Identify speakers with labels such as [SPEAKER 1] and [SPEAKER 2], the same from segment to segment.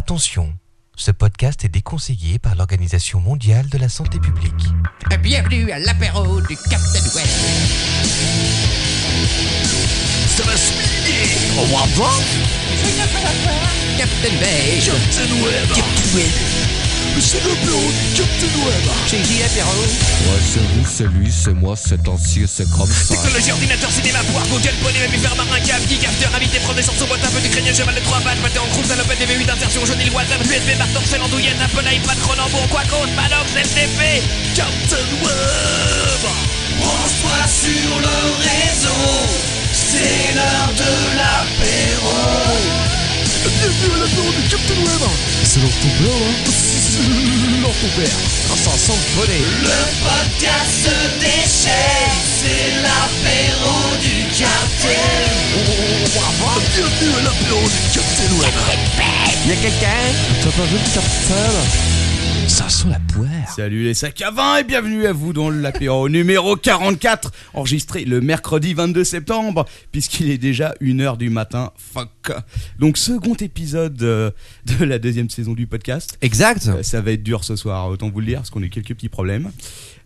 [SPEAKER 1] Attention, ce podcast est déconseillé par l'Organisation mondiale de la santé publique.
[SPEAKER 2] Bienvenue à l'apéro du Captain Web.
[SPEAKER 3] Ça va se miner Au Wardrop
[SPEAKER 2] Captain Bay.
[SPEAKER 3] Captain Web Captain Web C'est le bureau du Captain Web
[SPEAKER 2] Chez qui l'apéro
[SPEAKER 4] Ouais, c'est vous, c'est lui, c'est moi, c'est ancien, c'est comme ça.
[SPEAKER 3] Technologie, ordinateur, cinéma, poire, Google, poney, mammifère, marin, cave, geek, after, invité, professeur, son boîte, un peu de craigneux, cheval de trois pattes, pâté en croupe, salopette, DV8, insertion, jaune, île, WhatsApp, USB, marteau, sel, andouillette, Apple, iPad, Cronenbourg, Quacos, Manox, LTP, Captain Web Branche-toi sur le réseau, c'est l'heure de l'apéro Bienvenue à l'apéro du Captain Web hein C'est l'heure ton père, hein C'est l'heure ton père Le podcast se déchaîne, c'est l'apéro du Captain Bienvenue à l'apéro du Captain Web
[SPEAKER 5] Salut les sacs à vin et bienvenue à vous dans l'apéro numéro 44, enregistré le mercredi 22 septembre, puisqu'il est déjà 1h du matin. Fuck. Donc, second épisode euh, de la deuxième saison du podcast.
[SPEAKER 6] Exact.
[SPEAKER 5] Euh, Ça va être dur ce soir, autant vous le dire, parce qu'on a eu quelques petits problèmes.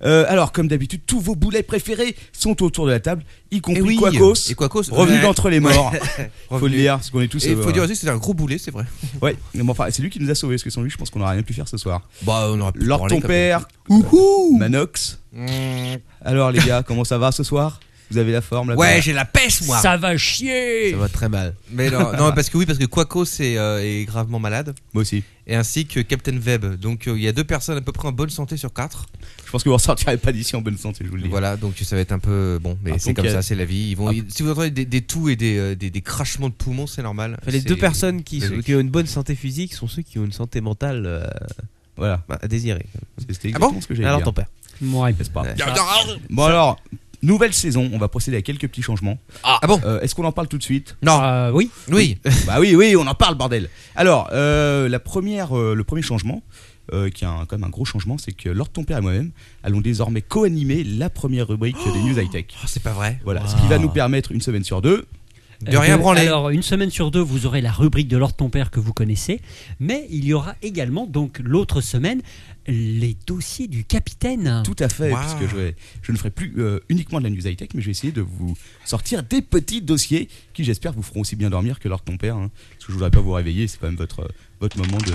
[SPEAKER 5] Euh, alors, comme d'habitude, tous vos boulets préférés sont autour de la table, y compris
[SPEAKER 6] Eh oui,
[SPEAKER 5] Quacos,
[SPEAKER 6] et Quacos,
[SPEAKER 5] revenu
[SPEAKER 6] ouais.
[SPEAKER 5] d'entre les morts. Faut le
[SPEAKER 6] Revenu.
[SPEAKER 5] dire, parce qu'on est tous.
[SPEAKER 6] Et il
[SPEAKER 5] euh,
[SPEAKER 6] faut dire aussi que c'était un gros boulet, c'est vrai.
[SPEAKER 5] Ouais, mais bon, enfin, c'est lui qui nous a sauvés, parce que sans lui, je pense qu'on n'aurait rien pu faire ce soir.
[SPEAKER 6] Bah, on aurait pu
[SPEAKER 5] Lord
[SPEAKER 6] branler
[SPEAKER 5] ton
[SPEAKER 6] comme-
[SPEAKER 5] père, euh, Manox. Alors les gars, comment ça va ce soir Vous avez la forme là
[SPEAKER 6] Mm. Ouais, j'ai la pêche, moi.
[SPEAKER 7] Ça va chier
[SPEAKER 4] Ça va très mal.
[SPEAKER 6] Mais non, non, parce que oui, parce que Quaco c'est, euh, est gravement malade,
[SPEAKER 5] Moi aussi.
[SPEAKER 6] et ainsi que Captain Web. Donc euh, il y a deux personnes à peu près en bonne santé sur quatre.
[SPEAKER 5] Je pense que vous ressortirez pas d'ici en bonne santé, je vous le dis.
[SPEAKER 6] Voilà, donc ça va être un peu bon, mais
[SPEAKER 5] Ah,
[SPEAKER 6] c'est
[SPEAKER 5] donc,
[SPEAKER 6] comme
[SPEAKER 5] il y
[SPEAKER 6] ça,
[SPEAKER 5] a-
[SPEAKER 6] c'est la vie. Ils vont,
[SPEAKER 5] Ah.
[SPEAKER 6] ils- si vous entendez des, des toux et des, euh, des, des crachements de poumons, c'est normal.
[SPEAKER 8] Enfin, les
[SPEAKER 6] C'est-
[SPEAKER 8] deux personnes qui,
[SPEAKER 6] c'est
[SPEAKER 8] sont-
[SPEAKER 6] logique.
[SPEAKER 8] qui ont une bonne santé physique sont ceux qui ont une santé mentale euh,
[SPEAKER 5] Voilà,
[SPEAKER 8] bah, à désirer.
[SPEAKER 5] c'était
[SPEAKER 6] Ah
[SPEAKER 5] exactement
[SPEAKER 6] bon
[SPEAKER 5] ce que j'ai
[SPEAKER 8] Alors
[SPEAKER 5] dit.
[SPEAKER 8] ton père.
[SPEAKER 7] Ouais.
[SPEAKER 5] N'est-ce pas
[SPEAKER 8] Ouais.
[SPEAKER 5] Bon alors, nouvelle saison, on va procéder à quelques petits changements.
[SPEAKER 6] Ah, ah bon
[SPEAKER 5] Euh, Est-ce qu'on en parle tout de suite
[SPEAKER 6] Non,
[SPEAKER 7] Euh, oui.
[SPEAKER 6] oui.
[SPEAKER 5] Bah oui, oui, on en parle, bordel. Alors, euh, la première, euh, le premier changement, euh, qui est un- quand même un gros changement, c'est que Lord ton père et moi-même allons désormais co-animer la première rubrique des news high-tech.
[SPEAKER 6] Oh, c'est pas vrai.
[SPEAKER 5] Voilà, ce qui va nous permettre une semaine sur deux
[SPEAKER 3] Euh,
[SPEAKER 6] De rien branler.
[SPEAKER 7] Alors, une semaine sur deux, vous aurez la rubrique de l'ordre ton père que vous connaissez, mais il y aura également, donc l'autre semaine, les dossiers du
[SPEAKER 6] Hein.
[SPEAKER 7] capitaine.
[SPEAKER 5] Tout à fait,
[SPEAKER 6] Wow.
[SPEAKER 5] puisque je, vais- je ne ferai plus euh, uniquement de la news high-tech, mais je vais essayer de vous sortir des petits dossiers qui, j'espère, vous feront aussi bien dormir que lors de ton père. hein. parce que je ne voudrais pas vous réveiller, c'est quand même votre, euh, votre moment de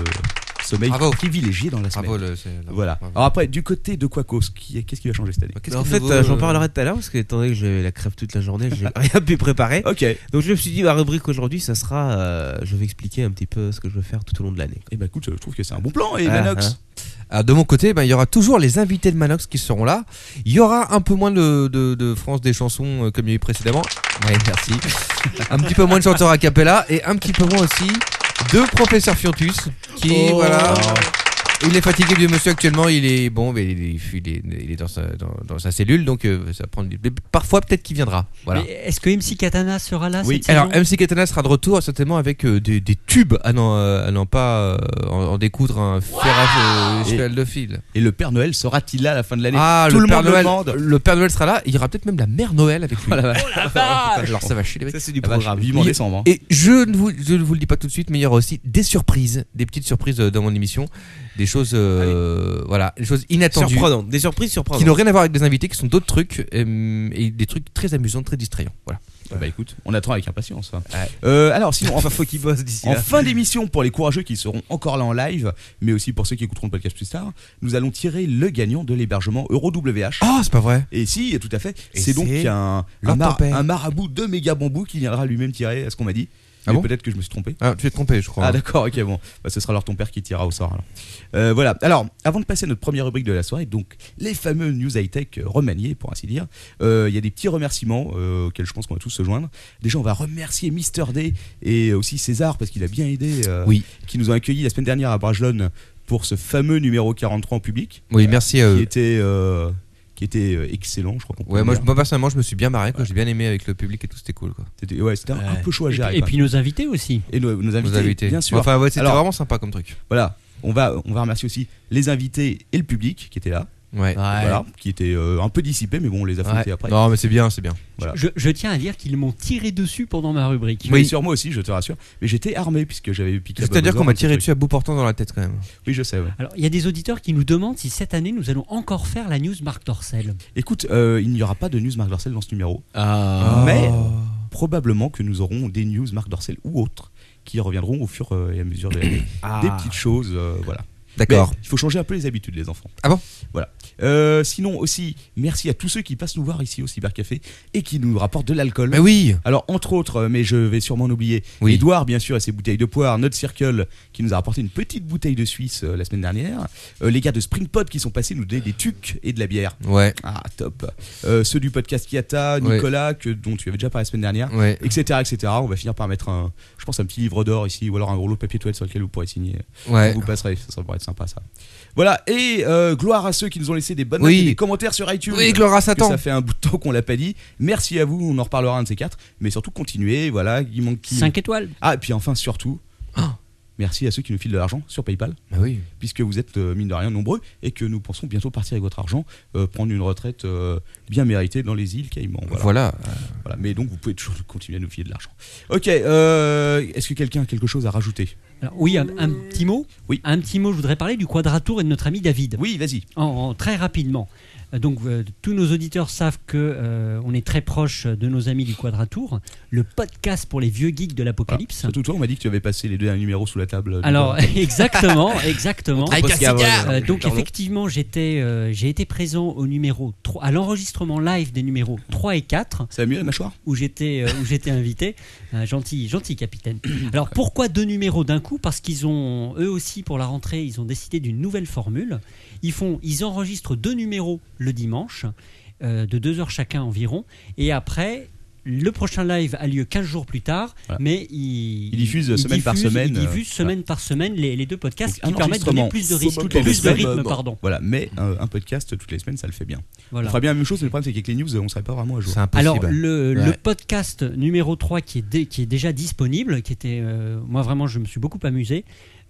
[SPEAKER 5] sommeil
[SPEAKER 6] Bravo.
[SPEAKER 5] privilégié dans la semaine.
[SPEAKER 6] Bravo. le- c'est-
[SPEAKER 5] Voilà.
[SPEAKER 6] bravo.
[SPEAKER 5] Alors après, du côté de Quacos, qui- qu'est-ce qui va changer cette année
[SPEAKER 6] Qu'est-ce
[SPEAKER 8] Mais en
[SPEAKER 6] que
[SPEAKER 8] fait,
[SPEAKER 6] nouveau,
[SPEAKER 8] euh, j'en
[SPEAKER 6] euh,
[SPEAKER 8] parlerai tout à l'heure parce que étant donné que j'avais la crève toute la journée, j'ai rien pu préparer.
[SPEAKER 5] Ok, eh
[SPEAKER 8] Donc je me suis dit ma rubrique aujourd'hui, ça sera, euh, je vais expliquer un petit peu ce que je veux faire tout au long de l'année.
[SPEAKER 5] ben écoute, je trouve que c'est un bon plan. Et
[SPEAKER 8] Ah,
[SPEAKER 5] Manox
[SPEAKER 6] Alors, de mon côté, ben, il y aura toujours les invités de Manox qui seront là. Il y aura un peu moins de, de- de France des chansons euh, comme il y a eu précédemment. Ouais, merci. un petit peu moins de chanteurs a cappella et un petit peu moins aussi de professeur Fiontus qui, voilà. Il est fatigué du monsieur actuellement, il est bon, mais il est, il est- il est dans, sa, dans, dans sa cellule, donc euh, ça prend. du- mais Parfois, peut-être qu'il viendra. Voilà.
[SPEAKER 7] Mais Est-ce que MC Katana sera là
[SPEAKER 5] Oui.
[SPEAKER 7] cette
[SPEAKER 6] Alors,
[SPEAKER 7] saison
[SPEAKER 6] MC Katana sera de retour certainement avec euh, des, des tubes à n'en euh, à n'en pas euh, en, en découdre un fer à euh, cheval de fil.
[SPEAKER 5] Et le Père Noël sera-t-il là à la fin de l'année
[SPEAKER 6] Ah,
[SPEAKER 5] Tout
[SPEAKER 6] le,
[SPEAKER 5] le,
[SPEAKER 6] Père
[SPEAKER 5] monde
[SPEAKER 6] Noël,
[SPEAKER 5] le demande.
[SPEAKER 6] le Père Noël sera là. Il y aura peut-être même la mère Noël avec lui. Alors ça va chier les mecs.
[SPEAKER 8] Ça c'est du
[SPEAKER 5] Ah, vache,
[SPEAKER 8] programme.
[SPEAKER 5] vivement
[SPEAKER 6] Il-
[SPEAKER 5] décembre. hein.
[SPEAKER 6] Et je ne, vous, je ne vous le dis pas tout de suite, mais il y aura aussi des surprises, des petites surprises euh, dans mon émission, des choses, euh, voilà, des choses inattendues
[SPEAKER 8] Surprenante, des surprises
[SPEAKER 6] qui
[SPEAKER 8] surprenantes.
[SPEAKER 6] n'ont rien à voir avec des invités, qui sont d'autres trucs euh, et des trucs très amusants, très distrayants. Voilà.
[SPEAKER 5] Ah, Bah écoute, on attend avec impatience. hein.
[SPEAKER 6] Ouais.
[SPEAKER 5] Euh, alors sinon, enfin,
[SPEAKER 8] faut qu'ils bossent d'ici
[SPEAKER 5] En
[SPEAKER 8] là.
[SPEAKER 5] fin d'émission, pour les courageux qui seront encore là en live, mais aussi pour ceux qui écouteront le podcast plus tard, nous allons tirer le gagnant de l'hébergement EuroWH.
[SPEAKER 6] Oh, c'est pas vrai.
[SPEAKER 5] Et si, tout à fait,
[SPEAKER 6] Et
[SPEAKER 5] c'est donc
[SPEAKER 6] c'est
[SPEAKER 5] un, un,
[SPEAKER 6] Lord
[SPEAKER 5] mar-
[SPEAKER 6] Tempête.
[SPEAKER 5] un marabout de méga bambou qui viendra lui-même tirer à ce qu'on m'a dit.
[SPEAKER 6] Ah
[SPEAKER 5] Mais
[SPEAKER 6] bon
[SPEAKER 5] Peut-être que je me suis trompé.
[SPEAKER 6] Ah, tu t'es trompé, je crois.
[SPEAKER 5] Ah d'accord, ok bon, Bah, ce sera alors ton père qui tirera au sort. alors. Euh, voilà, alors avant de passer à notre première rubrique de la soirée, donc les fameux news high-tech euh, remaniés pour ainsi dire, euh, il y a des petits remerciements euh, auxquels je pense qu'on va tous se joindre. Déjà on va remercier Mister D et aussi César parce qu'il a bien aidé, euh,
[SPEAKER 6] Oui.
[SPEAKER 5] qui nous ont accueillis la semaine dernière à Bragelonne pour ce fameux numéro 43 en public,
[SPEAKER 6] oui, merci.
[SPEAKER 5] qui
[SPEAKER 6] euh,
[SPEAKER 5] était... euh, qui était euh, excellent, je crois qu'on peut
[SPEAKER 6] Ouais,
[SPEAKER 5] le
[SPEAKER 6] moi, je-
[SPEAKER 5] dire.
[SPEAKER 6] moi, personnellement, je me suis bien marré, quoi. J'ai bien aimé avec le public et tout, c'était cool, quoi.
[SPEAKER 5] C'était ouais, c'était un- un peu chaud à
[SPEAKER 7] et,
[SPEAKER 5] gérer.
[SPEAKER 7] puis- et
[SPEAKER 5] quoi.
[SPEAKER 7] puis nos invités aussi.
[SPEAKER 5] Et nos, nos invités,
[SPEAKER 6] Vous avez été.
[SPEAKER 5] bien sûr.
[SPEAKER 6] Enfin, Ah ouais, c'était
[SPEAKER 5] Alors-
[SPEAKER 6] vraiment sympa comme truc.
[SPEAKER 5] Voilà, on va, on va remercier aussi les invités et le public qui étaient là.
[SPEAKER 2] Ouais.
[SPEAKER 5] voilà, qui étaient euh, un peu dissipés, mais bon, on les a
[SPEAKER 2] Ouais.
[SPEAKER 5] fouettés après.
[SPEAKER 2] Non, mais c'est bien, c'est bien.
[SPEAKER 3] Je, je tiens à dire qu'ils m'ont tiré dessus pendant ma rubrique.
[SPEAKER 5] Oui, sur moi aussi, je te rassure. Mais j'étais armé puisque j'avais piqué. à
[SPEAKER 2] C'est-à-dire
[SPEAKER 5] Bulbasaur
[SPEAKER 2] qu'on m'a
[SPEAKER 5] un petit
[SPEAKER 2] tiré
[SPEAKER 5] truc.
[SPEAKER 2] dessus à bout portant dans la tête quand même.
[SPEAKER 5] Oui, je sais. ouais.
[SPEAKER 3] Alors, il y a des auditeurs qui nous demandent si cette année nous allons encore faire la news Marc Dorcel.
[SPEAKER 5] Écoute, euh, il n'y aura pas de news Marc Dorcel dans ce numéro.
[SPEAKER 8] Ah.
[SPEAKER 5] Mais probablement que nous aurons des news Marc Dorcel ou autres qui reviendront au fur euh, et à mesure de l'année. Des petites choses, euh, voilà.
[SPEAKER 2] Ah. D'accord.
[SPEAKER 5] Mais Il faut changer un peu les habitudes, les enfants.
[SPEAKER 2] Ah bon
[SPEAKER 5] Voilà. Euh, sinon aussi, merci à tous ceux qui passent nous voir ici au Cybercafé et qui nous rapportent de l'alcool.
[SPEAKER 2] Mais oui.
[SPEAKER 5] Alors, entre autres, euh, mais je vais sûrement en oublier,
[SPEAKER 2] Oui.
[SPEAKER 5] Edouard, bien sûr, et ses bouteilles de poire, notre Circle, qui nous a rapporté une petite bouteille de Suisse euh, la semaine dernière, Euh, les gars de Springpod qui sont passés nous donner des tucs et de la bière.
[SPEAKER 2] Ouais.
[SPEAKER 5] Ah, top. Euh, ceux du podcast Kiata,
[SPEAKER 2] Ouais.
[SPEAKER 5] Nicolas, que, dont tu avais déjà parlé la semaine dernière,
[SPEAKER 2] Ouais.
[SPEAKER 5] etc., etc. On va finir par mettre, un, je pense, un petit livre d'or ici, ou alors un rouleau de papier toilette sur lequel vous pourrez signer.
[SPEAKER 2] Ouais.
[SPEAKER 5] Vous passerez, ça, ça pourrait être sympa, ça. Voilà, et euh, gloire à ceux qui nous ont laissé des bonnes notes
[SPEAKER 2] Oui.
[SPEAKER 5] et des commentaires sur iTunes
[SPEAKER 2] Oui, gloire à
[SPEAKER 5] que
[SPEAKER 2] Satan.
[SPEAKER 5] ça fait un bout de temps qu'on l'a pas dit. Merci à vous, on en reparlera un de ces quatre. Mais surtout, continuez, voilà, il manque qui.
[SPEAKER 3] 5 étoiles.
[SPEAKER 5] Ah, et puis enfin, surtout,
[SPEAKER 3] Oh.
[SPEAKER 5] merci à ceux qui nous filent de l'argent sur PayPal,
[SPEAKER 2] Bah oui.
[SPEAKER 5] puisque vous êtes, euh, mine de rien, nombreux et que nous pensons bientôt partir avec votre argent, euh, prendre une retraite euh, bien méritée dans les îles Caïmans. Voilà.
[SPEAKER 2] Voilà.
[SPEAKER 5] Voilà. Mais donc, vous pouvez toujours continuer à nous filer de l'argent. Ok, euh, est-ce que quelqu'un a quelque chose à rajouter
[SPEAKER 3] Alors, oui, un, un petit mot.
[SPEAKER 5] Oui.
[SPEAKER 3] Un petit mot, je voudrais parler du quadratour et de notre ami David.
[SPEAKER 5] Oui, vas-y.
[SPEAKER 3] En, en- très rapidement. Euh, Donc, euh, tous nos auditeurs savent que euh, on est très proche de nos amis du Quadratour, le podcast pour les vieux geeks de l'apocalypse.
[SPEAKER 5] Surtout toi, on m'a dit que tu avais passé les deux derniers numéros sous la table. euh, du
[SPEAKER 3] Alors,
[SPEAKER 5] bar.
[SPEAKER 3] exactement, exactement.
[SPEAKER 9] Avec un cigare.
[SPEAKER 3] Euh, donc effectivement, j'étais, euh, j'ai été présent au numéro 3, à l'enregistrement live des numéros 3 et 4
[SPEAKER 5] ça va mieux la mâchoire
[SPEAKER 3] où j'étais euh, où j'étais invité, un gentil gentil capitaine. Alors pourquoi deux numéros d'un coup Parce qu'ils ont eux aussi pour la rentrée, ils ont décidé d'une nouvelle formule. Ils font ils enregistrent deux numéros le dimanche euh, de deux heures chacun environ et après le prochain live a lieu 15 jours plus tard,
[SPEAKER 5] Voilà.
[SPEAKER 3] mais ils,
[SPEAKER 5] Ils diffusent semaine par semaine,
[SPEAKER 3] Ils
[SPEAKER 5] euh,
[SPEAKER 3] diffusent semaine par semaine les, les deux podcasts
[SPEAKER 5] Donc, un
[SPEAKER 3] qui permettent de donner
[SPEAKER 5] enregistrement
[SPEAKER 3] plus de risques,
[SPEAKER 5] toutes les
[SPEAKER 3] plus de
[SPEAKER 5] semaines,
[SPEAKER 3] rythme,
[SPEAKER 5] euh, bon,
[SPEAKER 3] pardon.
[SPEAKER 5] Voilà, mais euh, un podcast toutes les semaines, ça le fait bien.
[SPEAKER 3] Voilà.
[SPEAKER 5] On ferait bien la même chose, mais le problème c'est qu'avec les news, on serait pas vraiment à jour.
[SPEAKER 2] C'est impossible.
[SPEAKER 3] Alors euh, le, le
[SPEAKER 2] Ouais.
[SPEAKER 3] podcast numéro 3 qui est, dé- qui est déjà disponible, qui était euh, moi vraiment je me suis beaucoup amusé.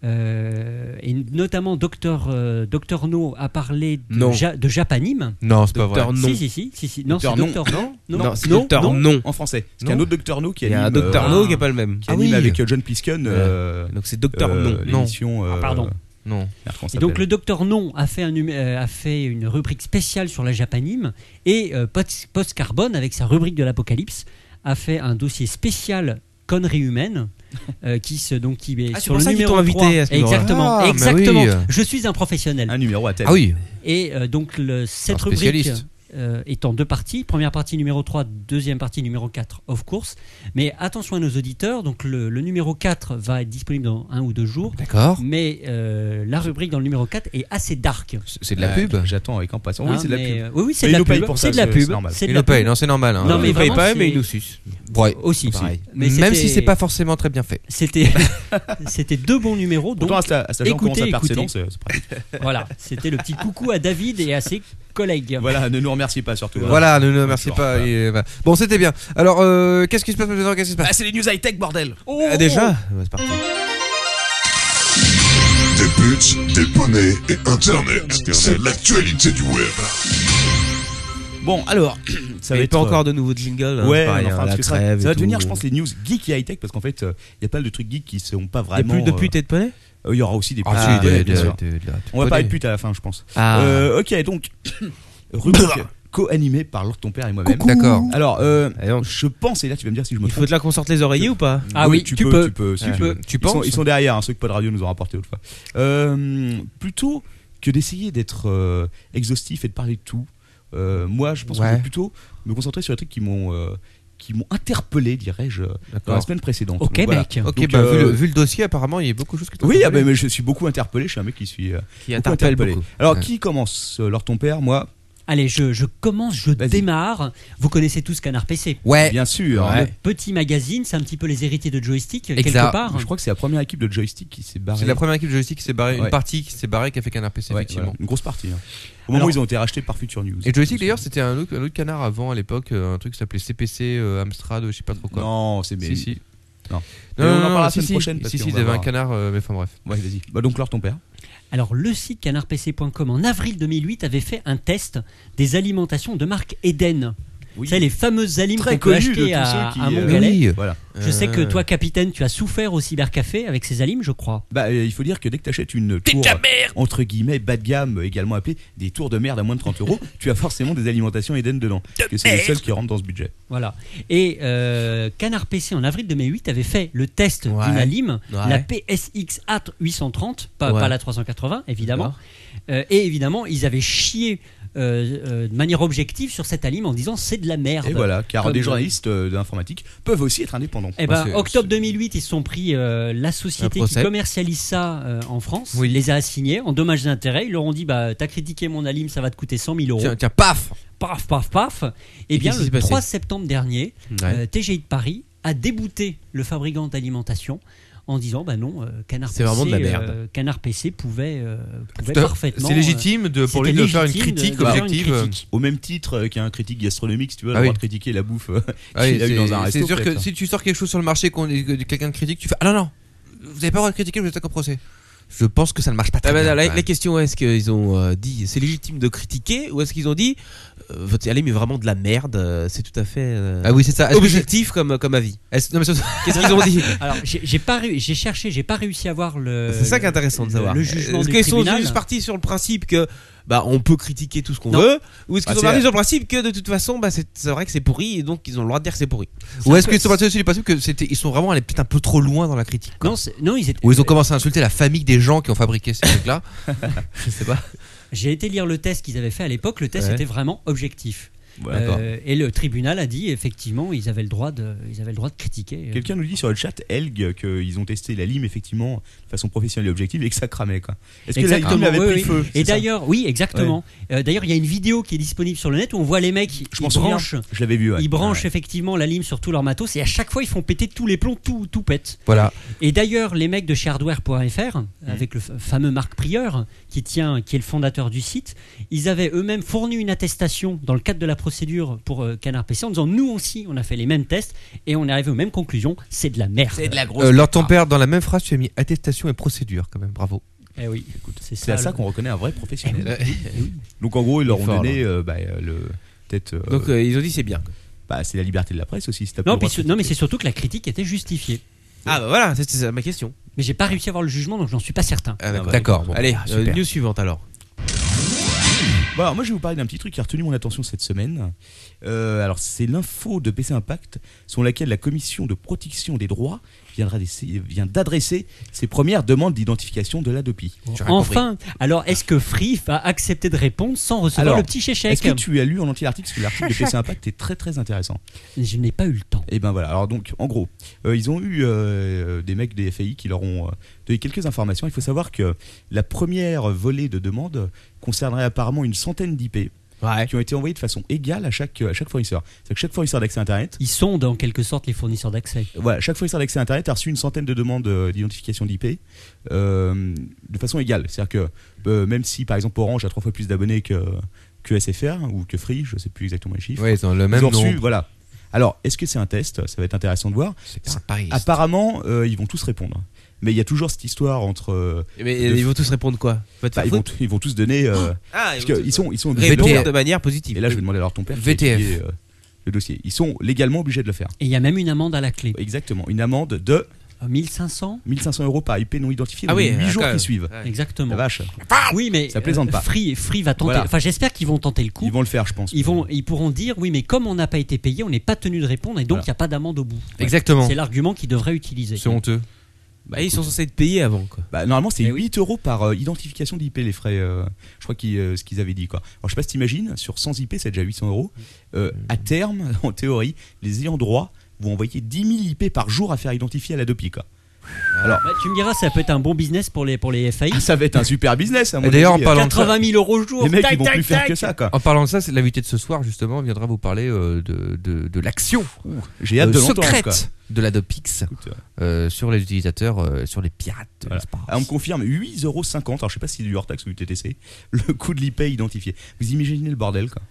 [SPEAKER 3] euh, et notamment docteur euh, docteur No a parlé de,
[SPEAKER 2] Non.
[SPEAKER 3] Ja- de Japanime.
[SPEAKER 2] non, c'est pas vrai.
[SPEAKER 8] Docteur
[SPEAKER 3] Si
[SPEAKER 8] Non.
[SPEAKER 3] si si si si non c'est
[SPEAKER 5] Dr. Non. Ah,
[SPEAKER 3] docteur No
[SPEAKER 8] Non,
[SPEAKER 3] non
[SPEAKER 8] c'est Docteur
[SPEAKER 3] non.
[SPEAKER 8] Non.
[SPEAKER 5] En français. Parce
[SPEAKER 2] Non.
[SPEAKER 5] qu'il y a un autre Docteur No qui
[SPEAKER 8] Il y
[SPEAKER 5] anime,
[SPEAKER 8] a un Docteur
[SPEAKER 5] euh,
[SPEAKER 8] No qui n'est pas le même.
[SPEAKER 5] qui
[SPEAKER 2] Ah
[SPEAKER 5] anime
[SPEAKER 2] oui.
[SPEAKER 5] avec euh, John Plisken. euh,
[SPEAKER 8] Donc c'est Docteur
[SPEAKER 5] euh,
[SPEAKER 8] Non.
[SPEAKER 2] Non.
[SPEAKER 5] L'émission. euh,
[SPEAKER 3] Ah, pardon.
[SPEAKER 2] Non.
[SPEAKER 5] merde, comment ça
[SPEAKER 3] Et donc
[SPEAKER 5] s'appelle
[SPEAKER 3] le docteur Non a fait, un numé- euh, a fait une rubrique spéciale sur la Japanime et euh, Post- Post Carbone avec sa rubrique de l'Apocalypse a fait un dossier spécial conneries humaines euh, qui se donc qui est
[SPEAKER 8] Ah, c'est
[SPEAKER 3] sur
[SPEAKER 8] pour
[SPEAKER 3] le
[SPEAKER 8] ça qu'ils
[SPEAKER 3] numéro
[SPEAKER 8] t'ont invité
[SPEAKER 3] 3.
[SPEAKER 8] à ce numéro-là.
[SPEAKER 3] exactement
[SPEAKER 2] Ah, mais
[SPEAKER 3] exactement
[SPEAKER 2] oui.
[SPEAKER 3] je suis un professionnel
[SPEAKER 5] Un numéro à thème.
[SPEAKER 2] Ah oui.
[SPEAKER 3] et euh, donc le- cette
[SPEAKER 2] Un
[SPEAKER 3] rubrique
[SPEAKER 2] spécialiste.
[SPEAKER 3] euh, est en deux parties. Première partie numéro 3, deuxième partie numéro 4, of course. Mais attention à nos auditeurs, donc le, le numéro 4 va être disponible dans un ou deux jours.
[SPEAKER 2] D'accord.
[SPEAKER 3] Mais euh, la rubrique dans le numéro 4 est assez dark.
[SPEAKER 2] C'est de la
[SPEAKER 5] Ouais,
[SPEAKER 2] pub.
[SPEAKER 5] Euh, J'attends avec impatience. Oui,
[SPEAKER 8] Ah,
[SPEAKER 3] Hein,
[SPEAKER 5] c'est de la
[SPEAKER 3] mais,
[SPEAKER 5] pub.
[SPEAKER 3] euh, oui, oui, c'est de
[SPEAKER 5] Mais ils
[SPEAKER 3] la
[SPEAKER 5] nous payent
[SPEAKER 3] pub.
[SPEAKER 5] pour
[SPEAKER 3] C'est
[SPEAKER 5] ça,
[SPEAKER 3] de la
[SPEAKER 5] c'est-
[SPEAKER 3] pub.
[SPEAKER 5] c'est normal.
[SPEAKER 3] C'est de
[SPEAKER 2] Ils
[SPEAKER 3] la
[SPEAKER 2] nous payent.
[SPEAKER 3] pub.
[SPEAKER 2] Non, c'est normal. hein.
[SPEAKER 3] Non, mais
[SPEAKER 8] il paye
[SPEAKER 3] vraiment,
[SPEAKER 8] pas,
[SPEAKER 3] c'est-
[SPEAKER 8] mais il nous suce.
[SPEAKER 2] Ouais.
[SPEAKER 3] Aussi.
[SPEAKER 8] Pareil.
[SPEAKER 3] Mais
[SPEAKER 2] Même si
[SPEAKER 3] c'était-
[SPEAKER 2] c'est pas forcément très bien fait.
[SPEAKER 3] C'était, c'était deux bons numéros. Donc
[SPEAKER 5] Pourtant, à sta- à stage, on
[SPEAKER 3] écoutez,
[SPEAKER 5] commence à faire
[SPEAKER 3] écoutez.
[SPEAKER 5] ses dents, c'est c'est pratique.
[SPEAKER 3] voilà, c'était le petit coucou à David et à ses collègues.
[SPEAKER 5] Voilà, ne nous remerciez pas surtout.
[SPEAKER 2] Voilà, ne nous remerciez
[SPEAKER 5] Bonjour,
[SPEAKER 2] pas.
[SPEAKER 5] voilà.
[SPEAKER 2] et, euh, voilà. Bon, c'était bien. Alors, euh, qu'est-ce qui se passe maintenant Qu'est-ce qui se passe
[SPEAKER 5] Ah, c'est les news high-tech, bordel
[SPEAKER 8] Ah, déjà Bah, C'est parti.
[SPEAKER 10] Des buts, des poneys et Internet. C'est l'actualité du web.
[SPEAKER 5] Bon, alors, ça
[SPEAKER 8] Mais
[SPEAKER 5] va être. euh,
[SPEAKER 8] pas encore de nouveaux jingles. hein,
[SPEAKER 5] Ouais,
[SPEAKER 8] c'est pareil,
[SPEAKER 5] mais enfin,
[SPEAKER 8] hein,
[SPEAKER 5] parce
[SPEAKER 8] la
[SPEAKER 5] que ça,
[SPEAKER 8] trêve
[SPEAKER 5] ça va
[SPEAKER 8] et
[SPEAKER 5] devenir,
[SPEAKER 8] tout.
[SPEAKER 5] je pense, les news geek et high-tech, parce qu'en fait, euh, il y a pas mal de trucs geeks qui sont pas
[SPEAKER 8] Il n'y
[SPEAKER 5] vraiment.
[SPEAKER 8] a plus de
[SPEAKER 5] euh,
[SPEAKER 8] putes et de poney
[SPEAKER 5] euh, Il y aura aussi des
[SPEAKER 8] Ah,
[SPEAKER 5] putes,
[SPEAKER 8] de-
[SPEAKER 5] bien
[SPEAKER 8] de- Ah.
[SPEAKER 5] sûr. On va parler de putes à la fin, je pense.
[SPEAKER 2] Ah.
[SPEAKER 5] Euh, ok, donc, rubrique co-animée par Lord Ton Père et moi-même.
[SPEAKER 2] D'accord.
[SPEAKER 5] Alors, euh,
[SPEAKER 8] Et donc,
[SPEAKER 5] je pense, et là tu vas me dire si je me
[SPEAKER 8] Il faut
[SPEAKER 5] trompe.
[SPEAKER 8] de là qu'on sorte les oreillers ou pas
[SPEAKER 3] Ah oui,
[SPEAKER 5] tu,
[SPEAKER 3] tu
[SPEAKER 5] peux,
[SPEAKER 3] peux.
[SPEAKER 5] tu peux. si tu veux.
[SPEAKER 2] Tu
[SPEAKER 5] Ils sont,
[SPEAKER 2] penses
[SPEAKER 5] ils sont derrière, hein, ceux que Pod Radio nous ont rapporté autrefois. Euh, plutôt que d'essayer d'être euh, exhaustif et de parler de tout, euh, moi je pense que
[SPEAKER 2] Ouais.
[SPEAKER 5] je vais plutôt me concentrer sur les trucs qui m'ont euh, qui m'ont interpellé, dirais-je, euh, dans la
[SPEAKER 2] D'accord.
[SPEAKER 5] semaine précédente.
[SPEAKER 3] Au
[SPEAKER 5] Donc, voilà.
[SPEAKER 3] Québec.
[SPEAKER 2] Ok,
[SPEAKER 5] Donc,
[SPEAKER 2] bah, vu,
[SPEAKER 5] euh,
[SPEAKER 2] le, vu le dossier, apparemment, il y a beaucoup de choses que tu
[SPEAKER 5] Oui, ah ben, mais je suis beaucoup interpellé, je suis un mec qui suis euh,
[SPEAKER 8] Qui
[SPEAKER 5] beaucoup
[SPEAKER 8] interpelle
[SPEAKER 5] interpellé.
[SPEAKER 8] beaucoup.
[SPEAKER 5] Alors
[SPEAKER 2] Ouais.
[SPEAKER 5] qui commence euh, Lord Ton Père Moi,
[SPEAKER 3] Allez, je, je commence, je
[SPEAKER 5] Vas-y.
[SPEAKER 3] démarre. Vous connaissez tous Canard PC.
[SPEAKER 2] Ouais.
[SPEAKER 5] bien sûr.
[SPEAKER 2] Eh,
[SPEAKER 5] hein.
[SPEAKER 2] Ouais.
[SPEAKER 5] Le-
[SPEAKER 3] Petit magazine, c'est un petit peu les héritiers de joystick, quelque
[SPEAKER 2] Exact.
[SPEAKER 3] part.
[SPEAKER 5] Je crois que c'est la première équipe de joystick qui s'est barrée.
[SPEAKER 2] C'est la première équipe de joystick qui s'est barrée,
[SPEAKER 5] Ouais.
[SPEAKER 2] une partie qui s'est barrée qui a fait qu'un RPC,
[SPEAKER 5] Ouais,
[SPEAKER 2] effectivement.
[SPEAKER 5] voilà, une grosse partie. hein. Au moment
[SPEAKER 3] Alors-
[SPEAKER 5] où ils ont été rachetés par Future News.
[SPEAKER 2] Et joystick d'ailleurs c'était un autre, un autre canard avant à l'époque, euh, un truc qui s'appelait CPC, euh, Amstrad, je sais pas trop quoi.
[SPEAKER 5] Non, c'est mais
[SPEAKER 2] si, si.
[SPEAKER 5] Mais on en parlera la
[SPEAKER 2] si,
[SPEAKER 5] semaine
[SPEAKER 2] si.
[SPEAKER 5] prochaine, parce
[SPEAKER 2] Si, si,
[SPEAKER 5] qu'on
[SPEAKER 2] il y
[SPEAKER 5] va
[SPEAKER 2] avait un
[SPEAKER 5] voir.
[SPEAKER 2] canard, euh, mais enfin bref.
[SPEAKER 5] Ouais, vas-y. Bah, donc, Laure, ton père.
[SPEAKER 3] Alors, le site canardpc.com en avril 2008 avait fait un test des alimentations de marque Eden.
[SPEAKER 5] Oui.
[SPEAKER 3] C'est les fameuses alim
[SPEAKER 5] Très
[SPEAKER 3] qu'on peut
[SPEAKER 5] connu de
[SPEAKER 3] acheter
[SPEAKER 5] tous
[SPEAKER 3] à,
[SPEAKER 5] ceux qui,
[SPEAKER 3] à
[SPEAKER 5] euh,
[SPEAKER 3] Montgalais.
[SPEAKER 2] Oui.
[SPEAKER 5] Voilà.
[SPEAKER 3] Je sais que
[SPEAKER 2] Euh.
[SPEAKER 3] toi, capitaine, tu as souffert au cybercafé avec ces alimes, je crois.
[SPEAKER 5] Bah, euh, il faut dire que dès que t'achètes une
[SPEAKER 11] T'es de
[SPEAKER 5] tour,
[SPEAKER 11] la merde
[SPEAKER 5] entre guillemets, bas de gamme, également appelée des tours de merde à moins de 30 euros, tu as forcément des alimentations Eden dedans. Parce que c'est les
[SPEAKER 11] merde
[SPEAKER 5] seuls qui rentrent dans ce budget.
[SPEAKER 3] Voilà. Et euh, Canard PC en avril 2008 avait fait le test d'une
[SPEAKER 8] Ouais.
[SPEAKER 3] Alim,
[SPEAKER 8] Ouais.
[SPEAKER 3] la PSX A830, pas,
[SPEAKER 8] Ouais.
[SPEAKER 3] pas la 380 évidemment.
[SPEAKER 8] D'accord.
[SPEAKER 3] Euh, et évidemment, ils avaient chié euh, euh, de manière objective sur cette Alim en disant c'est de la merde.
[SPEAKER 5] Et voilà, car
[SPEAKER 3] Comme-
[SPEAKER 5] des journalistes euh, d'informatique peuvent aussi être indépendants.
[SPEAKER 3] Eh
[SPEAKER 2] Bah,
[SPEAKER 3] ben,
[SPEAKER 2] c'est-
[SPEAKER 3] octobre 2008, ils se sont pris euh, la société
[SPEAKER 8] Un
[SPEAKER 3] qui
[SPEAKER 8] procès.
[SPEAKER 3] commercialise ça euh, en France.
[SPEAKER 2] Oui.
[SPEAKER 3] Il les a assignés en dommages et intérêts. Ils leur ont dit bah, T'as critiqué mon Alim, ça va te coûter 100 000 euros.
[SPEAKER 5] oh.
[SPEAKER 2] Tiens, tiens, paf
[SPEAKER 3] Paf, paf, paf. Et, bien,
[SPEAKER 8] qu'est-ce
[SPEAKER 3] le
[SPEAKER 8] qui s'est passé
[SPEAKER 3] 3 septembre dernier,
[SPEAKER 8] Ouais.
[SPEAKER 3] euh, TGI de Paris a débouté le fabricant d'alimentation en disant bah non euh, Canard PC
[SPEAKER 8] C'est vraiment de la merde.
[SPEAKER 3] euh, Canard PC pouvait, euh, pouvait
[SPEAKER 2] Tout à-
[SPEAKER 3] parfaitement
[SPEAKER 2] C'est légitime de, pour lui
[SPEAKER 3] c'était
[SPEAKER 2] de faire une
[SPEAKER 3] légitime de-
[SPEAKER 2] critique
[SPEAKER 3] de faire une
[SPEAKER 2] objective.
[SPEAKER 3] critique.
[SPEAKER 5] Au même titre euh, qu'un critique gastronomique, si tu veux,
[SPEAKER 2] Ah
[SPEAKER 5] avoir
[SPEAKER 2] oui.
[SPEAKER 5] critiqué la bouffe euh,
[SPEAKER 2] Ah oui,
[SPEAKER 5] qu'il a eu
[SPEAKER 2] c'est-
[SPEAKER 5] dans un resto.
[SPEAKER 2] C'est sûr que
[SPEAKER 5] peut-être.
[SPEAKER 2] si tu sors quelque chose sur le marché qu'on que quelqu'un critique, tu fais ah non non, vous avez pas le droit de critiquer, vous êtes au procès. Je pense que ça ne marche pas très
[SPEAKER 8] Ah ben,
[SPEAKER 2] bien.
[SPEAKER 8] la, la
[SPEAKER 2] quand même.
[SPEAKER 8] question est-ce qu'ils ont euh, dit c'est légitime de critiquer ou est-ce qu'ils ont dit euh, votre allez mais vraiment de la merde euh, c'est tout à fait euh,
[SPEAKER 2] Ah oui c'est ça. Est-ce que
[SPEAKER 8] objectif comme comme avis
[SPEAKER 2] j'ai- est-ce- non, mais surtout-
[SPEAKER 8] qu'est-ce qu'ils ont dit
[SPEAKER 3] euh, Alors j'ai j'ai pas réu- j'ai cherché, j'ai pas réussi à voir le.
[SPEAKER 8] c'est ça qui est intéressant de
[SPEAKER 3] Euh, le-
[SPEAKER 8] savoir
[SPEAKER 3] Le jugement
[SPEAKER 8] est-ce
[SPEAKER 3] du
[SPEAKER 8] qu'ils sont
[SPEAKER 3] tribunal.
[SPEAKER 8] juste partis sur le principe que bah on peut critiquer tout ce qu'on
[SPEAKER 3] Non.
[SPEAKER 8] veut ou est-ce qu'ils
[SPEAKER 2] Ah,
[SPEAKER 5] Bah,
[SPEAKER 8] sont
[SPEAKER 5] c'est-
[SPEAKER 8] partis sur le principe que de toute façon bah c'est c'est vrai que c'est pourri et donc ils ont le droit de dire que c'est pourri
[SPEAKER 2] Ou est-ce qu'ils sont partis aussi du principe que c'était ils sont vraiment allés peut-être un peu trop loin dans la critique. quoi.
[SPEAKER 3] Non, c'est- non,
[SPEAKER 8] Eh
[SPEAKER 3] ils étaient. euh,
[SPEAKER 8] ben,
[SPEAKER 2] Ou ils ont commencé à insulter la famille des gens qui ont fabriqué ces trucs-là. Je sais pas.
[SPEAKER 3] J'ai été lire le test qu'ils avaient fait à l'époque. Le test
[SPEAKER 8] Ouais.
[SPEAKER 3] était vraiment objectif.
[SPEAKER 5] Voilà, d'accord.
[SPEAKER 3] Euh, et le tribunal a dit effectivement ils avaient le droit de ils avaient le droit de critiquer. euh,
[SPEAKER 5] Quelqu'un nous dit sur le chat, Elg, qu'ils ont testé la lime effectivement de façon professionnelle et objective et que ça cramait. quoi. Est-ce que la lime
[SPEAKER 3] Exactement,
[SPEAKER 5] avait
[SPEAKER 3] oui,
[SPEAKER 5] pris
[SPEAKER 3] oui.
[SPEAKER 5] feu
[SPEAKER 3] Et
[SPEAKER 5] c'est ça
[SPEAKER 3] d'ailleurs, oui, exactement. Euh, d'ailleurs, il y a une vidéo qui est disponible sur le net où on voit les mecs,
[SPEAKER 5] je m'en
[SPEAKER 3] ils
[SPEAKER 5] souviens.
[SPEAKER 3] branchent,
[SPEAKER 5] Je l'avais vu. ouais.
[SPEAKER 3] ils branchent effectivement la lime sur tout leur matos et à chaque fois ils font péter tous les plombs, tout, tout pète.
[SPEAKER 2] Voilà.
[SPEAKER 3] Et d'ailleurs, les mecs de chez
[SPEAKER 5] Mhm.
[SPEAKER 3] hardware.fr, avec le fa- fameux Marc Prieur, qui, tient, qui est le fondateur du site, ils avaient eux-mêmes fourni une attestation dans le cadre de la procédure pour euh, Canard PC en disant nous aussi on a fait les mêmes tests et on est arrivé aux mêmes conclusions, c'est de la merde.
[SPEAKER 9] C'est de la grosse.
[SPEAKER 2] Euh, Lord ton père dans la même phrase tu as mis attestation et procédure quand même. Bravo.
[SPEAKER 3] Eh oui, c'est
[SPEAKER 5] C'est à ça
[SPEAKER 3] le-
[SPEAKER 5] qu'on reconnaît un vrai professionnel. Donc en gros, ils leur ont
[SPEAKER 8] Fort,
[SPEAKER 5] donné euh, bah, euh, le. Peut-être. euh,
[SPEAKER 8] donc euh, ils ont dit c'est bien
[SPEAKER 5] bah, c'est la liberté de la presse aussi. si t'as pas
[SPEAKER 3] Non,
[SPEAKER 5] le droit
[SPEAKER 3] puis
[SPEAKER 5] de
[SPEAKER 3] ce- non, mais
[SPEAKER 5] critiquer.
[SPEAKER 3] c'est surtout que la critique était justifiée.
[SPEAKER 8] ah bah voilà c'était ça ma question
[SPEAKER 3] Mais j'ai pas réussi à voir le jugement, donc j'en suis pas certain.
[SPEAKER 8] Ah,
[SPEAKER 5] bah,
[SPEAKER 2] D'accord. bon.
[SPEAKER 8] allez
[SPEAKER 2] Ah,
[SPEAKER 8] euh,
[SPEAKER 2] super.
[SPEAKER 8] news suivante alors
[SPEAKER 5] Bon, alors, Bah, moi, je vais vous parler d'un petit truc qui a retenu mon attention cette semaine. Euh, alors, c'est l'info de PC Impact, selon laquelle la commission de protection des droits viendra d'essayer- vient d'adresser ses premières demandes d'identification de l'Adopi.
[SPEAKER 3] Enfin, alors est-ce que Free va accepter de répondre sans recevoir
[SPEAKER 5] Alors,
[SPEAKER 3] le petit chéchec
[SPEAKER 5] Est-ce que tu as lu en entier l'article Parce que l'article de PC Impact est très très intéressant.
[SPEAKER 3] Je n'ai pas eu le temps.
[SPEAKER 5] Et ben voilà, alors donc en gros, euh, ils ont eu euh, des mecs des FAI qui leur ont euh, donné quelques informations. Il faut savoir que la première volée de demandes concernerait apparemment une centaine d'IP
[SPEAKER 8] ouais
[SPEAKER 5] qui ont été envoyées de façon égale à chaque, à chaque fournisseur. C'est-à-dire que chaque fournisseur d'accès Internet,
[SPEAKER 3] Ils sondent en quelque sorte les fournisseurs d'accès.
[SPEAKER 5] voilà, chaque fournisseur d'accès Internet a reçu une centaine de demandes euh, d'identification d'IP de façon égale. C'est-à-dire que euh, même si par exemple Orange a trois fois plus d'abonnés que, que SFR ou que Free, je sais plus exactement les chiffres,
[SPEAKER 2] Ouais, ils ont le même
[SPEAKER 5] ils ont
[SPEAKER 2] nom.
[SPEAKER 5] reçu, voilà. Alors, est-ce que c'est un test Ça va être intéressant de voir.
[SPEAKER 2] C'est pas un pari.
[SPEAKER 5] Apparemment, euh, ils vont tous répondre. Mais il y a toujours cette histoire entre. euh,
[SPEAKER 8] mais
[SPEAKER 5] De
[SPEAKER 8] euh, ils vont tous répondre quoi Va te
[SPEAKER 5] bah,
[SPEAKER 8] faire
[SPEAKER 5] ils, vont,
[SPEAKER 8] foutre
[SPEAKER 5] ils vont tous donner. euh,
[SPEAKER 8] ah
[SPEAKER 5] parce
[SPEAKER 8] vont
[SPEAKER 5] qu'ils
[SPEAKER 8] tous-
[SPEAKER 5] sont, ils sont obligés de le
[SPEAKER 8] répondre
[SPEAKER 5] faire.
[SPEAKER 8] de manière positive
[SPEAKER 5] Et là, je vais demander alors ton père. qui a
[SPEAKER 2] VTF.
[SPEAKER 5] étudié, euh, le dossier. Ils sont légalement obligés de le faire.
[SPEAKER 3] Et il y a même une amende à la clé. Ah,
[SPEAKER 5] Exactement. Une amende de
[SPEAKER 3] 1500
[SPEAKER 5] 1500 euros par IP non identifié
[SPEAKER 8] Ah
[SPEAKER 5] dans
[SPEAKER 8] oui,
[SPEAKER 5] les 8
[SPEAKER 8] euh,
[SPEAKER 5] jours
[SPEAKER 8] quand
[SPEAKER 5] qui
[SPEAKER 8] même.
[SPEAKER 5] suivent.
[SPEAKER 8] Ouais.
[SPEAKER 3] Exactement.
[SPEAKER 5] La vache.
[SPEAKER 3] Oui, mais
[SPEAKER 5] Ça plaisante
[SPEAKER 3] euh,
[SPEAKER 5] pas.
[SPEAKER 3] Free, Free va tenter.
[SPEAKER 5] Voilà.
[SPEAKER 3] Enfin, j'espère qu'ils vont tenter le coup.
[SPEAKER 5] Ils vont le faire, je pense.
[SPEAKER 3] Ils vont, ils pourront dire oui, mais comme on n'a pas été payé, on n'est pas tenu de répondre et donc il
[SPEAKER 5] Voilà.
[SPEAKER 3] n'y a pas d'amende au bout.
[SPEAKER 2] Exactement.
[SPEAKER 3] C'est l'argument qu'ils devraient utiliser.
[SPEAKER 2] C'est honteux.
[SPEAKER 8] Bah, ils sont censés être payés avant quoi.
[SPEAKER 5] Bah, normalement, c'est
[SPEAKER 3] Eh
[SPEAKER 5] 8
[SPEAKER 3] oui.
[SPEAKER 5] euros par euh, identification d'IP, les frais. euh, je crois qu'ils, euh, ce qu'ils avaient dit. Quoi. Alors, je sais pas si t'imagines, sur 100 IP, c'est déjà 800 euros. Euh, à
[SPEAKER 2] Mm.
[SPEAKER 5] terme, en théorie, les ayants droit vont envoyer 10 000 IP par jour à faire identifier à la DOPI. Quoi. Alors,
[SPEAKER 3] Bah, tu me diras, ça peut être un bon business pour les, pour les FAI.
[SPEAKER 5] ah, ça va être un super business. à mon
[SPEAKER 2] Et d'ailleurs,
[SPEAKER 5] avis. euh,
[SPEAKER 2] en parlant de ça,
[SPEAKER 3] 80 000 euros au jour.
[SPEAKER 5] les mecs,
[SPEAKER 3] tac,
[SPEAKER 5] ils vont
[SPEAKER 3] tac,
[SPEAKER 5] plus faire
[SPEAKER 3] tac.
[SPEAKER 5] que ça. Quoi.
[SPEAKER 2] En parlant de ça, c'est l'invité de ce soir justement viendra vous parler euh, de, de, de l'action
[SPEAKER 5] J'ai hâte
[SPEAKER 2] euh,
[SPEAKER 5] de l'entendre.
[SPEAKER 2] secrète
[SPEAKER 5] quoi.
[SPEAKER 2] de l'Adopix
[SPEAKER 5] Écoute, euh,
[SPEAKER 2] euh, sur les utilisateurs, euh, sur les pirates de
[SPEAKER 5] Voilà.
[SPEAKER 2] l'espace.
[SPEAKER 5] ah, on me confirme 8,50 euros. Alors, je sais pas si c'est du hors-taxe ou du TTC. Le coût de l'IP identifié. Vous imaginez le bordel, quoi.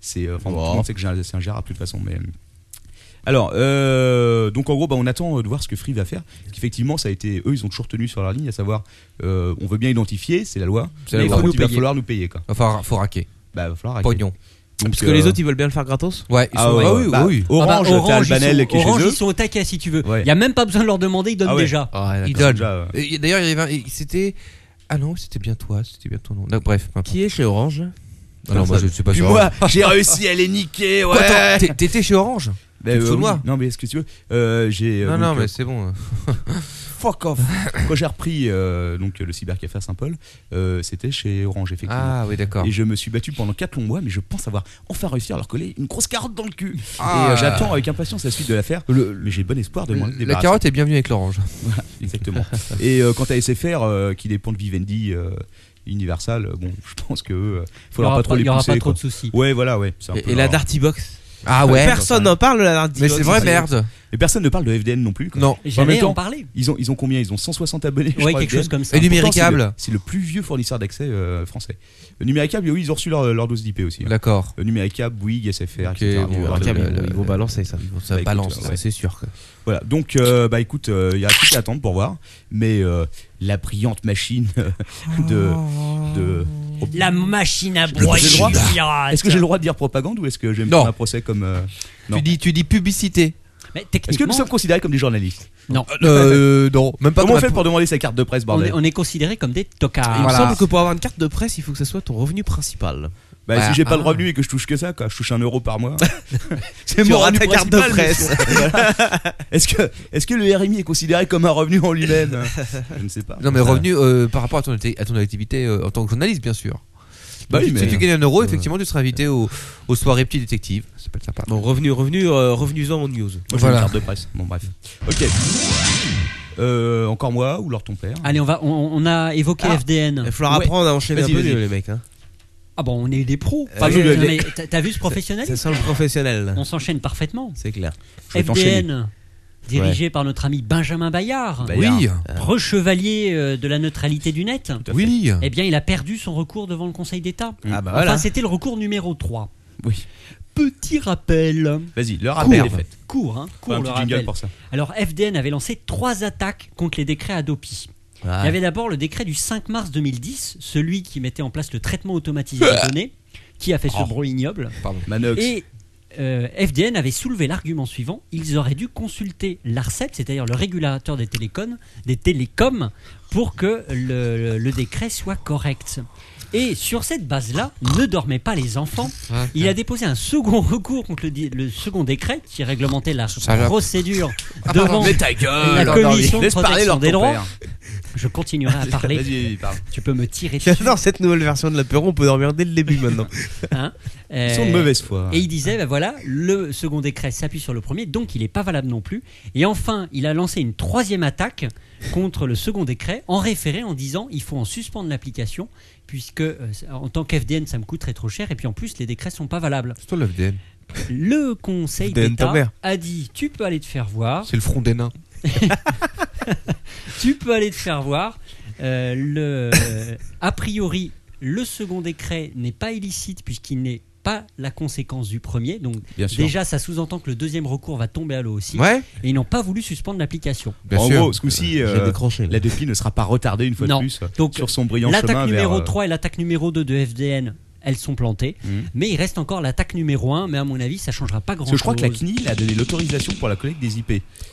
[SPEAKER 5] C'est. euh, Enfin, bon, tout le monde sait que j'ai un- c'est ingérable, de toute façon, mais. Alors, euh, donc en gros, bah, on attend euh, de voir ce que Free va faire. Parce qu'effectivement, ça a été. Eux, ils ont toujours tenu sur leur ligne, à savoir, euh, on veut bien identifier, c'est la loi.
[SPEAKER 2] C'est la
[SPEAKER 5] Mais il
[SPEAKER 2] loi.
[SPEAKER 5] faut-
[SPEAKER 2] Nous
[SPEAKER 5] il va
[SPEAKER 2] payer.
[SPEAKER 5] falloir nous payer, quoi.
[SPEAKER 2] Enfin, faut raquer.
[SPEAKER 5] Bah, il va falloir.
[SPEAKER 2] Pognon.
[SPEAKER 5] Donc,
[SPEAKER 8] Parce que les
[SPEAKER 5] euh,
[SPEAKER 8] autres, ils veulent bien le faire gratos.
[SPEAKER 2] Ouais, ils
[SPEAKER 5] Ah
[SPEAKER 2] sont-
[SPEAKER 5] ouais,
[SPEAKER 2] ah
[SPEAKER 5] ouais,
[SPEAKER 2] oui,
[SPEAKER 5] bah,
[SPEAKER 2] oui, oui.
[SPEAKER 3] Ah bah,
[SPEAKER 5] Orange, t'as
[SPEAKER 3] ils
[SPEAKER 5] Albanel
[SPEAKER 3] sont-
[SPEAKER 5] qui est chez
[SPEAKER 3] Orange,
[SPEAKER 5] eux.
[SPEAKER 3] ils sont au taquet si tu veux. Il
[SPEAKER 5] Ouais.
[SPEAKER 3] n'y a même pas besoin de leur demander, ils donnent
[SPEAKER 5] Ah ouais.
[SPEAKER 3] déjà.
[SPEAKER 2] Ils
[SPEAKER 5] d'accord.
[SPEAKER 2] donnent.
[SPEAKER 5] Déjà, ouais.
[SPEAKER 2] Et D'ailleurs, il y avait un- C'était. Ah non, c'était bien toi, c'était bien ton nom. Non, bref, peu importe.
[SPEAKER 8] Qui est chez Orange
[SPEAKER 2] Ah non, moi je ne suis pas
[SPEAKER 5] Puis
[SPEAKER 2] sûr.
[SPEAKER 5] moi, j'ai réussi à les niquer, ouais.
[SPEAKER 2] Quoi, attends, t'es- T'étais chez Orange
[SPEAKER 5] Bah,
[SPEAKER 2] tu te fous de
[SPEAKER 5] oui.
[SPEAKER 2] moi
[SPEAKER 5] Non, mais est-ce que tu veux euh, J'ai. euh,
[SPEAKER 2] Non,
[SPEAKER 5] donc,
[SPEAKER 2] non,
[SPEAKER 5] euh,
[SPEAKER 2] mais c'est bon.
[SPEAKER 5] Fuck off. Quand j'ai repris euh, donc le cybercafé à Saint-Paul, euh, c'était chez Orange effectivement.
[SPEAKER 2] Ah oui, d'accord.
[SPEAKER 5] Et je me suis battu pendant 4 longs mois, mais je pense avoir enfin réussi à leur coller une grosse carotte dans le cul.
[SPEAKER 2] Ah.
[SPEAKER 5] Et euh, j'attends avec impatience la suite de l'affaire. Mais j'ai bon espoir de m'en
[SPEAKER 2] La
[SPEAKER 5] débarrasser.
[SPEAKER 2] carotte est bienvenue avec l'orange.
[SPEAKER 5] Exactement. Et euh, quant à SFR, euh, qui dépend de Vivendi, euh, Universal, euh, bon, je pense que euh,
[SPEAKER 3] Il n'y
[SPEAKER 5] faudra
[SPEAKER 3] aura
[SPEAKER 5] pas trop
[SPEAKER 3] pas, il
[SPEAKER 5] les
[SPEAKER 3] y aura
[SPEAKER 5] pousser.
[SPEAKER 3] pas trop
[SPEAKER 5] quoi.
[SPEAKER 3] de soucis.
[SPEAKER 5] Ouais, voilà, ouais. c'est un peu
[SPEAKER 8] Et, et la
[SPEAKER 5] leur-
[SPEAKER 8] Darty Box.
[SPEAKER 2] Ah ouais
[SPEAKER 8] Personne n'en parle, la Darty
[SPEAKER 2] Mais
[SPEAKER 8] Box.
[SPEAKER 2] c'est vrai, merde.
[SPEAKER 5] Et personne ne parle de FDN non plus. quoi.
[SPEAKER 2] Non.
[SPEAKER 5] En même
[SPEAKER 3] J'allais en
[SPEAKER 5] temps,
[SPEAKER 3] parler.
[SPEAKER 5] Ils ont, ils ont combien Ils ont 160 abonnés. je
[SPEAKER 3] Ouais,
[SPEAKER 5] crois,
[SPEAKER 3] quelque
[SPEAKER 5] FDN.
[SPEAKER 3] chose comme ça.
[SPEAKER 2] Et
[SPEAKER 5] Pourtant,
[SPEAKER 2] Numéricable
[SPEAKER 5] C'est le, c'est le plus vieux fournisseur d'accès euh, français. Euh, Numéricable, oui, ils ont reçu leur, leur dose d'IP aussi. hein.
[SPEAKER 2] D'accord.
[SPEAKER 5] Euh, Numéricable, Bouygues, SFR,
[SPEAKER 2] Ok,
[SPEAKER 5] etc.
[SPEAKER 2] bon,
[SPEAKER 5] Bon,
[SPEAKER 2] alors,
[SPEAKER 5] voilà.
[SPEAKER 8] Tiens, mais
[SPEAKER 2] Le-
[SPEAKER 8] ils vont-
[SPEAKER 2] le-
[SPEAKER 8] ils vont balancer ça.
[SPEAKER 2] Ça
[SPEAKER 5] Bah, écoute,
[SPEAKER 2] balance,
[SPEAKER 5] ouais.
[SPEAKER 2] ça, c'est sûr. quoi.
[SPEAKER 5] Voilà, donc euh, bah écoute, euh, il y a plus qu'à attendre pour voir, mais euh, la brillante machine euh, de, de...
[SPEAKER 3] La machine à
[SPEAKER 5] le
[SPEAKER 3] broyer.
[SPEAKER 5] droit
[SPEAKER 3] pirate.
[SPEAKER 5] Est-ce que j'ai le droit de dire propagande ou est-ce que je vais me
[SPEAKER 2] Non.
[SPEAKER 5] prendre un procès comme euh, Non.
[SPEAKER 2] Tu dis, tu dis publicité.
[SPEAKER 3] Mais
[SPEAKER 5] Est-ce que nous
[SPEAKER 3] techniquement,
[SPEAKER 5] sommes considérés comme des journalistes
[SPEAKER 3] non.
[SPEAKER 2] Euh, non, même pas dans
[SPEAKER 5] Comment on
[SPEAKER 2] la
[SPEAKER 5] fait
[SPEAKER 2] pou-
[SPEAKER 5] pour demander sa carte de presse,
[SPEAKER 3] On est,
[SPEAKER 5] Oh, bordel
[SPEAKER 3] on est considérés comme des tocards.
[SPEAKER 8] Il me
[SPEAKER 2] Voilà.
[SPEAKER 8] semble que pour avoir une carte de presse, il faut que ce soit ton revenu principal.
[SPEAKER 5] Bah
[SPEAKER 2] Ouais,
[SPEAKER 5] si j'ai pas de
[SPEAKER 2] ah.
[SPEAKER 5] revenu et que je touche que ça, quoi, je touche un euro par mois. C'est
[SPEAKER 8] Tu
[SPEAKER 5] mon
[SPEAKER 8] auras
[SPEAKER 5] revenu
[SPEAKER 8] ta carte de
[SPEAKER 5] principal, mais-
[SPEAKER 8] presse.
[SPEAKER 5] Voilà. Est-ce que est-ce que le RMI est considéré comme un revenu en lui-même Je ne sais pas.
[SPEAKER 2] Non, mais revenu euh, par rapport à ton, acti- à ton activité euh, en tant que journaliste, bien sûr.
[SPEAKER 5] Bah oui,
[SPEAKER 2] Donc, si
[SPEAKER 5] mais-
[SPEAKER 2] tu gagnes un euro, effectivement, tu seras invité au- aux soirées petits détectives. Ça peut être sympa.
[SPEAKER 8] Bon, revenu, revenu, euh, revenus-en aux news.
[SPEAKER 5] Moi, j'ai
[SPEAKER 2] Voilà.
[SPEAKER 5] une carte de presse. Bon, bref. Ok. Euh, encore moi ou alors ton père
[SPEAKER 3] Allez, on va. On, on a évoqué
[SPEAKER 8] Ah.
[SPEAKER 3] FDN.
[SPEAKER 8] Il va falloir
[SPEAKER 5] Ouais.
[SPEAKER 8] apprendre à enchaîner un
[SPEAKER 5] Vas-y,
[SPEAKER 8] peu
[SPEAKER 5] vas-y.
[SPEAKER 8] les mecs. hein.
[SPEAKER 3] Ah bon, on est des pros.
[SPEAKER 8] Pas
[SPEAKER 3] Non,
[SPEAKER 8] nous, le-
[SPEAKER 3] mais t'as- T'as vu ce
[SPEAKER 8] Ça
[SPEAKER 3] professionnel
[SPEAKER 8] sent le professionnel.
[SPEAKER 3] On s'enchaîne parfaitement.
[SPEAKER 8] C'est clair.
[SPEAKER 5] Je vais t'enchaîner.
[SPEAKER 3] FDN, dirigé par notre ami Benjamin Bayard,
[SPEAKER 5] Bayard.
[SPEAKER 2] Oui,
[SPEAKER 3] rechevalier euh, de la neutralité du net.
[SPEAKER 5] tout à
[SPEAKER 2] oui. Ah,
[SPEAKER 3] Eh bien, il a perdu son recours devant le Conseil d'État.
[SPEAKER 5] Hum.
[SPEAKER 8] Ah bah
[SPEAKER 3] Enfin,
[SPEAKER 8] voilà.
[SPEAKER 3] c'était le recours numéro 3.
[SPEAKER 5] Oui.
[SPEAKER 3] Petit rappel.
[SPEAKER 5] Vas-y, le rappel
[SPEAKER 2] Cours.
[SPEAKER 5] est fait.
[SPEAKER 3] Court, hein Court,
[SPEAKER 5] Faut un
[SPEAKER 3] le
[SPEAKER 5] petit
[SPEAKER 3] rappel.
[SPEAKER 5] jingle pour ça.
[SPEAKER 3] Alors, FDN avait lancé trois attaques contre les décrets Adopi.
[SPEAKER 5] Ah.
[SPEAKER 3] Il y avait d'abord le décret du 5 mars 2010, celui qui mettait en place le traitement automatisé
[SPEAKER 5] Ah.
[SPEAKER 3] des données, qui a fait ce
[SPEAKER 5] Oh.
[SPEAKER 3] bruit ignoble.
[SPEAKER 5] Manox.
[SPEAKER 3] Et euh, FDN avait soulevé l'argument suivant ils auraient dû consulter l'ARCEP, E c'est-à-dire le régulateur des télécoms, des télécoms pour que le, le décret soit correct. Et sur cette base-là, ne dormaient pas les enfants. Il a déposé un second recours contre le, di- le second décret qui réglementait la
[SPEAKER 2] Salope.
[SPEAKER 3] procédure devant
[SPEAKER 5] Ah, Mais ta
[SPEAKER 3] la
[SPEAKER 5] gueule
[SPEAKER 3] commission de
[SPEAKER 5] Laisse parler
[SPEAKER 3] protection
[SPEAKER 5] leur
[SPEAKER 3] des
[SPEAKER 5] ton
[SPEAKER 3] droits.
[SPEAKER 5] père.
[SPEAKER 3] Je continuerai à parler.
[SPEAKER 5] Vas-y, parle.
[SPEAKER 3] tu peux me tirer dessus.
[SPEAKER 8] J'adore cette nouvelle version de l'apéro, on peut dormir dès le début maintenant.
[SPEAKER 3] hein.
[SPEAKER 5] Ils sont de
[SPEAKER 3] Euh,
[SPEAKER 5] mauvaise foi. hein,
[SPEAKER 3] Et il disait, ben voilà, le second décret s'appuie sur le premier, donc il n'est pas valable non plus. Et enfin, il a lancé une troisième attaque contre le second décret en référé en disant, il faut en suspendre l'application, puisque euh, en tant qu'FDN, ça me coûterait trop cher, et puis en plus, les décrets sont pas valables.
[SPEAKER 2] C'est toi le FDN.
[SPEAKER 3] Le Conseil
[SPEAKER 8] FDN ta
[SPEAKER 3] d'État
[SPEAKER 8] mère.
[SPEAKER 3] a dit, tu peux aller te faire voir,
[SPEAKER 2] C'est le front des nains.
[SPEAKER 3] tu peux aller te faire voir. Euh, le, a priori, le second décret n'est pas illicite puisqu'il n'est pas la conséquence du premier. Donc
[SPEAKER 5] Bien sûr.
[SPEAKER 3] déjà, ça sous-entend que le deuxième recours va tomber à l'eau aussi.
[SPEAKER 2] Ouais,
[SPEAKER 3] Et ils n'ont pas voulu suspendre l'application.
[SPEAKER 2] bien
[SPEAKER 5] en
[SPEAKER 2] sûr.
[SPEAKER 5] gros, ce coup-ci, euh,
[SPEAKER 8] J'ai décroché. là.
[SPEAKER 5] la Depi ne sera pas retardée une fois
[SPEAKER 3] Non.
[SPEAKER 5] de plus euh,
[SPEAKER 3] Donc,
[SPEAKER 5] sur son brillant chemin
[SPEAKER 3] L'attaque numéro
[SPEAKER 5] vers. euh,
[SPEAKER 3] 3 et l'attaque numéro 2 de FDN, elles sont plantées.
[SPEAKER 5] Mhm.
[SPEAKER 3] Mais il reste encore l'attaque numéro 1. Mais à mon avis, ça changera pas
[SPEAKER 5] Parce que
[SPEAKER 3] grand-chose.
[SPEAKER 5] je crois que la CNIL a donné l'autorisation pour la collecte des IP.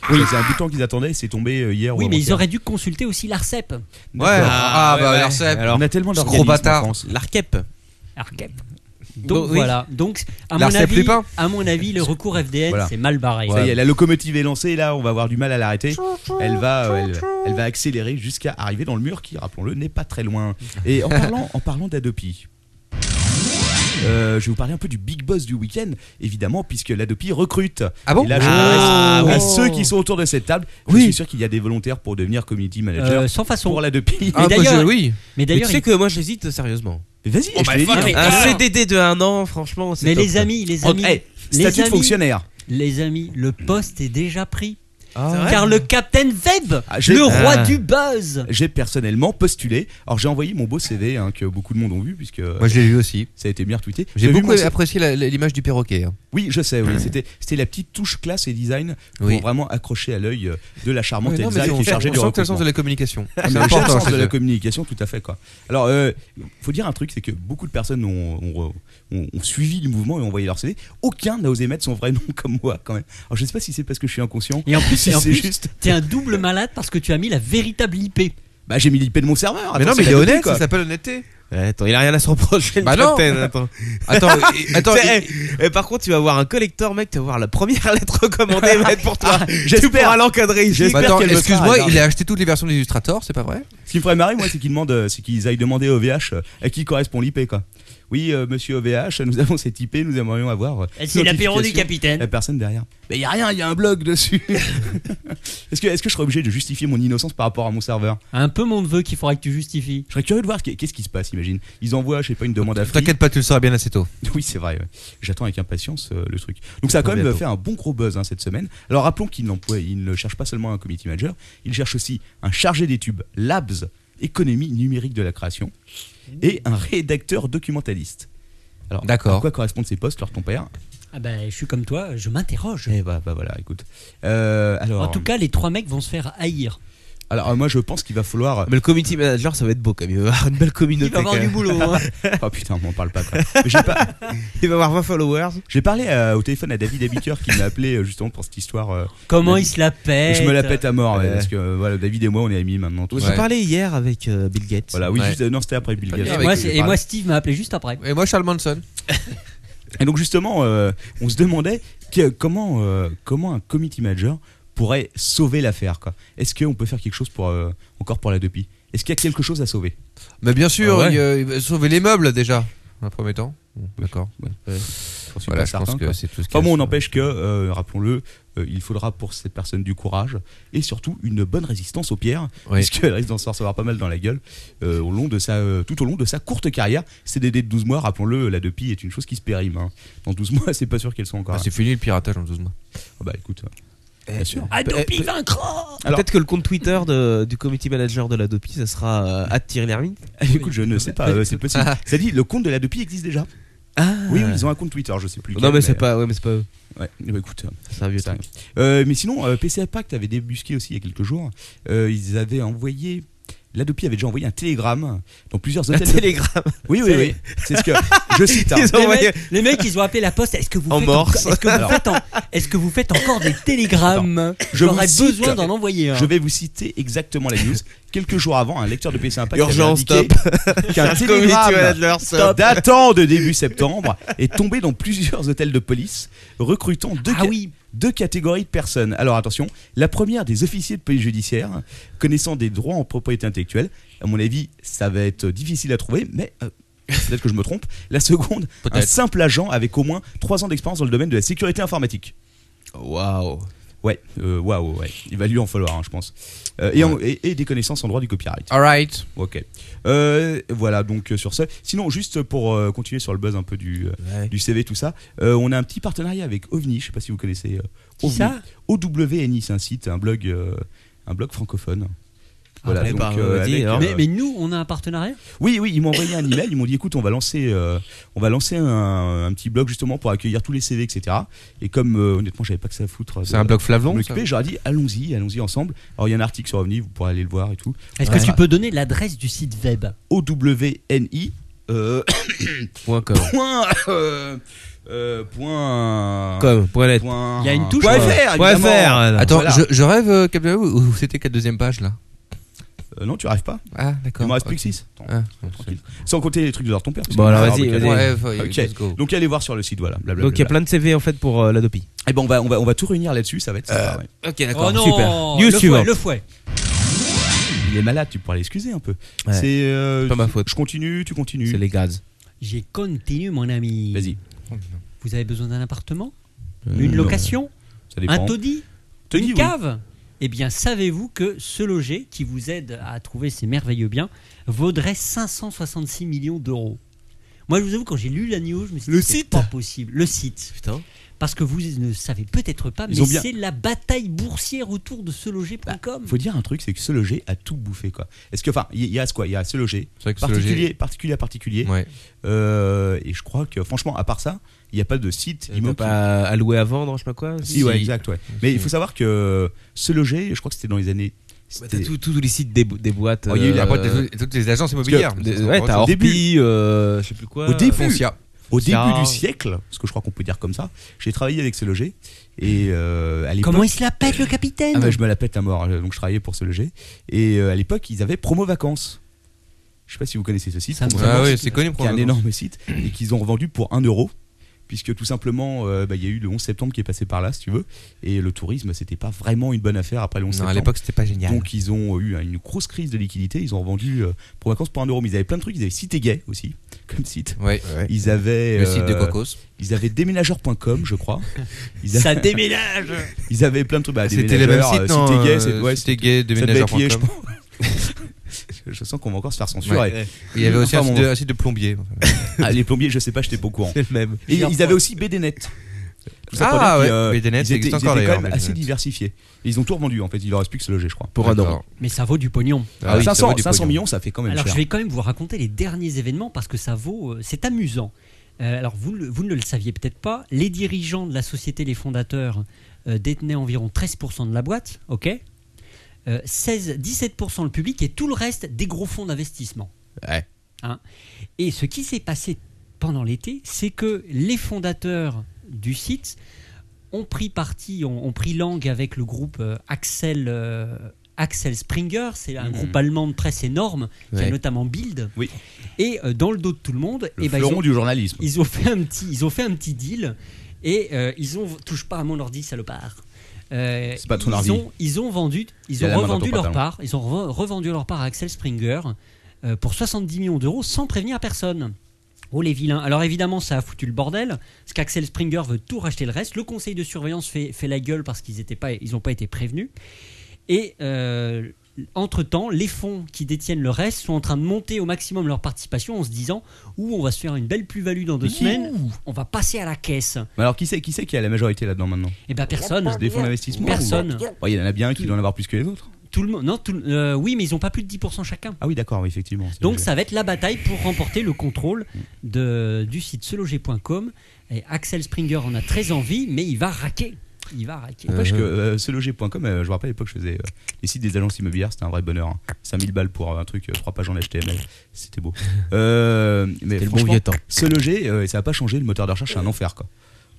[SPEAKER 5] Oui, c'est un bouton qu'ils attendaient, c'est tombé euh, hier ou
[SPEAKER 3] Oui, mais ils
[SPEAKER 5] avant-hier.
[SPEAKER 3] auraient dû consulter aussi l'ARCEP.
[SPEAKER 2] Ouais,
[SPEAKER 5] D'accord.
[SPEAKER 2] ah, bah, alors, c'est-
[SPEAKER 5] On a tellement
[SPEAKER 2] ce gros
[SPEAKER 5] d'organismes en
[SPEAKER 2] bâtard.
[SPEAKER 5] France.
[SPEAKER 8] L'ARCEP.
[SPEAKER 3] ARCEP.
[SPEAKER 8] Bon,
[SPEAKER 3] Donc
[SPEAKER 8] oui.
[SPEAKER 3] voilà. Donc à mon,
[SPEAKER 5] E
[SPEAKER 2] L'ARCEP
[SPEAKER 3] avis,
[SPEAKER 2] Lupin.
[SPEAKER 3] à mon avis, le recours FDN,
[SPEAKER 5] Voilà.
[SPEAKER 3] c'est mal barré. Euh,
[SPEAKER 5] Ça y est, la locomotive est lancée, là, on va avoir du mal à l'arrêter. Elle va, euh, elle, elle va accélérer jusqu'à arriver dans le mur qui, rappelons-le, n'est pas très loin. Et en parlant, en parlant d'Adopi. euh, je vais vous parler un peu du big boss du week-end, évidemment, puisque l'Adopi recrute.
[SPEAKER 2] Ah bon
[SPEAKER 5] Et là, je
[SPEAKER 2] Ah,
[SPEAKER 5] m'adresse
[SPEAKER 2] oui.
[SPEAKER 5] à ceux qui sont autour de cette table.
[SPEAKER 2] Oui.
[SPEAKER 5] Je suis sûr qu'il y a des volontaires pour devenir community manager
[SPEAKER 3] Euh, sans façon.
[SPEAKER 5] pour l'Adopi.
[SPEAKER 2] Ah, bah,
[SPEAKER 3] d'ailleurs-
[SPEAKER 2] je- oui.
[SPEAKER 3] Mais
[SPEAKER 8] Mais tu
[SPEAKER 3] d'ailleurs,
[SPEAKER 8] sais
[SPEAKER 3] il-
[SPEAKER 8] que moi j'hésite sérieusement.
[SPEAKER 5] Mais Vas-y,
[SPEAKER 2] Oh, bah,
[SPEAKER 5] je te l'ai dit. hein.
[SPEAKER 3] fuck it.
[SPEAKER 8] Un
[SPEAKER 3] Ah.
[SPEAKER 8] CDD de un an, franchement, c'est
[SPEAKER 3] mais
[SPEAKER 8] top.
[SPEAKER 3] les amis, les
[SPEAKER 5] Oh,
[SPEAKER 3] amis,
[SPEAKER 5] hey,
[SPEAKER 3] les
[SPEAKER 5] statut de
[SPEAKER 3] amis-
[SPEAKER 5] fonctionnaire.
[SPEAKER 3] les amis, le poste est déjà pris. Car le Captain Web,
[SPEAKER 5] Ah, j'ai-
[SPEAKER 3] le roi
[SPEAKER 8] Ah.
[SPEAKER 3] du buzz.
[SPEAKER 5] J'ai personnellement postulé. Alors j'ai envoyé mon beau CV hein, que beaucoup de monde ont vu puisque
[SPEAKER 2] Moi, je l'ai vu aussi.
[SPEAKER 5] ça a été bien retweeté.
[SPEAKER 2] J'ai
[SPEAKER 5] T'as vu
[SPEAKER 2] beaucoup
[SPEAKER 5] mon C V
[SPEAKER 2] apprécié la- la- l'image du perroquet. hein.
[SPEAKER 5] Oui, je sais. Oui, c'était c'était la petite touche classe et design pour
[SPEAKER 2] Oui.
[SPEAKER 5] vraiment accrocher à l'œil euh, de la charmante
[SPEAKER 2] Ouais, non,
[SPEAKER 5] Elsa
[SPEAKER 2] mais
[SPEAKER 5] qui est
[SPEAKER 2] on,
[SPEAKER 5] chargée
[SPEAKER 2] on
[SPEAKER 5] du
[SPEAKER 2] sent que t'as le
[SPEAKER 5] recrutement.
[SPEAKER 2] sens de la communication.
[SPEAKER 5] Ah,
[SPEAKER 2] C'est
[SPEAKER 5] mais j'ai le
[SPEAKER 2] important.
[SPEAKER 5] sens
[SPEAKER 2] chez
[SPEAKER 5] de la
[SPEAKER 2] eux.
[SPEAKER 5] communication, tout à fait quoi. Alors, euh, faut dire un truc, c'est que beaucoup de personnes ont, ont- ont- ont suivi le mouvement et ont envoyé leur CV. Aucun n'a osé mettre son vrai nom comme moi quand même. Alors, je sais pas si c'est parce que je suis inconscient.
[SPEAKER 3] Et en plus,
[SPEAKER 5] si
[SPEAKER 3] et en
[SPEAKER 5] c'est
[SPEAKER 3] plus,
[SPEAKER 5] juste.
[SPEAKER 3] T'es un double malade parce que tu as mis la véritable IP.
[SPEAKER 5] Bah, j'ai mis l'IP de mon serveur.
[SPEAKER 2] Mais
[SPEAKER 5] Attends,
[SPEAKER 2] non, mais il
[SPEAKER 5] c'est
[SPEAKER 2] est
[SPEAKER 5] la copie,
[SPEAKER 2] honnête,
[SPEAKER 5] quoi.
[SPEAKER 2] ça s'appelle honnêteté.
[SPEAKER 8] Ouais, attends, il a rien à se reprocher. le
[SPEAKER 2] Bah non.
[SPEAKER 8] capitaine, attends.
[SPEAKER 2] Attends, et- attends,
[SPEAKER 8] Tiens,
[SPEAKER 2] et-
[SPEAKER 8] eh, eh, par contre, tu vas voir un collector, mec, tu vas voir la première lettre recommandée, elle va être pour toi. tu
[SPEAKER 5] j'espère.
[SPEAKER 8] pourras l'encadrer ici.
[SPEAKER 2] bah, attends,
[SPEAKER 5] qu'elle me
[SPEAKER 2] excuse-moi,
[SPEAKER 5] parle,
[SPEAKER 2] il a acheté toutes les versions d'Illustrator, c'est pas vrai
[SPEAKER 5] Ce qui me ferait marrer, moi, c'est qu'ils demandent, euh, c'est qu'ils aillent demander au VH euh, à qui correspond l'IP quoi. Oui, euh, monsieur OVH, nous avons cette IP, nous aimerions avoir. euh,
[SPEAKER 3] Eh, C'est l'apéro du
[SPEAKER 5] notification.
[SPEAKER 3] capitaine.
[SPEAKER 5] La personne derrière. Mais il y a rien, il y a un blog dessus. est-ce que, est-ce que je serais obligé de justifier mon innocence par rapport à mon serveur
[SPEAKER 3] Un peu mon neveu qu'il faudra que tu justifies.
[SPEAKER 5] Je serais curieux de voir ce qui- qu'est-ce qui se passe, imagine. Ils envoient, je sais pas, une demande à Free.
[SPEAKER 2] T'inquiète pas, tu le sauras bien assez tôt.
[SPEAKER 5] Oui, c'est vrai. ouais. J'attends avec impatience euh, le truc. Donc ça a quand
[SPEAKER 2] Très
[SPEAKER 5] même
[SPEAKER 2] bientôt.
[SPEAKER 5] fait un bon gros buzz hein, cette semaine. Alors rappelons qu'ils n'emploient- ils ne cherchent pas seulement un community manager, ils cherchent aussi un chargé des tubes Labs, économie numérique de la création, et un rédacteur documentaliste. Alors,
[SPEAKER 2] D'accord.
[SPEAKER 5] à quoi correspondent ces postes, leur ton père
[SPEAKER 3] Ah ben, je suis comme toi, je m'interroge.
[SPEAKER 5] Eh bah, bah voilà, écoute. Euh, alors,
[SPEAKER 3] En tout cas, les trois mecs vont se faire haïr.
[SPEAKER 5] alors, euh, moi je pense qu'il va falloir euh,
[SPEAKER 8] Mais le community manager, ça va être beau quand même. Il va avoir une belle communauté.
[SPEAKER 3] Il va avoir
[SPEAKER 8] quand
[SPEAKER 3] du
[SPEAKER 8] même.
[SPEAKER 3] boulot. hein.
[SPEAKER 5] Oh putain, on m'en parle pas. quoi. Mais J'ai pas-
[SPEAKER 8] Il va avoir 20 followers.
[SPEAKER 5] j'ai parlé euh, au téléphone à David Abiker qui m'a appelé euh, justement pour cette histoire. euh,
[SPEAKER 3] Comment
[SPEAKER 5] Mais-
[SPEAKER 3] ils se la
[SPEAKER 5] et
[SPEAKER 3] pètent
[SPEAKER 5] je me
[SPEAKER 2] Eh,
[SPEAKER 5] la pète à mort ouais,
[SPEAKER 8] Ouais.
[SPEAKER 5] parce que euh, voilà, David et moi on est amis maintenant. tout
[SPEAKER 8] On
[SPEAKER 5] ça.
[SPEAKER 8] s'est parlé hier avec euh, Bill Gates.
[SPEAKER 5] Voilà, oui,
[SPEAKER 2] Ouais.
[SPEAKER 5] juste, euh, non, c'était après Bill
[SPEAKER 2] Pas
[SPEAKER 5] Gates.
[SPEAKER 2] bien bah, avec
[SPEAKER 3] Et moi,
[SPEAKER 2] eux,
[SPEAKER 3] c'est- et moi, Steve m'a appelé juste après.
[SPEAKER 2] Et moi, Charles Manson.
[SPEAKER 5] Et donc justement, euh, on se demandait que- comment, euh, comment un committee manager pourrait sauver l'affaire. quoi. Est-ce qu'on peut faire quelque chose pour, euh, encore pour la Depi Est-ce qu'il y a quelque chose à sauver
[SPEAKER 2] Mais bien sûr,
[SPEAKER 8] Ah ouais.
[SPEAKER 2] il, euh, il va sauver les meubles déjà, en premier temps. Bon, D'accord.
[SPEAKER 5] J'en suis
[SPEAKER 2] Voilà,
[SPEAKER 5] pas
[SPEAKER 2] je pense
[SPEAKER 5] certain,
[SPEAKER 2] que
[SPEAKER 5] Mmh. quoi.
[SPEAKER 2] c'est tout ce qu'il y a
[SPEAKER 5] Enfin bon, on
[SPEAKER 2] sur-
[SPEAKER 5] n'empêche que, euh, rappelons-le, euh, il faudra pour cette personne du courage et surtout une bonne résistance aux pierres,
[SPEAKER 2] Oui.
[SPEAKER 5] puisqu'elle risque d'en se recevoir pas mal dans la gueule euh, au long de sa, euh, tout au long de sa courte carrière. CDD de 12 mois, rappelons-le, la Depi est une chose qui se périme. hein. Dans 12 mois, c'est pas sûr qu'elle soit encore.
[SPEAKER 2] Ah,
[SPEAKER 5] là.
[SPEAKER 2] c'est fini le piratage en 12 mois.
[SPEAKER 5] Ah bah écoute,
[SPEAKER 8] Eh,
[SPEAKER 5] euh, bien sûr.
[SPEAKER 3] Adopi Ah, vaincra
[SPEAKER 5] Alors-
[SPEAKER 8] Peut-être que le compte Twitter de- du community manager de la Dopi, ça sera euh, @thierrylermite.
[SPEAKER 5] Écoute, je ne sais pas, euh, c'est possible. Ça dit, le compte de la Depi existe déjà.
[SPEAKER 8] Ah.
[SPEAKER 5] Oui, oui, ils ont un compte Twitter, je sais plus.
[SPEAKER 8] Non,
[SPEAKER 5] lequel,
[SPEAKER 8] mais c'est pas, ouais, mais c'est pas eux.
[SPEAKER 5] Ouais, bah, écoute, euh,
[SPEAKER 8] C'est un vieux
[SPEAKER 5] Ça
[SPEAKER 8] truc.
[SPEAKER 5] Euh, mais sinon, euh, PCA Pact avait débusqué aussi il y a quelques jours. Euh, ils avaient envoyé. L'Adopi avait déjà envoyé un télégramme dans plusieurs
[SPEAKER 8] Un
[SPEAKER 5] hôtels. de-
[SPEAKER 8] télégramme.
[SPEAKER 5] Oui, oui, oui. C'est ce que. Je cite. hein.
[SPEAKER 8] Ils ont
[SPEAKER 3] les,
[SPEAKER 8] envoyé-
[SPEAKER 3] mecs, les mecs, ils ont appelé la poste. Est-ce que vous,
[SPEAKER 8] En
[SPEAKER 3] faites,
[SPEAKER 8] morse.
[SPEAKER 3] encore- est-ce que vous faites en- est-ce que vous faites encore des télégrammes
[SPEAKER 5] je vous
[SPEAKER 3] J'aurais
[SPEAKER 5] cite.
[SPEAKER 3] besoin d'en envoyer un.
[SPEAKER 5] Je vais vous citer exactement la news. Quelques jours avant, un lecteur de PCA Impact
[SPEAKER 8] Urgence,
[SPEAKER 5] avait indiqué qu'un
[SPEAKER 8] Community
[SPEAKER 5] télégramme
[SPEAKER 8] manager,
[SPEAKER 5] Stop.
[SPEAKER 8] stop.
[SPEAKER 5] datant de début septembre est tombé dans plusieurs hôtels de police, recrutant deux,
[SPEAKER 3] Ah
[SPEAKER 5] ca-
[SPEAKER 3] oui.
[SPEAKER 5] deux catégories de personnes. Alors attention, la première des officiers de police judiciaire, connaissant des droits en propriété intellectuelle. À mon avis, ça va être difficile à trouver, mais euh, peut-être que je me trompe. La seconde, un
[SPEAKER 2] Peut-être.
[SPEAKER 5] simple agent avec au moins trois ans d'expérience dans le domaine de la sécurité informatique.
[SPEAKER 8] Waouh.
[SPEAKER 5] Ouais, euh, waouh, ouais. Il va lui en falloir, hein, je pense. Euh, et, en- et- et des connaissances en droit du copyright.
[SPEAKER 2] Alright.
[SPEAKER 5] Ok. Euh, voilà, donc euh, sur ce. Sinon, juste pour euh, continuer sur le buzz un peu du, euh,
[SPEAKER 8] Ouais.
[SPEAKER 5] du CV, tout ça, euh, on a un petit partenariat avec OVNI, je sais pas si vous connaissez. euh,
[SPEAKER 3] Qui ça
[SPEAKER 5] OWNI, c'est un site, un blog, euh, un blog francophone. euh,
[SPEAKER 8] Ah, bah, bah, bah, dis, hein.
[SPEAKER 3] mais, mais nous, on a un partenariat
[SPEAKER 5] Oui, oui, ils m'ont envoyé un email. Ils m'ont dit, écoute, on va lancer, euh, on va lancer un, un petit blog justement pour accueillir tous les CV, etc. Et comme euh, honnêtement, j'avais pas que ça à foutre.
[SPEAKER 2] C'est un blog flavelon. ça
[SPEAKER 5] occupé, j'aurais dit, allons-y, allons-y ensemble. Alors il y a un article sur OVNI, vous pourrez aller le voir et tout.
[SPEAKER 3] Est-ce
[SPEAKER 5] Ouais.
[SPEAKER 3] que tu peux donner l'adresse du site web
[SPEAKER 5] OWNI. Euh,
[SPEAKER 8] Point com.
[SPEAKER 5] point. euh, euh, point.
[SPEAKER 8] com. Point net.
[SPEAKER 5] point-
[SPEAKER 3] Il y a une touche,
[SPEAKER 5] Point
[SPEAKER 3] quoi.
[SPEAKER 5] fr,
[SPEAKER 8] Point
[SPEAKER 5] évidemment.
[SPEAKER 8] fr, alors.
[SPEAKER 2] Attends,
[SPEAKER 5] Voilà.
[SPEAKER 2] je, je rêve, euh, Captain Web, ou ou c'était qu'à deuxième page là
[SPEAKER 5] Euh, non, tu rêves pas.
[SPEAKER 2] Ah,
[SPEAKER 5] Il
[SPEAKER 2] d'accord.
[SPEAKER 5] m'en reste plus
[SPEAKER 2] Ok.
[SPEAKER 5] que 6.
[SPEAKER 2] Ah, bon,
[SPEAKER 5] Sans compter les trucs de leur ton père. parce
[SPEAKER 8] Bon,
[SPEAKER 5] que-
[SPEAKER 8] alors,
[SPEAKER 5] Ah,
[SPEAKER 8] vas-y,
[SPEAKER 5] ok.
[SPEAKER 2] c'est-
[SPEAKER 8] vas-y.
[SPEAKER 2] Ouais, faut-
[SPEAKER 5] Ok.
[SPEAKER 2] let's go.
[SPEAKER 5] Donc allez voir sur le site, voilà. Blablabla.
[SPEAKER 8] Donc il y a plein de CV en fait pour euh, la Dopi.
[SPEAKER 5] Eh ben on va, on va, on va tout réunir là-dessus, ça va être sympa, ouais.
[SPEAKER 8] Ok,
[SPEAKER 3] Oh non
[SPEAKER 8] News
[SPEAKER 3] le fouet,
[SPEAKER 8] suivant.
[SPEAKER 3] le fouet.
[SPEAKER 5] Il est malade, tu pourras l'excuser un peu.
[SPEAKER 8] Ouais.
[SPEAKER 5] C'est euh,
[SPEAKER 8] Pas ma faute.
[SPEAKER 5] Je continue, tu continues.
[SPEAKER 8] C'est les gaz.
[SPEAKER 3] J'ai continué, mon ami.
[SPEAKER 5] Vas-y.
[SPEAKER 3] Vous avez besoin d'un appartement
[SPEAKER 5] Euh,
[SPEAKER 3] Une
[SPEAKER 5] non,
[SPEAKER 3] location
[SPEAKER 5] Ça dépend.
[SPEAKER 3] Un taudis
[SPEAKER 5] Taudis,
[SPEAKER 3] Une
[SPEAKER 5] oui.
[SPEAKER 3] cave Eh bien, savez-vous que ce loger, qui vous aide à trouver ces merveilleux biens, vaudrait 566 millions d'euros Moi, je vous avoue, quand j'ai lu la news, je me suis dit,
[SPEAKER 8] Le
[SPEAKER 3] c'est
[SPEAKER 8] site
[SPEAKER 3] pas possible. Le site.
[SPEAKER 8] Putain.
[SPEAKER 3] Parce que vous ne savez peut-être pas,
[SPEAKER 5] Ils
[SPEAKER 3] mais
[SPEAKER 5] ont bien- Bah,
[SPEAKER 3] c'est la bataille boursière autour de se loger.com.
[SPEAKER 5] Faut dire un truc, c'est que se loger a tout bouffé quoi. Est-ce que, enfin, il y, il y a ce quoi Il y a se loger,
[SPEAKER 2] C'est vrai que se loger-
[SPEAKER 5] particulier, particulier à particulier.
[SPEAKER 2] Ouais.
[SPEAKER 5] Euh, et je crois que, franchement, à part ça, il n'y a pas de site.
[SPEAKER 8] Ils m'ont
[SPEAKER 5] immo-
[SPEAKER 8] pas alloué à vendre, je sais pas quoi.
[SPEAKER 5] Si, ouais, exact, ouais. Mais il faut savoir que se loger, je crois que c'était dans les années.
[SPEAKER 8] Bah,
[SPEAKER 5] c'était-
[SPEAKER 8] T'as tous tous les sites des, bo- des boîtes.
[SPEAKER 5] Oh, il y a eu la
[SPEAKER 8] euh,
[SPEAKER 2] Après, t'as toutes- toutes les agences immobilières.
[SPEAKER 8] des- ouais, t'as
[SPEAKER 5] au
[SPEAKER 8] Orpi,
[SPEAKER 5] début.
[SPEAKER 8] euh, je sais plus quoi.
[SPEAKER 5] Au début.
[SPEAKER 2] Foncia.
[SPEAKER 5] Au
[SPEAKER 8] C'est
[SPEAKER 5] début
[SPEAKER 8] rare.
[SPEAKER 5] du siècle, ce que je crois qu'on peut dire comme ça, j'ai travaillé avec ce loger et euh, à l'époque.
[SPEAKER 3] Comment il se la pète, le capitaine
[SPEAKER 5] Ah bah, je me la pète à mort, euh, donc je travaillais pour ce loger. Et euh, à l'époque, ils avaient promo vacances. Je sais pas si vous connaissez ce site.
[SPEAKER 3] Ça me
[SPEAKER 5] Promo
[SPEAKER 3] parle.
[SPEAKER 2] Ah
[SPEAKER 5] Vacances,
[SPEAKER 2] ouais, c'est connu
[SPEAKER 5] qui
[SPEAKER 2] pour
[SPEAKER 5] est un énorme site et qu'ils ont revendu pour 1 euro. Puisque tout simplement, euh, bah, il y a eu le 11 septembre qui est passé par là, si tu veux. Et le tourisme, c'était pas vraiment une bonne affaire après le 11
[SPEAKER 2] Non, à
[SPEAKER 5] septembre.
[SPEAKER 2] l'époque, c'était pas génial.
[SPEAKER 5] Donc ils ont euh, eu hein, une grosse crise de liquidité, ils ont revendu euh, pour vacances pour un euro, mais ils avaient plein de trucs, ils avaient Cité Gay aussi, comme site.
[SPEAKER 2] ouais.
[SPEAKER 5] Ils avaient,
[SPEAKER 2] Le site de
[SPEAKER 5] euh,
[SPEAKER 2] Cocos.
[SPEAKER 5] ils avaient déménageur.com, je crois. Ils, a-
[SPEAKER 3] Ça déménage
[SPEAKER 5] ils avaient plein de trucs. Bah,
[SPEAKER 2] C'était les mêmes
[SPEAKER 5] Déménageur,
[SPEAKER 2] sites,
[SPEAKER 5] euh,
[SPEAKER 2] non
[SPEAKER 5] Cité Gay,
[SPEAKER 2] euh,
[SPEAKER 5] c'est- ouais,
[SPEAKER 2] C'était gay,
[SPEAKER 5] ça devait être lié, je
[SPEAKER 2] devenir.com.
[SPEAKER 5] je sens qu'on va encore se faire
[SPEAKER 2] Ouais.
[SPEAKER 5] censurer.
[SPEAKER 2] Il y avait aussi
[SPEAKER 5] Enfin,
[SPEAKER 2] un site
[SPEAKER 5] bon,
[SPEAKER 2] de- un site de plombier.
[SPEAKER 5] Ah, les plombiers, je sais pas, j'étais pas au courant.
[SPEAKER 2] C'est le même.
[SPEAKER 5] Et ils avaient aussi BDNet. Vous
[SPEAKER 2] Ah,
[SPEAKER 5] apprenez
[SPEAKER 2] ouais,
[SPEAKER 5] qu'ils, euh,
[SPEAKER 2] BDNet,
[SPEAKER 5] ils
[SPEAKER 2] ça
[SPEAKER 5] étaient,
[SPEAKER 2] existe
[SPEAKER 5] ils
[SPEAKER 2] encore,
[SPEAKER 5] étaient quand
[SPEAKER 2] d'ailleurs,
[SPEAKER 5] même assez
[SPEAKER 2] BDNet.
[SPEAKER 5] diversifiés. Et ils ont tout revendu en fait, il leur reste plus que se loger, je crois. Ah
[SPEAKER 8] Pour un euro.
[SPEAKER 3] Mais ça vaut du pognon.
[SPEAKER 2] Ah oui, ça
[SPEAKER 5] 500,
[SPEAKER 2] vaut du
[SPEAKER 5] 500
[SPEAKER 2] pognon.
[SPEAKER 5] millions, ça fait quand même
[SPEAKER 3] Alors
[SPEAKER 5] cher.
[SPEAKER 3] je vais quand même vous raconter les derniers événements parce que ça vaut, euh, c'est amusant. Euh, alors vous, ne le- vous ne le saviez peut-être pas, les dirigeants de la société, les fondateurs, euh, détenaient environ 13% de la boîte, ok Euh, 16, 17% le public et tout le reste des gros fonds d'investissement.
[SPEAKER 8] Ouais.
[SPEAKER 3] Hein et ce qui s'est passé pendant l'été, c'est que les fondateurs du site ont pris parti, ont, ont pris langue avec le groupe euh, Axel, euh, Axel Springer, c'est un groupe allemand de presse énorme, qui a
[SPEAKER 8] Ouais.
[SPEAKER 3] notamment Bild.
[SPEAKER 5] Mhm. Oui.
[SPEAKER 3] Et euh, dans le dos de tout le monde,
[SPEAKER 5] Le
[SPEAKER 3] eh ben, ils,
[SPEAKER 5] fleuron
[SPEAKER 3] ont,
[SPEAKER 5] du journalisme.
[SPEAKER 3] ils ont fait un petit, ils ont fait un petit deal et euh, ils ont touche pas à mon ordi salopard. Euh,
[SPEAKER 5] C'est pas ton
[SPEAKER 3] ils
[SPEAKER 5] ordi.
[SPEAKER 3] Ont, ils ont vendu,
[SPEAKER 5] Il y
[SPEAKER 3] ils
[SPEAKER 5] a
[SPEAKER 3] ont
[SPEAKER 5] la main dans
[SPEAKER 3] revendu
[SPEAKER 5] ton
[SPEAKER 3] leur
[SPEAKER 5] pantalon.
[SPEAKER 3] part, ils ont re- revendu leur part à Axel Springer euh, pour 70 millions d'euros sans prévenir personne. Oh les vilains. Alors évidemment, ça a foutu le bordel, parce qu'Axel Springer veut tout racheter le reste. Le conseil de surveillance fait, fait la gueule parce qu'ils n'ont pas, ils ont pas été prévenus. Et euh, entre-temps, les fonds qui détiennent le reste sont en train de monter au maximum leur participation en se disant où on va se faire une belle plus-value dans deux
[SPEAKER 5] Ouh.
[SPEAKER 3] semaines, on va passer à la caisse.
[SPEAKER 5] Mais alors qui c'est qui, c'est qui a la majorité là-dedans maintenant
[SPEAKER 3] Et bien personne.
[SPEAKER 5] Des fonds d'investissement
[SPEAKER 3] Personne.
[SPEAKER 5] ou- Bon, Il y en a bien un qui doit en avoir plus que les autres.
[SPEAKER 3] Tout le monde. Non, tout le- euh, oui, mais ils n'ont pas plus de 10% chacun.
[SPEAKER 5] Ah oui, d'accord, oui, effectivement. c'est
[SPEAKER 3] Donc
[SPEAKER 5] vrai.
[SPEAKER 3] ça va être la bataille pour remporter le contrôle de, du site seloger.com. Et Axel Springer en a très envie, mais il va raquer. Il va raquer.
[SPEAKER 5] N'empêche que euh, seloger.com, euh, je me rappelle à l'époque, je faisais euh, les sites des agences immobilières, c'était un vrai bonheur. hein. 5000 balles pour euh, un truc, 3 pages en HTML, c'était beau. Euh, mais
[SPEAKER 8] C'était le bon
[SPEAKER 5] franchement,
[SPEAKER 8] vieux temps.
[SPEAKER 5] Se loger, euh, et ça n'a pas changé, le moteur de recherche, c'est un enfer, quoi.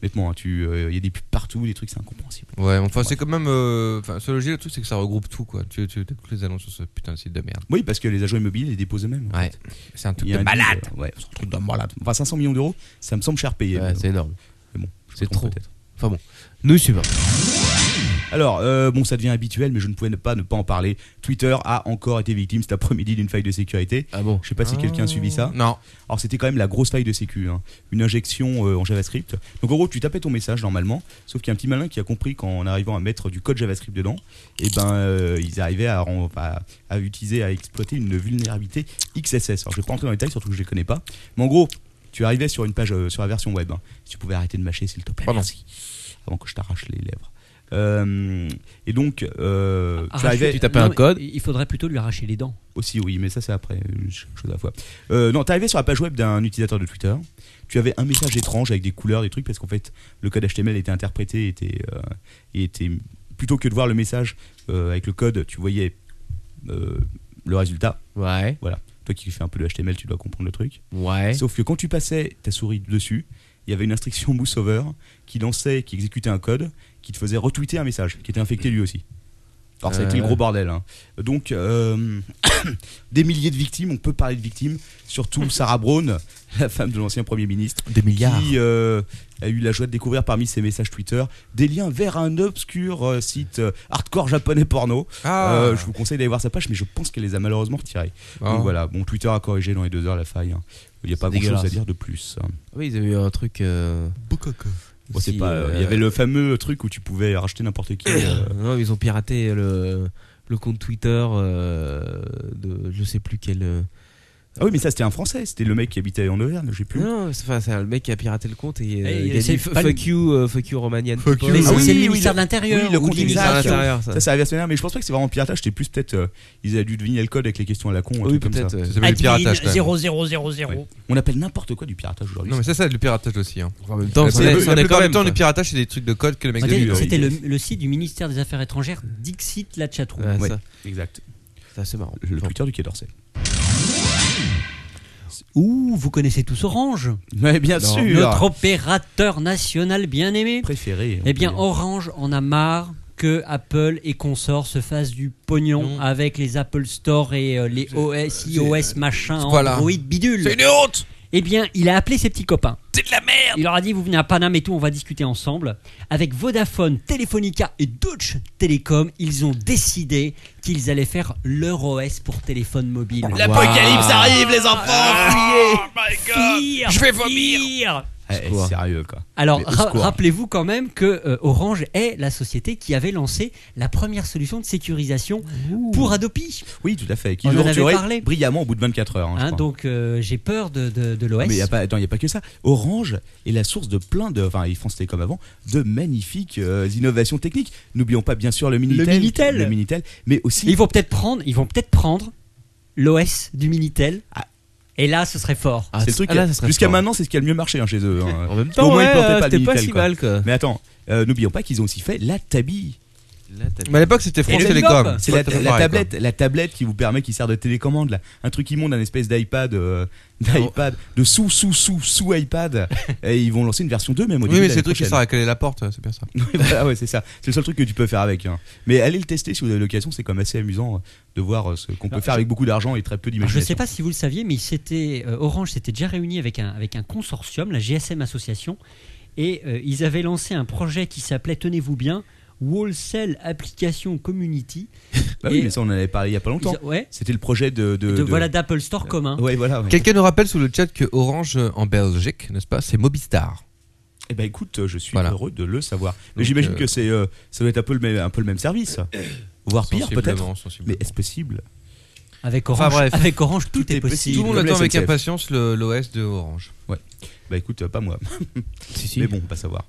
[SPEAKER 5] Honnêtement, hein, tu- euh, il y a des pubs partout, des trucs, c'est incompréhensible.
[SPEAKER 2] Ouais, enfin, c'est quand même. euh, Enfin, ce logis, le truc, c'est que ça regroupe tout, quoi. Tu tu- t'as toutes les annonces sur ce putain de site de merde.
[SPEAKER 5] Oui, parce que les agents immobiliers les déposent
[SPEAKER 8] Ah,
[SPEAKER 5] eux-mêmes.
[SPEAKER 2] Ouais. C'est un
[SPEAKER 5] Il
[SPEAKER 2] truc
[SPEAKER 5] y a
[SPEAKER 2] de
[SPEAKER 5] un
[SPEAKER 2] malade.
[SPEAKER 5] deal, euh, ouais, c'est un truc de malade. Enfin, 500 millions d'euros, ça me semble cher payé.
[SPEAKER 8] Ouais,
[SPEAKER 5] mais
[SPEAKER 8] c'est énorme.
[SPEAKER 5] mais bon, je me
[SPEAKER 8] c'est
[SPEAKER 5] trompe
[SPEAKER 8] trop.
[SPEAKER 5] peut-être.
[SPEAKER 8] Enfin bon, nous suivons.
[SPEAKER 5] Alors, euh, bon, ça devient habituel, mais je ne pouvais ne pas ne pas en parler. Twitter a encore été victime cet après-midi d'une faille de sécurité.
[SPEAKER 8] Ah bon
[SPEAKER 5] Je sais pas si quelqu'un a suivi ça.
[SPEAKER 2] Non.
[SPEAKER 5] Alors c'était quand même la grosse faille de sécu, hein. une injection euh, en JavaScript. Donc en gros, tu tapais ton message normalement, sauf qu'il y a un petit malin qui a compris qu'en arrivant à mettre du code JavaScript dedans, et ben euh, ils arrivaient à, ren- à- à utiliser, à exploiter une vulnérabilité XSS. Alors je vais pas entrer dans les détails, surtout que je les connais pas. Mais en gros, tu arrivais sur une page, euh, sur la version web. hein. Si tu pouvais arrêter de mâcher, s'il te plaît,
[SPEAKER 2] Pardon.
[SPEAKER 5] merci. Avant que je t'arrache les lèvres. Euh, et donc, euh, tu
[SPEAKER 3] Arracher-
[SPEAKER 5] arrivais
[SPEAKER 8] tu tapais
[SPEAKER 3] non,
[SPEAKER 8] un
[SPEAKER 3] mais
[SPEAKER 8] code.
[SPEAKER 3] Il faudrait plutôt lui arracher les dents.
[SPEAKER 5] aussi, oui, mais ça c'est après, une ch- chose à la fois. Euh, non, t'arrivais sur la page web d'un utilisateur de Twitter, tu avais un message étrange avec des couleurs, des trucs, parce qu'en fait, le code HTML était interprété, était, euh, et était plutôt que de voir le message euh, avec le code, tu voyais euh, le résultat.
[SPEAKER 8] Ouais,
[SPEAKER 5] Voilà. Toi qui fais un peu de HTML, tu dois comprendre le truc.
[SPEAKER 8] ouais.
[SPEAKER 5] Sauf que quand tu passais ta souris dessus, il y avait une instruction moussover qui lançait, qui exécutait un code, qui te faisait retweeter un message, qui était infecté lui aussi. Alors ça a été
[SPEAKER 8] Euh.
[SPEAKER 5] le gros bordel. hein. Donc euh, des milliers de victimes, on peut parler de victimes, surtout Sarah Brown, la femme de l'ancien Premier ministre,
[SPEAKER 8] Des
[SPEAKER 5] qui euh, a eu la joie de découvrir parmi ses messages Twitter des liens vers un obscur euh, site euh, hardcore japonais porno.
[SPEAKER 2] Ah.
[SPEAKER 5] Euh, je vous conseille d'aller voir sa page, mais je pense qu'elle les a malheureusement retirés.
[SPEAKER 2] Ah.
[SPEAKER 5] Donc voilà, bon, Twitter a corrigé dans les deux heures la faille. hein. Il n'y a pas grand chose
[SPEAKER 8] dégueulasse.
[SPEAKER 5] à dire de plus. hein.
[SPEAKER 8] Oui, ils avaient eu un truc. Euh...
[SPEAKER 5] Bon, c'est
[SPEAKER 8] aussi,
[SPEAKER 5] pas.
[SPEAKER 8] euh,
[SPEAKER 5] Il y avait le fameux truc où tu pouvais racheter n'importe qui. euh,
[SPEAKER 8] Non, ils ont piraté le, le compte Twitter euh, de je sais plus quel. euh,
[SPEAKER 5] Ah oui, mais ça, c'était un Français. C'était le mec qui habitait en Auvergne, j'ai plus.
[SPEAKER 8] Non, c'est enfin, c'est le mec qui a piraté le compte et euh,
[SPEAKER 3] Et
[SPEAKER 8] il a
[SPEAKER 3] c'est
[SPEAKER 8] dit
[SPEAKER 3] pas le-
[SPEAKER 8] fuck you, euh, fuck you Romanian.
[SPEAKER 5] Fuck you.
[SPEAKER 3] Mais
[SPEAKER 5] Ah
[SPEAKER 3] c'est
[SPEAKER 5] oui,
[SPEAKER 3] c'est
[SPEAKER 5] oui,
[SPEAKER 3] le
[SPEAKER 5] oui,
[SPEAKER 3] ministère de
[SPEAKER 5] Oui,
[SPEAKER 3] l'intérieur.
[SPEAKER 5] le
[SPEAKER 3] ou
[SPEAKER 5] compte
[SPEAKER 3] du
[SPEAKER 8] C'est
[SPEAKER 5] Exact.
[SPEAKER 8] à
[SPEAKER 3] ministère.
[SPEAKER 8] l'intérieur, ça.
[SPEAKER 5] Ça, ça avait sonné, mais je pense pas que c'est vraiment piratage. C'était plus peut-être. euh, ils avaient dû deviner le code avec les questions à la con. un
[SPEAKER 8] Oui,
[SPEAKER 5] truc comme
[SPEAKER 8] peut-être.
[SPEAKER 5] ça.
[SPEAKER 8] ouais.
[SPEAKER 2] Ça s'appelle le piratage. quand même.
[SPEAKER 9] 0000.
[SPEAKER 5] Ouais. On appelle n'importe quoi du piratage aujourd'hui.
[SPEAKER 2] Non, mais ça, c'est le piratage aussi. Hein.
[SPEAKER 8] En même temps,
[SPEAKER 2] La
[SPEAKER 8] c'en est-
[SPEAKER 2] plupart-
[SPEAKER 8] c'en
[SPEAKER 2] la
[SPEAKER 8] est
[SPEAKER 2] plupart
[SPEAKER 8] quand
[SPEAKER 2] du
[SPEAKER 8] même.
[SPEAKER 2] temps, les
[SPEAKER 8] quoi.
[SPEAKER 2] piratages, c'est des trucs de code que le mec euh,
[SPEAKER 3] Regardez,
[SPEAKER 5] Oui, oui,
[SPEAKER 3] C'était
[SPEAKER 5] oui.
[SPEAKER 3] le, le site du ministère des Affaires étrangères, Dixit la chatroom.
[SPEAKER 8] Ouais,
[SPEAKER 5] Ouais.
[SPEAKER 8] ça.
[SPEAKER 5] Exact.
[SPEAKER 8] C'est assez marrant.
[SPEAKER 5] Le
[SPEAKER 8] Bon.
[SPEAKER 5] Twitter du Quai d'Orsay.
[SPEAKER 3] Ouh, vous connaissez tous Orange,
[SPEAKER 5] Mais bien
[SPEAKER 8] Non.
[SPEAKER 5] sûr.
[SPEAKER 3] notre opérateur national bien aimé.
[SPEAKER 5] préféré.
[SPEAKER 3] Eh bien,
[SPEAKER 5] on peut dire.
[SPEAKER 3] Orange en a marre que Apple et consorts se fassent du pognon
[SPEAKER 2] Non.
[SPEAKER 3] avec les Apple Store et euh, les OS, iOS, machin,
[SPEAKER 2] voilà.
[SPEAKER 3] Android, bidule. C'est une honte Eh bien, il a appelé ses petits copains. C'est de la merde Il leur a dit, vous venez à Paname et tout, on va discuter ensemble. Avec Vodafone, Telefonica et Deutsche Telekom, ils ont décidé qu'ils allaient faire leur OS pour téléphone mobile. Ah,
[SPEAKER 11] L'apocalypse arrive, les enfants, fuyez
[SPEAKER 3] Pire,
[SPEAKER 11] Je vais vomir.
[SPEAKER 3] pire.
[SPEAKER 5] Eh, eh, sérieux quoi.
[SPEAKER 3] Alors,
[SPEAKER 5] Mais au
[SPEAKER 3] ra-
[SPEAKER 5] secours.
[SPEAKER 3] rappelez-vous quand même que euh, Orange est la société qui avait lancé la première solution de sécurisation pour Adopi. hein.
[SPEAKER 5] Oui, tout à fait. Qui
[SPEAKER 3] On
[SPEAKER 5] nous
[SPEAKER 3] en avait
[SPEAKER 5] rassuré
[SPEAKER 3] parlé.
[SPEAKER 5] brillamment au bout de 24 heures. hein, je
[SPEAKER 3] Hein,
[SPEAKER 5] crois.
[SPEAKER 3] donc, euh, j'ai peur de, de, de
[SPEAKER 5] mais
[SPEAKER 3] l'OS.
[SPEAKER 5] il n'y a, pas- attends, y a pas que ça. Orange est la source de plein de. Enfin, ils font c'était comme avant, de magnifiques euh, innovations techniques. N'oublions pas, bien sûr, le Minitel.
[SPEAKER 3] Minitel.
[SPEAKER 5] Le Minitel, Mais aussi.
[SPEAKER 3] Ils vont peut-être prendre, ils vont peut-être prendre l'OS du Minitel.
[SPEAKER 5] Ah.
[SPEAKER 3] Et là, ce serait fort.
[SPEAKER 8] Ah,
[SPEAKER 5] c'est le truc.
[SPEAKER 8] ah, là,
[SPEAKER 5] qui a-
[SPEAKER 8] ça serait
[SPEAKER 5] Jusqu'à
[SPEAKER 8] fort.
[SPEAKER 5] maintenant, c'est ce qui a le mieux marché hein, chez eux. hein.
[SPEAKER 8] En même temps,
[SPEAKER 5] au moins, ils
[SPEAKER 8] ouais,
[SPEAKER 5] plantaient
[SPEAKER 8] euh,
[SPEAKER 5] pas de
[SPEAKER 8] c'était pas
[SPEAKER 5] Minitel,
[SPEAKER 8] si
[SPEAKER 5] quoi.
[SPEAKER 8] mal que.
[SPEAKER 5] Mais attends, euh, n'oublions pas qu'ils ont aussi fait la tabille.
[SPEAKER 2] Mais à l'époque, c'était France
[SPEAKER 3] le
[SPEAKER 2] Télécom.
[SPEAKER 3] Bebop
[SPEAKER 5] C'est la, la tablette, la tablette qui vous permet, qui sert de télécommande là. Un truc immonde, un espèce d'iPad, euh, d'iPad, de sous sous sous sous iPad. Et ils vont lancer une version 2 même au début.
[SPEAKER 2] Oui, mais
[SPEAKER 5] de
[SPEAKER 2] c'est
[SPEAKER 5] l'année
[SPEAKER 2] le truc qui sert
[SPEAKER 5] prochaine.
[SPEAKER 2] à coller la porte, c'est bien ça.
[SPEAKER 5] Voilà, Ah ouais, c'est ça. C'est le seul truc que tu peux faire avec. hein. Mais allez le tester si vous avez l'occasion. C'est quand même assez amusant euh, de voir euh, ce qu'on peut
[SPEAKER 3] Alors,
[SPEAKER 5] faire avec beaucoup d'argent et très peu
[SPEAKER 3] Alors, je ne
[SPEAKER 5] d'imagination.
[SPEAKER 3] sais pas si vous le saviez, mais c'était euh, Orange s'était déjà réuni avec un, avec un consortium, la GSM Association, et euh, ils avaient lancé un projet qui s'appelait, tenez-vous bien, Wholesale Application Community.
[SPEAKER 5] Bah oui,
[SPEAKER 3] Et-
[SPEAKER 5] mais ça on en avait parlé il y a pas longtemps.
[SPEAKER 3] Ils- ouais.
[SPEAKER 5] C'était le projet de. de, Euh,
[SPEAKER 3] De,
[SPEAKER 5] de-
[SPEAKER 3] voilà hein. d'Apple Store commun.
[SPEAKER 5] Ouais, voilà. ouais.
[SPEAKER 2] Quelqu'un nous rappelle sous le chat que Orange euh, en Belgique, n'est-ce pas, c'est Mobistar.
[SPEAKER 5] Eh ben écoute, euh, je suis
[SPEAKER 2] Voilà.
[SPEAKER 5] heureux de le savoir. Mais
[SPEAKER 2] Donc,
[SPEAKER 5] j'imagine
[SPEAKER 2] euh,
[SPEAKER 5] que c'est, euh, ça doit être un peu le même, un peu le même service, voire pire peut-être.
[SPEAKER 2] Sensiblement,
[SPEAKER 5] Mais
[SPEAKER 2] sensiblement.
[SPEAKER 5] est-ce possible
[SPEAKER 3] Avec Orange,
[SPEAKER 2] Enfin, bref.
[SPEAKER 3] avec Orange tout,
[SPEAKER 5] Tout
[SPEAKER 3] est
[SPEAKER 5] est
[SPEAKER 3] possible.
[SPEAKER 2] Tout le monde
[SPEAKER 5] Comme
[SPEAKER 2] attend
[SPEAKER 5] la
[SPEAKER 2] avec
[SPEAKER 5] SNCF.
[SPEAKER 2] impatience le- l'OS de Orange.
[SPEAKER 5] Bah écoute, euh, pas moi.
[SPEAKER 8] Si, si.
[SPEAKER 5] Mais bon, pas savoir.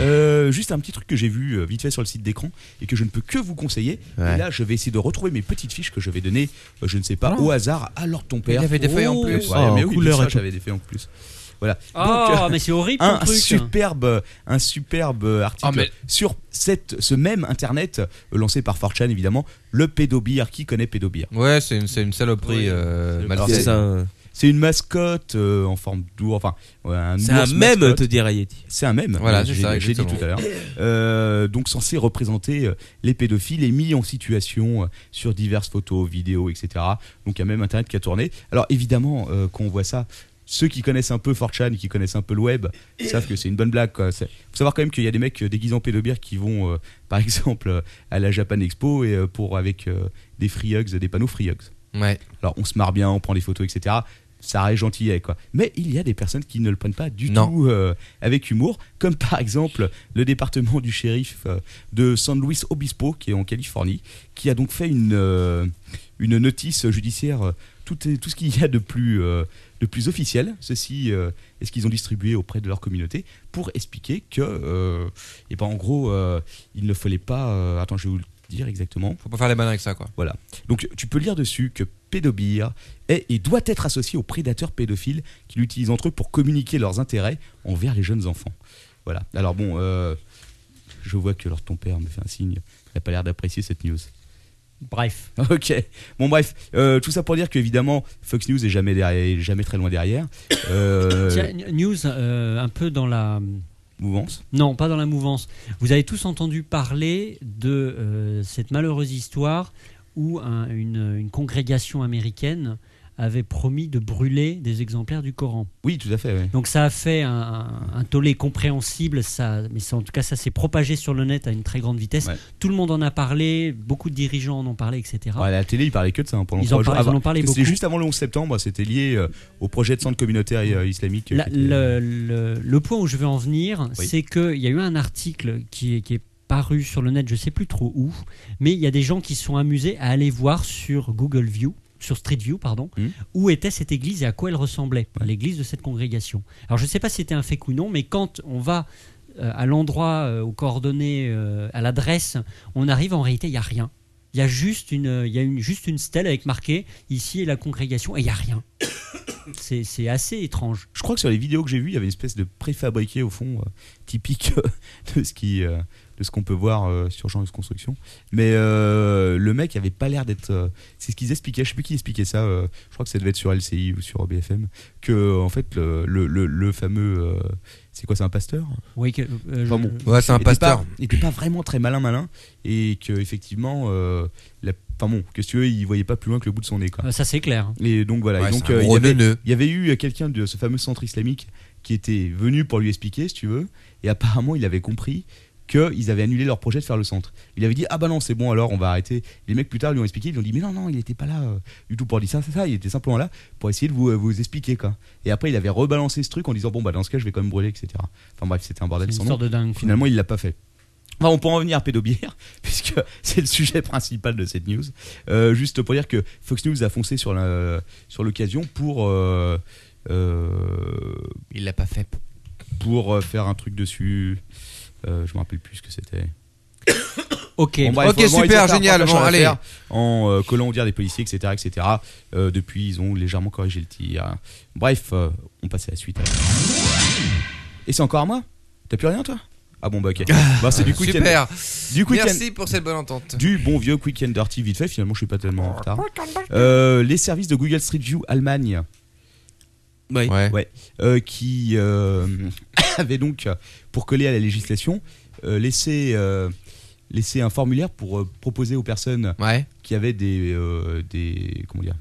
[SPEAKER 5] Euh, juste un petit truc que j'ai vu euh, vite fait sur le site d'écran et que je ne peux que vous conseiller.
[SPEAKER 8] Ouais.
[SPEAKER 5] Et là, je vais essayer de retrouver mes petites fiches que je vais donner, euh, je ne sais pas, au hasard à Lord ton père.
[SPEAKER 2] Il y avait des feuilles en plus.
[SPEAKER 5] Ouais,
[SPEAKER 8] Oh,
[SPEAKER 5] mais
[SPEAKER 8] en
[SPEAKER 5] oui,
[SPEAKER 8] couleur
[SPEAKER 5] bien
[SPEAKER 8] et
[SPEAKER 5] sûr,
[SPEAKER 8] tout.
[SPEAKER 5] j'avais des feuilles en plus. Voilà.
[SPEAKER 3] Oh,
[SPEAKER 5] Donc, euh,
[SPEAKER 3] mais c'est horrible ton
[SPEAKER 5] un
[SPEAKER 3] truc.
[SPEAKER 5] superbe, un superbe euh, article
[SPEAKER 2] Ah, mais-
[SPEAKER 5] sur cette, ce même internet euh, lancé par 4chan évidemment, le pédobir. Qui connaît pédobir
[SPEAKER 2] Ouais, c'est une, c'est une saloperie
[SPEAKER 5] Ouais.
[SPEAKER 2] euh,
[SPEAKER 5] Alors,
[SPEAKER 2] malsaine.
[SPEAKER 8] C'est un,
[SPEAKER 5] C'est une mascotte euh, en forme d'ours, enfin ouais, un
[SPEAKER 8] c'est un
[SPEAKER 5] ours
[SPEAKER 8] même,
[SPEAKER 5] mascotte.
[SPEAKER 8] te dirait Yeti.
[SPEAKER 5] C'est un même.
[SPEAKER 2] Voilà, c'est
[SPEAKER 5] j'ai,
[SPEAKER 2] ça,
[SPEAKER 5] j'ai dit
[SPEAKER 2] exactement.
[SPEAKER 5] tout à l'heure. Euh, donc censé représenter euh, les pédophiles et mis en situation euh, sur diverses photos, vidéos, etc. Donc il y a même Internet qui a tourné. Alors évidemment, euh, quand on voit ça, ceux qui connaissent un peu 4chan, qui connaissent un peu le web, savent que c'est une bonne blague. Il faut savoir quand même qu'il y a des mecs euh, déguisés en pédobires qui vont, euh, par exemple, euh, à la Japan Expo et euh, pour avec euh, des free hugs, des panneaux free hugs.
[SPEAKER 2] Ouais.
[SPEAKER 5] Alors on se marre bien, on prend des photos, etc. Ça reste gentillet, quoi. Mais il y a des personnes qui ne le prennent pas du
[SPEAKER 2] Non.
[SPEAKER 5] tout euh, avec humour, comme par exemple le département du shérif euh, de San Luis Obispo, qui est en Californie, qui a donc fait une, euh, une notice judiciaire, euh, tout, est- tout ce qu'il y a de plus, euh, de plus officiel, ceci euh, est ce qu'ils ont distribué auprès de leur communauté, pour expliquer que, euh, eh ben, en gros, euh, il ne fallait pas. euh, attends, je vais vous le dire exactement.
[SPEAKER 2] Faut pas faire les malins avec ça, quoi.
[SPEAKER 5] Donc tu peux lire dessus que pédobir est et doit être associé aux prédateurs pédophiles qui l'utilisent entre eux pour communiquer leurs intérêts envers les jeunes enfants. Voilà. Alors bon, euh, je vois que leur ton père me fait un signe. Il n'a pas l'air d'apprécier cette news.
[SPEAKER 3] Bref.
[SPEAKER 5] Ok. Bon bref, euh, tout ça pour dire qu'évidemment Fox News est jamais derrière, jamais très loin derrière. Euh,
[SPEAKER 3] Tiens, n- news euh, un peu dans la.
[SPEAKER 5] mouvance.
[SPEAKER 3] Non, pas dans la mouvance. Vous avez tous entendu parler de euh, cette malheureuse histoire où un- une, une congrégation américaine avait promis de brûler des exemplaires du Coran.
[SPEAKER 5] Oui, tout à fait. ouais.
[SPEAKER 3] Donc ça a fait un, un- un tollé compréhensible, ça, mais ça, en tout cas ça s'est propagé sur le net à une très grande vitesse.
[SPEAKER 5] Ouais.
[SPEAKER 3] Tout le monde en a parlé, beaucoup de dirigeants en ont parlé, etc.
[SPEAKER 5] Ouais, à la télé, ils parlaient que de ça hein, pendant
[SPEAKER 3] Ah. Ils en
[SPEAKER 5] trois jours.
[SPEAKER 3] parlaient- ils en ont
[SPEAKER 5] Avant-
[SPEAKER 3] parlé
[SPEAKER 5] C'était
[SPEAKER 3] beaucoup.
[SPEAKER 5] juste avant le 11 septembre. C'était lié euh, au projet de centre communautaire euh, islamique. euh,
[SPEAKER 3] La-
[SPEAKER 5] qui était- euh,
[SPEAKER 3] le, le- le point où je veux en venir,
[SPEAKER 5] Oui.
[SPEAKER 3] c'est qu'il y a eu un article qui est, qui est paru sur le net, je sais plus trop où, mais il y a des gens qui se sont amusés à aller voir sur Google View, sur Street View, pardon,
[SPEAKER 5] Mhm.
[SPEAKER 3] où était cette église et à quoi elle ressemblait, l'église de cette congrégation. Alors je ne sais pas si c'était un fait ou non, mais quand on va euh, à l'endroit, euh, aux coordonnées, euh, à l'adresse, on arrive en réalité, il n'y a rien. Il y a juste une, euh, il y a une, juste une stèle avec marqué ici est la congrégation et il n'y a rien. C'est c'est assez étrange.
[SPEAKER 5] Je crois que sur les vidéos que j'ai vues, il y avait une espèce de préfabriqué au fond, euh, typique euh, de ce qui, euh, de ce qu'on peut voir euh, sur Jean de Construction. Mais euh, le mec avait pas l'air d'être. euh, c'est ce qu'ils expliquaient. Je sais plus qui expliquait ça. euh, je crois que ça devait être sur LCI ou sur BFM. Que euh, en fait, le, le, le- le fameux, euh, c'est quoi, c'est un pasteur
[SPEAKER 3] Oui, que, euh,
[SPEAKER 5] Enfin
[SPEAKER 3] je-
[SPEAKER 5] bon,
[SPEAKER 2] Ouais, c'est un
[SPEAKER 5] était
[SPEAKER 2] pasteur.
[SPEAKER 5] pas- Il était pas vraiment très malin, malin, et que effectivement, euh, la- enfin bon, qu'est-ce que tu veux, il voyait pas plus loin que le bout de son nez, quoi.
[SPEAKER 3] euh, ça c'est clair.
[SPEAKER 5] Et donc voilà.
[SPEAKER 2] Ouais,
[SPEAKER 5] et donc
[SPEAKER 2] c'est un
[SPEAKER 5] euh, il, y
[SPEAKER 2] gros
[SPEAKER 5] avait,
[SPEAKER 2] neuneu.
[SPEAKER 5] il y avait eu quelqu'un de ce fameux centre islamique qui était venu pour lui expliquer, si tu veux, et apparemment il avait compris qu'ils avaient annulé leur projet de faire le centre. Il avait dit ah bah non c'est bon alors on va arrêter. Les mecs plus tard lui ont expliqué, ils lui ont dit mais non non il n'était pas là euh, du tout pour dire ça c'est ça, il était simplement là pour essayer de vous euh, vous expliquer quoi. Et après il avait rebalancé ce truc en disant bon bah dans ce cas je vais quand même brûler etc. Enfin bref c'était un
[SPEAKER 3] C'est
[SPEAKER 5] bordel
[SPEAKER 3] une
[SPEAKER 5] sans nom.
[SPEAKER 3] histoire de dingue. quoi.
[SPEAKER 5] Finalement, il l'a pas fait. Enfin, on peut en venir à Pédobière, puisque c'est le sujet principal de cette news. Euh, juste pour dire que Fox News a foncé sur la- sur l'occasion pour, euh, euh,
[SPEAKER 2] Il l'a pas fait.
[SPEAKER 5] pour euh, faire un truc dessus. Euh, je me rappelle plus ce que c'était.
[SPEAKER 3] Ok.
[SPEAKER 5] Bon, bref,
[SPEAKER 2] ok, super,
[SPEAKER 5] vraiment, ils ont fait un
[SPEAKER 2] génial,
[SPEAKER 5] reportage
[SPEAKER 2] bon,
[SPEAKER 5] sur
[SPEAKER 2] allez.
[SPEAKER 5] l'affaire En euh, collant au dire des policiers, etc. etc. Euh, depuis, ils ont légèrement corrigé le tir. Bref, euh, on passe à la suite. alors. Et c'est encore à moi T'as plus rien, toi Ah bon, bah ok. Bah, c'est du coup
[SPEAKER 2] Super.
[SPEAKER 5] Du coup,
[SPEAKER 2] Merci pour cette bonne entente.
[SPEAKER 5] du bon vieux Quick and Dirty vite fait. Finalement, je suis pas tellement en retard. Euh, les services de Google Street View Allemagne,
[SPEAKER 8] Ouais.
[SPEAKER 2] Ouais.
[SPEAKER 5] ouais, euh, qui euh, avaient donc euh, pour coller à la législation euh, laissé euh, laissé un formulaire pour euh, proposer aux personnes
[SPEAKER 2] Ouais.
[SPEAKER 5] qui avaient des euh, des comment dire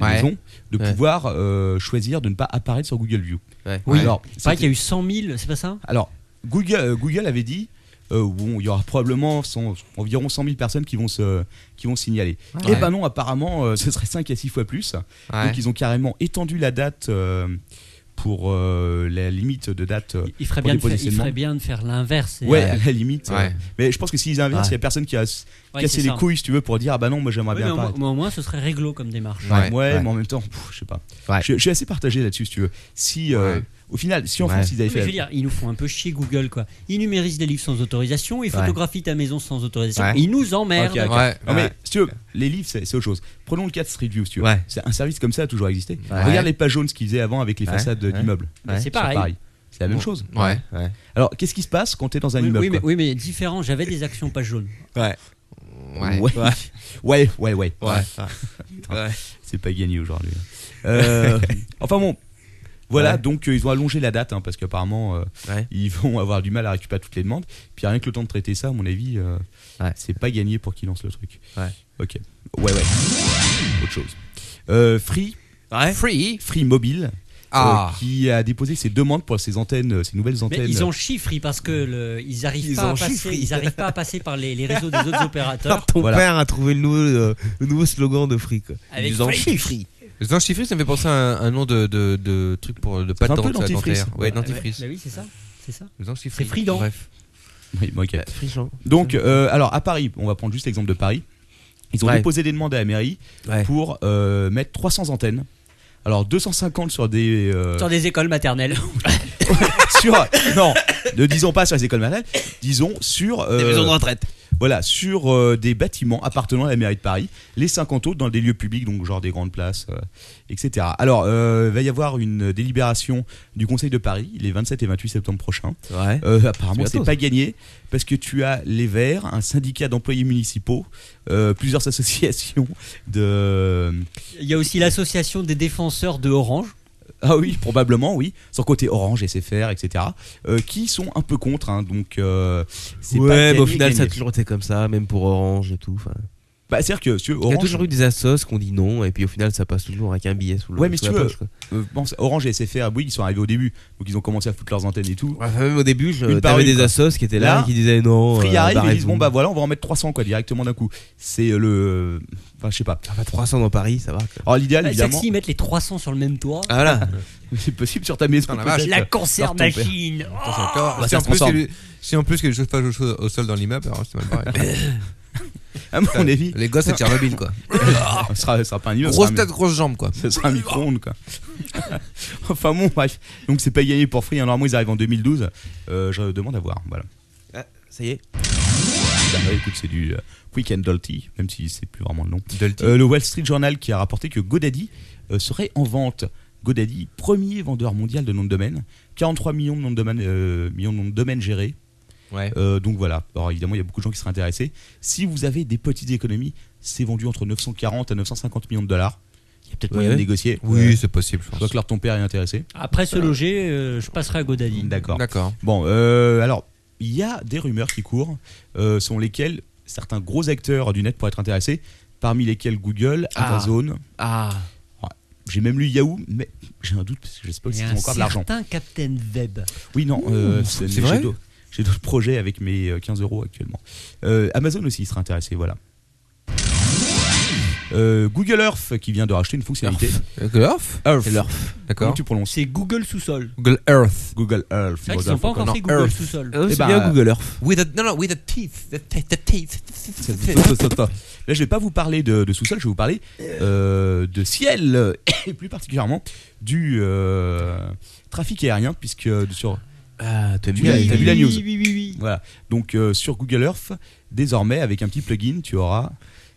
[SPEAKER 5] des
[SPEAKER 2] Ouais.
[SPEAKER 5] maisons de
[SPEAKER 2] Ouais.
[SPEAKER 5] pouvoir euh, choisir de ne pas apparaître sur Google View.
[SPEAKER 2] Ouais.
[SPEAKER 3] Oui.
[SPEAKER 5] Alors,
[SPEAKER 3] C'est vrai qu'il y a eu 100 000, c'est pas ça
[SPEAKER 5] alors, Google, euh, Google avait dit, euh, bon, il y aura probablement 100 environ 100 000 personnes qui vont se, qui vont signaler.
[SPEAKER 2] Ouais.
[SPEAKER 5] Et ben non, apparemment, euh, ce serait 5 à 6 fois plus.
[SPEAKER 2] Ouais.
[SPEAKER 5] Donc ils ont carrément étendu la date euh, pour euh, la limite de date. euh,
[SPEAKER 3] Il ferait
[SPEAKER 5] Pour
[SPEAKER 3] bien, de
[SPEAKER 5] des
[SPEAKER 3] faire, il
[SPEAKER 5] positionnements.
[SPEAKER 3] ferait bien de faire l'inverse. et-
[SPEAKER 5] ouais, la limite. euh,
[SPEAKER 2] Ouais.
[SPEAKER 5] mais je pense que s'ils inversent, il
[SPEAKER 2] Ouais.
[SPEAKER 5] y a personne qui a s-
[SPEAKER 3] Ouais,
[SPEAKER 5] cassé
[SPEAKER 3] c'est
[SPEAKER 5] les
[SPEAKER 3] ça.
[SPEAKER 5] couilles, si tu veux, pour dire, ah bah non, moi j'aimerais
[SPEAKER 3] Oui, mais
[SPEAKER 5] bien
[SPEAKER 3] au, moins-
[SPEAKER 5] apparaître.
[SPEAKER 3] mais au moins, ce serait réglo comme démarche.
[SPEAKER 2] Ouais,
[SPEAKER 5] Ouais,
[SPEAKER 2] ouais.
[SPEAKER 5] mais en même temps, pff, je sais pas.
[SPEAKER 2] Ouais.
[SPEAKER 5] Je, je suis assez partagé là-dessus, si tu veux. Si, euh,
[SPEAKER 2] Ouais.
[SPEAKER 5] Au final, si en
[SPEAKER 2] Ouais.
[SPEAKER 5] France ils avaient
[SPEAKER 3] Mais je
[SPEAKER 5] fait.
[SPEAKER 3] veux dire, ils nous font un peu chier Google quoi. Ils numérisent des livres sans autorisation, ils
[SPEAKER 2] Ouais.
[SPEAKER 3] photographient ta maison sans autorisation.
[SPEAKER 2] Ouais.
[SPEAKER 3] Ils nous emmerdent.
[SPEAKER 5] Ok, ok.
[SPEAKER 2] Ouais,
[SPEAKER 5] Non, mais
[SPEAKER 2] ouais.
[SPEAKER 5] si tu veux, les livres, c'est c'est autre chose. Prenons le cas de Street View, si tu veux.
[SPEAKER 2] Ouais.
[SPEAKER 5] C'est un service comme ça a toujours existé.
[SPEAKER 2] Ouais.
[SPEAKER 5] Regarde les pages jaunes ce qu'ils faisaient avant avec les
[SPEAKER 2] Ouais.
[SPEAKER 5] façades
[SPEAKER 2] Ouais.
[SPEAKER 5] d'immeubles.
[SPEAKER 3] Mais
[SPEAKER 2] Ouais,
[SPEAKER 3] Bah, c'est
[SPEAKER 5] C'est
[SPEAKER 3] pareil.
[SPEAKER 5] pareil. C'est la même
[SPEAKER 2] Bon.
[SPEAKER 5] chose.
[SPEAKER 2] Ouais. Ouais.
[SPEAKER 5] Alors, qu'est-ce qui se passe quand t'es dans un
[SPEAKER 3] Oui,
[SPEAKER 5] immeuble
[SPEAKER 3] oui, mais,
[SPEAKER 5] quoi
[SPEAKER 3] oui, mais différent. J'avais des actions pages jaunes.
[SPEAKER 2] Ouais.
[SPEAKER 5] Ouais. ouais, ouais, ouais. Ah,
[SPEAKER 2] Ouais.
[SPEAKER 5] C'est pas gagné aujourd'hui. Euh, enfin bon, voilà,
[SPEAKER 2] Ouais.
[SPEAKER 5] donc euh, ils ont allongé la date hein, parce qu'apparemment euh,
[SPEAKER 2] Ouais.
[SPEAKER 5] ils vont avoir du mal à récupérer toutes les demandes. Puis rien que le temps de traiter ça, à mon avis, euh,
[SPEAKER 2] Ouais.
[SPEAKER 5] c'est pas gagné pour qu'ils lancent le truc.
[SPEAKER 2] Ouais.
[SPEAKER 5] Ok. Ouais, ouais. Autre chose. Euh, Free,
[SPEAKER 2] Free.
[SPEAKER 5] Free Mobile,
[SPEAKER 2] Ah.
[SPEAKER 5] euh, qui a déposé ses demandes pour ses antennes, euh, ses nouvelles
[SPEAKER 3] Mais
[SPEAKER 5] antennes.
[SPEAKER 3] ils en chiffrent parce que le- ils arrivent
[SPEAKER 8] Ils
[SPEAKER 3] pas, à
[SPEAKER 8] en
[SPEAKER 3] passer,
[SPEAKER 8] chiffrent.
[SPEAKER 3] ils arrivent pas à passer par les, les réseaux des autres opérateurs.
[SPEAKER 8] Ton
[SPEAKER 5] Voilà.
[SPEAKER 8] père a trouvé le nouveau, euh, le nouveau slogan de Free. Quoi.
[SPEAKER 3] Avec
[SPEAKER 8] Ils en
[SPEAKER 3] Free.
[SPEAKER 8] chient, Free.
[SPEAKER 2] Les enchiffrés, ça me fait penser à un, un nom de, de, de truc pour de
[SPEAKER 5] un
[SPEAKER 2] patente
[SPEAKER 5] peu dentifrice.
[SPEAKER 2] dentaire. Ouais,
[SPEAKER 5] Ouais. Oh.
[SPEAKER 2] dentifrice.
[SPEAKER 3] Bah oui, c'est ça, c'est ça.
[SPEAKER 5] Euh.
[SPEAKER 2] Les enchiffrés.
[SPEAKER 3] C'est frident.
[SPEAKER 2] Bref.
[SPEAKER 5] Oui, bon, ok.
[SPEAKER 8] Free, Jean.
[SPEAKER 5] Donc, euh, alors à Paris, on va prendre juste l'exemple de Paris. Ils ont
[SPEAKER 8] Ouais.
[SPEAKER 5] déposé des demandes à la mairie
[SPEAKER 8] Ouais.
[SPEAKER 5] pour euh, mettre 300 antennes. Alors 250 sur des euh,
[SPEAKER 3] Sur des écoles maternelles.
[SPEAKER 5] sur non, ne disons pas sur les écoles maternelles, disons sur euh,
[SPEAKER 8] Des maisons de retraite.
[SPEAKER 5] voilà sur euh, des bâtiments appartenant à la mairie de Paris. Les 50 autres dans des lieux publics, donc genre des grandes places, euh, etc. Alors euh, il va y avoir une délibération du Conseil de Paris les 27 et 28 septembre prochains.
[SPEAKER 8] Ouais.
[SPEAKER 5] Euh, apparemment,
[SPEAKER 8] C'est
[SPEAKER 5] c'est
[SPEAKER 8] bientôt,
[SPEAKER 5] pas gagné parce que tu as les Verts, un syndicat d'employés municipaux, euh, plusieurs associations de.
[SPEAKER 3] Il y a aussi l'association des défenseurs de Orange.
[SPEAKER 5] Ah oui, probablement, oui. Sans côté Orange, SFR, etc. euh, qui sont un peu contre. hein, donc, euh, c'est pas
[SPEAKER 8] Ouais, mais
[SPEAKER 5] gagné,
[SPEAKER 8] au final,
[SPEAKER 5] gagné.
[SPEAKER 8] ça a toujours été comme ça, même pour Orange et tout. enfin.
[SPEAKER 5] Bah, C'est-à-dire que si tu veux,
[SPEAKER 8] Il y a
[SPEAKER 5] Orange,
[SPEAKER 8] toujours eu des assos qu'on dit non, et puis au final, ça passe toujours avec un billet sous le
[SPEAKER 5] Ouais, mais
[SPEAKER 8] sous
[SPEAKER 5] si
[SPEAKER 8] la
[SPEAKER 5] tu veux-
[SPEAKER 8] poche, quoi.
[SPEAKER 5] euh, pense- Orange et SFR, ah oui, ils sont arrivés au début. Donc, ils ont commencé à foutre leurs antennes et tout.
[SPEAKER 8] Ouais, enfin, même au début, je-
[SPEAKER 5] Une par
[SPEAKER 8] t'avais
[SPEAKER 5] une,
[SPEAKER 8] des
[SPEAKER 5] quoi.
[SPEAKER 8] assos qui étaient là,
[SPEAKER 5] Là,
[SPEAKER 8] qui disaient non.
[SPEAKER 5] Free
[SPEAKER 8] euh,
[SPEAKER 5] arrive et ils disent
[SPEAKER 8] barrez-vous.
[SPEAKER 5] bon bah voilà on va en mettre 300 quoi directement d'un coup c'est euh, le enfin je sais pas
[SPEAKER 8] Ah bah, 300 dans Paris, ça va. Quoi.
[SPEAKER 5] alors l'idéal
[SPEAKER 3] Bah, c'est que
[SPEAKER 5] Ah, évidemment
[SPEAKER 3] s'ils mettent les 300 sur le même toit.
[SPEAKER 8] Ah voilà. Ah,
[SPEAKER 5] c'est possible sur ta maison
[SPEAKER 2] Putain, la
[SPEAKER 5] peut-être.
[SPEAKER 2] vache.
[SPEAKER 3] La
[SPEAKER 5] Par ton père.
[SPEAKER 3] conservation
[SPEAKER 2] Attends, c'est encore-
[SPEAKER 5] bah,
[SPEAKER 2] si,
[SPEAKER 5] ça
[SPEAKER 2] en
[SPEAKER 5] se
[SPEAKER 2] plus,
[SPEAKER 5] transforme.
[SPEAKER 2] hein, il y a du- si en plus il y a du chauffage au, chaud- au sol dans l'immeuble, alors c'est mal barré.
[SPEAKER 5] à mon avis.
[SPEAKER 2] Les gosses à Tchernobyl, quoi.
[SPEAKER 5] Ce sera, ce sera pas un niveau, ce sera
[SPEAKER 2] Grosse
[SPEAKER 5] un-
[SPEAKER 2] tête, grosse jambe, quoi.
[SPEAKER 5] Ce sera un micro-ondes, quoi. enfin bon, bref. Donc c'est pas gagné pour Free. hein. Normalement, ils arrivent en 2012. Euh, je demande à voir. Voilà.
[SPEAKER 8] Ah, ça y est.
[SPEAKER 5] Bah, ouais, écoute, c'est du euh, Weekend Dolty, même si c'est plus vraiment le nom. Euh, le Wall Street Journal qui a rapporté que GoDaddy euh, serait en vente. GoDaddy, premier vendeur mondial de noms de domaine. 43 millions de noms de domaine, euh, millions de noms de domaine gérés.
[SPEAKER 2] Ouais.
[SPEAKER 5] Euh, donc voilà. Alors évidemment, il y a beaucoup de gens qui seraient intéressés. Si vous avez des petites économies, c'est vendu entre 940 à 950 millions de dollars. Il y a peut-être moyen de négocier.
[SPEAKER 2] Oui, c'est possible, je
[SPEAKER 5] Je
[SPEAKER 2] pense.
[SPEAKER 5] vois que leur ton père est intéressé.
[SPEAKER 3] Après se loger, euh, je passerai à Godali.
[SPEAKER 5] D'accord.
[SPEAKER 2] D'accord.
[SPEAKER 5] Bon, euh, alors, il y a des rumeurs qui courent, euh, selon lesquelles certains gros acteurs du net pourraient être intéressés, parmi lesquels Google,
[SPEAKER 8] Ah.
[SPEAKER 5] Amazon,
[SPEAKER 8] Ah,
[SPEAKER 5] j'ai même lu Yahoo, mais j'ai un doute, parce que j'espère
[SPEAKER 3] Il y
[SPEAKER 5] qu'ils
[SPEAKER 3] a
[SPEAKER 5] ont
[SPEAKER 3] un
[SPEAKER 5] encore de l'argent.
[SPEAKER 3] certain Captain Web.
[SPEAKER 5] Oui, non, euh, c'est
[SPEAKER 2] c'est
[SPEAKER 5] mais
[SPEAKER 2] vrai
[SPEAKER 5] j'ai d'autres- J'ai d'autres projets avec mes euh, 15 euros actuellement. Euh, Amazon aussi il sera intéressé, voilà. Euh, Google Earth qui vient de racheter une fonctionnalité.
[SPEAKER 2] Google Euh, Earth Earth.
[SPEAKER 5] Comment
[SPEAKER 2] D'accord.
[SPEAKER 5] tu prononces
[SPEAKER 3] C'est Google sous-sol.
[SPEAKER 2] Google Earth.
[SPEAKER 5] Google Earth.
[SPEAKER 3] C'est vrai qu'ils
[SPEAKER 5] Google
[SPEAKER 3] n'ont pas
[SPEAKER 5] Earth.
[SPEAKER 3] encore
[SPEAKER 2] non,
[SPEAKER 3] fait Google
[SPEAKER 2] Earth.
[SPEAKER 3] sous-sol.
[SPEAKER 8] Oh,
[SPEAKER 5] Eh
[SPEAKER 8] c'est
[SPEAKER 5] ben,
[SPEAKER 8] bien Google Earth.
[SPEAKER 2] With a, non, non, with a teeth. The teeth, the teeth.
[SPEAKER 5] Attends, attends, attends. Là, je vais pas vous parler de, de sous-sol, je vais vous parler euh, de ciel euh, et plus particulièrement du euh, trafic aérien, puisque euh, sur
[SPEAKER 8] Ah, t'as
[SPEAKER 5] Tu
[SPEAKER 8] mis
[SPEAKER 5] l'as-
[SPEAKER 8] la-
[SPEAKER 5] t'as vu la
[SPEAKER 3] oui,
[SPEAKER 5] news
[SPEAKER 3] Oui, oui, oui.
[SPEAKER 5] voilà. Donc euh, sur Google Earth, désormais avec un petit plugin, tu auras.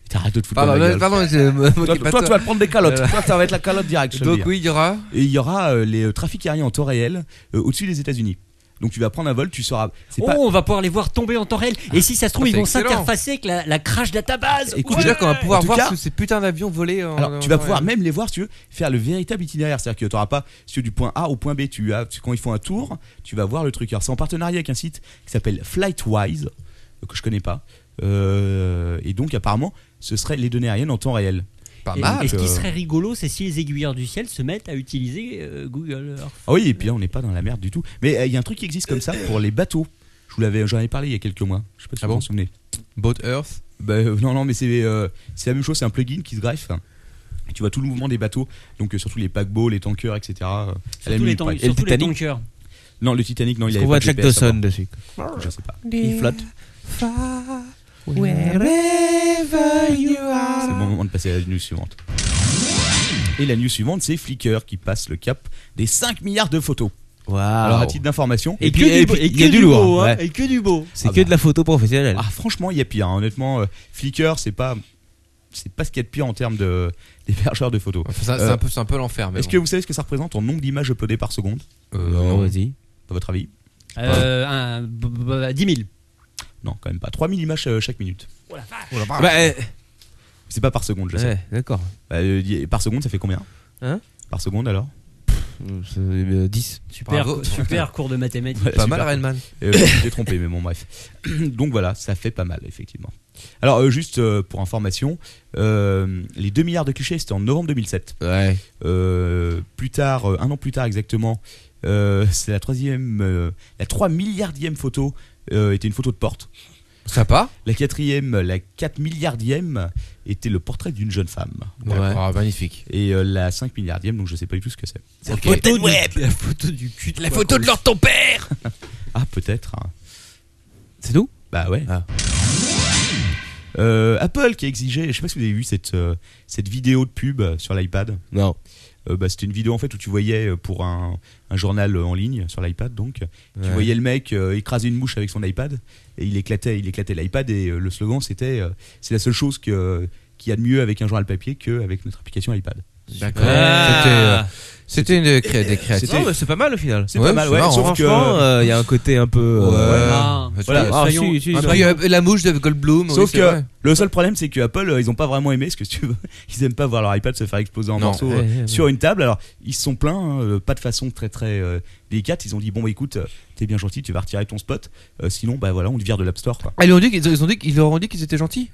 [SPEAKER 5] T'arrêtes de te foutre dans la
[SPEAKER 2] Pardon, euh, pardon,
[SPEAKER 5] gueule.
[SPEAKER 2] je me
[SPEAKER 5] Toi,
[SPEAKER 2] moquais
[SPEAKER 5] toi,
[SPEAKER 2] pas
[SPEAKER 5] tu
[SPEAKER 2] de toi.
[SPEAKER 5] vas te prendre des calottes. Toi, ça va être la calotte directe. je te le
[SPEAKER 2] Donc
[SPEAKER 5] dis.
[SPEAKER 2] oui, il y aura.
[SPEAKER 5] Et il y aura euh, les euh, trafics aériens en temps réel euh, au-dessus des États-Unis. Donc tu vas prendre un vol, tu sauras. C'est
[SPEAKER 3] Oh,
[SPEAKER 5] pas.
[SPEAKER 3] on va pouvoir les voir tomber en temps réel. Et si ça se trouve,
[SPEAKER 2] Ah,
[SPEAKER 3] ils
[SPEAKER 2] c'est
[SPEAKER 3] vont
[SPEAKER 2] excellent.
[SPEAKER 3] s'interfacer avec la, la crash database.
[SPEAKER 5] Écoute,
[SPEAKER 2] C'est-à-dire qu'on va pouvoir
[SPEAKER 5] En tout
[SPEAKER 2] voir
[SPEAKER 5] cas-
[SPEAKER 2] tous ces putains d'avions volés. en-
[SPEAKER 5] Alors,
[SPEAKER 2] en
[SPEAKER 5] tu vas
[SPEAKER 2] temps
[SPEAKER 5] pouvoir
[SPEAKER 2] réel.
[SPEAKER 5] même les voir, si tu veux, faire le véritable itinéraire. C'est-à-dire que tu n'auras pas, si tu veux, du point A au point B. Tu as, tu- quand ils font un tour, tu vas voir le truc. Alors, c'est en partenariat avec un site qui s'appelle Flightwise, euh, que je connais pas. Euh, et donc, apparemment, ce serait les données aériennes en temps réel.
[SPEAKER 2] Pas
[SPEAKER 3] Et,
[SPEAKER 2] mal.
[SPEAKER 3] et ce
[SPEAKER 5] euh.
[SPEAKER 3] qui serait rigolo, c'est si les aiguilleurs du ciel se mettent à utiliser euh, Google Earth.
[SPEAKER 5] Ah oui, et puis là, on n'est pas dans la merde du tout. Mais euh, il y a un truc qui existe comme ça pour les bateaux. Je vous l'avais, j'en avais parlé il y a quelques mois. Je sais pas si
[SPEAKER 2] Ah
[SPEAKER 5] vous
[SPEAKER 2] bon
[SPEAKER 5] vous en souvenez.
[SPEAKER 2] Boat Earth.
[SPEAKER 5] Bah, euh, non, non, mais c'est euh, c'est la même chose, c'est un plugin qui se greffe. Et Tu vois tout le mouvement des bateaux, donc euh, surtout les paquebots, les tankers, etc. euh, à la
[SPEAKER 3] Surtout les,
[SPEAKER 5] minute
[SPEAKER 3] tank-
[SPEAKER 5] près. Et
[SPEAKER 3] surtout les
[SPEAKER 5] Titanic
[SPEAKER 3] tankers.
[SPEAKER 5] Non, le Titanic, non, il
[SPEAKER 8] Est-ce
[SPEAKER 5] avait
[SPEAKER 8] qu'on
[SPEAKER 5] pas
[SPEAKER 8] voit
[SPEAKER 5] de
[SPEAKER 8] Jack
[SPEAKER 5] GPS,
[SPEAKER 8] Dawson
[SPEAKER 5] avant.
[SPEAKER 8] dessus
[SPEAKER 5] Je sais pas. Il flotte. C'est le bon moment de passer à la news suivante. Et la news suivante, c'est Flickr qui passe le cap des 5 milliards de photos.
[SPEAKER 2] Ah,
[SPEAKER 8] Waouh.
[SPEAKER 2] oh.
[SPEAKER 5] Alors, à titre d'information,
[SPEAKER 8] Et
[SPEAKER 3] Et
[SPEAKER 8] puis-
[SPEAKER 3] que
[SPEAKER 8] et
[SPEAKER 3] du beau-
[SPEAKER 8] puis,
[SPEAKER 3] et
[SPEAKER 8] il y a
[SPEAKER 3] que
[SPEAKER 8] du
[SPEAKER 3] du
[SPEAKER 8] lourd,
[SPEAKER 3] beau, hein,
[SPEAKER 8] ouais.
[SPEAKER 3] et que du beau.
[SPEAKER 8] C'est
[SPEAKER 5] Ah
[SPEAKER 8] que
[SPEAKER 5] bah.
[SPEAKER 8] de la photo professionnelle.
[SPEAKER 5] Ah, franchement, il y a pire. hein. Honnêtement, euh, Flickr, c'est pas, c'est pas ce qu'il y a de pire en termes de d'hébergeur de photos.
[SPEAKER 2] Enfin, ça, c'est
[SPEAKER 5] Euh,
[SPEAKER 2] un peu, c'est un peu l'enfer. mais
[SPEAKER 5] Est-ce que
[SPEAKER 2] bon.
[SPEAKER 5] vous savez ce que ça représente en nombre d'images uploadées par seconde
[SPEAKER 2] Euh, non.
[SPEAKER 8] Non, vas-y.
[SPEAKER 5] À votre avis
[SPEAKER 3] Euh, un- b- b- 10 000.
[SPEAKER 5] Non, quand même pas. 3000 images euh, chaque minute.
[SPEAKER 8] Bah, euh,
[SPEAKER 2] eh,
[SPEAKER 5] C'est pas par seconde, je sais.
[SPEAKER 8] ouais, d'accord.
[SPEAKER 5] Bah, euh, y- par seconde, ça fait combien
[SPEAKER 8] Hein
[SPEAKER 5] Par seconde alors
[SPEAKER 8] C'est, euh, 10.
[SPEAKER 3] Super,
[SPEAKER 2] Bravo.
[SPEAKER 3] super cours de mathématiques.
[SPEAKER 5] Ouais,
[SPEAKER 2] Pas
[SPEAKER 5] super.
[SPEAKER 2] mal, Rainman.
[SPEAKER 5] Euh, je l'ai trompé, mais bon, bref. Donc voilà, ça fait pas mal, effectivement. Alors, euh, juste euh, pour information, euh, les 2 milliards de clichés, c'était en novembre 2007.
[SPEAKER 2] Ouais.
[SPEAKER 5] Euh, plus tard, euh, un an plus tard exactement, euh, c'est la troisième, euh, la 3 milliardième photo euh, était une photo de porte.
[SPEAKER 2] Sympa.
[SPEAKER 5] La quatrième, la 4 milliardième était le portrait d'une jeune femme.
[SPEAKER 8] Ouais.
[SPEAKER 2] Ah, magnifique.
[SPEAKER 5] Et euh, la 5 milliardième, donc je sais pas du tout ce que c'est.
[SPEAKER 3] La photo du- La photo du cul. de
[SPEAKER 9] La
[SPEAKER 3] quoi,
[SPEAKER 9] photo de leur ton père
[SPEAKER 5] Ah, peut-être. hein.
[SPEAKER 8] C'est tout
[SPEAKER 5] Bah ouais.
[SPEAKER 8] Ah.
[SPEAKER 5] Euh, Apple qui a exigé, je sais pas si vous avez vu cette, euh, cette vidéo de pub euh, sur l'iPad.
[SPEAKER 8] Non.
[SPEAKER 5] Euh, bah, c'était une vidéo en fait où tu voyais euh, pour un, un journal euh, en ligne sur l'iPad donc tu voyais le mec euh, écraser une mouche avec son iPad et il éclatait il éclatait l'iPad et euh, le slogan c'était euh, c'est la seule chose que qu'il y a de mieux avec un journal papier qu'avec notre application iPad
[SPEAKER 2] D'accord.
[SPEAKER 8] Ah.
[SPEAKER 2] euh, C'était une des cré- des créatives.
[SPEAKER 8] Non, mais c'est pas mal au final.
[SPEAKER 5] c'est
[SPEAKER 2] Ouais,
[SPEAKER 5] pas mal
[SPEAKER 2] c'est
[SPEAKER 5] ouais
[SPEAKER 2] marrant,
[SPEAKER 5] sauf que
[SPEAKER 8] Franchement, euh. il y a un côté un peu.
[SPEAKER 2] Ouais.
[SPEAKER 8] euh,
[SPEAKER 3] Ah.
[SPEAKER 2] Parce
[SPEAKER 5] Voilà.
[SPEAKER 2] que-
[SPEAKER 8] Ah,
[SPEAKER 3] Soyons-
[SPEAKER 8] si, si,
[SPEAKER 2] Après,
[SPEAKER 8] si.
[SPEAKER 2] il y a la mouche de Goldblum. oui,
[SPEAKER 5] Sauf
[SPEAKER 2] c'est
[SPEAKER 5] que
[SPEAKER 2] vrai.
[SPEAKER 5] le seul problème, c'est que Apple, euh, ils ont pas vraiment aimé, parce que si tu veux, ils aiment pas voir leur iPad se faire exploser en
[SPEAKER 2] Non.
[SPEAKER 5] morceaux
[SPEAKER 8] Ouais,
[SPEAKER 5] euh,
[SPEAKER 8] ouais, ouais.
[SPEAKER 5] sur une table. Alors ils se sont plaints, hein, euh, pas de façon très très euh, délicate. Ils ont dit bon, bah, écoute, euh, t'es bien gentil, tu vas retirer ton spot. Euh, sinon, bah voilà, on te vire de l'App Store. Quoi.
[SPEAKER 2] Ah, Ils ont dit qu'ils ils ont dit qu'ils leur ont dit qu'ils étaient gentils.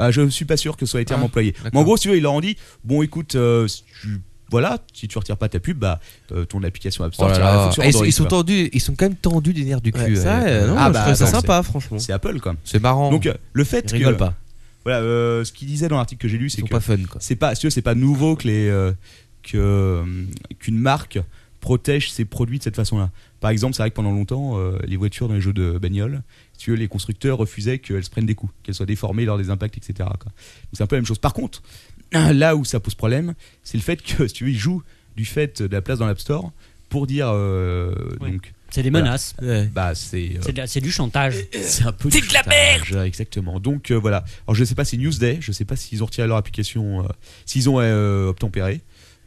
[SPEAKER 5] Ah, je suis pas sûr que ce soit les termes
[SPEAKER 2] Ah,
[SPEAKER 5] employés.
[SPEAKER 2] d'accord.
[SPEAKER 5] Mais en gros, si tu veux, ils leur ont dit bon, écoute, euh, si tu- voilà, si tu retires pas ta pub, bah euh, ton application App Store,
[SPEAKER 2] Oh là
[SPEAKER 5] tu la
[SPEAKER 2] là.
[SPEAKER 5] fous sur
[SPEAKER 2] Ah, ils, sont-
[SPEAKER 5] Android,
[SPEAKER 2] ils sont
[SPEAKER 5] quoi.
[SPEAKER 2] tendus, ils sont quand même tendus des nerfs du
[SPEAKER 8] Ouais,
[SPEAKER 2] cul.
[SPEAKER 8] ça,
[SPEAKER 2] euh,
[SPEAKER 8] euh, non,
[SPEAKER 5] Ah
[SPEAKER 8] moi,
[SPEAKER 5] bah,
[SPEAKER 8] je trouve ça
[SPEAKER 5] attends,
[SPEAKER 8] sympa, franchement.
[SPEAKER 5] C'est Apple, quoi.
[SPEAKER 2] C'est marrant.
[SPEAKER 5] Donc euh, le fait
[SPEAKER 8] Ils
[SPEAKER 5] que
[SPEAKER 8] rigolent pas.
[SPEAKER 5] voilà, euh, ce qu'ils disaient dans l'article que j'ai lu,
[SPEAKER 8] Ils
[SPEAKER 5] c'est
[SPEAKER 8] sont
[SPEAKER 5] que
[SPEAKER 8] pas fun, quoi.
[SPEAKER 5] c'est pas si tu veux, c'est pas nouveau que les euh, que, euh, qu'une marque protège ses produits de cette façon-là. Par exemple, c'est vrai que pendant longtemps, euh, les voitures dans les jeux de bagnole, si tu veux, les constructeurs refusaient qu'elles se prennent des coups, qu'elles soient déformées lors des impacts, etc. quoi. Donc, c'est un peu la même chose. Par contre, là où ça pose problème, c'est le fait que, si tu veux, ils jouent du fait de la place dans l'App Store pour dire. euh,
[SPEAKER 3] Ouais.
[SPEAKER 5] Donc,
[SPEAKER 3] C'est des
[SPEAKER 5] Voilà.
[SPEAKER 3] menaces.
[SPEAKER 5] bah, c'est. euh,
[SPEAKER 3] C'est de la- C'est du chantage.
[SPEAKER 5] c'est un peu
[SPEAKER 11] Euh, C'est de la
[SPEAKER 5] chantage, Exactement. Donc euh, voilà. Alors je ne sais pas si Newsday, je ne sais pas s'ils ont retiré leur application, euh, s'ils ont euh, obtempéré.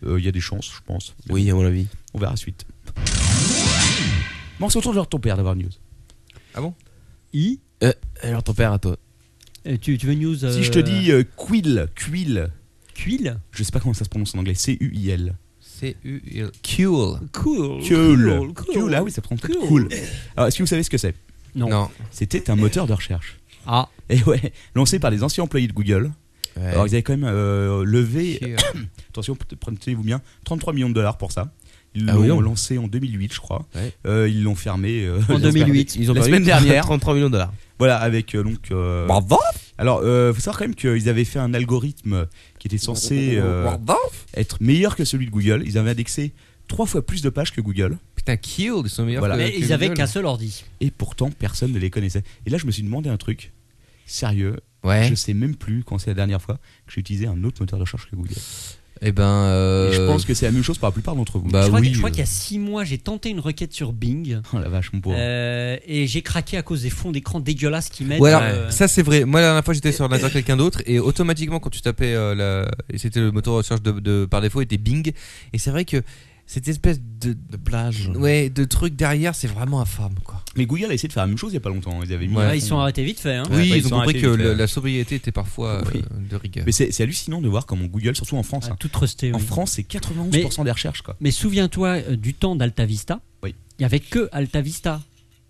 [SPEAKER 5] Euh, Il y a des chances, je pense. Mais
[SPEAKER 8] Oui, à mon avis.
[SPEAKER 5] On verra suite. Bon, on se retourne vers ton père d'avoir news.
[SPEAKER 3] I.
[SPEAKER 8] Alors, ton père à toi.
[SPEAKER 3] Euh, Tu, tu veux une news
[SPEAKER 5] Si je te
[SPEAKER 3] euh,
[SPEAKER 5] dis euh, Quill, Quill,
[SPEAKER 3] Quill
[SPEAKER 5] je sais pas comment ça se prononce en anglais, C-U-I-L.
[SPEAKER 2] C-U-L. Cool.
[SPEAKER 3] Cool.
[SPEAKER 5] Cool. Cool, ah oui, ça prononce
[SPEAKER 3] Oh. Cool.
[SPEAKER 5] cool. Alors est-ce que vous savez ce que c'est
[SPEAKER 3] Non.
[SPEAKER 2] Non.
[SPEAKER 5] C'était un moteur de recherche.
[SPEAKER 3] Ah.
[SPEAKER 5] Et ouais, lancé par les anciens employés de Google. Alors ils avaient quand même euh, levé
[SPEAKER 2] Cool.
[SPEAKER 5] attention, peut- prenez-vous bien, 33 millions de dollars pour ça. Ils
[SPEAKER 8] Ah
[SPEAKER 5] l'ont
[SPEAKER 8] oui, non.
[SPEAKER 5] lancé en 2008, je crois.
[SPEAKER 8] Ouais.
[SPEAKER 5] Euh, ils l'ont fermé euh,
[SPEAKER 3] En 2008.
[SPEAKER 8] Ils ont
[SPEAKER 5] La
[SPEAKER 8] perdu
[SPEAKER 5] semaine dernière.
[SPEAKER 8] 33 millions de dollars.
[SPEAKER 5] Voilà, avec euh, donc. euh,
[SPEAKER 2] Bravo.
[SPEAKER 5] Alors, euh, faut savoir quand même qu'ils avaient fait un algorithme qui était censé euh,
[SPEAKER 2] Bravo.
[SPEAKER 5] être meilleur que celui de Google. Ils avaient indexé trois fois plus de pages que Google,
[SPEAKER 2] Putain, Kill, ils sont meilleurs.
[SPEAKER 5] Voilà.
[SPEAKER 2] que-
[SPEAKER 3] Mais
[SPEAKER 2] que
[SPEAKER 3] ils avaient
[SPEAKER 2] Google.
[SPEAKER 3] qu'un seul ordi.
[SPEAKER 5] et pourtant personne ne les connaissait. Et là, je me suis demandé un truc. Sérieux,
[SPEAKER 2] Ouais.
[SPEAKER 5] je sais même plus quand c'est la dernière fois que j'ai utilisé un autre moteur de recherche que Google.
[SPEAKER 2] Et ben. euh,
[SPEAKER 5] Et je pense que c'est la même chose pour la plupart d'entre vous.
[SPEAKER 2] Bah
[SPEAKER 3] je crois, que-
[SPEAKER 2] oui.
[SPEAKER 3] je crois
[SPEAKER 5] euh.
[SPEAKER 3] qu'il y a six mois, j'ai tenté une requête sur Bing
[SPEAKER 5] Oh la vache, mon pauvre.
[SPEAKER 3] euh, et j'ai craqué à cause des fonds d'écran dégueulasses qui mettent.
[SPEAKER 2] Ouais, alors,
[SPEAKER 3] euh,
[SPEAKER 2] ça c'est vrai. Moi, la dernière fois, j'étais sur l'ordinateur de quelqu'un d'autre et automatiquement, quand tu tapais, euh, la... et c'était le moteur de recherche de, de- par défaut, était Bing. Et c'est vrai que cette espèce de, de plage, ouais, de truc derrière, c'est vraiment infâme, quoi.
[SPEAKER 5] Mais Google a essayé de faire la même chose il y a pas longtemps. hein. Ils avaient mis
[SPEAKER 3] ouais,
[SPEAKER 5] un
[SPEAKER 3] ils
[SPEAKER 5] fond-
[SPEAKER 3] sont arrêtés vite fait. hein.
[SPEAKER 5] Ouais,
[SPEAKER 2] oui,
[SPEAKER 5] bah, ils
[SPEAKER 2] ils,
[SPEAKER 5] sont
[SPEAKER 2] ont compris
[SPEAKER 5] arrêtés
[SPEAKER 2] que
[SPEAKER 5] vite,
[SPEAKER 2] le-
[SPEAKER 5] ouais.
[SPEAKER 2] la sobriété était parfois euh,
[SPEAKER 5] Oui.
[SPEAKER 2] de rigueur.
[SPEAKER 5] Mais c'est c'est hallucinant de voir comment Google, surtout en France,
[SPEAKER 3] Ah,
[SPEAKER 5] hein.
[SPEAKER 3] tout trusté.
[SPEAKER 5] en
[SPEAKER 3] oui.
[SPEAKER 5] France c'est 91% des recherches quoi.
[SPEAKER 3] Mais souviens-toi euh, du temps d'Alta Vista.
[SPEAKER 5] Oui.
[SPEAKER 3] Il n'y avait que Alta Vista.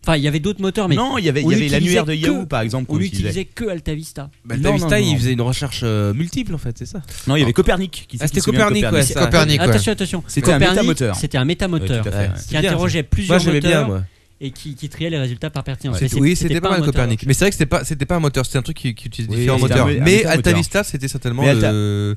[SPEAKER 3] Enfin, il y avait d'autres moteurs, mais
[SPEAKER 5] non, il y avait, il
[SPEAKER 3] on
[SPEAKER 5] y avait l'annuaire de
[SPEAKER 3] l'utilisait que-
[SPEAKER 5] Yahoo par exemple.
[SPEAKER 3] on
[SPEAKER 5] qu'on utilisait.
[SPEAKER 3] n'utilisait que Alta Vista.
[SPEAKER 8] Bah,
[SPEAKER 5] Non, non, non, non.
[SPEAKER 8] il faisait une recherche euh, multiple en fait, c'est ça
[SPEAKER 5] Non, il y avait Copernic. Qui c'est
[SPEAKER 8] Ah,
[SPEAKER 5] qui
[SPEAKER 8] c'était
[SPEAKER 5] se souvient de
[SPEAKER 8] Copernic, ouais, ça.
[SPEAKER 2] Copernic, ouais.
[SPEAKER 3] Attention, attention.
[SPEAKER 5] C'était un
[SPEAKER 3] Copernic,
[SPEAKER 5] métamoteur.
[SPEAKER 3] C'était un métamoteur
[SPEAKER 5] Ouais, tout à fait,
[SPEAKER 8] Ouais,
[SPEAKER 5] ouais.
[SPEAKER 3] qui
[SPEAKER 8] c'est bien, ça.
[SPEAKER 3] interrogeait
[SPEAKER 8] Moi,
[SPEAKER 3] plusieurs
[SPEAKER 8] j'aimais bien,
[SPEAKER 3] moteurs
[SPEAKER 8] moi.
[SPEAKER 3] et qui, qui triait les résultats par pertinence. Mais
[SPEAKER 2] C'était-
[SPEAKER 3] c'est-
[SPEAKER 2] oui, c'était pas,
[SPEAKER 3] un
[SPEAKER 2] mal
[SPEAKER 3] moteur.
[SPEAKER 2] Copernic. Mais c'est vrai que c'était pas, c'était pas un moteur, c'était un truc qui, qui utilisait
[SPEAKER 5] Oui,
[SPEAKER 2] différents
[SPEAKER 5] c'était un
[SPEAKER 2] moteurs.
[SPEAKER 5] mo- un
[SPEAKER 2] mais
[SPEAKER 5] moteur
[SPEAKER 2] Alta
[SPEAKER 5] moteur.
[SPEAKER 2] Vista, c'était certainement
[SPEAKER 5] Mais Alta-
[SPEAKER 2] le.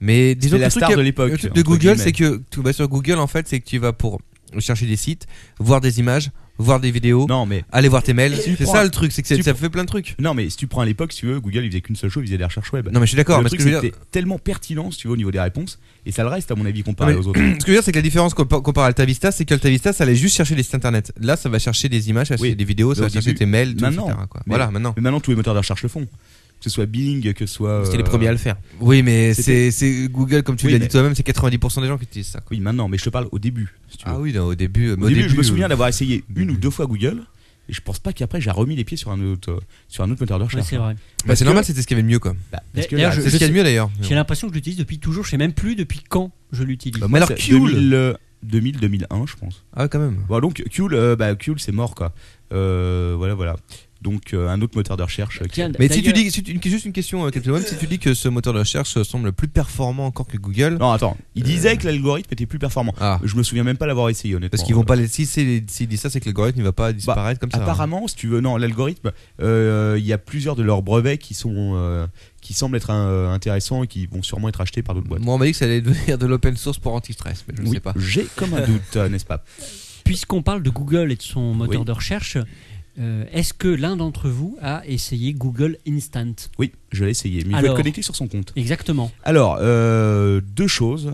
[SPEAKER 2] Mais disons
[SPEAKER 5] C'était
[SPEAKER 2] que
[SPEAKER 5] la
[SPEAKER 2] le truc
[SPEAKER 5] star
[SPEAKER 2] qui-
[SPEAKER 5] de l'époque,
[SPEAKER 2] Le truc de
[SPEAKER 5] entre
[SPEAKER 2] Google,
[SPEAKER 5] guillemets.
[SPEAKER 2] c'est que tu vas sur Google, en fait, c'est que tu vas pour chercher des sites, voir des images, voir des vidéos,
[SPEAKER 5] Non mais,
[SPEAKER 2] aller voir tes mails.
[SPEAKER 5] Si tu
[SPEAKER 2] c'est
[SPEAKER 5] prends
[SPEAKER 2] ça
[SPEAKER 5] un-
[SPEAKER 2] le truc, c'est que
[SPEAKER 5] si tu
[SPEAKER 2] ça fait plein de trucs.
[SPEAKER 5] non mais si tu prends à l'époque, si tu veux, Google il faisait qu'une seule chose, il faisait des recherches web.
[SPEAKER 2] Non, mais je suis d'accord.
[SPEAKER 5] Bah, le
[SPEAKER 2] Mais ce
[SPEAKER 5] truc
[SPEAKER 2] que je veux dire,
[SPEAKER 5] c'était tellement pertinent si tu veux au niveau des réponses et ça le reste à mon avis comparé
[SPEAKER 2] Non, mais-
[SPEAKER 5] aux autres.
[SPEAKER 2] ce que je veux dire, c'est que la différence compa- comparé à Alta Vista, c'est qu'Alta Vista, ça allait juste chercher des sites internet. Là, ça va chercher des images, ça va
[SPEAKER 5] Oui.
[SPEAKER 2] chercher des vidéos, ça
[SPEAKER 5] Mais au
[SPEAKER 2] va chercher
[SPEAKER 5] début,
[SPEAKER 2] tes mails, tout,
[SPEAKER 5] maintenant.
[SPEAKER 2] etc., quoi.
[SPEAKER 5] Mais-
[SPEAKER 2] Voilà, maintenant.
[SPEAKER 5] Mais maintenant tous les moteurs de recherche le font. Que ce soit Bing, que ce soit.
[SPEAKER 8] C'était les
[SPEAKER 5] euh,
[SPEAKER 8] premiers à le faire.
[SPEAKER 2] Oui, mais
[SPEAKER 5] C'était-
[SPEAKER 2] c'est c'est Google, comme tu
[SPEAKER 5] Oui,
[SPEAKER 2] l'as
[SPEAKER 5] mais-
[SPEAKER 2] dit toi-même, c'est 90% des gens qui utilisent ça. quoi.
[SPEAKER 5] Oui, maintenant, mais je te parle au début. si tu veux.
[SPEAKER 2] Ah oui, non, au début. euh, mais
[SPEAKER 5] Au début, je me
[SPEAKER 2] euh,
[SPEAKER 5] souviens d'avoir essayé une
[SPEAKER 2] début.
[SPEAKER 5] ou deux fois Google. Et je pense pas qu'après j'ai remis les pieds sur un autre euh, sur un autre moteur de
[SPEAKER 3] Ouais,
[SPEAKER 5] recherche. hein.
[SPEAKER 3] c'est vrai.
[SPEAKER 2] Bah,
[SPEAKER 5] Parce
[SPEAKER 2] c'est
[SPEAKER 5] que-
[SPEAKER 2] normal, c'était ce qu'il y avait de mieux, quoi.
[SPEAKER 5] Bah, parce que
[SPEAKER 3] D'ailleurs,
[SPEAKER 5] là,
[SPEAKER 3] je-
[SPEAKER 2] C'est ce qu'il y a de mieux, d'ailleurs.
[SPEAKER 3] J'ai l'impression que je l'utilise depuis toujours. Je sais même plus depuis quand je l'utilise.
[SPEAKER 5] Bah, moi,
[SPEAKER 2] Mais
[SPEAKER 5] c'est
[SPEAKER 2] alors, Kuhl
[SPEAKER 5] 2000, euh, 2000, 2001, je pense.
[SPEAKER 2] Ah, ouais, quand même.
[SPEAKER 5] Bon, donc, Kuhl, euh, bah, Kuhl, c'est mort, quoi. Euh, voilà, voilà. Donc, euh, un autre moteur de recherche. euh, qui-
[SPEAKER 3] Tiens,
[SPEAKER 2] Mais si tu
[SPEAKER 3] d'ailleurs-
[SPEAKER 2] dis, si tu- une- juste une question, euh, Captain Web, si tu dis que ce moteur de recherche euh, semble plus performant encore que Google,
[SPEAKER 5] Non, attends.
[SPEAKER 2] Euh.
[SPEAKER 5] Il disait que l'algorithme était plus performant.
[SPEAKER 2] ah,
[SPEAKER 5] Je me souviens même pas l'avoir essayé, honnêtement.
[SPEAKER 2] parce qu'ils vont pas, les- si c'est, s'ils disent ça, c'est que l'algorithme ne va pas disparaître comme ça. hein.
[SPEAKER 5] Apparemment, si tu veux, non, l'algorithme, euh, il y a plusieurs de leurs brevets qui sont. euh, qui semblent être euh, intéressants et qui vont sûrement être achetés par d'autres boîtes.
[SPEAKER 2] Moi, on m'a dit que ça allait devenir de l'open source pour anti-stress, mais je ne
[SPEAKER 5] Oui,
[SPEAKER 2] sais pas.
[SPEAKER 5] J'ai comme un doute, euh, n'est-ce pas
[SPEAKER 3] Puisqu'on parle de Google et de son moteur
[SPEAKER 5] Oui.
[SPEAKER 3] de recherche, euh, est-ce que l'un d'entre vous a essayé Google Instant
[SPEAKER 5] Oui, je l'ai essayé, mais il faut
[SPEAKER 3] Alors.
[SPEAKER 5] être connecté sur son compte.
[SPEAKER 3] Exactement.
[SPEAKER 5] Alors, euh, deux choses.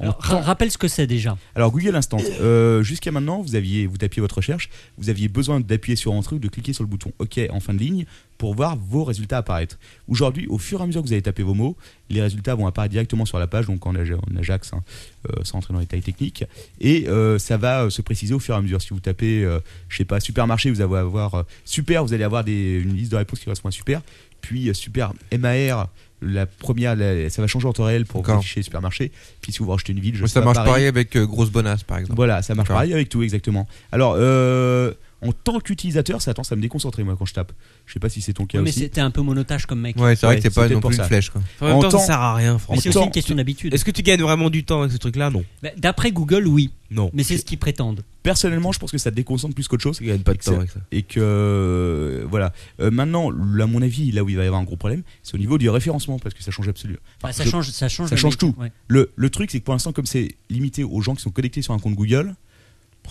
[SPEAKER 5] En
[SPEAKER 3] Alors, ra- rappelle ce que c'est déjà.
[SPEAKER 5] Alors Google Instant, euh, jusqu'à maintenant, vous aviez, vous tapiez votre recherche, vous aviez besoin d'appuyer sur Entrée ou de cliquer sur le bouton OK en fin de ligne pour voir vos résultats apparaître. Aujourd'hui, au fur et à mesure que vous allez taper vos mots, les résultats vont apparaître directement sur la page, donc en, Aj- en Ajax, hein, euh, sans entrer dans les détails techniques, et euh, ça va euh, se préciser au fur et à mesure. Si vous tapez, euh, je sais pas, supermarché, vous allez avoir euh, super, vous allez avoir des- une liste de réponses qui correspond à super, puis euh, super MAR. La première, la- ça va changer en temps réel pour
[SPEAKER 2] D'accord.
[SPEAKER 5] afficher supermarché. Puis si vous rachetez une ville, je
[SPEAKER 2] Mais
[SPEAKER 5] sais
[SPEAKER 2] ça
[SPEAKER 5] pas,
[SPEAKER 2] marche
[SPEAKER 5] Paris,
[SPEAKER 2] pareil avec euh, Grosse Bonasse, par exemple.
[SPEAKER 5] voilà, ça marche
[SPEAKER 2] D'accord.
[SPEAKER 5] pareil avec tout, exactement. Alors, euh, en tant qu'utilisateur, ça attend, ça me déconcentrer moi quand je tape. Je sais pas si c'est ton cas
[SPEAKER 3] mais
[SPEAKER 5] aussi.
[SPEAKER 3] c'était un peu monotage comme mec.
[SPEAKER 2] Ouais, c'est vrai
[SPEAKER 5] Ouais,
[SPEAKER 2] que c'est pas
[SPEAKER 5] c'était
[SPEAKER 2] non
[SPEAKER 5] pour
[SPEAKER 2] plus
[SPEAKER 5] ça.
[SPEAKER 2] une flèche. Quoi.
[SPEAKER 8] En même
[SPEAKER 5] En
[SPEAKER 8] temps,
[SPEAKER 5] temps-
[SPEAKER 8] ça sert à rien, franchement.
[SPEAKER 3] Mais c'est aussi une question d'habitude.
[SPEAKER 8] Est-ce que tu gagnes vraiment du temps avec ce truc-là Non.
[SPEAKER 3] Bah, D'après Google, oui,
[SPEAKER 8] Non.
[SPEAKER 3] mais c'est ce qu'ils prétendent.
[SPEAKER 5] Personnellement, je pense que ça déconcentre plus qu'autre chose.
[SPEAKER 8] Tu gagnes pas de
[SPEAKER 5] Excellent.
[SPEAKER 8] temps avec ça.
[SPEAKER 5] Et que euh, voilà. Euh, maintenant, l- à mon avis, là où il va y avoir un gros problème, c'est au niveau du référencement parce que ça change absolument.
[SPEAKER 3] Bah, ça
[SPEAKER 5] je-
[SPEAKER 3] change, ça change,
[SPEAKER 5] ça
[SPEAKER 3] le
[SPEAKER 5] change
[SPEAKER 3] mec.
[SPEAKER 5] tout.
[SPEAKER 3] Ouais.
[SPEAKER 5] Le, le truc, c'est que pour l'instant, comme c'est limité aux gens qui sont connectés sur un compte Google,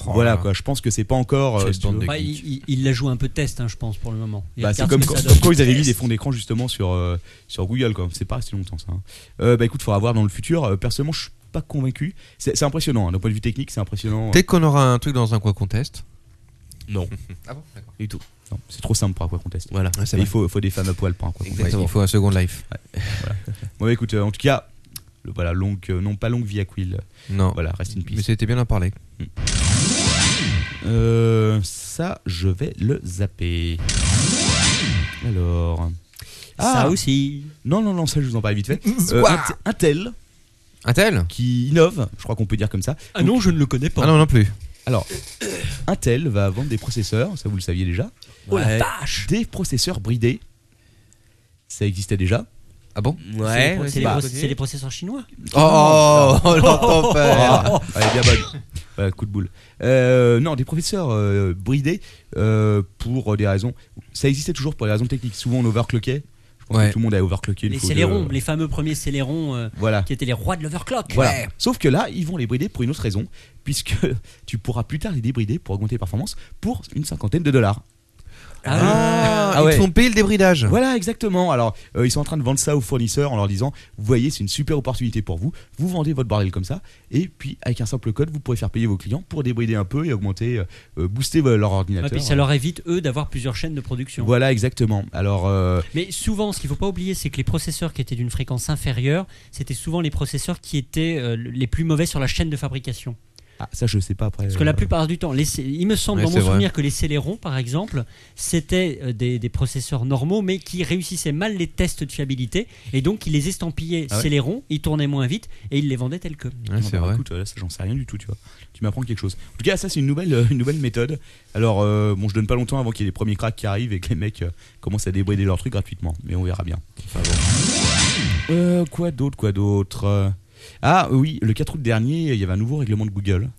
[SPEAKER 5] voilà quoi. Je pense que c'est pas encore.
[SPEAKER 2] Quelle
[SPEAKER 5] si tu
[SPEAKER 2] bande
[SPEAKER 5] veux.
[SPEAKER 2] de
[SPEAKER 3] Bah, il, il- il la joue un peu test, hein, je pense, pour le moment. Il
[SPEAKER 5] Bah, c'est
[SPEAKER 3] regarde
[SPEAKER 5] comme,
[SPEAKER 3] ce que
[SPEAKER 5] quand-
[SPEAKER 3] ça
[SPEAKER 5] comme
[SPEAKER 3] donne.
[SPEAKER 5] quand ils avaient mis des fonds d'écran justement sur, euh, sur Google, quoi. C'est pas resté longtemps ça. hein. Euh, bah écoute, faudra voir dans le futur. Euh, personnellement, je suis pas convaincu. C'est c'est impressionnant, hein. d'un point de vue technique, c'est impressionnant. euh.
[SPEAKER 2] Dès qu'on aura un truc dans un quoi contest.
[SPEAKER 8] Non.
[SPEAKER 2] Ah bon D'accord.
[SPEAKER 8] Du tout.
[SPEAKER 5] Non, C'est trop simple pour un quoi contest.
[SPEAKER 8] Voilà.
[SPEAKER 5] Et il faut, faut des femmes à poil pour un quoi contest.
[SPEAKER 2] il faut un second life.
[SPEAKER 5] Bon, bah, écoute, euh, en tout cas, le- voilà, longue, euh, non pas longue vie à Quill.
[SPEAKER 2] Non.
[SPEAKER 5] Voilà, reste une
[SPEAKER 2] Mais
[SPEAKER 5] piste.
[SPEAKER 2] c'était bien d'en parler.
[SPEAKER 5] Euh, ça, je vais le zapper. Alors. Ah.
[SPEAKER 3] Ça aussi.
[SPEAKER 5] Non, non, non, ça, je vous en parle vite fait. Euh, Int- Intel,
[SPEAKER 2] Un tel
[SPEAKER 5] qui innove, je crois qu'on peut dire comme ça.
[SPEAKER 3] Ah non, je ne le connais pas.
[SPEAKER 2] Ah non, non plus.
[SPEAKER 5] Alors, Intel va vendre des processeurs, ça vous le saviez déjà.
[SPEAKER 3] Oh la
[SPEAKER 8] Ouais.
[SPEAKER 3] vache
[SPEAKER 5] Des processeurs bridés, ça existait déjà.
[SPEAKER 2] Ah bon
[SPEAKER 3] C'est
[SPEAKER 8] Ouais,
[SPEAKER 3] les pro-
[SPEAKER 8] ouais,
[SPEAKER 3] C'est les
[SPEAKER 8] bah,
[SPEAKER 3] pro- c'est les processeurs chinois
[SPEAKER 2] Oh, l'enfer
[SPEAKER 5] Ah, elle est bien bonne. Voilà, coup de boule. Euh, non, des processeurs euh, bridés euh, pour des raisons. Ça existait toujours pour des raisons techniques. Souvent, on overclockait. Je pense
[SPEAKER 2] Ouais.
[SPEAKER 5] que tout le monde a overclocké. une
[SPEAKER 3] Les
[SPEAKER 5] fois
[SPEAKER 3] Celeron,
[SPEAKER 5] deux.
[SPEAKER 3] les fameux premiers Celeron euh,
[SPEAKER 5] Voilà.
[SPEAKER 3] qui étaient les rois de l'overclock.
[SPEAKER 5] Voilà.
[SPEAKER 3] Ouais.
[SPEAKER 5] Sauf que là, ils vont les brider pour une autre raison, puisque tu pourras plus tard les débrider pour augmenter les performances pour une cinquantaine de dollars.
[SPEAKER 2] Ah,
[SPEAKER 5] Ah ouais.
[SPEAKER 2] Ils te font payer le débridage.
[SPEAKER 5] Voilà, exactement. Alors, euh, ils sont en train de vendre ça aux fournisseurs en leur disant, vous voyez, c'est une super opportunité pour vous. Vous vendez votre baril comme ça, et puis avec un simple code, vous pourrez faire payer vos clients pour débrider un peu et augmenter, euh, euh, booster euh, leur
[SPEAKER 3] Ah,
[SPEAKER 5] ordinateur.
[SPEAKER 3] puis ça leur évite, eux, d'avoir plusieurs chaînes de production.
[SPEAKER 5] Voilà, exactement. Alors, euh,
[SPEAKER 3] Mais souvent, ce qu'il ne faut pas oublier, c'est que les processeurs qui étaient d'une fréquence inférieure, c'était souvent les processeurs qui étaient euh, les plus mauvais sur la chaîne de fabrication.
[SPEAKER 5] ah, ça, je sais pas après.
[SPEAKER 3] Parce que la
[SPEAKER 5] euh,
[SPEAKER 3] plupart du temps, les C- il me semble
[SPEAKER 2] Ouais,
[SPEAKER 3] dans
[SPEAKER 2] c'est
[SPEAKER 3] mon
[SPEAKER 2] vrai.
[SPEAKER 3] souvenir que les Celeron, par exemple, c'était euh, des, des processeurs normaux, mais qui réussissaient mal les tests de fiabilité, et donc ils les estampillaient
[SPEAKER 5] Ah ouais.
[SPEAKER 3] Celeron, ils tournaient moins vite, et ils les vendaient tels que.
[SPEAKER 2] Ouais, c'est
[SPEAKER 5] bah,
[SPEAKER 2] vrai.
[SPEAKER 5] Écoute, euh, là, ça, j'en sais rien du tout, tu vois. Tu m'apprends quelque chose. En tout cas, ça, c'est une nouvelle, euh, une nouvelle méthode. Alors, euh, bon, je donne pas longtemps avant qu'il y ait les premiers cracks qui arrivent et que les mecs euh, commencent à débrider leurs trucs gratuitement. Mais on verra bien. Euh, quoi d'autre, quoi d'autre Euh, Ah oui, le 4 août dernier, il y avait un nouveau règlement de Google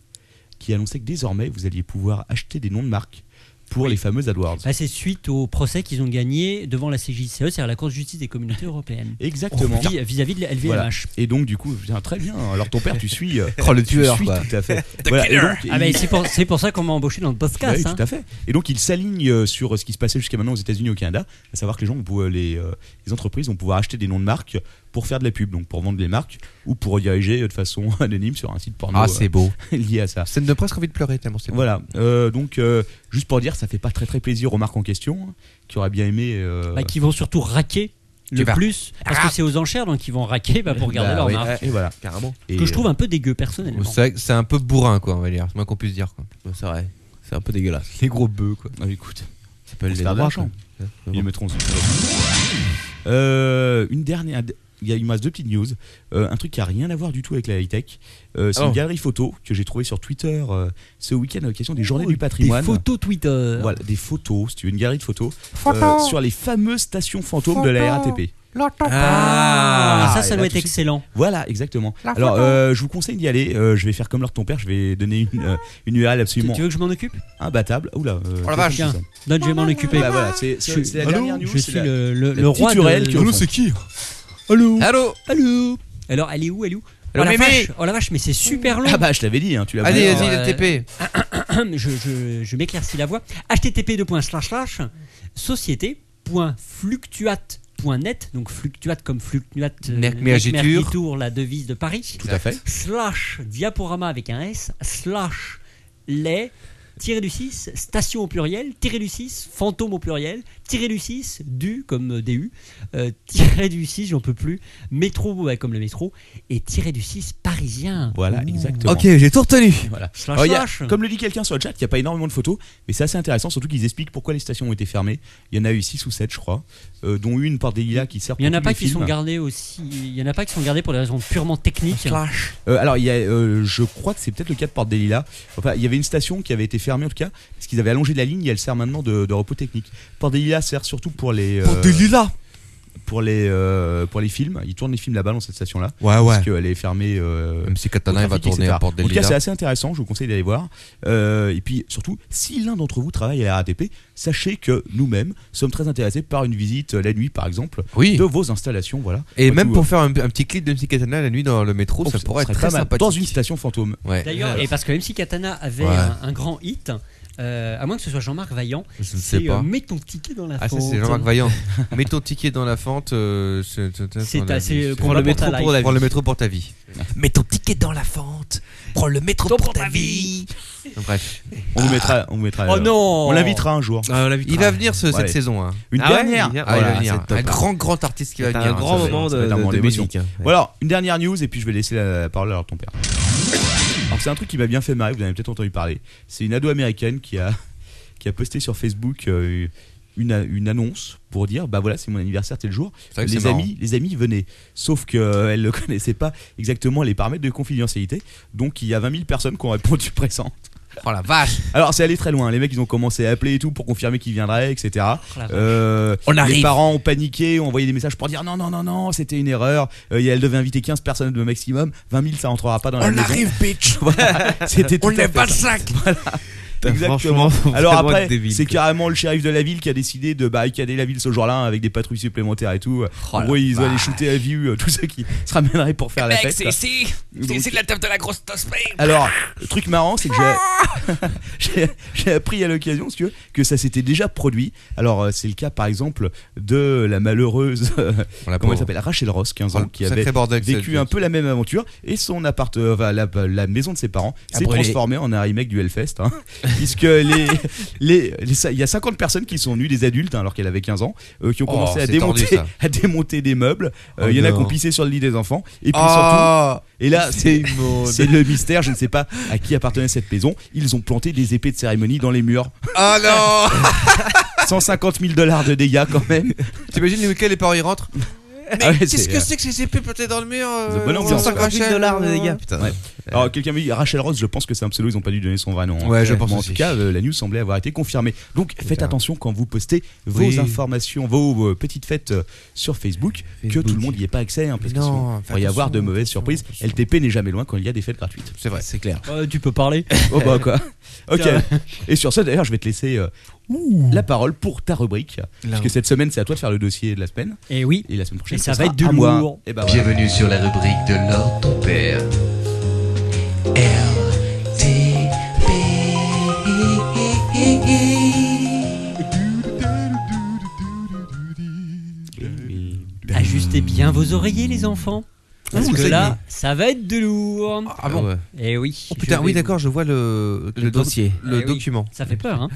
[SPEAKER 5] qui annonçait que désormais, vous alliez pouvoir acheter des noms de marques pour les fameuses AdWords.
[SPEAKER 3] Bah, c'est suite au procès qu'ils ont gagné devant la CJCE, E, c'est-à-dire la Cour de justice des communautés européennes.
[SPEAKER 2] Oh,
[SPEAKER 5] Exactement.
[SPEAKER 3] Vis- Vis-à-vis de la LVMH.
[SPEAKER 5] Voilà. Et donc, du coup, tiens, très bien. Alors, ton père, tu suis. euh,
[SPEAKER 2] Oh, le
[SPEAKER 5] tu
[SPEAKER 2] tueur,
[SPEAKER 5] suis
[SPEAKER 2] quoi.
[SPEAKER 5] Tout à fait. Voilà, et donc,
[SPEAKER 3] Ah
[SPEAKER 5] il-
[SPEAKER 3] bah, c'est pour, c'est pour ça qu'on m'a embauché dans le
[SPEAKER 5] Bah oui,
[SPEAKER 3] podcast. hein.
[SPEAKER 5] tout à fait. Et donc il s'aligne euh, sur ce qui se passait jusqu'à maintenant aux États-Unis et au Canada, à savoir que les gens, vont pouvoir- les, euh, les entreprises vont pouvoir acheter des noms de marques pour faire de la pub, donc pour vendre les marques ou pour rediriger euh, de façon anonyme sur un site porno
[SPEAKER 2] Ah, c'est beau.
[SPEAKER 5] euh, lié à ça.
[SPEAKER 2] Scène de presse, envie de pleurer tellement c'est beau.
[SPEAKER 5] Voilà. Euh, donc euh, juste pour dire, ça fait pas très très plaisir aux marques en question hein, qui auraient bien aimé. euh,
[SPEAKER 3] Bah, qui vont surtout raquer
[SPEAKER 2] Tu
[SPEAKER 3] le
[SPEAKER 2] vas-
[SPEAKER 3] plus, parce que c'est aux enchères, donc ils vont raquer bah, pour garder
[SPEAKER 5] bah,
[SPEAKER 3] leur
[SPEAKER 5] ouais,
[SPEAKER 3] marque.
[SPEAKER 5] Et voilà.
[SPEAKER 8] Carrément.
[SPEAKER 5] Et, euh,
[SPEAKER 3] que je trouve un peu dégueu personnellement.
[SPEAKER 2] C'est vrai que C'est un peu bourrin, quoi, on va dire. C'est moins qu'on puisse dire. Quoi.
[SPEAKER 8] Ouais, C'est vrai. C'est un peu dégueulasse.
[SPEAKER 2] Les gros bœufs, quoi.
[SPEAKER 5] euh, ah, écoute,
[SPEAKER 8] Ça s'appelle
[SPEAKER 5] On
[SPEAKER 8] les
[SPEAKER 5] se fait
[SPEAKER 8] droits,
[SPEAKER 5] de l'argent.
[SPEAKER 8] quoi. Ouais,
[SPEAKER 5] ils
[SPEAKER 8] bon.
[SPEAKER 5] le mettront. sur- Euh, une dernière. Il y a il me reste deux petites news. Euh, un truc qui a rien à voir du tout avec la high tech. c'est
[SPEAKER 8] Ah
[SPEAKER 3] Oh.
[SPEAKER 5] une
[SPEAKER 8] bon.
[SPEAKER 5] galerie photo que j'ai trouvée sur Twitter euh, ce week-end à l'occasion des Journées
[SPEAKER 3] Oh,
[SPEAKER 5] du Patrimoine.
[SPEAKER 3] Des photos Twitter.
[SPEAKER 5] Voilà, des photos, si tu veux, une galerie de photos euh, sur les fameuses stations fantômes de la RATP.
[SPEAKER 3] Ah,
[SPEAKER 8] Ah
[SPEAKER 3] ça, ça
[SPEAKER 5] et
[SPEAKER 3] doit
[SPEAKER 5] là,
[SPEAKER 3] être
[SPEAKER 5] tout de suite.
[SPEAKER 3] excellent.
[SPEAKER 5] Voilà, exactement. Alors, euh, je vous conseille d'y aller. Euh, je vais faire comme leur ton père, je vais donner une, euh, une URL
[SPEAKER 3] Tu,
[SPEAKER 5] absolument
[SPEAKER 3] tu veux que je m'en occupe
[SPEAKER 5] imbattable. Oula, euh,
[SPEAKER 2] Oh la vache.
[SPEAKER 3] Tiens, donne, je vais m'en occuper.
[SPEAKER 5] bah voilà, c'est c'est- c'est la
[SPEAKER 3] Allô
[SPEAKER 5] dernière news.
[SPEAKER 3] Je
[SPEAKER 5] c'est
[SPEAKER 3] suis
[SPEAKER 5] la-
[SPEAKER 3] le, le,
[SPEAKER 5] la
[SPEAKER 3] le
[SPEAKER 5] petite
[SPEAKER 3] roi de
[SPEAKER 5] URL que- Allô, c'est
[SPEAKER 3] qui Allô
[SPEAKER 2] Allô
[SPEAKER 3] Allô Alors, elle est où Elle est où
[SPEAKER 2] Allô,
[SPEAKER 3] oh, la
[SPEAKER 2] mémé
[SPEAKER 3] vache, oh la vache, mais c'est super long.
[SPEAKER 5] Ah bah, je t'avais dit, hein, tu l'as
[SPEAKER 2] Allez,
[SPEAKER 5] pas-
[SPEAKER 3] Alors,
[SPEAKER 2] vas-y,
[SPEAKER 3] euh,
[SPEAKER 2] TP.
[SPEAKER 3] je je, je m'éclaircis la voix. http société.fluctuate.net donc fluctuate comme fluctuate euh,
[SPEAKER 2] Merc-
[SPEAKER 3] Merc-
[SPEAKER 2] mergiture.
[SPEAKER 3] mergiture, la devise de Paris
[SPEAKER 5] Tout à fait.
[SPEAKER 3] slash diaporama avec un S, slash les, tiré du 6, station au pluriel, tiré du 6, fantôme au pluriel, tiré du 6, du comme euh, DU, euh, tiré du 6, j'en peux plus, métro ouais, comme le métro, et tiré du 6 parisien.
[SPEAKER 5] Voilà,
[SPEAKER 3] Ouh.
[SPEAKER 5] exactement.
[SPEAKER 2] j'ai tout retenu.
[SPEAKER 8] Ah
[SPEAKER 5] Voilà.
[SPEAKER 3] Slash,
[SPEAKER 2] Oh,
[SPEAKER 5] Alors, il y a-
[SPEAKER 3] slash.
[SPEAKER 5] comme le dit quelqu'un sur le chat, il n'y a pas énormément de photos, mais c'est assez intéressant, surtout qu'ils expliquent pourquoi les stations ont été fermées. Il y en a eu 6 ou 7, je crois, euh, dont une par des lilas qui sert
[SPEAKER 3] Il y en
[SPEAKER 5] pour
[SPEAKER 3] a
[SPEAKER 5] tous
[SPEAKER 3] pas
[SPEAKER 5] les
[SPEAKER 3] qui sont
[SPEAKER 5] films.
[SPEAKER 3] gardés aussi. Il y en a pas qui sont gardés pour des raisons purement techniques.
[SPEAKER 5] Euh, alors, il y a, euh, je crois que c'est peut-être le cas de Porte des Lilas. Enfin, il y avait une station qui avait été fermé en tout cas, parce qu'ils avaient allongé la ligne et elle sert maintenant de, de repos technique. Pandélila sert surtout pour les euh,
[SPEAKER 2] lilas
[SPEAKER 5] pour les euh, pour les films. Ils tournent les films là-bas dans cette station là,
[SPEAKER 2] Ouais, ouais.
[SPEAKER 5] parce qu'elle est fermée. euh,
[SPEAKER 2] Même si
[SPEAKER 5] au
[SPEAKER 2] Katana il va
[SPEAKER 5] trafic,
[SPEAKER 2] tourner
[SPEAKER 5] etc.
[SPEAKER 2] à Porte des
[SPEAKER 5] En tout cas, c'est
[SPEAKER 2] Lilas.
[SPEAKER 5] assez intéressant. Je vous conseille d'aller voir. Euh, et puis surtout, si l'un d'entre vous travaille à la RATP, sachez que nous-mêmes sommes très intéressés par une visite euh, la nuit, par exemple,
[SPEAKER 2] Oui.
[SPEAKER 5] de vos installations. Voilà.
[SPEAKER 2] Et
[SPEAKER 5] Pas
[SPEAKER 2] même
[SPEAKER 5] tout,
[SPEAKER 2] pour faire un, un petit clip de MC Katana la nuit dans le métro,
[SPEAKER 5] euh,
[SPEAKER 2] Oh, ça
[SPEAKER 5] ça
[SPEAKER 2] pourrait être
[SPEAKER 5] serait
[SPEAKER 2] très
[SPEAKER 5] pas mal.
[SPEAKER 2] sympathique.
[SPEAKER 5] Dans une station fantôme.
[SPEAKER 2] Ouais.
[SPEAKER 3] D'ailleurs, et parce que MC Katana avait
[SPEAKER 2] Ouais.
[SPEAKER 3] un, un grand hit, euh, à moins que ce soit Jean-Marc Vaillant,
[SPEAKER 2] Je ne sais
[SPEAKER 3] c'est euh,
[SPEAKER 2] pas.
[SPEAKER 3] Mets ton ticket dans la
[SPEAKER 2] Ah, ça,
[SPEAKER 3] fente.
[SPEAKER 2] c'est Jean-Marc Vaillant. Mets ton ticket dans la fente. euh, c'est
[SPEAKER 3] C'est
[SPEAKER 2] dans la
[SPEAKER 3] assez,
[SPEAKER 2] vie.
[SPEAKER 3] euh,
[SPEAKER 2] Prends
[SPEAKER 3] combat
[SPEAKER 2] le
[SPEAKER 3] pour
[SPEAKER 2] métro
[SPEAKER 3] ta
[SPEAKER 2] pour
[SPEAKER 3] life.
[SPEAKER 2] la Prends le métro pour ta vie.
[SPEAKER 6] Mets ton ticket dans la fente. Prends le métro pour, ta vie.
[SPEAKER 2] Donc, Bref.
[SPEAKER 5] On vous mettra. On vous mettra.
[SPEAKER 3] Oh
[SPEAKER 5] euh,
[SPEAKER 3] non
[SPEAKER 5] Ah, On l'invitera un jour.
[SPEAKER 2] Il va venir ce-
[SPEAKER 5] Ouais.
[SPEAKER 2] cette saison. hein.
[SPEAKER 5] Une
[SPEAKER 8] Ah ouais,
[SPEAKER 5] dernière.
[SPEAKER 8] il vient-
[SPEAKER 2] Ah, il va
[SPEAKER 8] Voilà,
[SPEAKER 2] venir.
[SPEAKER 8] c'est top.
[SPEAKER 2] Un grand, grand artiste qui va
[SPEAKER 8] C'est
[SPEAKER 2] venir.
[SPEAKER 8] un
[SPEAKER 2] hein,
[SPEAKER 8] grand
[SPEAKER 2] ça,
[SPEAKER 8] moment
[SPEAKER 2] ça
[SPEAKER 8] de,
[SPEAKER 2] va être un
[SPEAKER 8] de,
[SPEAKER 2] moment
[SPEAKER 8] de
[SPEAKER 5] d'émotion.
[SPEAKER 8] musique. hein.
[SPEAKER 5] Bon alors, une dernière news et puis je vais laisser la parole à ton père. Alors c'est un truc qui m'a bien fait marrer, vous en avez peut-être entendu parler. C'est une ado américaine qui a, qui a posté sur Facebook euh, une, a- une annonce pour dire bah voilà c'est mon anniversaire tel jour.
[SPEAKER 2] C'est vrai que c'est
[SPEAKER 5] Les
[SPEAKER 2] marrant.
[SPEAKER 5] amis, les amis venaient. Sauf qu'elle ne connaissait pas exactement les paramètres de confidentialité. Donc il y a 20 000 personnes qui ont répondu présent.
[SPEAKER 2] Oh la vache.
[SPEAKER 5] Alors c'est allé très loin. Les mecs ils ont commencé à appeler et tout pour confirmer qu'ils viendraient, etc.
[SPEAKER 3] Oh la vache.
[SPEAKER 5] Euh,
[SPEAKER 6] On
[SPEAKER 5] les
[SPEAKER 6] arrive.
[SPEAKER 5] parents ont paniqué, ont envoyé des messages pour dire non non non non c'était une erreur. Euh, et elle devait inviter 15 personnes de maximum. 20 000 ça rentrera pas dans la
[SPEAKER 6] On
[SPEAKER 5] maison.
[SPEAKER 6] arrive, bitch.
[SPEAKER 5] Voilà. C'était tout
[SPEAKER 6] On
[SPEAKER 5] à fait
[SPEAKER 6] n'est pas le
[SPEAKER 5] ça.
[SPEAKER 6] sac.
[SPEAKER 8] Putain,
[SPEAKER 5] Exactement.
[SPEAKER 8] franchement,
[SPEAKER 5] Alors
[SPEAKER 8] vraiment
[SPEAKER 5] après,
[SPEAKER 8] débile,
[SPEAKER 5] c'est
[SPEAKER 8] quoi.
[SPEAKER 5] carrément le shérif de la ville qui a décidé de barricader la ville ce jour-là avec des patrouilles supplémentaires et tout.
[SPEAKER 6] Oh
[SPEAKER 5] en
[SPEAKER 6] la Eh
[SPEAKER 5] gros, ils allaient shooter à vue euh, tous ceux qui se ramèneraient pour faire la
[SPEAKER 6] Mec,
[SPEAKER 5] fête.
[SPEAKER 6] c'est
[SPEAKER 5] quoi.
[SPEAKER 6] ici. C'est
[SPEAKER 5] Donc-
[SPEAKER 6] ici de la table de la grosse tospée.
[SPEAKER 5] Alors, le truc marrant, c'est que
[SPEAKER 6] Ah
[SPEAKER 5] j'ai- j'ai- j'ai appris à l'occasion, si tu veux, que ça s'était déjà produit. Alors, euh, c'est le cas, par exemple, de la malheureuse, euh,
[SPEAKER 2] On l'a
[SPEAKER 5] comment
[SPEAKER 2] pas-
[SPEAKER 5] elle s'appelle, Rachel Ross, 15 ans,
[SPEAKER 2] Oh,
[SPEAKER 5] qui
[SPEAKER 2] sacré
[SPEAKER 5] avait
[SPEAKER 2] bordel que
[SPEAKER 5] vécu
[SPEAKER 2] c'est-
[SPEAKER 5] un peu la même aventure et son appart, euh, enfin, la, la maison de ses parents
[SPEAKER 2] Ah,
[SPEAKER 6] A
[SPEAKER 5] s'est
[SPEAKER 6] brûlé.
[SPEAKER 5] transformée en un remake du Hellfest, hein, puisque les, les, les- ça- il y a 50 personnes qui sont venues, des adultes, hein, alors qu'elle avait 15 ans, euh, qui ont
[SPEAKER 2] Oh,
[SPEAKER 5] commencé à
[SPEAKER 2] c'est tordu,
[SPEAKER 5] démonter,
[SPEAKER 2] ça.
[SPEAKER 5] à démonter des meubles. Euh, Il y en a
[SPEAKER 2] Oh
[SPEAKER 5] qui ont
[SPEAKER 2] non.
[SPEAKER 5] pissé sur le lit des enfants. Et puis surtout,
[SPEAKER 2] Oh,
[SPEAKER 5] et là,
[SPEAKER 2] c'est
[SPEAKER 5] c'est
[SPEAKER 2] immonde.
[SPEAKER 5] c'est le mystère, je ne sais pas à qui appartenait cette maison. Ils ont planté des épées de cérémonie dans les murs.
[SPEAKER 2] Oh non
[SPEAKER 5] 150 000 dollars de dégâts quand même.
[SPEAKER 2] T'imagines le week-end les parents ils rentrent
[SPEAKER 5] Ah ouais,
[SPEAKER 8] Qu'est-ce
[SPEAKER 5] c'est-
[SPEAKER 8] que c'est que ces épées plantées dans le mur
[SPEAKER 5] C'est
[SPEAKER 8] euh,
[SPEAKER 5] bonne ambiance,
[SPEAKER 8] on s'en
[SPEAKER 5] quoi.
[SPEAKER 8] crachait,
[SPEAKER 2] 50 000 dollars,
[SPEAKER 8] euh,
[SPEAKER 2] les gars.
[SPEAKER 8] Putain.
[SPEAKER 5] Ouais. Alors quelqu'un m'a dit Rachel Ross, je pense que c'est un pseudo, ils n'ont pas dû donner son vrai nom. hein.
[SPEAKER 2] Euh, Ouais, je
[SPEAKER 5] Mais
[SPEAKER 2] pense
[SPEAKER 5] En
[SPEAKER 2] aussi.
[SPEAKER 5] tout cas, euh, la news semblait avoir été confirmée. Donc faites
[SPEAKER 2] Putain.
[SPEAKER 5] attention quand vous postez vos
[SPEAKER 2] Oui.
[SPEAKER 5] informations, vos euh, petites fêtes euh, sur Facebook,
[SPEAKER 2] Facebook.
[SPEAKER 5] que tout le monde n'y ait pas accès, hein, parce que
[SPEAKER 2] Non,
[SPEAKER 5] sinon, il
[SPEAKER 2] faites
[SPEAKER 5] pourrait y avoir de
[SPEAKER 2] attention,
[SPEAKER 5] mauvaises
[SPEAKER 2] attention,
[SPEAKER 5] surprises.
[SPEAKER 2] attention.
[SPEAKER 5] LTP n'est jamais loin quand il y a des fêtes gratuites.
[SPEAKER 2] C'est vrai.
[SPEAKER 8] C'est clair.
[SPEAKER 3] Euh, Tu peux parler
[SPEAKER 5] Oh bah quoi. Ok. Et sur ça, d'ailleurs, je vais te laisser euh, la parole pour ta rubrique. Parce que cette semaine, c'est à toi de faire le dossier de la semaine.
[SPEAKER 3] Et Eh oui.
[SPEAKER 2] Eh
[SPEAKER 5] Et la semaine prochaine,
[SPEAKER 3] Et ça
[SPEAKER 5] ce
[SPEAKER 3] va
[SPEAKER 5] sera
[SPEAKER 3] être du
[SPEAKER 5] à moi.
[SPEAKER 3] lourd.
[SPEAKER 5] Et bah voilà.
[SPEAKER 12] Bienvenue sur la rubrique de l'or ton père.
[SPEAKER 3] Ajustez bien vos oreillers, les enfants. Parce
[SPEAKER 2] ben, Ouh,
[SPEAKER 3] que
[SPEAKER 2] ça y
[SPEAKER 3] là, ça va être de lourd.
[SPEAKER 2] Ah bon
[SPEAKER 8] ouais.
[SPEAKER 3] Et oui.
[SPEAKER 2] Oh putain,
[SPEAKER 3] je
[SPEAKER 2] oui
[SPEAKER 3] vais
[SPEAKER 2] d'accord, je vois le,
[SPEAKER 8] Le
[SPEAKER 2] doc-
[SPEAKER 8] dossier.
[SPEAKER 2] le
[SPEAKER 3] Eh oui.
[SPEAKER 2] document.
[SPEAKER 3] Ça fait peur, hein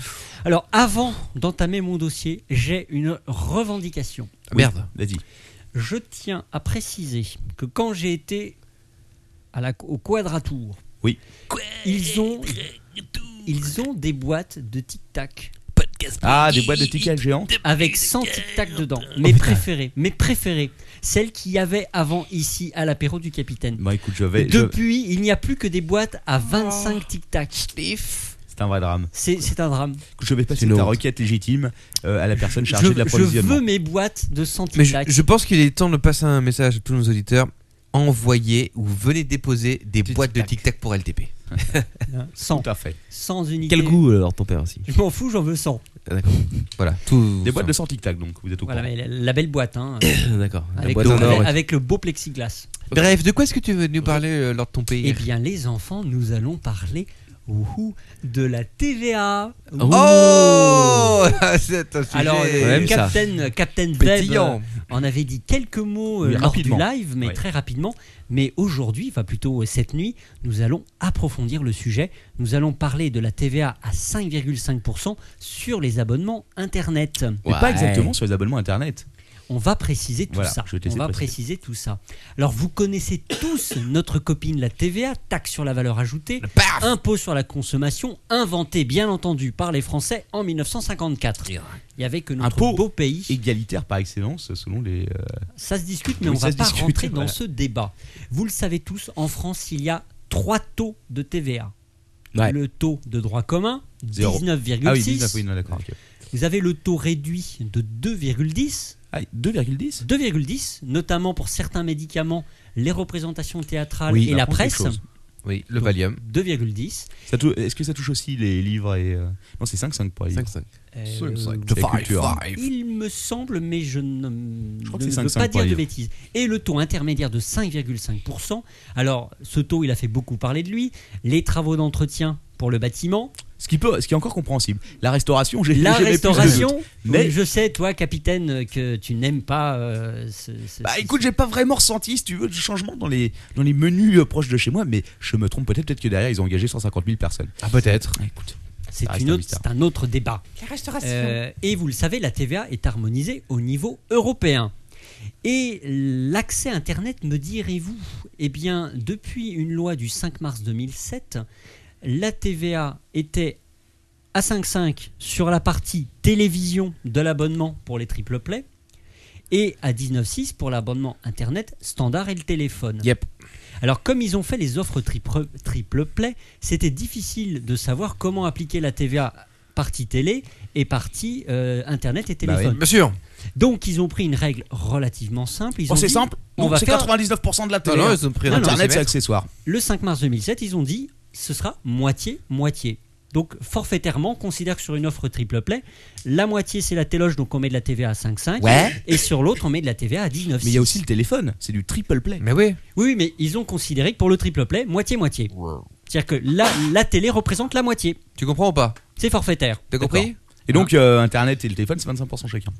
[SPEAKER 3] Alors, avant d'entamer mon dossier, j'ai une revendication.
[SPEAKER 2] Ah, Merde.
[SPEAKER 5] Vas-y.
[SPEAKER 3] Je tiens à préciser que quand j'ai été à la, au Quadratour,
[SPEAKER 5] Oui.
[SPEAKER 3] ils ont, ils ont des boîtes de tic-tac
[SPEAKER 5] Ah, des boîtes de tickets géantes.
[SPEAKER 3] avec 100 tic-tac dedans.
[SPEAKER 2] Oh,
[SPEAKER 3] Mes préférées, mes préférées, celles qu'il y avait avant ici à l'apéro du capitaine.
[SPEAKER 5] Bon, écoute, je vais. je-
[SPEAKER 3] Depuis, il n'y a plus que des boîtes à 25 tic-tac.
[SPEAKER 5] C'est un vrai drame.
[SPEAKER 3] C'est c'est un drame.
[SPEAKER 5] Écoute, Je vais passer
[SPEAKER 2] une
[SPEAKER 5] ta
[SPEAKER 2] honte.
[SPEAKER 5] requête légitime euh, à la personne
[SPEAKER 3] Je,
[SPEAKER 5] chargée de
[SPEAKER 3] je veux
[SPEAKER 5] l'approvisionnement.
[SPEAKER 3] mes boîtes de 100
[SPEAKER 2] Mais je,
[SPEAKER 3] tic-tac.
[SPEAKER 2] je pense qu'il est temps de passer un message à tous nos auditeurs. Envoyez ou venez déposer des boîtes de Tic Tac pour LTP.
[SPEAKER 3] Sans,
[SPEAKER 5] Tout à fait.
[SPEAKER 3] Hein, sans unité.
[SPEAKER 8] Quel goût alors ton père aussi
[SPEAKER 3] Je m'en fous, j'en veux 100.
[SPEAKER 2] Voilà. Tout,
[SPEAKER 5] Des boîtes de 100 tic-tac, donc vous êtes au courant.
[SPEAKER 3] Voilà, mais la, la belle boîte, hein,
[SPEAKER 8] D'accord. La
[SPEAKER 3] avec,
[SPEAKER 8] boîte
[SPEAKER 3] le,
[SPEAKER 8] en or,
[SPEAKER 3] avec-
[SPEAKER 8] ouais.
[SPEAKER 3] avec le beau plexiglas.
[SPEAKER 2] Bref, de quoi est-ce que tu veux nous parler euh, lors de ton pays
[SPEAKER 3] Eh bien, les enfants, nous allons parler ouhou, de la TVA.
[SPEAKER 2] Oh C'est un sujet
[SPEAKER 3] Alors, euh, le
[SPEAKER 8] aime ça.
[SPEAKER 3] Captain, Captain Zeb
[SPEAKER 2] pétillant.
[SPEAKER 3] on avait dit quelques mots euh,
[SPEAKER 5] Mais
[SPEAKER 3] lors du
[SPEAKER 5] rapidement.
[SPEAKER 3] live, mais
[SPEAKER 5] Ouais.
[SPEAKER 3] très rapidement. Mais aujourd'hui, enfin plutôt euh, cette nuit, nous allons approfondir le sujet. Nous allons parler de la TVA à 5,5% sur les abonnements Internet.
[SPEAKER 5] Mais
[SPEAKER 8] Ouais.
[SPEAKER 5] pas exactement sur les abonnements internet.
[SPEAKER 3] On va préciser tout
[SPEAKER 5] Voilà,
[SPEAKER 3] ça.
[SPEAKER 5] je vais te
[SPEAKER 3] On
[SPEAKER 5] laisser
[SPEAKER 3] va préciser
[SPEAKER 5] préciser.
[SPEAKER 3] tout ça. Alors, vous connaissez tous notre copine la TVA, taxe sur la valeur ajoutée, impôt sur la consommation, inventé bien entendu par les Français en 1954. Il n'y avait que notre
[SPEAKER 5] Impôt
[SPEAKER 3] beau pays.
[SPEAKER 5] Égalitaire par excellence, selon les. euh,
[SPEAKER 3] Ça se discute, mais
[SPEAKER 5] Oui,
[SPEAKER 3] on
[SPEAKER 5] ça
[SPEAKER 3] va
[SPEAKER 5] se
[SPEAKER 3] pas
[SPEAKER 5] discute,
[SPEAKER 3] rentrer dans
[SPEAKER 5] voilà.
[SPEAKER 3] ce débat. Vous le savez tous, en France, il y a trois taux de TVA.
[SPEAKER 5] Ouais.
[SPEAKER 3] Le taux de droit commun,
[SPEAKER 5] Zéro.
[SPEAKER 3] 19,6.
[SPEAKER 5] Ah oui, 19, oui, non, d'accord. ok.
[SPEAKER 3] Vous avez le taux réduit de 2,10.
[SPEAKER 5] Ah, 2,10
[SPEAKER 3] 2,10, notamment pour certains médicaments, les représentations théâtrales
[SPEAKER 5] Oui,
[SPEAKER 3] et la
[SPEAKER 5] par contre, quelque
[SPEAKER 3] presse.
[SPEAKER 5] chose.
[SPEAKER 2] Oui, le Valium.
[SPEAKER 3] 2,10.
[SPEAKER 5] Ça tou- Est-ce que ça touche aussi les livres et. euh, Non, c'est 5,5 pour les livres.
[SPEAKER 2] 5-5.
[SPEAKER 3] Euh,
[SPEAKER 5] C'est la culture. hein.
[SPEAKER 3] il me semble, mais je ne,
[SPEAKER 5] crois
[SPEAKER 3] ne
[SPEAKER 5] que c'est
[SPEAKER 3] veux
[SPEAKER 5] 5,5
[SPEAKER 3] pas dire
[SPEAKER 5] pour
[SPEAKER 3] de
[SPEAKER 5] livre.
[SPEAKER 3] bêtises. Et le taux intermédiaire de 5,5%. Alors, ce taux, il a fait beaucoup parler de lui. Les travaux d'entretien pour le bâtiment.
[SPEAKER 5] Ce qui, peut, ce qui est encore compréhensible. La restauration, j'ai
[SPEAKER 3] La
[SPEAKER 5] j'ai mis plus de doute.
[SPEAKER 3] restauration.
[SPEAKER 5] Mais-
[SPEAKER 3] Mais je sais, toi, capitaine, que tu n'aimes pas euh, ce, ce-
[SPEAKER 5] Bah
[SPEAKER 3] ce-
[SPEAKER 5] écoute, j'ai pas vraiment ressenti, si tu veux, du changement dans les, dans les menus euh, proches de chez moi, mais je me trompe peut-être, peut-être que derrière ils ont engagé 150 000 personnes.
[SPEAKER 2] Ah, peut-être.
[SPEAKER 5] Ah, écoute,
[SPEAKER 3] c'est
[SPEAKER 5] ça reste
[SPEAKER 3] une
[SPEAKER 5] un
[SPEAKER 3] autre-
[SPEAKER 5] mystère.
[SPEAKER 3] c'est un autre débat. Euh, et vous le savez, la TVA est harmonisée au niveau européen. Et l'accès Internet, me direz-vous Eh bien, depuis une loi du 5 mars 2007, la TVA était à 5,5 sur la partie télévision de l'abonnement pour les triple play et à 19,6 pour l'abonnement Internet standard et le téléphone.
[SPEAKER 2] Yep.
[SPEAKER 3] Alors, comme ils ont fait les offres triple, triple play, c'était difficile de savoir comment appliquer la TVA partie télé et partie euh, Internet et
[SPEAKER 5] Bah
[SPEAKER 3] téléphone.
[SPEAKER 2] Bien sûr.
[SPEAKER 3] Donc, ils ont pris une règle relativement simple. Ils
[SPEAKER 5] Oh,
[SPEAKER 3] ont
[SPEAKER 5] c'est
[SPEAKER 3] dit-
[SPEAKER 5] simple
[SPEAKER 3] on
[SPEAKER 5] Non,
[SPEAKER 3] va
[SPEAKER 5] c'est
[SPEAKER 3] faire-
[SPEAKER 5] 99% de la
[SPEAKER 2] Non,
[SPEAKER 5] télé.
[SPEAKER 2] Ah non,
[SPEAKER 5] hein.
[SPEAKER 2] ils ont pris un
[SPEAKER 5] Internet, c'est
[SPEAKER 2] centimètre.
[SPEAKER 5] accessoire.
[SPEAKER 3] Le 5 mars 2007, ils ont dit ce sera moitié-moitié. Donc, forfaitairement, on considère que sur une offre triple play, la moitié c'est la téloge, donc on met de la TVA à 5,5.
[SPEAKER 5] Ouais.
[SPEAKER 3] Et sur l'autre, on met de la TVA à 19.
[SPEAKER 5] Mais il y a aussi le téléphone, c'est du triple play.
[SPEAKER 2] Mais oui.
[SPEAKER 3] Oui, oui, mais ils ont considéré que pour le triple play, moitié-moitié. C'est-à-dire que la, la télé représente la moitié.
[SPEAKER 2] Tu comprends ou pas
[SPEAKER 3] C'est forfaitaire.
[SPEAKER 2] T'as compris
[SPEAKER 5] Et donc,
[SPEAKER 2] Ah.
[SPEAKER 5] euh, Internet et le téléphone, c'est 25% chacun.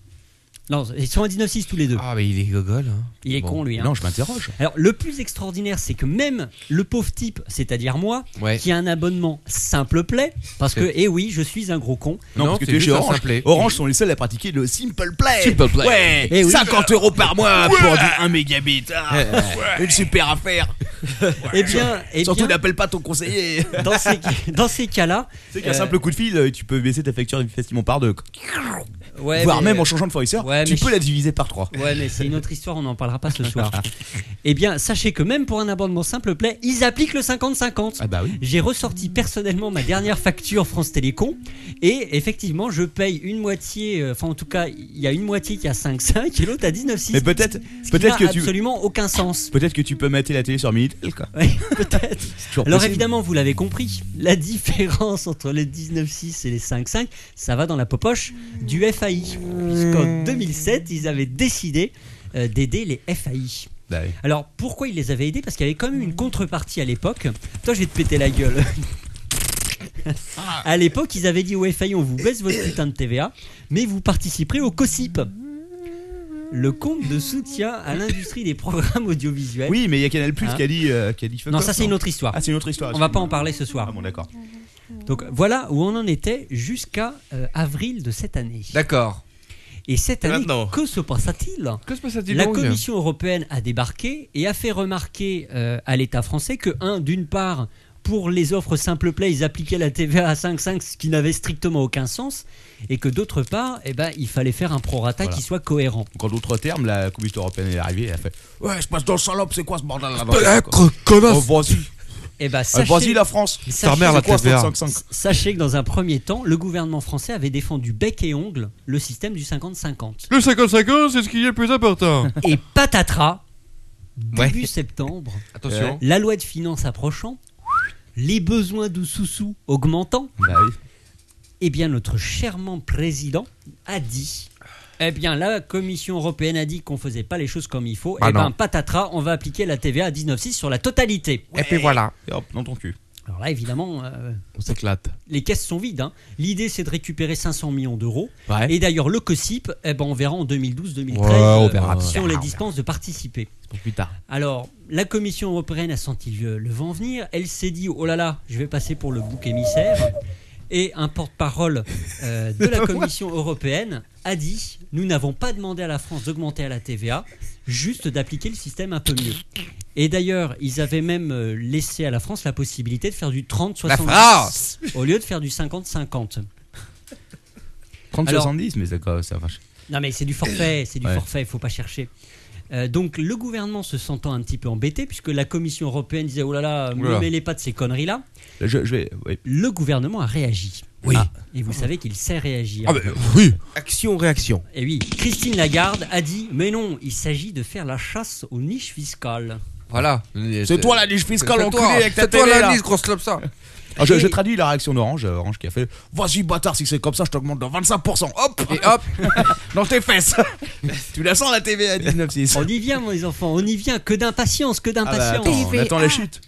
[SPEAKER 3] Non, ils sont à 19,6 tous les deux.
[SPEAKER 2] Ah, mais il est gogol. hein.
[SPEAKER 3] Il est
[SPEAKER 2] Bon.
[SPEAKER 3] con, lui. hein.
[SPEAKER 5] Non, je m'interroge.
[SPEAKER 3] Alors, le plus extraordinaire, c'est que même le pauvre type, c'est-à-dire moi,
[SPEAKER 2] Ouais.
[SPEAKER 3] qui a un abonnement simple play, parce que, eh oui, je suis un gros con,
[SPEAKER 5] Non,
[SPEAKER 2] Non,
[SPEAKER 5] parce que
[SPEAKER 2] c'est
[SPEAKER 5] tu es
[SPEAKER 2] juste
[SPEAKER 5] chez
[SPEAKER 2] un
[SPEAKER 5] Orange.
[SPEAKER 2] simplet.
[SPEAKER 5] Orange sont les seuls à pratiquer le simple play.
[SPEAKER 2] Simple play.
[SPEAKER 5] Ouais,
[SPEAKER 3] Eh oui.
[SPEAKER 5] 50 euros par mois pour du 1 mégabit. Ah, Une super affaire.
[SPEAKER 3] eh bien, eh
[SPEAKER 5] Surtout,
[SPEAKER 3] bien
[SPEAKER 5] n'appelle pas ton conseiller.
[SPEAKER 3] dans ces, dans ces cas-là,
[SPEAKER 5] C'est qu'un
[SPEAKER 3] Euh,
[SPEAKER 5] simple coup de fil, euh, tu peux baisser ta facture facilement par deux. quoi.
[SPEAKER 3] ouais,
[SPEAKER 5] Voire
[SPEAKER 3] mais- euh,
[SPEAKER 5] même en changeant de fournisseur,
[SPEAKER 3] ouais,
[SPEAKER 5] tu
[SPEAKER 3] mais
[SPEAKER 5] peux
[SPEAKER 3] je-
[SPEAKER 5] la diviser par trois.
[SPEAKER 3] Ouais, mais c'est une autre histoire, on n'en parlera pas ce soir. eh bien, sachez que même pour un abonnement simple play, ils appliquent le 50-50.
[SPEAKER 5] bah oui.
[SPEAKER 3] J'ai ressorti personnellement ma dernière facture France Télécom et effectivement, je paye une moitié, euh, enfin en tout cas, il y a une moitié qui a 5,5 et l'autre à 19,6.
[SPEAKER 5] Mais peut-être,
[SPEAKER 3] ce qui
[SPEAKER 5] peut-être
[SPEAKER 3] n'a
[SPEAKER 5] que tu,
[SPEAKER 3] absolument aucun sens.
[SPEAKER 5] peut-être que tu peux mater la télé sur Minitel, quoi.
[SPEAKER 3] Ouais, peut-être.
[SPEAKER 5] C'est toujours
[SPEAKER 3] Alors
[SPEAKER 5] possible.
[SPEAKER 3] évidemment, vous l'avez compris, la différence entre les 19,6 et les 5,5, ça va dans la popoche du FAI. Puisqu'en 2007, ils avaient décidé euh, d'aider les FAI.
[SPEAKER 5] Bah oui.
[SPEAKER 3] Alors pourquoi ils les avaient aidés Parce qu'il y avait quand même une contrepartie à l'époque. Toi, je vais te péter la gueule.
[SPEAKER 5] Ah.
[SPEAKER 3] à l'époque, ils avaient dit au FAI on vous baisse votre putain de TVA, mais vous participerez au COSIP. Le compte de soutien à l'industrie des programmes audiovisuels.
[SPEAKER 5] Oui, mais il y a Canal Plus
[SPEAKER 3] Hein
[SPEAKER 5] qui a dit, euh, qui a dit fuck
[SPEAKER 3] non,
[SPEAKER 5] off,
[SPEAKER 3] ça c'est une autre histoire.
[SPEAKER 5] Ah, c'est une autre histoire.
[SPEAKER 3] On va pas en parler ce soir.
[SPEAKER 5] Ah bon, d'accord.
[SPEAKER 3] Donc voilà où on en était jusqu'à euh, avril de cette année.
[SPEAKER 2] D'accord.
[SPEAKER 3] Et cette année,
[SPEAKER 8] Maintenant.
[SPEAKER 3] que se passe-t-il
[SPEAKER 2] Que se passe-t-il
[SPEAKER 3] La
[SPEAKER 2] donc
[SPEAKER 3] Commission européenne a débarqué et a fait remarquer euh, à l'État français que, un, d'une part, pour les offres simple play, ils appliquaient la TVA à 5,5, ce qui n'avait strictement aucun sens, et que d'autre part, eh ben, il fallait faire un prorata
[SPEAKER 5] Voilà.
[SPEAKER 3] qui soit cohérent.
[SPEAKER 5] Donc, en d'autres termes, la Commission européenne est arrivée, elle a fait Ouais, je passe dans le salope, c'est quoi ce bordel
[SPEAKER 3] Bah,
[SPEAKER 5] là
[SPEAKER 2] Peut-être,
[SPEAKER 5] Oh,
[SPEAKER 2] connasse
[SPEAKER 5] vas-y,
[SPEAKER 3] Eh ben,
[SPEAKER 5] Euh,
[SPEAKER 3] sachez,
[SPEAKER 5] vas-y la France
[SPEAKER 3] sachez-
[SPEAKER 2] mère, la
[SPEAKER 5] C'est quoi,
[SPEAKER 2] TVA?
[SPEAKER 5] 555?
[SPEAKER 3] sachez que dans un premier temps, le gouvernement français avait défendu bec et ongle le système du 50-50.
[SPEAKER 2] Le 55 ans, c'est ce qui est le plus important.
[SPEAKER 3] Et patatras, début
[SPEAKER 2] Ouais.
[SPEAKER 3] septembre,
[SPEAKER 2] Attention.
[SPEAKER 3] la loi de finances approchant, les besoins de sous-sous augmentant,
[SPEAKER 5] Bah oui.
[SPEAKER 3] eh bien notre chèrement président a dit eh bien la Commission européenne a dit qu'on faisait pas les choses comme il faut,
[SPEAKER 2] Ah
[SPEAKER 3] eh ben
[SPEAKER 2] non.
[SPEAKER 3] patatras, on va appliquer la TVA à 19,6 sur la totalité.
[SPEAKER 2] Et puis voilà.
[SPEAKER 5] Et hop, dans ton cul.
[SPEAKER 3] Alors là évidemment euh,
[SPEAKER 8] On s'éclate.
[SPEAKER 3] les caisses sont vides. hein. L'idée c'est de récupérer 500 millions d'euros.
[SPEAKER 8] Ouais.
[SPEAKER 3] Et d'ailleurs le COSIP, eh ben on verra en 2012-2013
[SPEAKER 2] Ouais, on verra
[SPEAKER 3] si
[SPEAKER 2] bien,
[SPEAKER 3] on les
[SPEAKER 2] on
[SPEAKER 3] dispense de participer.
[SPEAKER 8] Pour plus tard.
[SPEAKER 3] Alors, la Commission européenne a senti le, le vent venir. Elle s'est dit oh là là, je vais passer pour le bouc émissaire. Et un porte-parole euh, de la Commission européenne a dit nous n'avons pas demandé à la France d'augmenter à la TVA, juste d'appliquer le système un peu mieux. Et d'ailleurs, ils avaient même euh, laissé à la France la possibilité de faire du 30-70
[SPEAKER 2] France
[SPEAKER 3] au lieu de faire du 50-50.
[SPEAKER 5] 30
[SPEAKER 3] Alors-
[SPEAKER 5] 70 mais c'est quoi ça marche.
[SPEAKER 3] Non mais c'est du forfait, c'est du
[SPEAKER 5] Ouais.
[SPEAKER 3] forfait, il faut pas chercher. Euh, donc le gouvernement se sentant un petit peu embêté, puisque la Commission européenne disait oh là là,
[SPEAKER 5] Ouh là
[SPEAKER 3] ne
[SPEAKER 5] là.
[SPEAKER 3] mêlez pas de ces conneries-là,
[SPEAKER 5] Je, je vais. ouais.
[SPEAKER 3] le gouvernement a réagi. Ah,
[SPEAKER 2] Oui.
[SPEAKER 3] Et vous savez qu'il sait réagir.
[SPEAKER 2] Ah,
[SPEAKER 5] Ah,
[SPEAKER 2] oui.
[SPEAKER 8] Action-réaction.
[SPEAKER 3] Et oui, Christine Lagarde a dit Mais non, il s'agit de faire la chasse aux niches fiscales.
[SPEAKER 2] Voilà.
[SPEAKER 5] C'est toi la niche fiscale
[SPEAKER 2] C'est
[SPEAKER 5] enculée
[SPEAKER 2] toi,
[SPEAKER 5] avec ta
[SPEAKER 2] c'est toi
[SPEAKER 5] télé,
[SPEAKER 2] la
[SPEAKER 5] là.
[SPEAKER 2] niche, grosse lobe ça.
[SPEAKER 5] Ah, je,
[SPEAKER 3] Et-
[SPEAKER 5] je traduis la réaction d'Orange, euh, Orange qui a fait Vas-y bâtard, si c'est comme ça, je t'augmente de 25%. Hop
[SPEAKER 2] Et hop,
[SPEAKER 5] Oh, Dans tes fesses Tu la sens la TV à 19,6
[SPEAKER 3] On y vient, mes enfants, on y vient. Que d'impatience, que
[SPEAKER 5] Ah bah,
[SPEAKER 3] d'impatience.
[SPEAKER 5] attends, on attend la chute.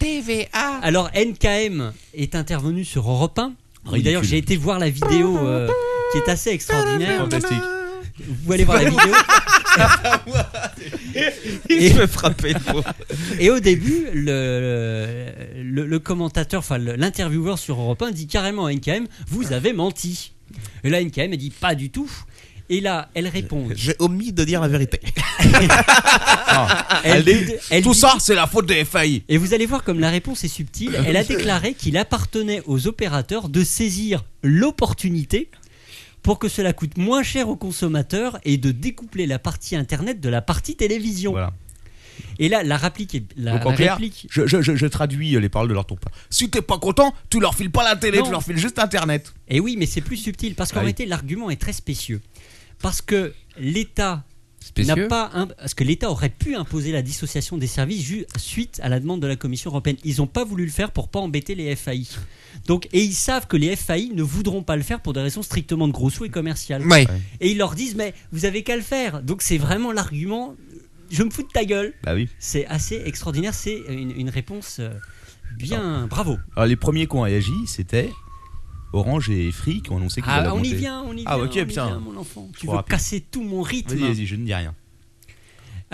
[SPEAKER 3] Alors NKM est intervenu sur Europe 1.
[SPEAKER 5] Ridicule.
[SPEAKER 3] D'ailleurs, j'ai été voir la vidéo euh, qui est assez extraordinaire.
[SPEAKER 5] Fantastique.
[SPEAKER 3] Vous pouvez aller voir la vidéo.
[SPEAKER 8] Il se fait frapper. le pauvre.
[SPEAKER 3] Et au début, le, le, le commentateur, enfin le- l'intervieweur sur Europe 1 dit carrément à NKM Vous avez menti. Et là, NKM, elle dit Pas du tout. Et là, elle répond.
[SPEAKER 8] J'ai omis de dire la vérité.
[SPEAKER 3] Elle
[SPEAKER 5] dit,
[SPEAKER 3] dit- elle
[SPEAKER 5] Ah, Tout
[SPEAKER 3] dit-
[SPEAKER 5] ça, c'est la faute des FAI.
[SPEAKER 3] Et vous allez voir comme la réponse est subtile. Elle a déclaré qu'il appartenait aux opérateurs de saisir l'opportunité pour que cela coûte moins cher aux consommateurs et de découpler la partie internet de la partie télévision.
[SPEAKER 5] Voilà.
[SPEAKER 3] Et là, la réplique, est- la,
[SPEAKER 5] Donc en
[SPEAKER 3] la
[SPEAKER 5] clair,
[SPEAKER 3] réplique-
[SPEAKER 5] je, je- je- je traduis euh, les paroles de leur tourpin. Si t'es pas content, tu leur files pas la télé,
[SPEAKER 3] Non.
[SPEAKER 5] tu leur files juste internet.
[SPEAKER 3] Et Eh oui, mais c'est plus subtil parce qu'en
[SPEAKER 5] Ah oui.
[SPEAKER 3] réalité, l'argument est très spécieux parce que l'État n'a
[SPEAKER 2] spécieux.
[SPEAKER 3] pas imp- parce que l'État aurait pu imposer la dissociation des services ju- suite à la demande de la Commission européenne. Ils n'ont pas voulu le faire pour pas embêter les FAI. Donc et ils savent que les FAI ne voudront pas le faire pour des raisons strictement de gros sous et commerciales.
[SPEAKER 2] Ouais.
[SPEAKER 3] Et ils leur disent mais vous avez qu'à le faire. Donc c'est vraiment l'argument. Je me fous de ta gueule.
[SPEAKER 5] Bah oui.
[SPEAKER 3] C'est assez extraordinaire. C'est une, une réponse euh, bien. Bravo.
[SPEAKER 5] Alors les premiers qui ont réagi, c'était Orange et Free qui ont annoncé qu'ils allaient
[SPEAKER 3] Ah, on y
[SPEAKER 5] augmenter.
[SPEAKER 3] vient, on y vient.
[SPEAKER 5] Ah, ok,
[SPEAKER 3] on y
[SPEAKER 5] putain.
[SPEAKER 3] vient, mon enfant. Tu
[SPEAKER 5] Trop
[SPEAKER 3] veux
[SPEAKER 5] rapide.
[SPEAKER 3] casser tout mon rythme.
[SPEAKER 5] Vas-y, vas-y, je ne dis rien.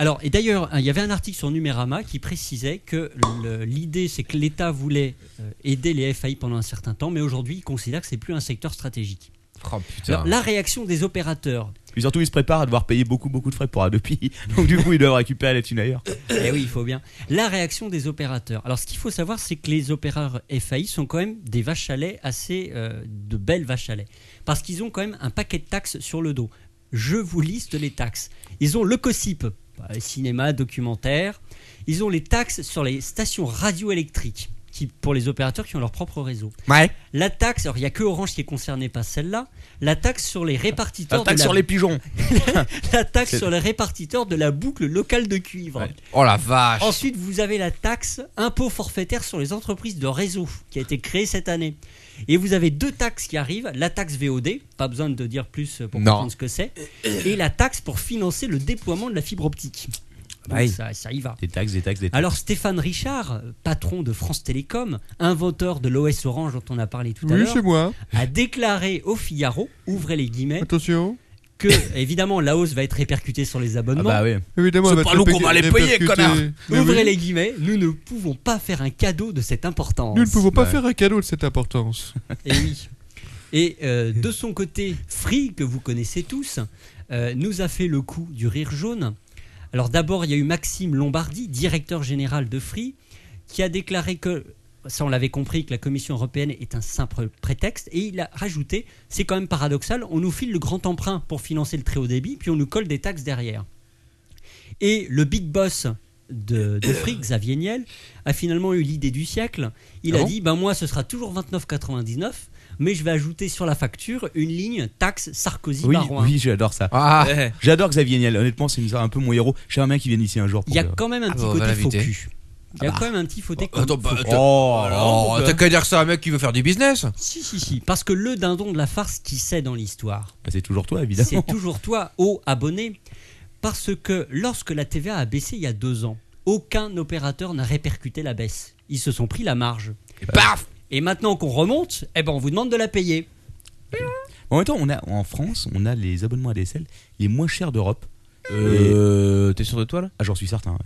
[SPEAKER 3] Alors, et d'ailleurs, hein, il y avait un article sur Numérama qui précisait que le- l'idée, c'est que l'État voulait euh, aider les FAI pendant un certain temps, mais aujourd'hui, il considère que c'est plus un secteur stratégique.
[SPEAKER 2] Oh putain.
[SPEAKER 3] Alors, la réaction des opérateurs.
[SPEAKER 5] Puis surtout, ils se préparent à devoir payer beaucoup, beaucoup de frais pour Adopi. Donc du coup, ils doivent récupérer la thune ailleurs.
[SPEAKER 3] eh oui, il faut bien. La réaction des opérateurs. Alors, ce qu'il faut savoir, c'est que les opérateurs FAI sont quand même des vaches à lait assez euh, de belles vaches à lait, parce qu'ils ont quand même un paquet de taxes sur le dos. Je vous liste les taxes. Ils ont le COSIP, bah, cinéma, documentaire. Ils ont les taxes sur les stations radioélectriques, qui pour les opérateurs qui ont leur propre réseau.
[SPEAKER 2] Ouais.
[SPEAKER 3] La taxe, alors il n'y a que Orange qui est concerné par celle-là. La taxe sur les répartiteurs.
[SPEAKER 5] La taxe
[SPEAKER 3] de la,
[SPEAKER 5] sur les pigeons.
[SPEAKER 3] la taxe sur les répartiteurs de la boucle locale de cuivre.
[SPEAKER 2] Oh la vache.
[SPEAKER 3] Ensuite, vous avez la taxe impôt forfaitaire sur les entreprises de réseau qui a été créée cette année. Et vous avez deux taxes qui arrivent la taxe VOD, pas besoin de dire plus pour
[SPEAKER 2] Non.
[SPEAKER 3] comprendre ce que c'est, et la taxe pour financer le déploiement de la fibre optique. Donc,
[SPEAKER 2] Oui.
[SPEAKER 3] ça, ça y va.
[SPEAKER 5] Des taxes, des taxes, des taxes.
[SPEAKER 3] Alors Stéphane Richard, patron de France Télécom, inventeur de l'OS Orange dont on a parlé tout à l'heure,
[SPEAKER 2] moi.
[SPEAKER 3] a déclaré au Figaro, ouvrez les guillemets,
[SPEAKER 2] Attention.
[SPEAKER 3] que évidemment la hausse va être répercutée sur les
[SPEAKER 5] Ah
[SPEAKER 3] abonnements.
[SPEAKER 5] bah oui.
[SPEAKER 2] Évidemment,
[SPEAKER 5] C'est elle va pas être nous qu'on va les payer, répercutée. connard.
[SPEAKER 3] Ouvrez les guillemets, nous ne pouvons pas faire un cadeau de cette importance.
[SPEAKER 2] pas
[SPEAKER 5] Ouais.
[SPEAKER 2] faire un cadeau de cette importance.
[SPEAKER 3] Et oui. Et euh, de son côté, Free, que vous connaissez tous, euh, nous a fait le coup du rire jaune. Alors d'abord, il y a eu Maxime Lombardi, directeur général de Free, qui a déclaré que, ça on l'avait compris, que la Commission européenne est un simple prétexte, et il a rajouté, c'est quand même paradoxal, on nous file le grand emprunt pour financer le très haut débit, puis on nous colle des taxes derrière. Et le big boss de, de Free, Xavier Niel, a finalement eu l'idée du siècle. Il
[SPEAKER 2] Ah
[SPEAKER 3] a
[SPEAKER 2] bon
[SPEAKER 3] dit, ben moi ce sera toujours 29,99, mais je vais ajouter sur la facture une ligne taxe
[SPEAKER 5] Oui,
[SPEAKER 3] Sarkozy-Barouin.
[SPEAKER 5] oui, j'adore ça.
[SPEAKER 2] Ah.
[SPEAKER 5] J'adore Xavier Niel. Honnêtement, c'est une- un peu mon héros. J'aimerais bien qu'il vienne ici un jour. pour
[SPEAKER 3] Il y a
[SPEAKER 5] que-
[SPEAKER 3] quand même un
[SPEAKER 2] Ah
[SPEAKER 3] petit
[SPEAKER 2] bah, on va
[SPEAKER 3] côté faux
[SPEAKER 2] l'inviter.
[SPEAKER 3] cul. Il y a
[SPEAKER 2] Ah bah.
[SPEAKER 3] quand même un petit faux côté
[SPEAKER 2] Attends, bah, attends.
[SPEAKER 5] Oh,
[SPEAKER 2] Alors, t'as qu'à dire ça à un mec qui veut faire du business.
[SPEAKER 3] Si, si, si. Parce que le dindon de la farce qui sait dans l'histoire,
[SPEAKER 5] Bah, c'est toujours toi, évidemment.
[SPEAKER 3] c'est toujours toi, ô abonné. Parce que lorsque la TVA a baissé il y a deux ans, aucun opérateur n'a répercuté la baisse. Ils se sont pris la marge.
[SPEAKER 2] Et bah. paf.
[SPEAKER 3] Et maintenant qu'on remonte, eh ben on vous demande de la payer.
[SPEAKER 5] En même temps, on a, en France, on a les abonnements ADSL les moins chers d'Europe.
[SPEAKER 8] Euh, T'es sûr de toi là
[SPEAKER 5] Ah, j'en suis certain. ouais.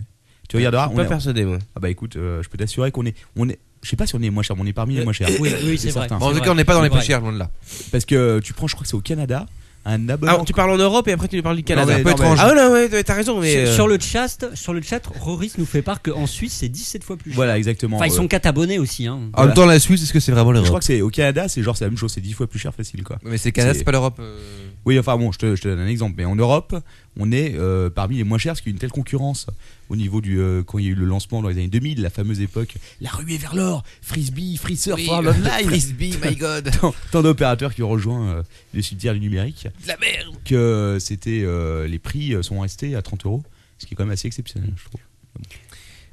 [SPEAKER 5] Tu regarderas.
[SPEAKER 8] Je
[SPEAKER 5] On
[SPEAKER 8] suis pas
[SPEAKER 5] est-
[SPEAKER 8] persuadé, moi.
[SPEAKER 5] Ah bah écoute, euh, je peux t'assurer qu'on est, on est. Je sais pas si on est moins cher, mais on est parmi les moins chers.
[SPEAKER 3] Euh, Oui, oui, c'est vrai.
[SPEAKER 5] certain.
[SPEAKER 2] Bon, en
[SPEAKER 3] C'est
[SPEAKER 2] tout
[SPEAKER 3] vrai,
[SPEAKER 2] cas, on n'est pas dans
[SPEAKER 3] c'est
[SPEAKER 2] les plus
[SPEAKER 3] vrai.
[SPEAKER 2] chers, loin de là.
[SPEAKER 5] Parce que tu prends, je crois que c'est au Canada, un
[SPEAKER 3] Ah,
[SPEAKER 5] abonnement.
[SPEAKER 8] Alors, Ah, tu parles en Europe et après tu nous parles du Canada.
[SPEAKER 5] mais-
[SPEAKER 2] un peu
[SPEAKER 5] Bah non, mais-
[SPEAKER 2] étrange.
[SPEAKER 8] Ah ouais, non, ouais, ouais, t'as raison, mais.
[SPEAKER 3] Sur,
[SPEAKER 8] euh,
[SPEAKER 3] sur le chat, sur le chat, Roris nous fait part qu'en Suisse c'est 17 fois plus cher.
[SPEAKER 5] Voilà, exactement.
[SPEAKER 3] Enfin, ils
[SPEAKER 5] euh,
[SPEAKER 3] sont 4 abonnés aussi. Hein.
[SPEAKER 2] En même temps, la Suisse, est-ce que c'est vraiment
[SPEAKER 5] je crois
[SPEAKER 2] l'Europe
[SPEAKER 5] que c'est au Canada, c'est genre c'est la même chose, c'est 10 fois plus cher facile quoi.
[SPEAKER 2] Mais c'est Canada,
[SPEAKER 5] c'est-
[SPEAKER 2] c'est pas l'Europe. euh.
[SPEAKER 5] Oui, enfin bon, je te, je te donne un exemple, mais en Europe, on est euh, parmi les moins chers parce qu'il y a une telle concurrence au niveau du. euh, quand il y a eu le lancement dans les années 2000, la fameuse époque, la ruée vers l'or, frisbee, free surf,
[SPEAKER 2] Oui,
[SPEAKER 5] World
[SPEAKER 2] le
[SPEAKER 5] online.
[SPEAKER 2] frisbee, my God.
[SPEAKER 5] Tant, tant d'opérateurs qui ont rejoint euh, les subsidiaires du numérique.
[SPEAKER 2] la merde.
[SPEAKER 5] Que c'était. euh, les prix sont restés à 30 euros, ce qui est quand même assez exceptionnel, je trouve.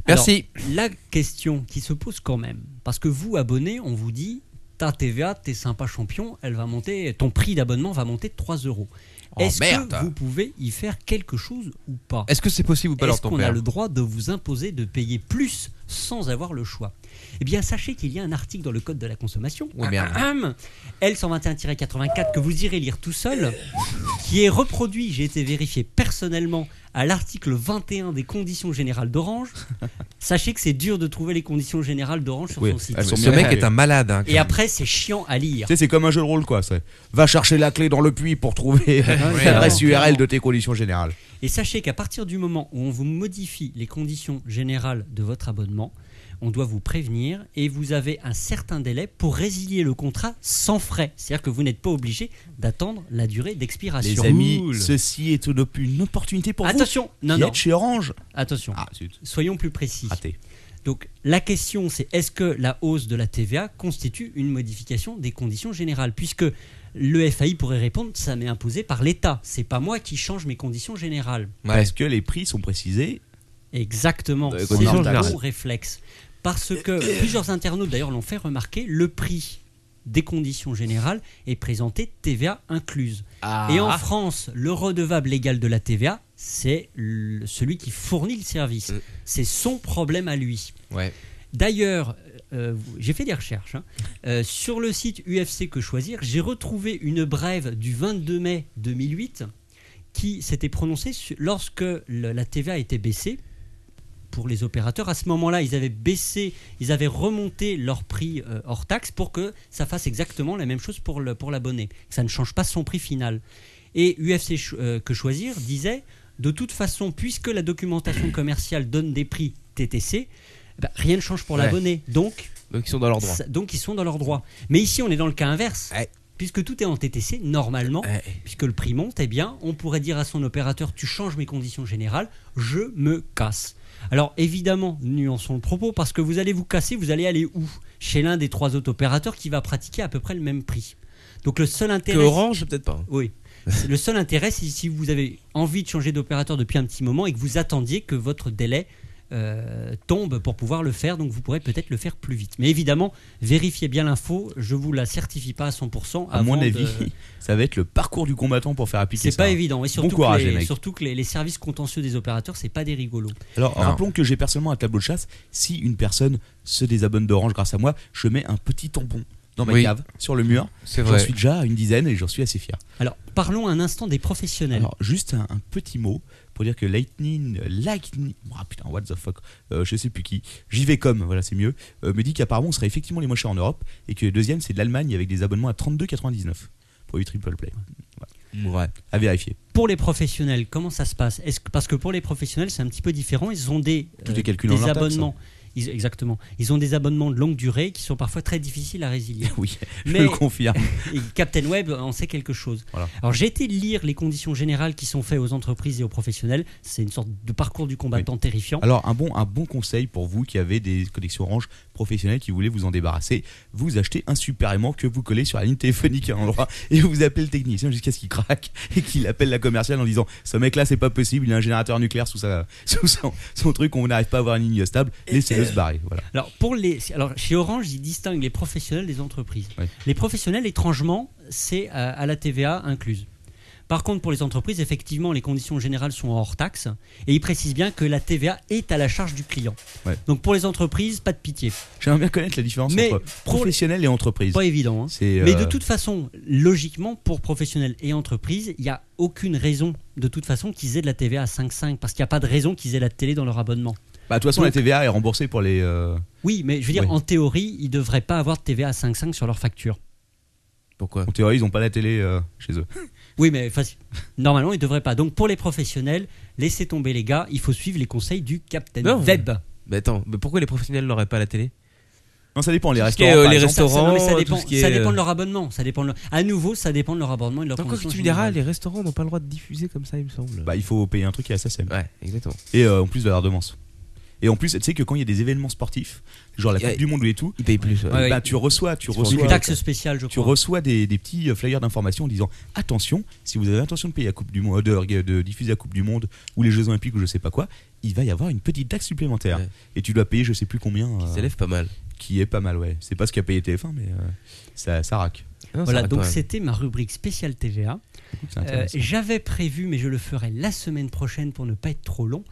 [SPEAKER 2] Merci.
[SPEAKER 3] Alors, la question qui se pose quand même, parce que vous, abonnés, on vous dit ta TVA, t'es sympa champion, elle va monter, ton prix d'abonnement va monter de 3 euros.
[SPEAKER 2] Oh,
[SPEAKER 3] Est-ce
[SPEAKER 2] merde.
[SPEAKER 3] que vous pouvez y faire quelque chose ou pas
[SPEAKER 2] Est-ce que c'est possible ou pas, alors,
[SPEAKER 3] Est-ce
[SPEAKER 2] ton
[SPEAKER 3] qu'on
[SPEAKER 2] père
[SPEAKER 3] a le droit de vous imposer de payer plus sans avoir le choix Eh bien, sachez qu'il y a un article dans le Code de la consommation,
[SPEAKER 2] Oui, Oh, merde.
[SPEAKER 3] Ahem. L121-84, que vous irez lire tout seul, qui est reproduit, j'ai été vérifié personnellement, à l'article 21 des conditions générales d'Orange. Sachez que c'est dur de trouver les conditions générales d'Orange sur
[SPEAKER 5] Oui,
[SPEAKER 3] son site.
[SPEAKER 5] elles sont
[SPEAKER 2] Ce
[SPEAKER 5] bien
[SPEAKER 2] mec
[SPEAKER 5] réglées.
[SPEAKER 2] est un malade. hein, quand
[SPEAKER 3] Et après, c'est chiant à lire.
[SPEAKER 5] Tu sais, c'est comme un jeu de rôle, quoi. c'est Va chercher la clé dans le puits pour trouver euh,
[SPEAKER 3] clairement,
[SPEAKER 5] l'adresse URL de
[SPEAKER 3] clairement.
[SPEAKER 5] tes conditions générales.
[SPEAKER 3] Et sachez qu'à partir du moment où on vous modifie les conditions générales de votre abonnement, on doit vous prévenir et vous avez un certain délai pour résilier le contrat sans frais. C'est-à-dire que vous n'êtes pas obligé d'attendre la durée
[SPEAKER 5] Les
[SPEAKER 3] d'expiration.
[SPEAKER 5] amis, ceci est une, une opportunité pour
[SPEAKER 3] Attention,
[SPEAKER 5] vous
[SPEAKER 3] non,
[SPEAKER 5] qui
[SPEAKER 3] non,
[SPEAKER 5] êtes chez Orange.
[SPEAKER 3] attention.
[SPEAKER 5] Ah, zut,
[SPEAKER 3] Soyons plus précis.
[SPEAKER 5] raté.
[SPEAKER 3] Donc la question c'est est-ce que la hausse de la TVA constitue une modification des conditions générales Puisque le FAI pourrait répondre ça m'est imposé par l'État, c'est pas moi qui change mes conditions générales.
[SPEAKER 2] même. Ouais.
[SPEAKER 5] Parce que les prix sont précisés.
[SPEAKER 3] Exactement,
[SPEAKER 5] Euh,
[SPEAKER 3] c'est
[SPEAKER 5] conditions
[SPEAKER 3] un
[SPEAKER 5] générales.
[SPEAKER 3] bon réflexe. Parce que plusieurs internautes d'ailleurs l'ont fait remarquer, le prix des conditions générales est présenté TVA incluse. Et en France, le redevable légal de la TVA, c'est le- celui qui fournit le service.
[SPEAKER 2] Euh.
[SPEAKER 3] C'est son problème à lui.
[SPEAKER 2] Ouais.
[SPEAKER 3] D'ailleurs, euh, j'ai fait des recherches. hein. Euh, sur le site UFC Que Choisir, j'ai retrouvé une brève du 22 mai 2008 qui s'était prononcée su- lorsque le- la TVA était baissée pour les opérateurs. À ce moment-là, ils avaient baissé, ils avaient remonté leur prix euh, hors taxe pour que ça fasse exactement la même chose pour le- pour l'abonné, que ça ne change pas son prix final. Et UFC cho- euh, Que Choisir disait, de toute façon, puisque la documentation commerciale donne des prix TTC, bah, rien ne change pour
[SPEAKER 2] Ouais.
[SPEAKER 3] l'abonné. Donc,
[SPEAKER 8] Donc ils sont dans leur droit.
[SPEAKER 3] ça- donc, ils sont dans leurs droits. Mais ici, on est dans le cas inverse.
[SPEAKER 2] Ouais.
[SPEAKER 3] Puisque tout est en TTC, normalement, puisque le prix monte, eh bien, on pourrait dire à son opérateur Tu changes mes conditions générales, je me casse. Alors, évidemment, nuançons le propos, parce que vous allez vous casser, vous allez aller où Chez l'un des trois autres opérateurs qui va pratiquer à peu près le même prix. Donc, le seul
[SPEAKER 8] Que
[SPEAKER 3] intérêt.
[SPEAKER 8] Orange, peut-être pas. hein.
[SPEAKER 3] Oui. C'est- Le seul intérêt, c'est si vous avez envie de changer d'opérateur depuis un petit moment et que vous attendiez que votre délai euh, tombe pour pouvoir le faire, donc vous pourrez peut-être le faire plus vite. Mais évidemment, vérifiez bien l'info, je vous la certifie pas à 100%.
[SPEAKER 5] À
[SPEAKER 3] avant
[SPEAKER 5] mon
[SPEAKER 3] de-
[SPEAKER 5] avis, ça va être le parcours du combattant pour faire appliquer
[SPEAKER 3] C'est
[SPEAKER 5] ça.
[SPEAKER 3] pas évident. Et surtout
[SPEAKER 5] courage,
[SPEAKER 3] que,
[SPEAKER 5] les
[SPEAKER 3] les,
[SPEAKER 5] mecs.
[SPEAKER 3] surtout que les, les services contentieux des opérateurs, c'est pas des rigolos.
[SPEAKER 5] Alors, rappelons que j'ai personnellement un tableau de chasse. Si une personne se désabonne d'Orange grâce à moi, je mets un petit tampon dans ma
[SPEAKER 2] Oui.
[SPEAKER 5] cave, sur le mur.
[SPEAKER 2] C'est
[SPEAKER 5] J'en
[SPEAKER 2] vrai.
[SPEAKER 5] suis déjà à une dizaine et j'en suis assez fier.
[SPEAKER 3] Alors, parlons un instant des professionnels.
[SPEAKER 5] Alors, juste un, un petit mot pour dire que Lightning, euh, Lightning, ah putain, what the fuck, euh, je sais plus qui, JVcom, voilà, c'est mieux, euh, me dit qu'apparemment on serait effectivement les moins chers en Europe et que le deuxième c'est de l'Allemagne avec des abonnements à 32,99 pour du triple play.
[SPEAKER 8] Ouais.
[SPEAKER 5] À vérifier.
[SPEAKER 3] Pour les professionnels, comment ça se passe Est-ce que, Parce que pour les professionnels, c'est un petit peu différent. Ils ont des, euh,
[SPEAKER 5] Tout est calculé en
[SPEAKER 3] des
[SPEAKER 5] leur taxe,
[SPEAKER 3] abonnements. Ils- exactement. Ils ont des abonnements de longue durée qui sont parfois très difficiles à résilier.
[SPEAKER 5] Oui, je
[SPEAKER 3] Mais-
[SPEAKER 5] le confirme.
[SPEAKER 3] Et Captain Web en sait quelque chose.
[SPEAKER 5] Voilà.
[SPEAKER 3] Alors j'ai été lire les conditions générales qui sont faites aux entreprises et aux professionnels. C'est une sorte de parcours du combattant terrifiant.
[SPEAKER 5] Alors un bon, un bon conseil pour vous qui avez des connexions Orange professionnelles qui voulaient vous en débarrasser, vous achetez un super aimant que vous collez sur la ligne téléphonique à un endroit et vous appelez le technicien jusqu'à ce qu'il craque et qu'il appelle la commerciale en disant ce mec là c'est pas possible, il a un générateur nucléaire sous, sa, sous son, son truc, on n'arrive pas à avoir une ligne stable,
[SPEAKER 3] euh,
[SPEAKER 5] laissez-le se barrer. Voilà.
[SPEAKER 3] Alors, pour les, alors chez Orange, ils distinguent les professionnels des entreprises.
[SPEAKER 5] Ouais.
[SPEAKER 3] Les professionnels, étrangement, c'est euh, à la TVA incluse. Par contre, pour les entreprises, effectivement, les conditions générales sont hors taxe et ils précisent bien que la TVA est à la charge du client.
[SPEAKER 5] Ouais.
[SPEAKER 3] Donc pour les entreprises, pas de pitié.
[SPEAKER 5] J'aimerais bien connaître la différence
[SPEAKER 3] Mais
[SPEAKER 5] entre
[SPEAKER 3] pour-
[SPEAKER 5] professionnel et entreprise.
[SPEAKER 3] Pas évident. hein.
[SPEAKER 5] C'est,
[SPEAKER 3] Mais de
[SPEAKER 5] euh,
[SPEAKER 3] toute façon, logiquement, pour professionnels et entreprises, il n'y a aucune raison, de toute façon, qu'ils aient de la TVA à 5,5 parce qu'il n'y a pas de raison qu'ils aient la télé dans leur abonnement.
[SPEAKER 5] bah, de toute façon
[SPEAKER 3] donc-
[SPEAKER 5] la TVA est remboursée pour les... euh,
[SPEAKER 3] Oui, mais je veux dire,
[SPEAKER 5] Oui.
[SPEAKER 3] en théorie, ils ne devraient pas avoir de TVA à 5,5 sur leur facture.
[SPEAKER 8] Pourquoi
[SPEAKER 5] En théorie ils n'ont pas la télé euh, chez eux.
[SPEAKER 3] Oui, mais enfin, normalement, ils ne devraient pas. Donc, pour les professionnels, laissez tomber les gars, il faut suivre les conseils du Ah, Captain
[SPEAKER 8] Non.
[SPEAKER 3] Web.
[SPEAKER 8] Mais attends, mais pourquoi les professionnels n'auraient pas la télé
[SPEAKER 5] Non, ça dépend. Les
[SPEAKER 8] Tout ce qui est,
[SPEAKER 5] restaurants.
[SPEAKER 8] euh,
[SPEAKER 5] par
[SPEAKER 8] les
[SPEAKER 3] Ça,
[SPEAKER 5] exemple.
[SPEAKER 3] ça, non, mais ça
[SPEAKER 8] Restaurant,
[SPEAKER 3] dépend,
[SPEAKER 8] tout ce qui
[SPEAKER 3] ça
[SPEAKER 8] est,
[SPEAKER 3] dépend de
[SPEAKER 8] euh,
[SPEAKER 3] leur abonnement. Ça dépend de leur- À nouveau, ça dépend de leur abonnement et de leur
[SPEAKER 8] Dans quoi que
[SPEAKER 3] condition
[SPEAKER 8] tu me diras,
[SPEAKER 3] générale.
[SPEAKER 8] les restaurants n'ont pas le droit de diffuser comme ça, il me semble.
[SPEAKER 5] Bah, il faut payer un truc à SSM.
[SPEAKER 8] Ouais, exactement.
[SPEAKER 5] Et euh, en plus de la redevance. Et en plus, tu sais que quand il y a des événements sportifs, genre la
[SPEAKER 8] Il y a-
[SPEAKER 5] Coupe du Monde et tout,
[SPEAKER 8] Ils payent plus. ouais.
[SPEAKER 3] Ouais,
[SPEAKER 5] bah,
[SPEAKER 3] ouais.
[SPEAKER 5] tu reçois, tu
[SPEAKER 8] font
[SPEAKER 5] reçois,
[SPEAKER 3] Une taxe spéciale, je
[SPEAKER 5] tu
[SPEAKER 3] crois.
[SPEAKER 5] reçois des, des petits euh, flyers d'information en disant attention, si vous avez l'intention de payer la Coupe du Monde, de, de diffuser la Coupe du Monde ou les Jeux Olympiques ou je sais pas quoi, il va y avoir une petite taxe supplémentaire.
[SPEAKER 8] Ouais.
[SPEAKER 5] Et tu dois payer je sais plus combien, euh,
[SPEAKER 8] Ils élèvent pas mal.
[SPEAKER 5] qui est pas mal, ouais. C'est pas ce qu'a payé TF1, mais euh, ça, ça raque.
[SPEAKER 8] Non, Ah, ça
[SPEAKER 3] Voilà,
[SPEAKER 8] va
[SPEAKER 3] donc
[SPEAKER 8] quand même.
[SPEAKER 3] c'était ma rubrique spéciale TVA.
[SPEAKER 5] C'est
[SPEAKER 3] Euh,
[SPEAKER 5] intéressant.
[SPEAKER 3] J'avais prévu, mais je le ferai la semaine prochaine pour ne pas être trop long.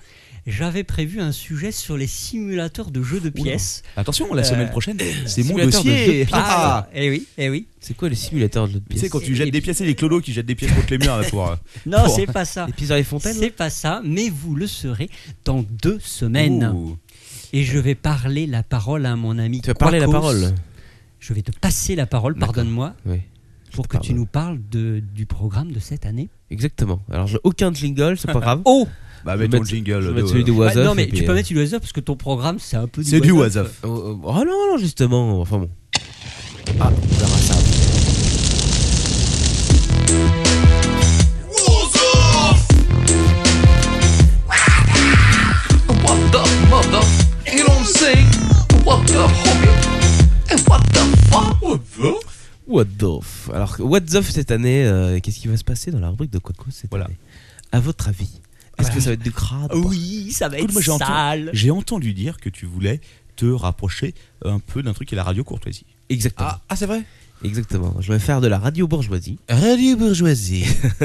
[SPEAKER 3] J'avais prévu un sujet sur les simulateurs de jeux de
[SPEAKER 5] Oula.
[SPEAKER 3] pièces.
[SPEAKER 5] Attention, la semaine
[SPEAKER 3] euh,
[SPEAKER 5] prochaine, c'est mon
[SPEAKER 8] simulateur de jeu
[SPEAKER 5] dossier.
[SPEAKER 8] de
[SPEAKER 5] Ah
[SPEAKER 3] eh oui, eh oui.
[SPEAKER 8] C'est quoi les simulateurs de l'autre
[SPEAKER 5] tu sais,
[SPEAKER 8] pièce
[SPEAKER 5] quand tu jettes des pièces, et les clodos qui jettent des pièces contre les murs là, pour. euh,
[SPEAKER 3] Non,
[SPEAKER 5] Bon.
[SPEAKER 3] c'est pas ça.
[SPEAKER 8] Les pièces dans les fontaines
[SPEAKER 5] hein.
[SPEAKER 3] C'est pas ça, mais vous le serez dans deux semaines.
[SPEAKER 5] ouh.
[SPEAKER 3] Et je vais parler la parole à mon ami.
[SPEAKER 8] Tu vas parler la
[SPEAKER 3] Quacos.
[SPEAKER 8] parole.
[SPEAKER 3] Je vais te passer la parole,
[SPEAKER 8] D'accord.
[SPEAKER 3] pardonne-moi,
[SPEAKER 8] Oui.
[SPEAKER 3] pour que
[SPEAKER 8] Pardon.
[SPEAKER 3] tu nous parles de, du programme de cette année.
[SPEAKER 8] Exactement. Alors j'ai aucun jingle, c'est pas grave.
[SPEAKER 3] Oh
[SPEAKER 5] Bah,
[SPEAKER 8] Je
[SPEAKER 5] mets
[SPEAKER 8] vais
[SPEAKER 5] ton
[SPEAKER 8] mettre-
[SPEAKER 5] jingle.
[SPEAKER 8] je vais
[SPEAKER 5] de-
[SPEAKER 8] mettre celui de
[SPEAKER 3] Bah,
[SPEAKER 8] Wasoff.
[SPEAKER 3] Non, mais
[SPEAKER 8] et
[SPEAKER 3] tu
[SPEAKER 8] puis,
[SPEAKER 3] peux
[SPEAKER 8] euh,
[SPEAKER 3] mettre du What's Up parce que ton programme, c'est un peu du
[SPEAKER 5] C'est du
[SPEAKER 3] What's Up.
[SPEAKER 5] Wazaf.
[SPEAKER 8] Oh, oh, oh, non, non, justement, enfin bon. Ah, on verra ça.
[SPEAKER 12] What the mother? You don't say what the hobby? And what the fuck?
[SPEAKER 8] What the f- Alors, what the f cette année, euh, qu'est-ce qui va se passer dans la rubrique de Quaco cette
[SPEAKER 5] Voilà.
[SPEAKER 8] année À votre avis, est-ce que ça va être du crade ou pas
[SPEAKER 3] Oui, ça
[SPEAKER 8] Bah,
[SPEAKER 3] va
[SPEAKER 5] Écoute, moi,
[SPEAKER 3] être
[SPEAKER 5] j'ai entendu-
[SPEAKER 3] sale.
[SPEAKER 5] J'ai entendu dire que tu voulais te rapprocher un peu d'un truc qui est la radio courtoisie.
[SPEAKER 8] Exactement.
[SPEAKER 2] Ah, ah, c'est vrai
[SPEAKER 8] Exactement. Je vais faire de la radio bourgeoisie.
[SPEAKER 2] Radio Bourgeoisie.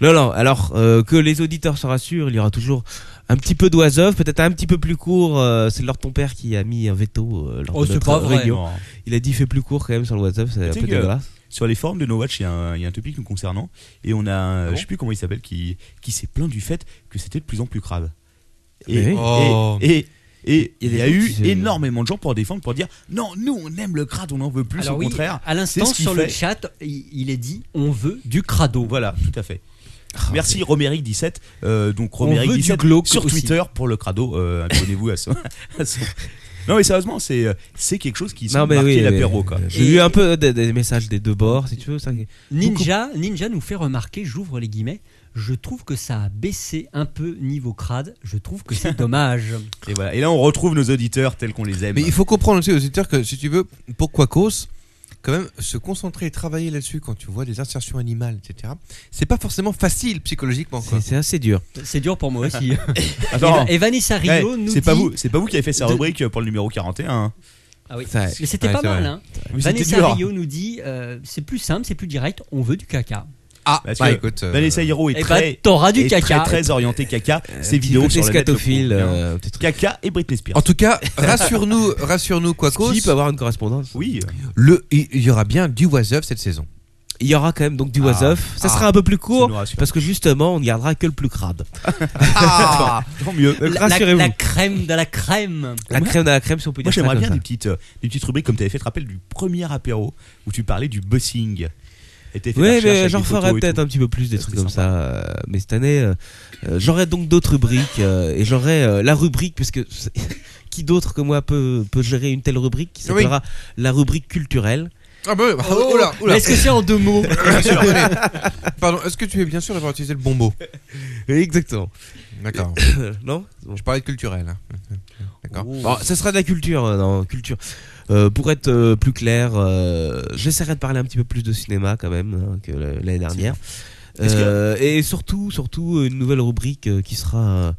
[SPEAKER 8] Non, non, alors euh, que les auditeurs se rassurent, il y aura toujours un petit peu d'oiseuf, peut-être un petit peu plus court. euh, c'est Lord Ton Père qui a mis un veto euh, lors
[SPEAKER 3] Oh,
[SPEAKER 8] de
[SPEAKER 3] c'est
[SPEAKER 8] notre
[SPEAKER 3] pas vrai.
[SPEAKER 8] réunion.
[SPEAKER 5] Non.
[SPEAKER 8] Il a dit fait plus court quand même sur le WhatsApp, c'est un
[SPEAKER 5] Tu sais
[SPEAKER 8] peu
[SPEAKER 5] que-
[SPEAKER 8] dégueulasse.
[SPEAKER 5] Sur les forums de No Watch, il y, a un- il y a un topic nous concernant et on a, un-
[SPEAKER 8] Ah bon
[SPEAKER 5] je sais plus comment il s'appelle, qui, qui s'est plaint du fait que c'était de plus en plus crabe.
[SPEAKER 8] Mais
[SPEAKER 5] Et,
[SPEAKER 8] oui.
[SPEAKER 5] et-
[SPEAKER 2] Oh.
[SPEAKER 5] et, et
[SPEAKER 8] Il y a
[SPEAKER 5] il
[SPEAKER 8] des
[SPEAKER 5] y a
[SPEAKER 8] gens
[SPEAKER 5] eu
[SPEAKER 8] qui se-
[SPEAKER 5] énormément de gens pour défendre, pour dire non, nous on aime le crade, on en veut plus,
[SPEAKER 3] Alors
[SPEAKER 5] au
[SPEAKER 3] oui,
[SPEAKER 5] contraire.
[SPEAKER 3] à l'instant
[SPEAKER 5] c'est ce qu'il
[SPEAKER 3] sur le
[SPEAKER 5] fait.
[SPEAKER 3] chat, il il est dit on veut du crado.
[SPEAKER 5] Voilà, tout à fait.
[SPEAKER 8] Ah,
[SPEAKER 5] Merci Romeric17. euh, donc
[SPEAKER 3] veut du
[SPEAKER 5] Romeric17
[SPEAKER 3] glauque
[SPEAKER 5] sur
[SPEAKER 3] aussi.
[SPEAKER 5] Twitter pour le crado. euh, Abonnez-vous à son. à son- Non mais sérieusement, c'est euh, c'est quelque chose qui
[SPEAKER 8] Non,
[SPEAKER 5] semble
[SPEAKER 8] mais
[SPEAKER 5] marquer
[SPEAKER 8] oui,
[SPEAKER 5] l'apéro
[SPEAKER 8] mais-
[SPEAKER 5] quoi.
[SPEAKER 8] J'ai eu un peu des, des messages des deux bords, si tu veux. Ça...
[SPEAKER 3] Ninja, Ninja nous fait remarquer, j'ouvre les guillemets, je trouve que ça a baissé un peu niveau crade, je trouve que c'est dommage.
[SPEAKER 5] Et voilà. Et là on retrouve nos auditeurs tels qu'on les aime.
[SPEAKER 2] Mais il faut comprendre aussi aux auditeurs que si tu veux, pour quoi cause, quand même, se concentrer et travailler là-dessus quand tu vois des insertions animales, etc., c'est pas forcément facile psychologiquement.
[SPEAKER 8] C'est-
[SPEAKER 2] Quoi.
[SPEAKER 8] C'est assez dur.
[SPEAKER 3] C'est dur pour moi aussi.
[SPEAKER 5] Attends,
[SPEAKER 8] ben,
[SPEAKER 3] Et Vanessa
[SPEAKER 5] eh,
[SPEAKER 3] Rio nous
[SPEAKER 5] c'est pas
[SPEAKER 3] dit-
[SPEAKER 5] vous, c'est pas vous qui avez fait sa
[SPEAKER 3] de-
[SPEAKER 5] rubrique euh, pour le numéro 41. hein.
[SPEAKER 3] Ah oui.
[SPEAKER 8] Ça-
[SPEAKER 3] Mais c'était
[SPEAKER 2] Ouais,
[SPEAKER 3] pas
[SPEAKER 2] c'est
[SPEAKER 3] mal.
[SPEAKER 2] vrai.
[SPEAKER 3] Hein.
[SPEAKER 5] Oui, c'était
[SPEAKER 3] Vanessa
[SPEAKER 5] dur.
[SPEAKER 3] Rio nous dit euh, c'est plus simple, c'est plus direct, on veut du caca.
[SPEAKER 2] Ah,
[SPEAKER 5] Parce
[SPEAKER 2] bah
[SPEAKER 5] que
[SPEAKER 2] écoute. euh,
[SPEAKER 5] Vanessa Hiro
[SPEAKER 8] Eh ben,
[SPEAKER 5] est
[SPEAKER 3] Et bah
[SPEAKER 5] très
[SPEAKER 3] t'auras du
[SPEAKER 5] est
[SPEAKER 3] caca.
[SPEAKER 5] très très orienté caca. Ses
[SPEAKER 8] Un Euh, petit
[SPEAKER 5] vidéos
[SPEAKER 8] côté
[SPEAKER 5] sur le net le
[SPEAKER 8] scatophile.
[SPEAKER 5] prouvent bien.
[SPEAKER 8] euh, peut-être-
[SPEAKER 5] Caca et Britney Spears.
[SPEAKER 2] En tout cas, rassure-nous, rassure-nous, quoi
[SPEAKER 8] Qui peut avoir une correspondance
[SPEAKER 5] Oui.
[SPEAKER 2] le il il y aura bien du was-up cette saison.
[SPEAKER 8] Il y aura quand même donc du
[SPEAKER 2] Ah.
[SPEAKER 8] was-off.
[SPEAKER 2] Ah.
[SPEAKER 8] Ça sera un peu plus
[SPEAKER 5] Ça
[SPEAKER 8] court
[SPEAKER 5] nous rassure.
[SPEAKER 8] parce que justement, on ne gardera que le plus crade.
[SPEAKER 5] Tant mieux.
[SPEAKER 3] La,
[SPEAKER 8] Euh,
[SPEAKER 3] la-
[SPEAKER 8] rassurez-vous.
[SPEAKER 3] la crème de la crème.
[SPEAKER 8] La crème de la crème, si on peut
[SPEAKER 5] Moi
[SPEAKER 8] dire ça
[SPEAKER 5] j'aimerais
[SPEAKER 8] comme
[SPEAKER 5] bien
[SPEAKER 8] ça.
[SPEAKER 5] des petites, euh, des petites rubriques comme tu avais fait, tu te rappelles du premier apéro où tu parlais du bussing. Et t'avais fait la
[SPEAKER 8] Oui,
[SPEAKER 5] recherche
[SPEAKER 8] mais euh,
[SPEAKER 5] avec
[SPEAKER 8] j'en
[SPEAKER 5] des photos
[SPEAKER 8] ferai
[SPEAKER 5] et
[SPEAKER 8] peut-être
[SPEAKER 5] tout.
[SPEAKER 8] un petit peu plus des
[SPEAKER 5] Ça,
[SPEAKER 8] trucs
[SPEAKER 5] c'était
[SPEAKER 8] comme ça. euh, mais cette année, euh, euh, j'aurai donc d'autres rubriques euh, et j'aurai euh, la rubrique parce que c'est- qui d'autre que moi peut, peut gérer une telle rubrique qui
[SPEAKER 5] Ah
[SPEAKER 2] Oui.
[SPEAKER 8] s'appellera la rubrique culturelle.
[SPEAKER 2] Ah bah, oh là, oh
[SPEAKER 3] Mais
[SPEAKER 2] là.
[SPEAKER 3] Est-ce que c'est en deux mots
[SPEAKER 2] Pardon, est-ce que tu es bien sûr d'avoir utilisé le bon mot
[SPEAKER 8] Exactement.
[SPEAKER 2] D'accord.
[SPEAKER 8] non. Bon.
[SPEAKER 2] Je parlais de culturel. hein. D'accord.
[SPEAKER 3] Oh.
[SPEAKER 8] Bon, ça sera de la culture, euh, non, culture. Euh, pour être euh, plus clair, euh, j'essaierai de parler un petit peu plus de cinéma quand même hein, que le- l'année dernière.
[SPEAKER 5] Est-ce que-
[SPEAKER 8] Euh, Et surtout, surtout une nouvelle rubrique euh, qui sera euh,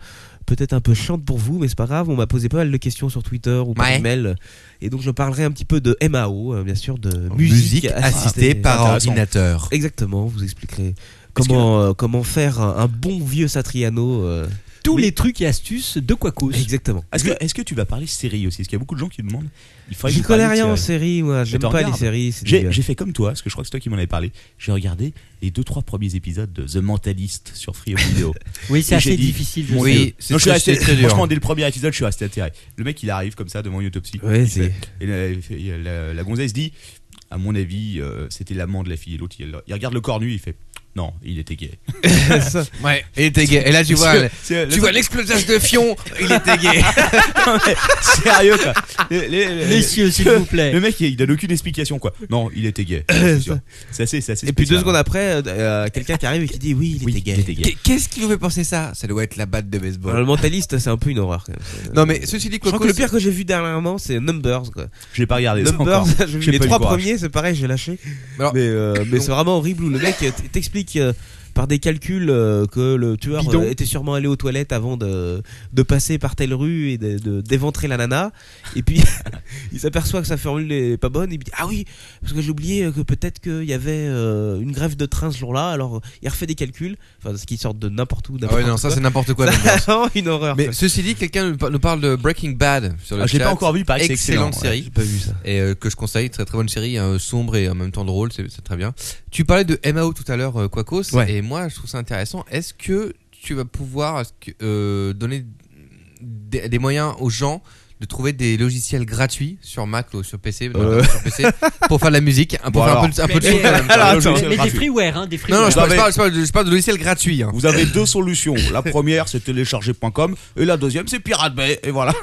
[SPEAKER 8] peut-être un peu chiante pour vous, mais c'est pas grave. On m'a posé pas mal de questions sur Twitter ou par
[SPEAKER 2] Ouais.
[SPEAKER 8] email, et donc je parlerai un petit peu de MAO, euh, bien sûr, de musique,
[SPEAKER 2] Musique assistée par
[SPEAKER 5] Intéressant.
[SPEAKER 2] ordinateur.
[SPEAKER 8] Exactement, vous expliquerez comment euh, comment faire un, un bon vieux Satriano. euh,
[SPEAKER 3] Tous
[SPEAKER 8] Oui.
[SPEAKER 3] les trucs et astuces de quoi
[SPEAKER 8] exactement.
[SPEAKER 5] Est-ce que, est-ce que tu vas parler série aussi Parce qu'il y a beaucoup de gens qui demandent. Il faudrait que
[SPEAKER 8] Je
[SPEAKER 5] vous parliez
[SPEAKER 8] connais
[SPEAKER 5] de
[SPEAKER 8] rien en
[SPEAKER 5] série.
[SPEAKER 8] série, moi. J'aime
[SPEAKER 5] t'en
[SPEAKER 8] pas les
[SPEAKER 5] regardes.
[SPEAKER 8] séries. c'est
[SPEAKER 5] J'ai,
[SPEAKER 8] dégueu.
[SPEAKER 5] j'ai fait comme toi, parce que je crois que c'est toi qui m'en avais parlé. J'ai regardé les deux trois premiers épisodes de The Mentalist sur Free Home Video.
[SPEAKER 3] Oui, c'est
[SPEAKER 5] Et j'ai
[SPEAKER 3] assez
[SPEAKER 5] dit,
[SPEAKER 3] difficile. je
[SPEAKER 5] mon
[SPEAKER 3] sais.
[SPEAKER 2] Oui,
[SPEAKER 5] Dieu.
[SPEAKER 2] c'est
[SPEAKER 5] Non, je suis
[SPEAKER 2] très-
[SPEAKER 5] resté-
[SPEAKER 2] c'est très dur.
[SPEAKER 5] Franchement, dès le premier épisode, je suis resté atterré. Le mec, il arrive comme ça devant une autopsie.
[SPEAKER 8] Ouais,
[SPEAKER 5] Il
[SPEAKER 8] c'est-
[SPEAKER 5] fait- et la, il fait- la- la gonzesse dit, à mon avis, euh, c'était l'amant de la fille. Et l'autre, il, il regarde le corps nu, il fait, Non, il était gay.
[SPEAKER 2] Ouais, il était gay. Et là, tu vois,
[SPEAKER 5] C'est- c'est-
[SPEAKER 2] tu vois l'explosage de Fion, il était gay.
[SPEAKER 5] Non, mais Sérieux quoi. Les- les- les-
[SPEAKER 3] Messieurs, s'il vous plaît.
[SPEAKER 5] Le mec, il donne aucune explication quoi. Non, il était gay. c'est sûr. C'est assez, c'est assez
[SPEAKER 8] Et puis deux
[SPEAKER 5] spécial.
[SPEAKER 8] secondes après, euh, euh, quelqu'un qui arrive et qui dit oui, il
[SPEAKER 5] Oui,
[SPEAKER 8] était gay.
[SPEAKER 5] il était gay.
[SPEAKER 2] Qu'est- Qu'est-ce qui vous fait penser ça Ça doit être la batte de
[SPEAKER 8] Alors, le
[SPEAKER 2] baseball.
[SPEAKER 8] mentaliste, c'est un peu une horreur. quand même.
[SPEAKER 2] Non, mais ceci dit,
[SPEAKER 8] Je crois
[SPEAKER 2] Coco,
[SPEAKER 8] que le pire que j'ai vu dernièrement, c'est Numbers. Quoi.
[SPEAKER 5] Je l'ai pas regardé. ça,
[SPEAKER 8] Numbers,
[SPEAKER 5] encore.
[SPEAKER 8] j'ai
[SPEAKER 5] J'ai
[SPEAKER 8] vu les
[SPEAKER 5] pas eu
[SPEAKER 8] trois
[SPEAKER 5] le courage.
[SPEAKER 8] premiers, c'est pareil, j'ai lâché.
[SPEAKER 2] Alors,
[SPEAKER 8] mais euh, mais
[SPEAKER 2] non.
[SPEAKER 8] c'est vraiment horrible où le mec euh, t- t'explique euh, par des calculs euh, que le tueur
[SPEAKER 2] Bidon.
[SPEAKER 8] euh, était sûrement allé aux toilettes avant de, de passer par telle rue et de- de- d'éventrer la nana. Et puis il s'aperçoit que sa formule n'est pas bonne. Il dit Ah oui, parce que j'ai oublié euh, que peut-être qu'il y avait euh, une grève de train ce jour-là. Alors il refait des calculs, enfin, ce qui sort de n'importe où.
[SPEAKER 2] Ah ouais, non, ça c'est n'importe quoi.
[SPEAKER 8] n'importe
[SPEAKER 2] Numbers.
[SPEAKER 8] quoi. vraiment une horreur.
[SPEAKER 2] Mais
[SPEAKER 8] quoi.
[SPEAKER 2] ceci dit, quelqu'un nous par- nous parle de Breaking Bad sur le
[SPEAKER 5] Ah, je l'ai
[SPEAKER 2] chat.
[SPEAKER 5] pas encore vu, il paraît que c'est excellent.
[SPEAKER 2] Excellente série.
[SPEAKER 8] J'ai pas vu ça.
[SPEAKER 2] Et euh, que je conseille, très très bonne série, hein, sombre et en même temps drôle, c'est c'est très bien. Tu parlais de MAO tout à l'heure, euh, Quacos,
[SPEAKER 5] Ouais.
[SPEAKER 2] et moi je trouve ça intéressant. Est-ce que tu vas pouvoir est-ce que, euh, donner des, des moyens aux gens de trouver des logiciels gratuits sur Mac ou sur PC, notamment sur PC pour faire de la musique, hein, pour
[SPEAKER 5] Bon,
[SPEAKER 2] faire
[SPEAKER 5] alors.
[SPEAKER 2] un peu, de- un peu de
[SPEAKER 3] Mais-
[SPEAKER 2] choses quand même.
[SPEAKER 5] Alors,
[SPEAKER 3] euh, Mais,
[SPEAKER 5] attends.
[SPEAKER 3] mais des
[SPEAKER 5] Gratuit.
[SPEAKER 3] freeware, hein, des
[SPEAKER 2] Non,
[SPEAKER 3] freeware.
[SPEAKER 2] non, je parle,
[SPEAKER 5] avez-
[SPEAKER 2] je parle- je parle de, je parle de logiciels gratuits. hein.
[SPEAKER 5] Vous avez deux solutions. La première, c'est télécharger.com et la deuxième, c'est Pirate Bay. Et voilà.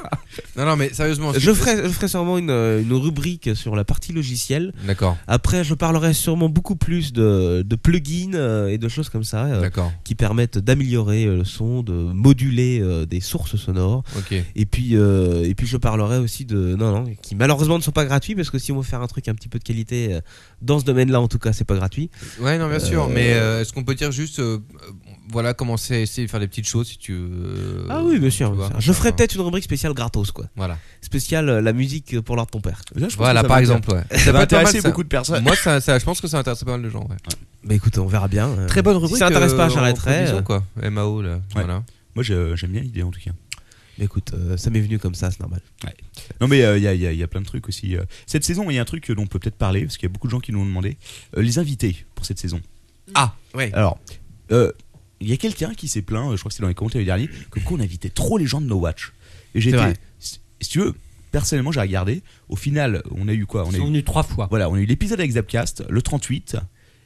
[SPEAKER 2] Non, non, mais sérieusement.
[SPEAKER 8] Je ferai, je ferai sûrement une, euh, une rubrique sur la partie logicielle.
[SPEAKER 2] D'accord,
[SPEAKER 8] Après, je parlerai sûrement beaucoup plus de, de plugins euh, et de choses comme ça euh,
[SPEAKER 2] d'accord,
[SPEAKER 8] qui permettent d'améliorer euh, le son, de moduler euh, des sources sonores.
[SPEAKER 2] ok.
[SPEAKER 8] Et puis, euh, et puis, je parlerai aussi de non, non, qui malheureusement ne sont pas gratuits parce que si on veut faire un truc un petit peu de qualité euh, dans ce domaine-là, en tout cas, c'est pas gratuit.
[SPEAKER 2] Ouais, non, bien sûr,
[SPEAKER 8] Euh,
[SPEAKER 2] mais euh, est-ce qu'on peut dire juste, euh, euh, voilà, commencer à essayer de faire des petites choses si tu veux. euh,
[SPEAKER 8] ah oui, bien sûr.
[SPEAKER 2] tu
[SPEAKER 8] bien
[SPEAKER 2] vois,
[SPEAKER 8] sûr. Je ferai
[SPEAKER 2] enfin,
[SPEAKER 8] peut-être une rubrique spéciale gratos, quoi.
[SPEAKER 2] Voilà,
[SPEAKER 8] Spéciale euh, la musique pour l'art de ton père.
[SPEAKER 2] voilà par exemple. Ouais. peut
[SPEAKER 5] Ça va
[SPEAKER 2] être pas mal,
[SPEAKER 5] intéresser
[SPEAKER 2] ça.
[SPEAKER 5] beaucoup de personnes.
[SPEAKER 2] Moi, ça, ça- je pense que ça intéresse pas mal de gens. Ouais.
[SPEAKER 8] Bah écoute, on verra bien. euh.
[SPEAKER 2] bonne
[SPEAKER 8] rubrique, ça intéresse pas,
[SPEAKER 2] euh,
[SPEAKER 8] j'arrêterai.
[SPEAKER 2] en provision, quoi. MAO, là. Voilà.
[SPEAKER 5] Moi, j'ai- j'aime bien l'idée en tout cas.
[SPEAKER 8] Mais écoute, euh, ça m'est venu comme ça, c'est normal.
[SPEAKER 5] Non mais il y, a, y a- y a plein de trucs aussi. euh. Cette saison, il y a un truc dont on peut peut-être parler, parce qu'il y a beaucoup de gens qui nous ont demandé, euh, les invités pour cette saison.
[SPEAKER 2] Ah, ouais.
[SPEAKER 5] Alors, euh, il y a quelqu'un qui s'est plaint, euh, je crois que c'est dans les commentaires du dernier, que qu'on invitait trop les gens de No Watch. Et j'ai
[SPEAKER 8] C'est
[SPEAKER 5] été-
[SPEAKER 8] vrai.
[SPEAKER 5] si si tu veux, personnellement j'ai regardé, au final on a eu quoi on
[SPEAKER 3] Ils
[SPEAKER 5] a
[SPEAKER 3] sont
[SPEAKER 5] eu,
[SPEAKER 3] venus trois fois.
[SPEAKER 5] Voilà, on a eu l'épisode avec Zapcast, le 38,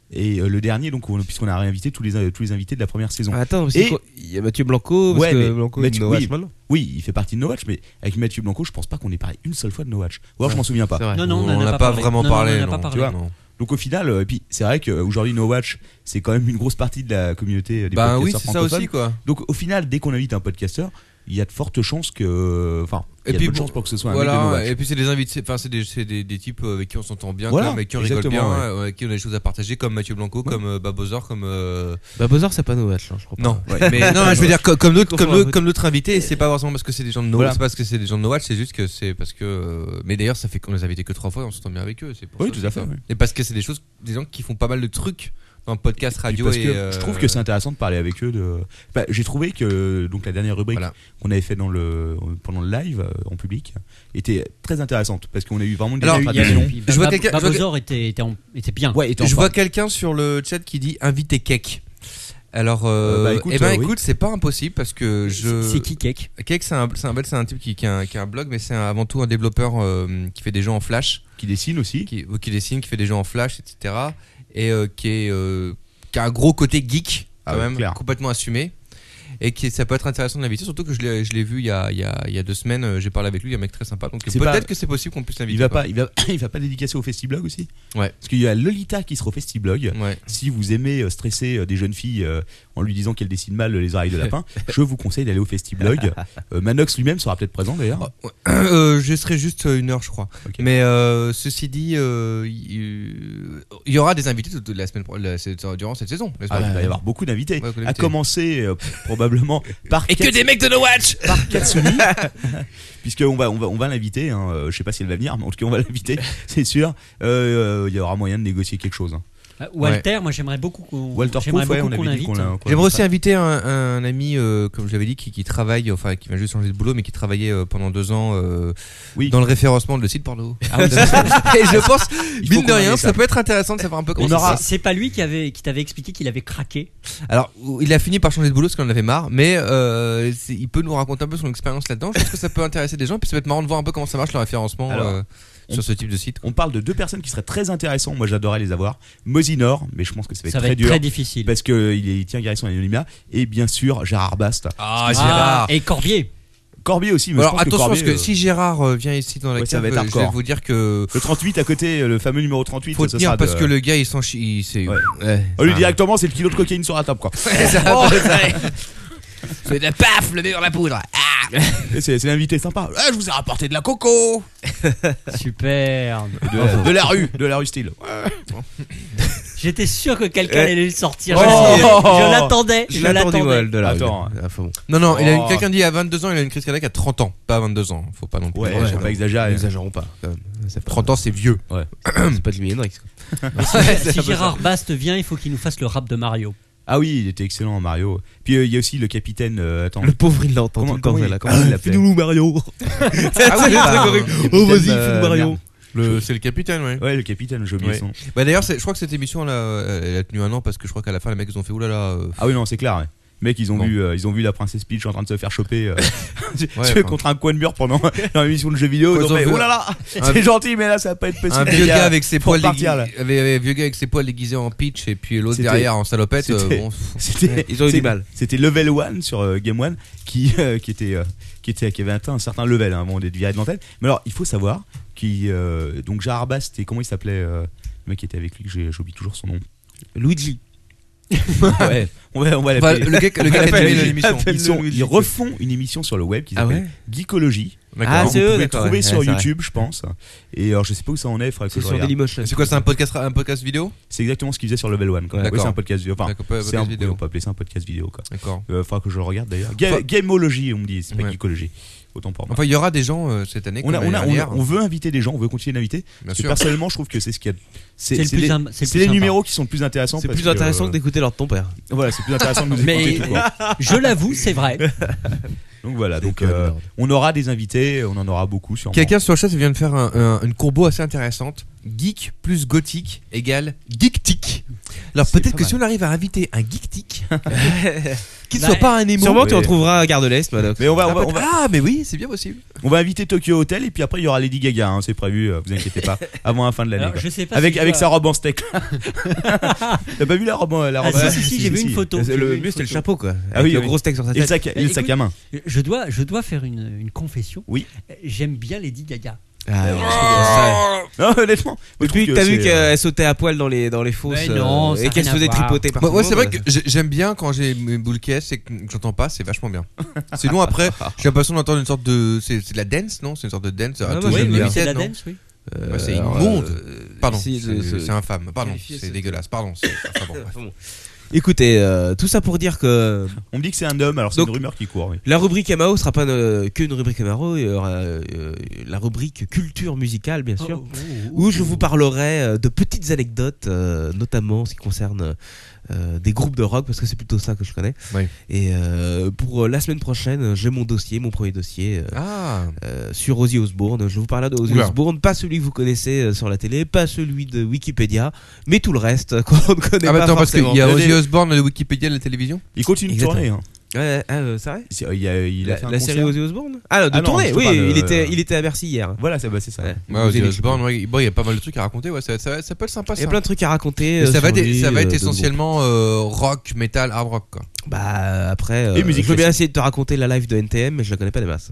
[SPEAKER 5] et euh, le dernier, donc on- puisqu'on a réinvité tous les, euh, tous les invités de la première saison.
[SPEAKER 8] Ah, attends, parce
[SPEAKER 5] Et-
[SPEAKER 8] qu'il y a Mathieu Blanco, parce
[SPEAKER 5] Ouais,
[SPEAKER 8] que
[SPEAKER 5] mais-
[SPEAKER 8] Blanco
[SPEAKER 5] mais
[SPEAKER 8] est
[SPEAKER 5] tu-
[SPEAKER 8] no
[SPEAKER 5] oui.
[SPEAKER 8] watch maintenant.
[SPEAKER 5] Oui, il fait partie de No Watch, mais avec Mathieu Blanco, je pense pas qu'on ait parlé une seule fois de No Watch. Ou alors je m'en souviens pas.
[SPEAKER 8] C'est vrai.
[SPEAKER 3] Non, non, on
[SPEAKER 2] on
[SPEAKER 3] en a
[SPEAKER 2] n'a
[SPEAKER 3] pas
[SPEAKER 2] pas
[SPEAKER 3] parlé.
[SPEAKER 2] vraiment
[SPEAKER 3] Non, non, on
[SPEAKER 2] parlé.
[SPEAKER 3] en a
[SPEAKER 2] non,
[SPEAKER 3] pas parlé.
[SPEAKER 2] tu vois. Non.
[SPEAKER 5] Donc au final, euh, et puis c'est vrai qu'aujourd'hui No Watch, c'est quand même une grosse partie de la communauté euh, des
[SPEAKER 2] Bah oui,
[SPEAKER 5] podcasteurs
[SPEAKER 2] c'est ça
[SPEAKER 5] francophones.
[SPEAKER 2] aussi, quoi.
[SPEAKER 5] Donc au final, dès qu'on invite un podcasteur, il y a de fortes chances que, euh, enfin,
[SPEAKER 2] Et
[SPEAKER 5] il y a de
[SPEAKER 2] puis
[SPEAKER 5] bonnes
[SPEAKER 2] bon,
[SPEAKER 5] chances pour que ce soit un mec de No
[SPEAKER 2] Voilà,
[SPEAKER 5] Watch.
[SPEAKER 2] et puis c'est des invités, enfin c'est des, c'est des, des types euh, avec qui on s'entend bien,
[SPEAKER 5] Voilà,
[SPEAKER 2] comme, avec qui on rigole bien,
[SPEAKER 5] exactement,
[SPEAKER 2] euh, avec qui on a des choses à partager, comme Mathieu Blanco, comme euh, Babozor, comme. euh,
[SPEAKER 8] Bah, Bozor, c'est pas no watch, hein, je crois.
[SPEAKER 2] Non,
[SPEAKER 8] pas.
[SPEAKER 2] mais non, mais je veux dire co- comme d'autres,
[SPEAKER 8] Confondre
[SPEAKER 2] comme
[SPEAKER 8] un
[SPEAKER 2] d'autres,
[SPEAKER 8] peu.
[SPEAKER 2] comme d'autres invités, c'est pas forcément parce que c'est des gens de No
[SPEAKER 5] Voilà.
[SPEAKER 2] c'est pas parce que c'est des gens de No Watch, c'est juste que c'est parce que. euh, Mais d'ailleurs, ça fait qu'on les a invités que trois fois, et on s'entend bien avec eux, c'est pour
[SPEAKER 5] Oui,
[SPEAKER 2] ça,
[SPEAKER 5] tout
[SPEAKER 2] c'est
[SPEAKER 5] à fait,
[SPEAKER 2] ça.
[SPEAKER 5] oui.
[SPEAKER 2] Et parce que c'est des choses, des gens qui font pas mal de trucs dans le podcast radio
[SPEAKER 5] Parce
[SPEAKER 2] et.
[SPEAKER 5] que
[SPEAKER 2] euh,
[SPEAKER 5] je trouve que c'est intéressant de parler avec eux. De... Bah, J'ai trouvé que donc la dernière rubrique
[SPEAKER 2] Voilà.
[SPEAKER 5] qu'on avait fait dans le pendant le live euh, en public était très intéressante parce qu'on a eu vraiment des
[SPEAKER 2] Alors,
[SPEAKER 3] Il y a-
[SPEAKER 5] interactions.
[SPEAKER 3] et puis,
[SPEAKER 2] Je vois
[SPEAKER 3] Bab-
[SPEAKER 2] quelqu'un- je vois
[SPEAKER 3] Babozor était, était, en- était bien.
[SPEAKER 5] Ouais, était en
[SPEAKER 2] Je vois
[SPEAKER 5] forme.
[SPEAKER 2] quelqu'un sur le chat qui dit invité cake. Alors, euh,
[SPEAKER 5] Euh, bah, écoute,
[SPEAKER 2] eh ben
[SPEAKER 5] euh, oui.
[SPEAKER 2] écoute, c'est pas impossible parce que je.
[SPEAKER 3] C'est qui Cake
[SPEAKER 2] Cake, c'est un, c'est un, belge, c'est un type qui, qui a un, qui a un blog, mais c'est un- avant tout un développeur euh, qui fait des jeux en Flash.
[SPEAKER 5] qui dessine aussi.
[SPEAKER 2] qui, ou qui dessine, qui fait des jeux en flash, etc. Et euh, qui, est, euh, qui a un gros côté geek, quand
[SPEAKER 5] Ah ouais,
[SPEAKER 2] même,
[SPEAKER 5] clair.
[SPEAKER 2] complètement assumé. Et qui, ça peut être intéressant de l'inviter, surtout que je l'ai je l'ai vu il y, a, il, y a, il y a deux semaines, euh, j'ai parlé avec lui, il y a un mec très sympa, donc
[SPEAKER 5] C'est
[SPEAKER 2] peut-être
[SPEAKER 5] pas-
[SPEAKER 2] que c'est possible qu'on puisse l'inviter.
[SPEAKER 5] Il va
[SPEAKER 2] quoi.
[SPEAKER 5] pas, il va, il va pas dédicacer au Festiblog aussi.
[SPEAKER 2] Ouais.
[SPEAKER 5] Parce qu'il y a Lolita qui sera au Festiblog.
[SPEAKER 2] Ouais.
[SPEAKER 5] Si vous aimez euh, stresser euh, des jeunes filles euh, en lui disant qu'elles dessinent mal euh, les oreilles de lapin, je vous conseille d'aller au Festiblog. Euh, Manox lui-même sera peut-être présent d'ailleurs.
[SPEAKER 2] Euh, je serai juste euh, une heure, je crois.
[SPEAKER 5] Ok.
[SPEAKER 2] Mais euh, ceci dit, euh, il il y aura des invités toute la semaine pro- la- c'est- durant cette saison. n'est-ce
[SPEAKER 5] Ah,
[SPEAKER 2] pas
[SPEAKER 5] il va y avoir beaucoup d'invités.
[SPEAKER 2] Ouais, beaucoup
[SPEAKER 5] à
[SPEAKER 2] d'invités.
[SPEAKER 5] commencer euh, probablement par,
[SPEAKER 8] Et que
[SPEAKER 5] Kat-
[SPEAKER 8] des mecs de No Watch
[SPEAKER 5] par Katsumi. Puisqu'on va, on va, on va l'inviter. Hein. Euh, Je sais pas si elle va venir, mais en tout cas, on va l'inviter, c'est sûr. Euh, euh, Il y aura moyen de négocier quelque chose. hein.
[SPEAKER 3] Euh, Walter, moi j'aimerais beaucoup qu'on
[SPEAKER 5] Walter
[SPEAKER 3] j'aimerais
[SPEAKER 5] Proof, ouais,
[SPEAKER 3] beaucoup
[SPEAKER 5] on
[SPEAKER 3] qu'on
[SPEAKER 5] avait dit qu'on
[SPEAKER 3] l'invite.
[SPEAKER 5] l'a. hein. qu'on
[SPEAKER 2] J'aimerais
[SPEAKER 5] l'a-
[SPEAKER 2] aussi inviter un, un ami, euh, comme je l'avais dit, qui, qui travaille, enfin qui vient juste changer de boulot, mais qui travaillait euh, pendant deux ans euh,
[SPEAKER 5] Oui.
[SPEAKER 2] dans le référencement de le site porno.
[SPEAKER 5] Ah oui, Ah,
[SPEAKER 2] Et je pense,
[SPEAKER 5] Il faut
[SPEAKER 2] mine de
[SPEAKER 5] qu'on
[SPEAKER 2] rien,
[SPEAKER 5] analyse
[SPEAKER 2] ça.
[SPEAKER 5] ça.
[SPEAKER 2] peut être intéressant de savoir un peu comment
[SPEAKER 5] On
[SPEAKER 2] ça
[SPEAKER 5] aura-
[SPEAKER 2] se passe.
[SPEAKER 3] C'est c'est pas lui qui avait qui t'avait expliqué qu'il avait craqué.
[SPEAKER 2] Alors, il a fini par changer de boulot parce qu'on en avait marre, mais euh, c'est- il peut nous raconter un peu son expérience là-dedans. Je pense que ça peut intéresser des gens, puis ça peut être marrant de voir un peu comment ça marche le référencement
[SPEAKER 5] Alors,
[SPEAKER 2] euh, sur ce type de site.
[SPEAKER 5] On parle de deux personnes qui seraient très intéressantes. Moi, j'adorais les avoir. Mosinor, mais je pense que ça va être
[SPEAKER 3] Ça va
[SPEAKER 5] très
[SPEAKER 3] être
[SPEAKER 5] dur.
[SPEAKER 3] très difficile.
[SPEAKER 5] parce que il, est, il tient garçon à l'anonymat. Et bien sûr, Gérard Bast.
[SPEAKER 2] Ah,
[SPEAKER 3] et Corbier.
[SPEAKER 5] Corbier aussi, mais je
[SPEAKER 2] Alors
[SPEAKER 5] pense
[SPEAKER 2] attention,
[SPEAKER 5] que
[SPEAKER 2] parce
[SPEAKER 5] Corbier,
[SPEAKER 2] que
[SPEAKER 5] euh,
[SPEAKER 2] si Gérard euh, vient ici dans la
[SPEAKER 5] Ouais, ça
[SPEAKER 2] cave,
[SPEAKER 5] va être
[SPEAKER 2] euh, je vais
[SPEAKER 5] hardcore.
[SPEAKER 2] vous dire que
[SPEAKER 5] euh, Le 38 à côté, le fameux numéro 38,
[SPEAKER 2] faut
[SPEAKER 5] ça
[SPEAKER 2] tenir
[SPEAKER 5] sera
[SPEAKER 2] parce
[SPEAKER 5] de-
[SPEAKER 2] que le gars il s'en chie. il- C'est.
[SPEAKER 5] Ouais.
[SPEAKER 2] Ouais.
[SPEAKER 5] Oh, lui
[SPEAKER 2] Ah.
[SPEAKER 5] directement, c'est le kilo de cocaïne sur la table, quoi.
[SPEAKER 9] Oh, C'est de paf, le nez dans la poudre.
[SPEAKER 5] Et c'est c'est l'invité sympa. Ah, je vous ai rapporté de la coco
[SPEAKER 3] Superbe.
[SPEAKER 5] de,
[SPEAKER 2] Ah,
[SPEAKER 5] la- de la rue, de la rue style.
[SPEAKER 3] J'étais sûr que quelqu'un allait le sortir.
[SPEAKER 2] Oh.
[SPEAKER 3] je l'attendais. Je l'attendais.
[SPEAKER 8] de la
[SPEAKER 5] Attends. hein.
[SPEAKER 8] rue. Ah, faut bon.
[SPEAKER 2] Non, non, il a-
[SPEAKER 5] Oh.
[SPEAKER 2] quelqu'un dit à 22 ans, il a une crise cardiaque à 30 ans, pas à 22 ans. hein, Faut pas non plus.
[SPEAKER 5] Ouais, bah, Ah
[SPEAKER 2] Ouais,
[SPEAKER 5] je vais
[SPEAKER 2] non.
[SPEAKER 5] pas exagérer.
[SPEAKER 8] N'exagérons pas. quand même. C'est pas,
[SPEAKER 2] 30 ans, c'est vieux.
[SPEAKER 8] c'est pas de Jimi Hendrix. quoi.
[SPEAKER 3] si Gérard Bast vient, il faut qu'il nous fasse le rap de Mario.
[SPEAKER 5] Ah oui, il était excellent en Mario. Puis euh, il y a aussi le capitaine. euh, attends.
[SPEAKER 8] Le pauvre, il l'entend
[SPEAKER 5] Comment-
[SPEAKER 8] tout le temps.
[SPEAKER 5] comment
[SPEAKER 8] celle-là.
[SPEAKER 5] il-
[SPEAKER 8] Comment il l'appelait Fais-nous oh. Mario.
[SPEAKER 2] Ah oui, bah,
[SPEAKER 8] Oh, vas-y,
[SPEAKER 5] Capitaine, euh,
[SPEAKER 8] fais-nous Mario.
[SPEAKER 5] merde.
[SPEAKER 2] le- c'est le capitaine, ouais.
[SPEAKER 5] Ouais, le capitaine, j'ai oublié
[SPEAKER 2] Ouais.
[SPEAKER 5] son.
[SPEAKER 2] Bah d'ailleurs, c'est- je crois que cette émission elle a, elle a tenu un an parce que je crois qu'à la fin les mecs ils ont fait oulala. euh,
[SPEAKER 5] Ah oui, non, c'est clair. ouais. Mec, ils ont,
[SPEAKER 2] Bon.
[SPEAKER 5] vu, euh, ils ont vu la princesse Peach en train de se faire choper euh, tu- tu
[SPEAKER 2] Ouais,
[SPEAKER 5] sais,
[SPEAKER 2] enfin.
[SPEAKER 5] contre un coin de mur pendant dans l'émission de jeux vidéo.
[SPEAKER 2] Quoi,
[SPEAKER 5] Ils
[SPEAKER 2] ils
[SPEAKER 5] ont
[SPEAKER 2] ont
[SPEAKER 5] fait,
[SPEAKER 2] vu
[SPEAKER 5] oh là là,
[SPEAKER 2] un-
[SPEAKER 5] c'est gentil, mais là ça va pas être possible.
[SPEAKER 2] un
[SPEAKER 5] les
[SPEAKER 2] vieux
[SPEAKER 5] gars,
[SPEAKER 2] gars avec ses
[SPEAKER 5] faut
[SPEAKER 2] poils
[SPEAKER 5] repartir, là.
[SPEAKER 2] aiguis- avec- avec un vieux gars avec ses poils aiguisés en pitch et puis l'autre
[SPEAKER 5] C'était-
[SPEAKER 2] derrière en salopette. euh,
[SPEAKER 5] c'était-
[SPEAKER 2] bon, pff,
[SPEAKER 5] C'était,
[SPEAKER 8] Ils ont eu du
[SPEAKER 5] c'est-
[SPEAKER 8] mal.
[SPEAKER 5] C'était Level 1 sur euh, Game One qui, euh, qui, était, euh, qui, était, qui avait atteint un certain level. Hein, bon, on est viré de l'antenne. Mais alors, il faut savoir qui euh, donc Gérard Bast et comment il s'appelait euh, le mec qui était avec lui, que j'ai- j'oublie toujours son nom.
[SPEAKER 8] Luigi.
[SPEAKER 5] ouais, on va, on va
[SPEAKER 2] Enfin,
[SPEAKER 5] l'appeler.
[SPEAKER 2] le gars, le gars qui a
[SPEAKER 5] Appelle-
[SPEAKER 2] tenu l'émission. Ah
[SPEAKER 5] Ils, sont-
[SPEAKER 8] Luigi.
[SPEAKER 5] ils refont une émission sur le web qu'ils appellent Geekologie.
[SPEAKER 8] Ah,
[SPEAKER 5] Vous
[SPEAKER 8] c'est eux,
[SPEAKER 5] pouvez
[SPEAKER 8] d'accord,
[SPEAKER 5] trouver
[SPEAKER 8] ouais,
[SPEAKER 5] sur
[SPEAKER 8] ouais, c'est vrai.
[SPEAKER 5] YouTube, je pense. Et alors, je sais pas où ça en est, il faudrait que
[SPEAKER 8] C'est
[SPEAKER 5] je
[SPEAKER 8] sur
[SPEAKER 5] regarde.
[SPEAKER 8] Dailymotion.
[SPEAKER 2] C'est quoi, c'est un podcast, un podcast vidéo
[SPEAKER 5] C'est exactement ce qu'ils faisaient sur Level 1. quoi.
[SPEAKER 2] Ouais,
[SPEAKER 5] Ouais, c'est
[SPEAKER 2] d'accord.
[SPEAKER 5] un podcast vidéo. Enfin,
[SPEAKER 2] D'accord, pas-
[SPEAKER 5] c'est
[SPEAKER 2] podcast
[SPEAKER 5] un,
[SPEAKER 2] vidéo.
[SPEAKER 5] on peut appeler ça un podcast vidéo. Quoi.
[SPEAKER 2] D'accord.
[SPEAKER 5] Euh, faudra que je le regarde d'ailleurs. Ga-
[SPEAKER 2] Enfin-
[SPEAKER 5] Gameologie, on me dit, c'est pas
[SPEAKER 2] Ouais.
[SPEAKER 5] geekologie. Autant pour moi.
[SPEAKER 2] Enfin, il y aura des gens euh, cette année.
[SPEAKER 5] on, a-
[SPEAKER 2] comme
[SPEAKER 5] on, a-
[SPEAKER 2] l'année
[SPEAKER 5] on, a-
[SPEAKER 2] dernière.
[SPEAKER 5] on veut inviter des gens, on veut continuer d'inviter.
[SPEAKER 2] bien
[SPEAKER 5] Parce que
[SPEAKER 2] sûr.
[SPEAKER 5] personnellement, je trouve que c'est ce qu'il y a.
[SPEAKER 3] C'est le plus
[SPEAKER 5] les,
[SPEAKER 3] im- c'est le
[SPEAKER 5] c'est
[SPEAKER 3] plus
[SPEAKER 5] les
[SPEAKER 3] sympa.
[SPEAKER 5] numéros qui sont le plus intéressants.
[SPEAKER 8] C'est
[SPEAKER 5] parce
[SPEAKER 8] plus intéressant que
[SPEAKER 5] que, euh,
[SPEAKER 8] d'écouter l'ordre de ton père.
[SPEAKER 5] Voilà, c'est plus intéressant de nous écouter.
[SPEAKER 3] Mais-
[SPEAKER 5] tout, quoi.
[SPEAKER 3] Je l'avoue, c'est vrai.
[SPEAKER 5] Donc voilà, donc
[SPEAKER 8] que de
[SPEAKER 5] euh,
[SPEAKER 8] l'ordre.
[SPEAKER 5] on aura des invités, on en aura beaucoup sûrement.
[SPEAKER 2] Quelqu'un sur le chat vient de faire un- un- une courbo assez intéressante. Geek plus gothique égale geektique. Alors peut-être que si on arrive à inviter un geektique, qu'il ne
[SPEAKER 3] Bah,
[SPEAKER 2] soit pas un émo.
[SPEAKER 8] Sûrement, tu
[SPEAKER 5] mais-
[SPEAKER 8] en trouveras à Gare de l'Est, Madoc.
[SPEAKER 5] Mais on va,
[SPEAKER 2] Ah,
[SPEAKER 5] on va,
[SPEAKER 2] peut-
[SPEAKER 5] on va-
[SPEAKER 2] Ah mais oui, c'est bien possible.
[SPEAKER 5] on va inviter Tokyo Hotel et puis après il y aura Lady Gaga, hein, c'est prévu, euh, vous inquiétez pas, avant la fin de l'année.
[SPEAKER 3] Alors,
[SPEAKER 5] quoi.
[SPEAKER 3] je sais pas
[SPEAKER 5] Avec,
[SPEAKER 3] si
[SPEAKER 5] avec
[SPEAKER 3] je
[SPEAKER 5] sa robe en steak. T'as pas vu la robe en la
[SPEAKER 3] Ah,
[SPEAKER 5] robe en-
[SPEAKER 3] si, si, si, j'ai vu une photo. J'ai vu
[SPEAKER 8] Le
[SPEAKER 3] une
[SPEAKER 8] mieux, c'était le
[SPEAKER 3] photo.
[SPEAKER 8] chapeau, quoi.
[SPEAKER 5] Ah
[SPEAKER 8] Avec
[SPEAKER 5] oui,
[SPEAKER 8] le
[SPEAKER 5] oui.
[SPEAKER 8] gros steak sur sa
[SPEAKER 2] Bah,
[SPEAKER 5] Et le
[SPEAKER 8] tête.
[SPEAKER 5] sac, et le sac à main.
[SPEAKER 3] Je dois, je dois faire une, une confession.
[SPEAKER 5] Oui.
[SPEAKER 3] J'aime bien Lady Gaga.
[SPEAKER 8] Ah,
[SPEAKER 3] Oh.
[SPEAKER 8] ouais, je trouve ça-
[SPEAKER 5] Non, honnêtement. moi, je
[SPEAKER 8] Depuis que
[SPEAKER 5] trouve
[SPEAKER 8] t'as vu
[SPEAKER 5] c'est, euh,
[SPEAKER 8] qu'elle sautait à poil dans les, dans les fosses
[SPEAKER 3] Mais non,
[SPEAKER 8] euh,
[SPEAKER 3] ça
[SPEAKER 8] et
[SPEAKER 3] a
[SPEAKER 8] qu'elle se
[SPEAKER 3] rien à
[SPEAKER 8] faisait
[SPEAKER 3] voir.
[SPEAKER 8] tripoter par
[SPEAKER 2] Bah,
[SPEAKER 8] tout
[SPEAKER 2] ouais,
[SPEAKER 8] le
[SPEAKER 2] c'est
[SPEAKER 8] monde.
[SPEAKER 2] vrai que j'ai- j'aime bien quand j'ai mes boules qui est, et que j'entends pas, c'est vachement bien. Sinon après, j'ai l'impression d'entendre une sorte de, c'est c'est de la dance, non C'est une sorte de dance. à
[SPEAKER 8] Ah,
[SPEAKER 2] tout
[SPEAKER 8] moi,
[SPEAKER 2] le
[SPEAKER 8] j'aime
[SPEAKER 2] monde
[SPEAKER 8] bien.
[SPEAKER 2] imitait,
[SPEAKER 3] c'est la
[SPEAKER 2] non
[SPEAKER 3] dance, oui.
[SPEAKER 8] Euh,
[SPEAKER 2] Bah, c'est
[SPEAKER 8] alors,
[SPEAKER 2] immonde.
[SPEAKER 8] euh,
[SPEAKER 2] Pardon,
[SPEAKER 8] essayer de se-
[SPEAKER 2] c'est c'est infâme. Pardon,
[SPEAKER 8] qualifier
[SPEAKER 2] c'est
[SPEAKER 8] ce-
[SPEAKER 2] dégueulasse. Pardon. c'est- enfin, bon, bref.
[SPEAKER 8] Écoutez, euh, tout ça pour dire que
[SPEAKER 5] On me dit que c'est un homme, alors c'est
[SPEAKER 8] euh, Donc-
[SPEAKER 5] une rumeur qui court. oui.
[SPEAKER 8] la rubrique MAO sera pas euh, qu'une rubrique MAO, il y aura euh, la rubrique culture musicale, bien sûr.
[SPEAKER 3] Oh, oh, oh,
[SPEAKER 8] Où je
[SPEAKER 3] oh.
[SPEAKER 8] vous parlerai euh, de petites anecdotes, euh, notamment en ce qui concerne euh, des groupes de rock, parce que c'est plutôt ça que je connais.
[SPEAKER 2] Oui.
[SPEAKER 8] Et euh, pour euh, la semaine prochaine, j'ai mon dossier, mon premier dossier, euh,
[SPEAKER 2] Ah.
[SPEAKER 8] euh, sur Ozzy Osbourne. Je vous parlerai de Ozzy
[SPEAKER 2] Oula.
[SPEAKER 8] Osbourne, pas celui que vous connaissez euh, sur la télé, pas celui de Wikipédia, mais tout le reste euh, qu'on ne connaît
[SPEAKER 2] Ah bah
[SPEAKER 8] pas
[SPEAKER 2] attends parce qu'il
[SPEAKER 8] forcément.
[SPEAKER 2] y a
[SPEAKER 5] Le
[SPEAKER 2] Ozzy
[SPEAKER 5] dé-
[SPEAKER 2] Osbourne de Wikipédia de la télévision.
[SPEAKER 5] Il continue de
[SPEAKER 8] Exactement.
[SPEAKER 5] tourner. hein.
[SPEAKER 8] Ouais, ah, euh, c'est vrai
[SPEAKER 5] C'est- euh, Il, y a- il a
[SPEAKER 8] La,
[SPEAKER 5] fait un
[SPEAKER 8] la
[SPEAKER 5] concert.
[SPEAKER 8] série Ozzy Osbourne Ah, non, de
[SPEAKER 5] Ah non,
[SPEAKER 8] tournée,
[SPEAKER 5] je te
[SPEAKER 8] oui,
[SPEAKER 5] parle,
[SPEAKER 8] il,
[SPEAKER 5] euh,
[SPEAKER 8] était, il était à Bercy hier.
[SPEAKER 5] Voilà, c'est bah, c'est ça.
[SPEAKER 8] Ouais.
[SPEAKER 2] Ouais,
[SPEAKER 8] Vous
[SPEAKER 2] Ozzy
[SPEAKER 8] allez-
[SPEAKER 2] Osbourne, ouais, bon, il y a pas mal de trucs à raconter. Ouais, ça, ça- ça peut être sympa.
[SPEAKER 8] Il y a
[SPEAKER 2] ça.
[SPEAKER 8] plein de trucs à raconter.
[SPEAKER 2] Mais
[SPEAKER 8] euh,
[SPEAKER 2] ça va
[SPEAKER 8] sur
[SPEAKER 2] être,
[SPEAKER 8] lui,
[SPEAKER 2] ça va être
[SPEAKER 8] euh, de groupe.
[SPEAKER 2] essentiellement euh, rock, metal, hard rock. Quoi.
[SPEAKER 8] Bah après, euh,
[SPEAKER 5] Et musique
[SPEAKER 8] je veux bien
[SPEAKER 5] classique.
[SPEAKER 8] essayer de te raconter la live de NTM, mais je la connais pas des masses.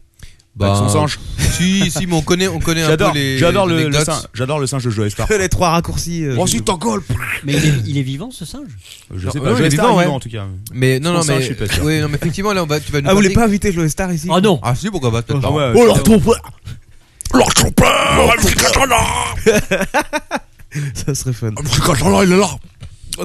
[SPEAKER 5] Avec Bah, son singe.
[SPEAKER 2] si, si, mais on connaît, on connaît un peu
[SPEAKER 5] J'adore,
[SPEAKER 2] les.
[SPEAKER 5] j'adore
[SPEAKER 2] les
[SPEAKER 5] le, le
[SPEAKER 2] anecdotes.
[SPEAKER 5] singe, j'adore le singe de Joe Star.
[SPEAKER 8] Que les trois raccourcis. euh, je-
[SPEAKER 3] Mais il est, il est vivant ce singe
[SPEAKER 5] Je sais
[SPEAKER 2] Non,
[SPEAKER 5] pas,
[SPEAKER 2] ouais, il
[SPEAKER 5] euh, Joe
[SPEAKER 2] est
[SPEAKER 5] Star
[SPEAKER 2] vivant,
[SPEAKER 5] est
[SPEAKER 2] ouais.
[SPEAKER 5] vivant en tout cas.
[SPEAKER 2] Mais non, non,
[SPEAKER 5] Son singe,
[SPEAKER 2] mais.
[SPEAKER 5] je suis pas sûr.
[SPEAKER 2] Oui, non, mais effectivement, là, on va, tu vas nous.
[SPEAKER 8] Ah, vous voulez
[SPEAKER 2] passer-
[SPEAKER 8] pas inviter Joe Star ici
[SPEAKER 3] Oh non
[SPEAKER 2] Ah, si, pourquoi pas peut-être
[SPEAKER 5] Ah
[SPEAKER 2] pas.
[SPEAKER 5] ouais,
[SPEAKER 2] Oh,
[SPEAKER 5] ouais.
[SPEAKER 8] Ça serait fun.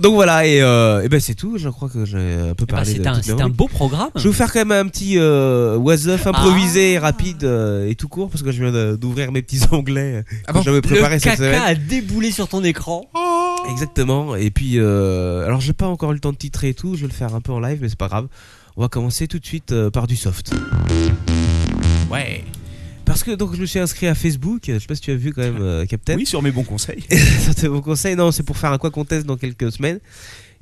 [SPEAKER 8] Donc voilà, et, euh, et ben c'est tout. Je crois que j'ai un peu
[SPEAKER 3] Eh ben,
[SPEAKER 8] parlé
[SPEAKER 3] C'est
[SPEAKER 8] de
[SPEAKER 3] un,
[SPEAKER 8] toutes mes
[SPEAKER 3] c'est un Ah.
[SPEAKER 8] rubriques.
[SPEAKER 3] beau programme.
[SPEAKER 8] Je vais vous faire quand même un petit euh, was up improvisé, rapide euh, et tout court, parce que je viens de- d'ouvrir mes petits onglets euh,
[SPEAKER 2] Ah
[SPEAKER 8] que
[SPEAKER 2] bon
[SPEAKER 8] j'avais préparés
[SPEAKER 3] Le
[SPEAKER 8] cette
[SPEAKER 3] caca
[SPEAKER 8] semaine.
[SPEAKER 3] a déboulé sur ton écran.
[SPEAKER 8] Exactement. Et puis, euh, alors j'ai pas encore eu le temps de titrer et tout, je vais le faire un peu en live, mais c'est pas grave. On va commencer tout de suite euh, par du soft. Ouais. Parce que donc je me suis inscrit à Facebook, je sais pas si tu as vu quand même, euh, Captain.
[SPEAKER 5] Oui, sur mes bons conseils.
[SPEAKER 8] Ça, c'est mon conseil. Non, c'est pour faire un quoi contest dans quelques semaines.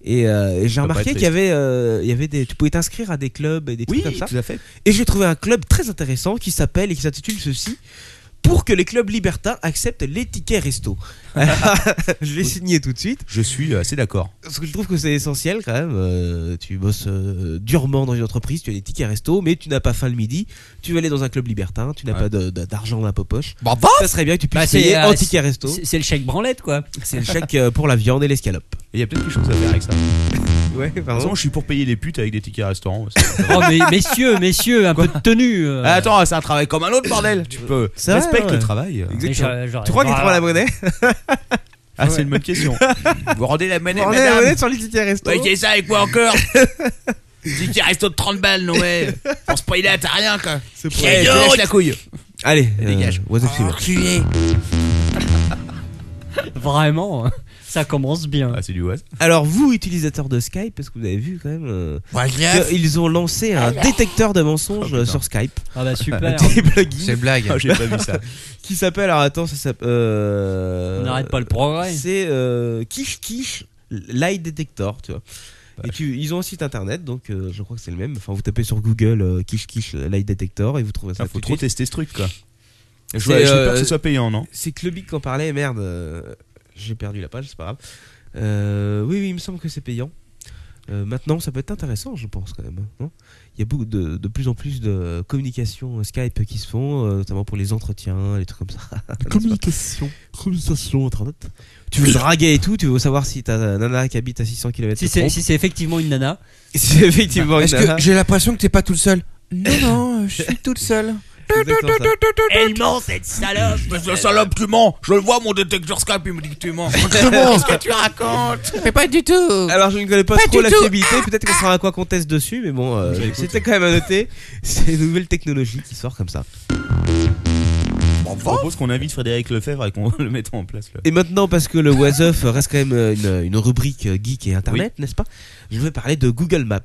[SPEAKER 8] Et, euh, et j'ai
[SPEAKER 5] Ça va pas
[SPEAKER 8] remarqué
[SPEAKER 5] être
[SPEAKER 8] qu'il y avait, euh, il y avait des, tu pouvais t'inscrire à des clubs et des trucs
[SPEAKER 5] Oui,
[SPEAKER 8] comme ça.
[SPEAKER 5] tout à fait.
[SPEAKER 8] Et j'ai trouvé un club très intéressant qui s'appelle et qui s'intitule ceci pour que les clubs libertins acceptent les tickets resto. je l'ai signé tout de suite.
[SPEAKER 5] Je suis assez d'accord.
[SPEAKER 8] Parce que je trouve que c'est essentiel quand même. Euh, tu bosses euh, durement dans une entreprise, tu as des tickets resto, mais tu n'as pas faim le midi. Tu vas aller dans un club libertin, tu n'as pas de- de- d'argent dans la poche.
[SPEAKER 2] Bah,
[SPEAKER 8] Ça serait bien que tu puisses
[SPEAKER 3] Bah,
[SPEAKER 8] payer
[SPEAKER 3] euh,
[SPEAKER 8] en ticket resto.
[SPEAKER 3] c'est- C'est le chèque branlette, quoi.
[SPEAKER 8] C'est le chèque euh, pour la viande et l'escalope.
[SPEAKER 5] Il y a peut-être quelque chose à faire avec ça. De toute
[SPEAKER 8] Ouais,
[SPEAKER 5] façon,
[SPEAKER 8] pardon.
[SPEAKER 5] je suis pour payer les putes avec des tickets restaurants.
[SPEAKER 3] Oh, mais messieurs, messieurs, un peu de tenue. euh.
[SPEAKER 8] Ah,
[SPEAKER 5] attends, c'est un travail comme un autre, bordel. Tu peux.
[SPEAKER 8] C'est vrai,
[SPEAKER 5] Respecte
[SPEAKER 8] ouais.
[SPEAKER 5] le travail.
[SPEAKER 3] Mais
[SPEAKER 8] Exactement.
[SPEAKER 3] j'aurais- j'aurais-
[SPEAKER 8] Tu crois qu'il
[SPEAKER 3] voilà.
[SPEAKER 8] prend la monnaie
[SPEAKER 5] Ah, c'est une bonne question. Vous rendez la monnaie,
[SPEAKER 8] On est
[SPEAKER 5] madame
[SPEAKER 8] on est sur les tickets resto.
[SPEAKER 9] Ouais, j'ai ça avec moi encore. Dis qu'il reste de 30 balles, non, ouais. Pour spoiler, t'as rien, quoi.
[SPEAKER 8] C'est pour-
[SPEAKER 9] Quelle
[SPEAKER 5] Lâche
[SPEAKER 9] honte
[SPEAKER 5] la couille.
[SPEAKER 8] Allez, euh,
[SPEAKER 5] Dégage.
[SPEAKER 8] what's up, Steven
[SPEAKER 9] Enculé.
[SPEAKER 3] Vraiment, euh, ça commence bien.
[SPEAKER 5] Ah, c'est du was.
[SPEAKER 8] Alors vous, utilisateurs de Skype, parce que vous avez vu quand même, euh,
[SPEAKER 9] Moi, je l'ai.
[SPEAKER 8] que ils ont lancé un détecteur de mensonges euh, sur Skype,
[SPEAKER 3] Ah bah super.
[SPEAKER 8] des plugins,
[SPEAKER 2] C'est blague.
[SPEAKER 5] Ah, j'ai pas vu ça.
[SPEAKER 8] qui s'appelle, alors attends, ça s'appelle... euh,
[SPEAKER 3] On n'arrête pas le progrès.
[SPEAKER 8] C'est euh, Kish Kish Lie Detector, tu vois. Et tu- ils ont un site internet, donc euh, je crois que c'est le même. Enfin, vous tapez sur Google euh, Kish Kish Lie Detector et vous trouverez ça.
[SPEAKER 5] Ah, faut
[SPEAKER 8] tout de
[SPEAKER 5] trop
[SPEAKER 8] suite.
[SPEAKER 5] tester ce truc, quoi. Je
[SPEAKER 8] C'est,
[SPEAKER 5] vois- J'ai peur
[SPEAKER 8] euh,
[SPEAKER 5] que ce soit payant, non
[SPEAKER 8] C'est Clubic qui en parlait, merde. euh, J'ai perdu la page, c'est pas grave. Euh, oui, oui, il me semble que c'est payant. Euh, maintenant, ça peut être intéressant, je pense quand même. non il y a beaucoup de, de plus en plus de communications euh, Skype qui se font, euh, notamment pour les entretiens, les trucs comme ça. communication, communication internet. Tu veux draguer et tout, tu veux savoir si ta nana qui habite à 600 km.
[SPEAKER 3] Si c'est si c'est effectivement une nana.
[SPEAKER 8] effectivement une
[SPEAKER 2] Est-ce
[SPEAKER 8] nana.
[SPEAKER 2] que j'ai l'impression que t'es pas tout seul Non, non, euh, je suis toute seule.
[SPEAKER 8] c'est exactement ça.
[SPEAKER 9] Elle ment, cette salope.
[SPEAKER 11] Parce que salope, tu mens. Je le vois, mon détecteur Skype, il me dit que tu mens.
[SPEAKER 9] Qu'est-ce que tu racontes
[SPEAKER 12] Mais pas du tout.
[SPEAKER 8] Alors je ne connais pas,
[SPEAKER 12] Pas
[SPEAKER 8] trop
[SPEAKER 12] du
[SPEAKER 8] la
[SPEAKER 12] tout. Ah.
[SPEAKER 8] fiabilité, peut-être qu'on sera à quoi qu'on teste dessus, mais bon, euh, c'était quand même à noter. C'est une nouvelle technologie qui sort comme ça.
[SPEAKER 5] Je propose qu'on invite Frédéric Lefebvre et qu'on le mette en place. Là.
[SPEAKER 8] Et maintenant, parce que le What's Up reste quand même euh, une, une rubrique euh, geek et internet, n'est-ce pas Je vais parler de Google Maps.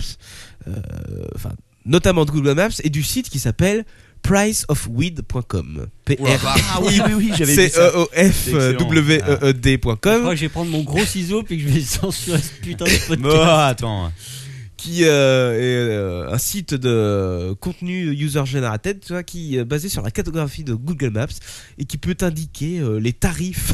[SPEAKER 8] Euh, Enfin, notamment de Google Maps et du site qui s'appelle priceofweed.com. p r
[SPEAKER 5] Ah oui, oui, oui, j'avais
[SPEAKER 8] c
[SPEAKER 5] vu ça.
[SPEAKER 8] bah, e o f w e e
[SPEAKER 3] Je crois
[SPEAKER 8] d.com
[SPEAKER 3] que je vais prendre mon gros ciseau puis que je vais censurer ce putain de
[SPEAKER 5] Bon,
[SPEAKER 3] podcast.
[SPEAKER 5] Oh, attends.
[SPEAKER 8] qui euh, est euh, un site de contenu user generated, tu vois, qui est basé sur la cartographie de Google Maps et qui peut indiquer euh, les tarifs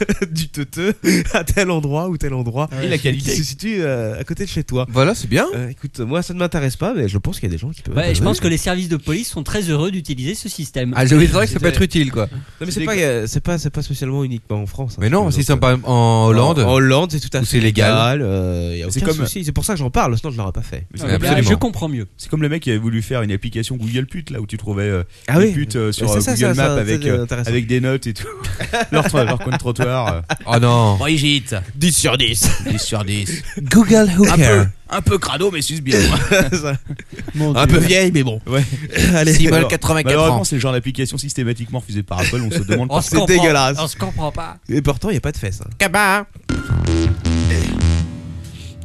[SPEAKER 8] du teuteux à tel endroit ou tel endroit
[SPEAKER 5] Et la
[SPEAKER 8] qui
[SPEAKER 5] qualité.
[SPEAKER 8] se situe euh, à côté de chez toi.
[SPEAKER 2] Voilà, c'est bien.
[SPEAKER 8] Euh, écoute, moi ça ne m'intéresse pas, mais je pense qu'il y a des gens qui peuvent.
[SPEAKER 3] Ouais, je
[SPEAKER 8] Euh,
[SPEAKER 3] pense que les services de police sont très heureux d'utiliser ce système.
[SPEAKER 2] Ah, oui, c'est vrai que ça peut être utile, quoi.
[SPEAKER 8] Non, mais c'est pas, euh, c'est pas, c'est pas spécialement uniquement en France. hein,
[SPEAKER 2] Mais non,
[SPEAKER 8] parce que
[SPEAKER 2] si c'est
[SPEAKER 8] donc,
[SPEAKER 2] par exemple en Hollande.
[SPEAKER 8] En en Hollande, c'est tout à
[SPEAKER 2] Où
[SPEAKER 8] fait
[SPEAKER 2] c'est légal.
[SPEAKER 8] euh, y a
[SPEAKER 5] C'est
[SPEAKER 8] aucun
[SPEAKER 5] comme-
[SPEAKER 8] souci. C'est pour ça que j'en parle, sinon je l'aurais pas fait.
[SPEAKER 5] C'est
[SPEAKER 3] Ouais,
[SPEAKER 5] comme-
[SPEAKER 3] bah,
[SPEAKER 2] absolument.
[SPEAKER 3] je comprends mieux.
[SPEAKER 5] C'est comme le mec qui avait voulu faire une application Google Pute là où tu trouvais euh,
[SPEAKER 8] Ah
[SPEAKER 5] les
[SPEAKER 8] oui.
[SPEAKER 5] putes euh, sur
[SPEAKER 8] C'est
[SPEAKER 5] euh,
[SPEAKER 8] ça,
[SPEAKER 5] Google
[SPEAKER 8] ça,
[SPEAKER 5] Maps
[SPEAKER 8] ça,
[SPEAKER 5] avec,
[SPEAKER 8] c'est
[SPEAKER 5] euh,
[SPEAKER 8] intéressant.
[SPEAKER 5] avec des notes et tout. leur, tro- leur compte trottoir. euh,
[SPEAKER 2] Oh non.
[SPEAKER 11] Brigitte,
[SPEAKER 8] 10 sur 10.
[SPEAKER 11] 10 sur 10.
[SPEAKER 2] Google
[SPEAKER 11] Un
[SPEAKER 8] Ah,
[SPEAKER 2] Hooker.
[SPEAKER 11] peu, un peu crado, mais suce bien.
[SPEAKER 3] Mon
[SPEAKER 8] Un
[SPEAKER 3] Dieu.
[SPEAKER 8] peu vieille, mais bon.
[SPEAKER 5] Ouais.
[SPEAKER 8] Allez,
[SPEAKER 2] Simon,
[SPEAKER 8] alors.
[SPEAKER 2] 84
[SPEAKER 5] Malheureusement,
[SPEAKER 2] ans.
[SPEAKER 5] c'est le genre d'application systématiquement refusée par Apple. On se demande
[SPEAKER 3] On
[SPEAKER 5] pas.
[SPEAKER 3] se
[SPEAKER 8] c'est
[SPEAKER 3] comprend-
[SPEAKER 8] dégueulasse.
[SPEAKER 3] On se comprend pas.
[SPEAKER 8] Et pourtant, il n'y a pas de fesses. hein.
[SPEAKER 12] Cabas.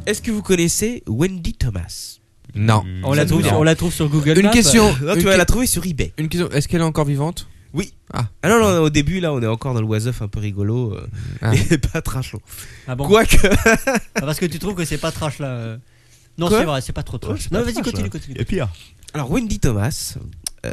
[SPEAKER 8] Est-ce que vous connaissez Wendy Thomas Euh,
[SPEAKER 2] Non.
[SPEAKER 8] Mmh.
[SPEAKER 3] On la, trouve,
[SPEAKER 5] non.
[SPEAKER 3] on la trouve sur Google
[SPEAKER 2] Une
[SPEAKER 3] Maps.
[SPEAKER 2] question.
[SPEAKER 8] Non,
[SPEAKER 2] une
[SPEAKER 8] Ah, tu vas
[SPEAKER 2] que-
[SPEAKER 8] la trouver sur eBay.
[SPEAKER 2] Une question. Est-ce qu'elle est encore vivante
[SPEAKER 8] Ah non, non, au début, là, on est encore dans le was un peu rigolo. euh,
[SPEAKER 2] Ah.
[SPEAKER 8] Et pas trachot.
[SPEAKER 3] Ah bon
[SPEAKER 8] Quoique.
[SPEAKER 3] Ah, Parce que tu trouves que c'est pas trash là. euh. Non,
[SPEAKER 8] Quoi
[SPEAKER 3] c'est vrai, c'est pas trop trash. non, vas-y, continue, continue.
[SPEAKER 5] Et pire.
[SPEAKER 8] Alors Wendy Thomas euh,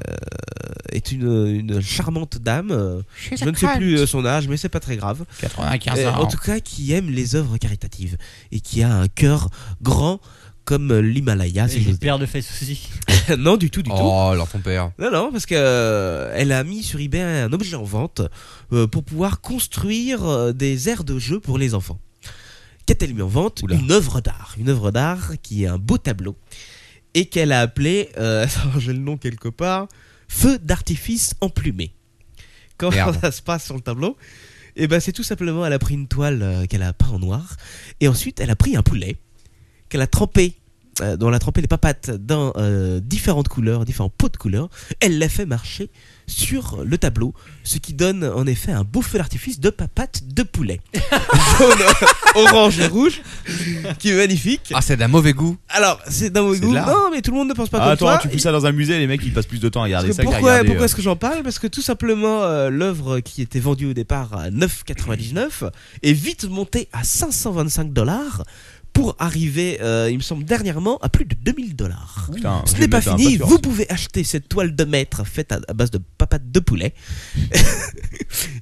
[SPEAKER 8] est une, une charmante dame. euh, Je ne sais plus euh, son âge, mais c'est pas très grave.
[SPEAKER 11] 95
[SPEAKER 8] Euh, en
[SPEAKER 9] Eh,
[SPEAKER 11] ans.
[SPEAKER 8] tout cas, qui aime les œuvres caritatives et qui a un cœur grand comme euh, l'Himalaya.
[SPEAKER 3] J'ai
[SPEAKER 8] Si j'ose
[SPEAKER 3] une paire de fesses aussi.
[SPEAKER 8] dire. non, du tout, du tout.
[SPEAKER 2] Oh, alors ton père.
[SPEAKER 8] Non, non, parce que euh, elle a mis sur eBay un objet en vente euh, pour pouvoir construire euh, des aires de jeu pour les enfants. Qu'a-t-elle mis en vente
[SPEAKER 5] Oula.
[SPEAKER 8] Une œuvre d'art. Une œuvre d'art qui est un beau tableau et qu'elle a appelé, euh, attends, j'ai le nom quelque part, Feu d'artifice emplumé. Comment
[SPEAKER 2] Merde.
[SPEAKER 8] ça se passe sur le tableau Eh ben, c'est tout simplement, elle a pris une toile euh, qu'elle a peint en noir et ensuite elle a pris un poulet qu'elle a trempé euh, dont elle a trempé les papates dans euh, différentes couleurs, différents pots de couleurs, elle l'a fait marcher sur le tableau, ce qui donne en effet un beau feu d'artifice de papates de poulet. Jaune, orange et rouge, qui est magnifique.
[SPEAKER 2] Ah, c'est d'un mauvais goût.
[SPEAKER 8] Alors, c'est d'un mauvais
[SPEAKER 5] C'est de
[SPEAKER 8] goût.
[SPEAKER 5] l'art.
[SPEAKER 8] Non, mais tout le monde ne pense pas
[SPEAKER 5] Ah,
[SPEAKER 8] comme toi.
[SPEAKER 5] attends, tu fous ça dans un musée, les mecs ils passent plus de temps à
[SPEAKER 8] Parce
[SPEAKER 5] regarder
[SPEAKER 8] que
[SPEAKER 5] ça qu'à
[SPEAKER 8] pourquoi
[SPEAKER 5] regarder.
[SPEAKER 8] pourquoi
[SPEAKER 5] euh,
[SPEAKER 8] est-ce que j'en parle Parce que tout simplement, euh, l'œuvre qui était vendue au départ à 9,99 est vite montée à 525 dollars pour arriver, euh, il me semble, dernièrement à plus de 2000 dollars.
[SPEAKER 5] Putain, je
[SPEAKER 8] Ce
[SPEAKER 5] vais
[SPEAKER 8] n'est pas
[SPEAKER 5] mettre un
[SPEAKER 8] fini,
[SPEAKER 5] peinture,
[SPEAKER 8] vous
[SPEAKER 5] ça.
[SPEAKER 8] pouvez acheter cette toile de maître faite à, à base de papates de poulet,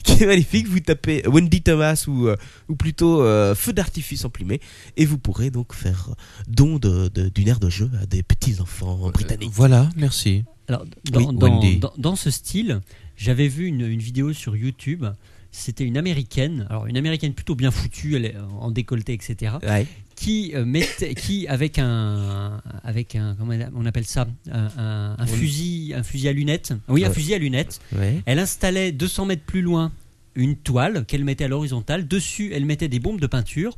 [SPEAKER 8] qui est magnifique. Vous tapez Wendy Thomas ou, euh, ou plutôt euh, Feu d'artifice emplumé, et vous pourrez donc faire don de- de- d'une aire de jeu à des petits-enfants britanniques.
[SPEAKER 2] Voilà, merci.
[SPEAKER 3] Alors, dans,
[SPEAKER 2] Oui,
[SPEAKER 3] dans-
[SPEAKER 2] Wendy.
[SPEAKER 3] dans- dans ce style, j'avais vu une, une vidéo sur YouTube. C'était une américaine, alors une américaine plutôt bien foutue, elle est euh, en décolleté, etc.
[SPEAKER 8] Ouais.
[SPEAKER 3] Qui euh, mettait, qui avec un, avec un, comment on appelle ça, un, un- un fusil, un fusil à lunettes. Oui, un
[SPEAKER 8] Ouais.
[SPEAKER 3] fusil à lunettes.
[SPEAKER 8] Ouais.
[SPEAKER 3] Elle installait 200 mètres plus loin une toile qu'elle mettait à l'horizontale. Dessus, elle mettait des bombes de peinture.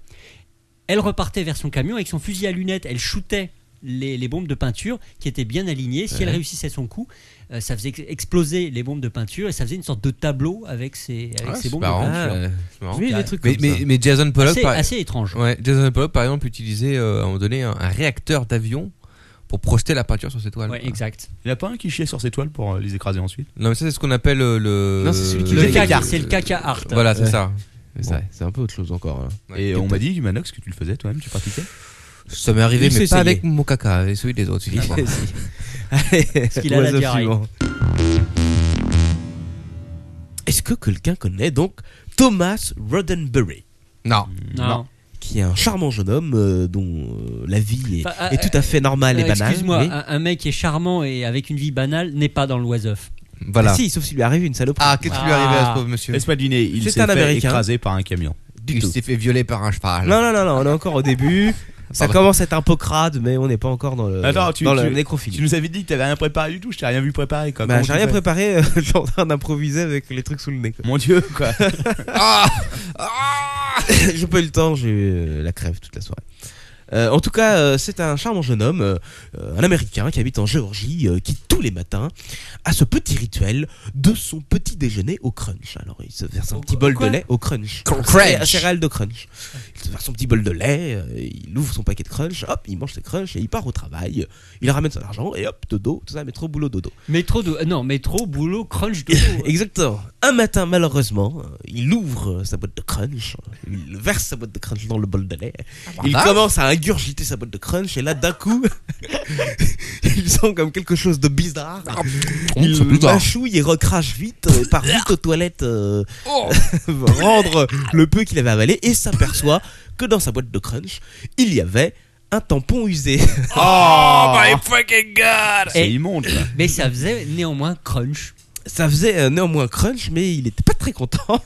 [SPEAKER 3] Elle repartait vers son camion avec son fusil à lunettes. Elle shootait les, les bombes de peinture qui étaient bien alignées. Si elle réussissait son coup, euh, ça faisait ex- exploser les bombes de peinture et ça faisait une sorte de tableau avec ses,
[SPEAKER 8] Eh,
[SPEAKER 3] avec
[SPEAKER 2] Ah,
[SPEAKER 3] ses
[SPEAKER 2] c'est
[SPEAKER 3] bombes
[SPEAKER 2] marrant,
[SPEAKER 3] de peinture.
[SPEAKER 2] ça. C'est marrant.
[SPEAKER 8] Ah, Oui, des trucs
[SPEAKER 2] Mais,
[SPEAKER 8] comme
[SPEAKER 2] mais,
[SPEAKER 8] ça.
[SPEAKER 2] mais Jason Pollock,
[SPEAKER 3] Assez,
[SPEAKER 2] par...
[SPEAKER 3] assez étrange.
[SPEAKER 2] ouais, Jason Pollock, par exemple, utilisait euh, à un moment donné un, un réacteur d'avion pour projeter la peinture sur ses toiles.
[SPEAKER 3] Ouais, exact.
[SPEAKER 5] Il n'y a pas un qui chiait sur ses toiles pour euh, les écraser ensuite
[SPEAKER 2] Non, mais ça, c'est ce qu'on appelle euh, le. euh,
[SPEAKER 8] Non, c'est celui qui
[SPEAKER 3] Le
[SPEAKER 8] Le
[SPEAKER 3] caca,
[SPEAKER 8] caca.
[SPEAKER 3] c'est le caca art.
[SPEAKER 2] Voilà, c'est
[SPEAKER 8] Ouais.
[SPEAKER 2] ça.
[SPEAKER 8] C'est vrai, c'est un peu autre chose encore. hein.
[SPEAKER 2] Ouais.
[SPEAKER 5] Et on m'a dit, Manox, que tu le faisais toi-même, tu pratiquais
[SPEAKER 2] Ça m'est arrivé,
[SPEAKER 8] Il
[SPEAKER 2] mais
[SPEAKER 8] s'est
[SPEAKER 2] pas
[SPEAKER 8] essayé.
[SPEAKER 2] avec mon caca, avec celui des autres. finalement.
[SPEAKER 8] Parce
[SPEAKER 3] qu'il a la diarrhée.
[SPEAKER 8] Est-ce que quelqu'un connaît donc Thomas Roddenberry
[SPEAKER 2] non.
[SPEAKER 3] hein. Non.
[SPEAKER 8] qui est un charmant jeune homme euh, dont euh, la vie est,
[SPEAKER 3] Enfin, ah,
[SPEAKER 8] est tout à fait normale
[SPEAKER 3] Euh,
[SPEAKER 8] et banale.
[SPEAKER 3] Excuse-moi,
[SPEAKER 8] mais-
[SPEAKER 3] un, un mec qui est charmant et avec une vie banale n'est pas dans l'oiseuf.
[SPEAKER 2] Voilà.
[SPEAKER 8] Ah si, sauf s'il lui arrive une saloperie.
[SPEAKER 2] Ah, qu'est-ce qui lui est arrivé à ce pauvre monsieur
[SPEAKER 5] Laisse-moi deviner, il
[SPEAKER 8] C'est
[SPEAKER 5] s'est
[SPEAKER 8] un
[SPEAKER 5] fait
[SPEAKER 8] Américain.
[SPEAKER 5] écraser par un camion.
[SPEAKER 8] du
[SPEAKER 2] Il
[SPEAKER 8] tout.
[SPEAKER 2] s'est fait violer par un cheval.
[SPEAKER 8] Non, non, non, non, on est encore au début. Ça
[SPEAKER 2] Pardon.
[SPEAKER 8] commence à être un peu crade, mais on n'est pas encore dans le,
[SPEAKER 5] Attends, tu-
[SPEAKER 8] dans
[SPEAKER 5] tu-
[SPEAKER 8] le
[SPEAKER 5] Tu
[SPEAKER 8] nécrophilie.
[SPEAKER 5] nous avais dit que t'avais rien préparé du tout, je t'ai rien vu préparer quoi.
[SPEAKER 8] Bah,
[SPEAKER 5] Comment
[SPEAKER 8] j'ai
[SPEAKER 5] tu
[SPEAKER 8] rien
[SPEAKER 5] fais
[SPEAKER 8] préparé, euh, je suis en train d'improviser avec les trucs sous le nez. quoi.
[SPEAKER 5] Mon dieu quoi.
[SPEAKER 2] Ah
[SPEAKER 8] j'ai pas eu le temps, j'ai eu euh, la crève toute la soirée. Euh, en tout cas, euh, c'est un charmant jeune homme, euh, euh, un Américain qui habite en Géorgie, euh, qui tous les matins a ce petit rituel de son petit déjeuner au crunch. Alors, il se verse un petit bol
[SPEAKER 3] quoi
[SPEAKER 8] de lait au crunch.
[SPEAKER 2] Crunch.
[SPEAKER 8] Un céréale de crunch. Il se verse son petit bol de lait, euh, il ouvre son paquet de crunch, hop, il mange ses crunch et il part au travail. Il ramène son argent et hop, dodo, tout ça, métro, boulot, dodo.
[SPEAKER 3] Métro, de, non, métro, boulot, crunch, dodo.
[SPEAKER 8] Exactement. Un matin, malheureusement, euh, il ouvre euh, sa boîte de crunch, euh, il verse sa boîte de crunch dans le bol de lait, il
[SPEAKER 2] bah.
[SPEAKER 8] commence à ingurgiter sa boîte de crunch, et là, d'un coup, il sent comme quelque chose de bizarre.
[SPEAKER 2] c'est
[SPEAKER 8] Il
[SPEAKER 2] bizarre.
[SPEAKER 8] mâchouille et recrache vite, euh, part vite aux toilettes, euh, rendre le peu qu'il avait avalé, et s'aperçoit que dans sa boîte de crunch, il y avait un tampon usé.
[SPEAKER 11] Oh my fucking
[SPEAKER 8] bah,
[SPEAKER 11] god
[SPEAKER 5] bah, C'est
[SPEAKER 3] Et-
[SPEAKER 5] immonde quoi.
[SPEAKER 3] Mais ça faisait néanmoins crunch.
[SPEAKER 8] Ça faisait euh, néanmoins crunch, mais il n'était pas très content.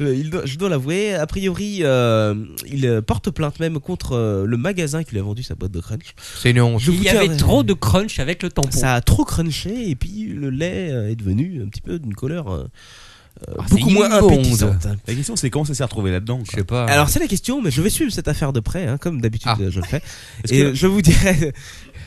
[SPEAKER 8] Euh, il doit- je dois l'avouer. A priori, euh, il euh, porte plainte même contre euh, le magasin qui lui a vendu sa boîte de crunch.
[SPEAKER 2] C'est une honte.
[SPEAKER 8] Je
[SPEAKER 3] Il
[SPEAKER 8] vous
[SPEAKER 3] y avait
[SPEAKER 8] tiendrai-
[SPEAKER 3] trop de crunch avec le tampon.
[SPEAKER 8] Ça a trop crunché et puis le lait euh, est devenu un petit peu d'une couleur euh, euh,
[SPEAKER 2] Ah,
[SPEAKER 8] beaucoup
[SPEAKER 2] c'est
[SPEAKER 8] moins
[SPEAKER 2] immonde.
[SPEAKER 8] appétissante.
[SPEAKER 5] La question c'est comment ça s'est retrouvé là-dedans
[SPEAKER 2] Je
[SPEAKER 5] quoi.
[SPEAKER 2] sais pas.
[SPEAKER 8] Alors c'est la question, mais je vais suivre cette affaire de près, hein, comme d'habitude
[SPEAKER 2] Ah.
[SPEAKER 8] euh, je le fais.
[SPEAKER 5] Est-ce
[SPEAKER 8] Et
[SPEAKER 5] que-
[SPEAKER 8] je vous dirai.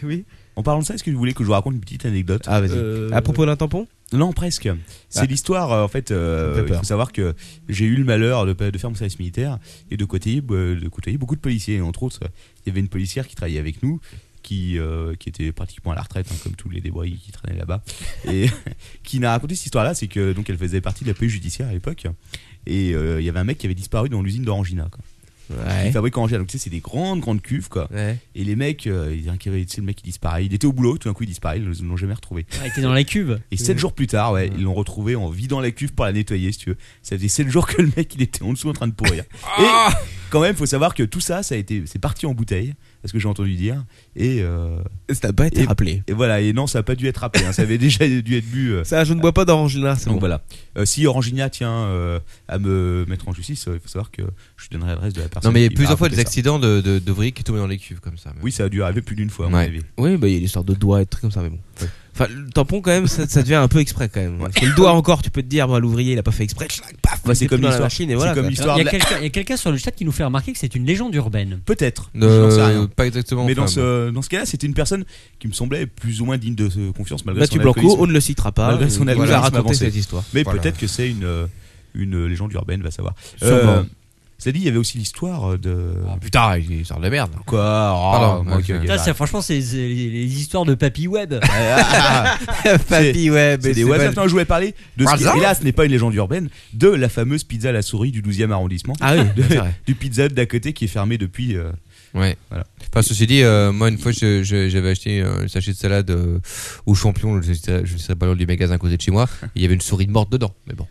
[SPEAKER 8] oui.
[SPEAKER 5] En parlant de ça, est-ce que vous voulez que je vous raconte une petite anecdote
[SPEAKER 8] Ah, vas-y.
[SPEAKER 5] Euh,
[SPEAKER 8] À propos d'un tampon.
[SPEAKER 5] Non, presque. C'est
[SPEAKER 8] Ah.
[SPEAKER 5] l'histoire, euh, en fait, euh,
[SPEAKER 8] Ça me fait
[SPEAKER 5] il
[SPEAKER 8] peur.
[SPEAKER 5] faut savoir que j'ai eu le malheur de, de faire mon service militaire et de côtoyer, euh, de côtoyer beaucoup de policiers. Et Entre autres, il y avait une policière qui travaillait avec nous, qui, euh, qui était pratiquement à la retraite, hein, comme tous les débrouilles qui traînaient là-bas, et qui n'a raconté cette histoire-là, c'est que donc elle faisait partie de la police judiciaire à l'époque, et euh, il y avait un mec qui avait disparu dans l'usine d'Orangina, quoi. Il
[SPEAKER 8] Ouais.
[SPEAKER 5] fabrique Orangina, donc tu sais, c'est des grandes, grandes cuves, quoi.
[SPEAKER 8] Ouais.
[SPEAKER 5] Et les mecs, euh, ils inquiétaient, tu sais, le mec qui disparaît, il était au boulot, tout d'un coup il disparaît, ils ne l'ont jamais retrouvé.
[SPEAKER 3] Ah, il était dans la cube.
[SPEAKER 5] Et 7 jours plus tard, ouais, ils l'ont retrouvé en vidant la cuve pour la nettoyer, si tu veux. Ça faisait 7 jours que le mec, il était en dessous en train de pourrir. et quand même, faut savoir que tout ça, ça a été, c'est parti en bouteille, parce que j'ai entendu dire. Et, euh,
[SPEAKER 8] Ça n'a pas été
[SPEAKER 5] Et-
[SPEAKER 8] rappelé.
[SPEAKER 5] et voilà, et non, ça a pas dû être rappelé, hein, ça avait déjà dû être bu. euh.
[SPEAKER 8] Ça, je ne bois pas d'orangina. C'est
[SPEAKER 5] Donc
[SPEAKER 8] bon.
[SPEAKER 5] voilà. Euh, si Orangina tient euh, à me mettre en justice, euh, il faut savoir que je lui donnerai l'adresse de la personne.
[SPEAKER 2] non, mais il y a
[SPEAKER 5] qui m'a
[SPEAKER 2] plusieurs fois
[SPEAKER 5] raconté
[SPEAKER 2] des
[SPEAKER 5] ça.
[SPEAKER 2] accidents de, de, d'ouvriers qui tombent dans les cuves comme ça. mais-
[SPEAKER 5] Oui, ça a dû arriver plus d'une fois, à mon
[SPEAKER 2] Ouais. Ah,
[SPEAKER 5] avis.
[SPEAKER 8] Oui, bah, il y a l'histoire de doigts et de trucs comme ça, mais bon.
[SPEAKER 5] Ouais.
[SPEAKER 8] Enfin, le tampon, quand même, ça, ça devient un peu exprès, quand même. Parce que le doigt, encore, tu peux te dire, bon, l'ouvrier, il a pas fait exprès, tchlac, paf,
[SPEAKER 5] Bah,
[SPEAKER 8] il
[SPEAKER 5] c'est
[SPEAKER 8] est
[SPEAKER 5] comme
[SPEAKER 8] dans la
[SPEAKER 5] l'histoire.
[SPEAKER 8] machine, et
[SPEAKER 5] C'est
[SPEAKER 8] voilà.
[SPEAKER 5] comme
[SPEAKER 8] quoi.
[SPEAKER 3] Alors,
[SPEAKER 5] l'histoire
[SPEAKER 3] Il y
[SPEAKER 5] de
[SPEAKER 3] a
[SPEAKER 5] la-
[SPEAKER 3] quelqu'un il y a quelqu'un sur le chat qui nous fait remarquer que c'est une légende urbaine.
[SPEAKER 5] Peut-être.
[SPEAKER 2] Euh,
[SPEAKER 5] J'en sais rien.
[SPEAKER 2] Pas exactement.
[SPEAKER 5] Mais dans
[SPEAKER 2] enfin, bon.
[SPEAKER 5] ce, dans ce cas-là, c'était une personne qui me semblait plus ou moins digne de euh, confiance malgré
[SPEAKER 8] Mathieu
[SPEAKER 5] son
[SPEAKER 8] Blanco,
[SPEAKER 5] alcoolisme.
[SPEAKER 8] on ne le citera pas.
[SPEAKER 5] Malgré
[SPEAKER 8] il
[SPEAKER 5] son
[SPEAKER 8] nous a
[SPEAKER 5] alcoolisme
[SPEAKER 8] raconté
[SPEAKER 5] avancé.
[SPEAKER 8] cette histoire.
[SPEAKER 5] Mais
[SPEAKER 2] Voilà.
[SPEAKER 5] peut-être que c'est une, euh, une légende urbaine, va savoir.
[SPEAKER 8] Sûrement.
[SPEAKER 5] cest dit, il y avait aussi l'histoire de.
[SPEAKER 2] Ah, putain, il sort de la merde.
[SPEAKER 5] Quoi Oh,
[SPEAKER 2] Pardon,
[SPEAKER 5] moi,
[SPEAKER 2] ouais,
[SPEAKER 5] ok,
[SPEAKER 2] c'est-
[SPEAKER 5] ok,
[SPEAKER 3] Putain,
[SPEAKER 5] bah,
[SPEAKER 3] ça, franchement, c'est c'est les, les histoires de papy web.
[SPEAKER 5] ah, ah,
[SPEAKER 2] Papy, ouais,
[SPEAKER 5] C'est des WhatsApp. Non, je voulais parler de ce qui,
[SPEAKER 2] Raza
[SPEAKER 5] hélas, n'est pas une légende urbaine, de la fameuse pizza à la souris du 12e arrondissement,
[SPEAKER 8] Ah oui, c'est vrai.
[SPEAKER 5] du pizza Hut d'à côté qui est fermé depuis. euh,
[SPEAKER 2] Ouais.
[SPEAKER 5] Voilà.
[SPEAKER 2] Enfin, ceci dit, euh, moi, une fois, je- je- j'avais acheté un sachet de salade euh, au champion, je ne sais je ne sais pas le nom du magasin à côté de chez moi, et il y avait une souris morte dedans. Mais bon.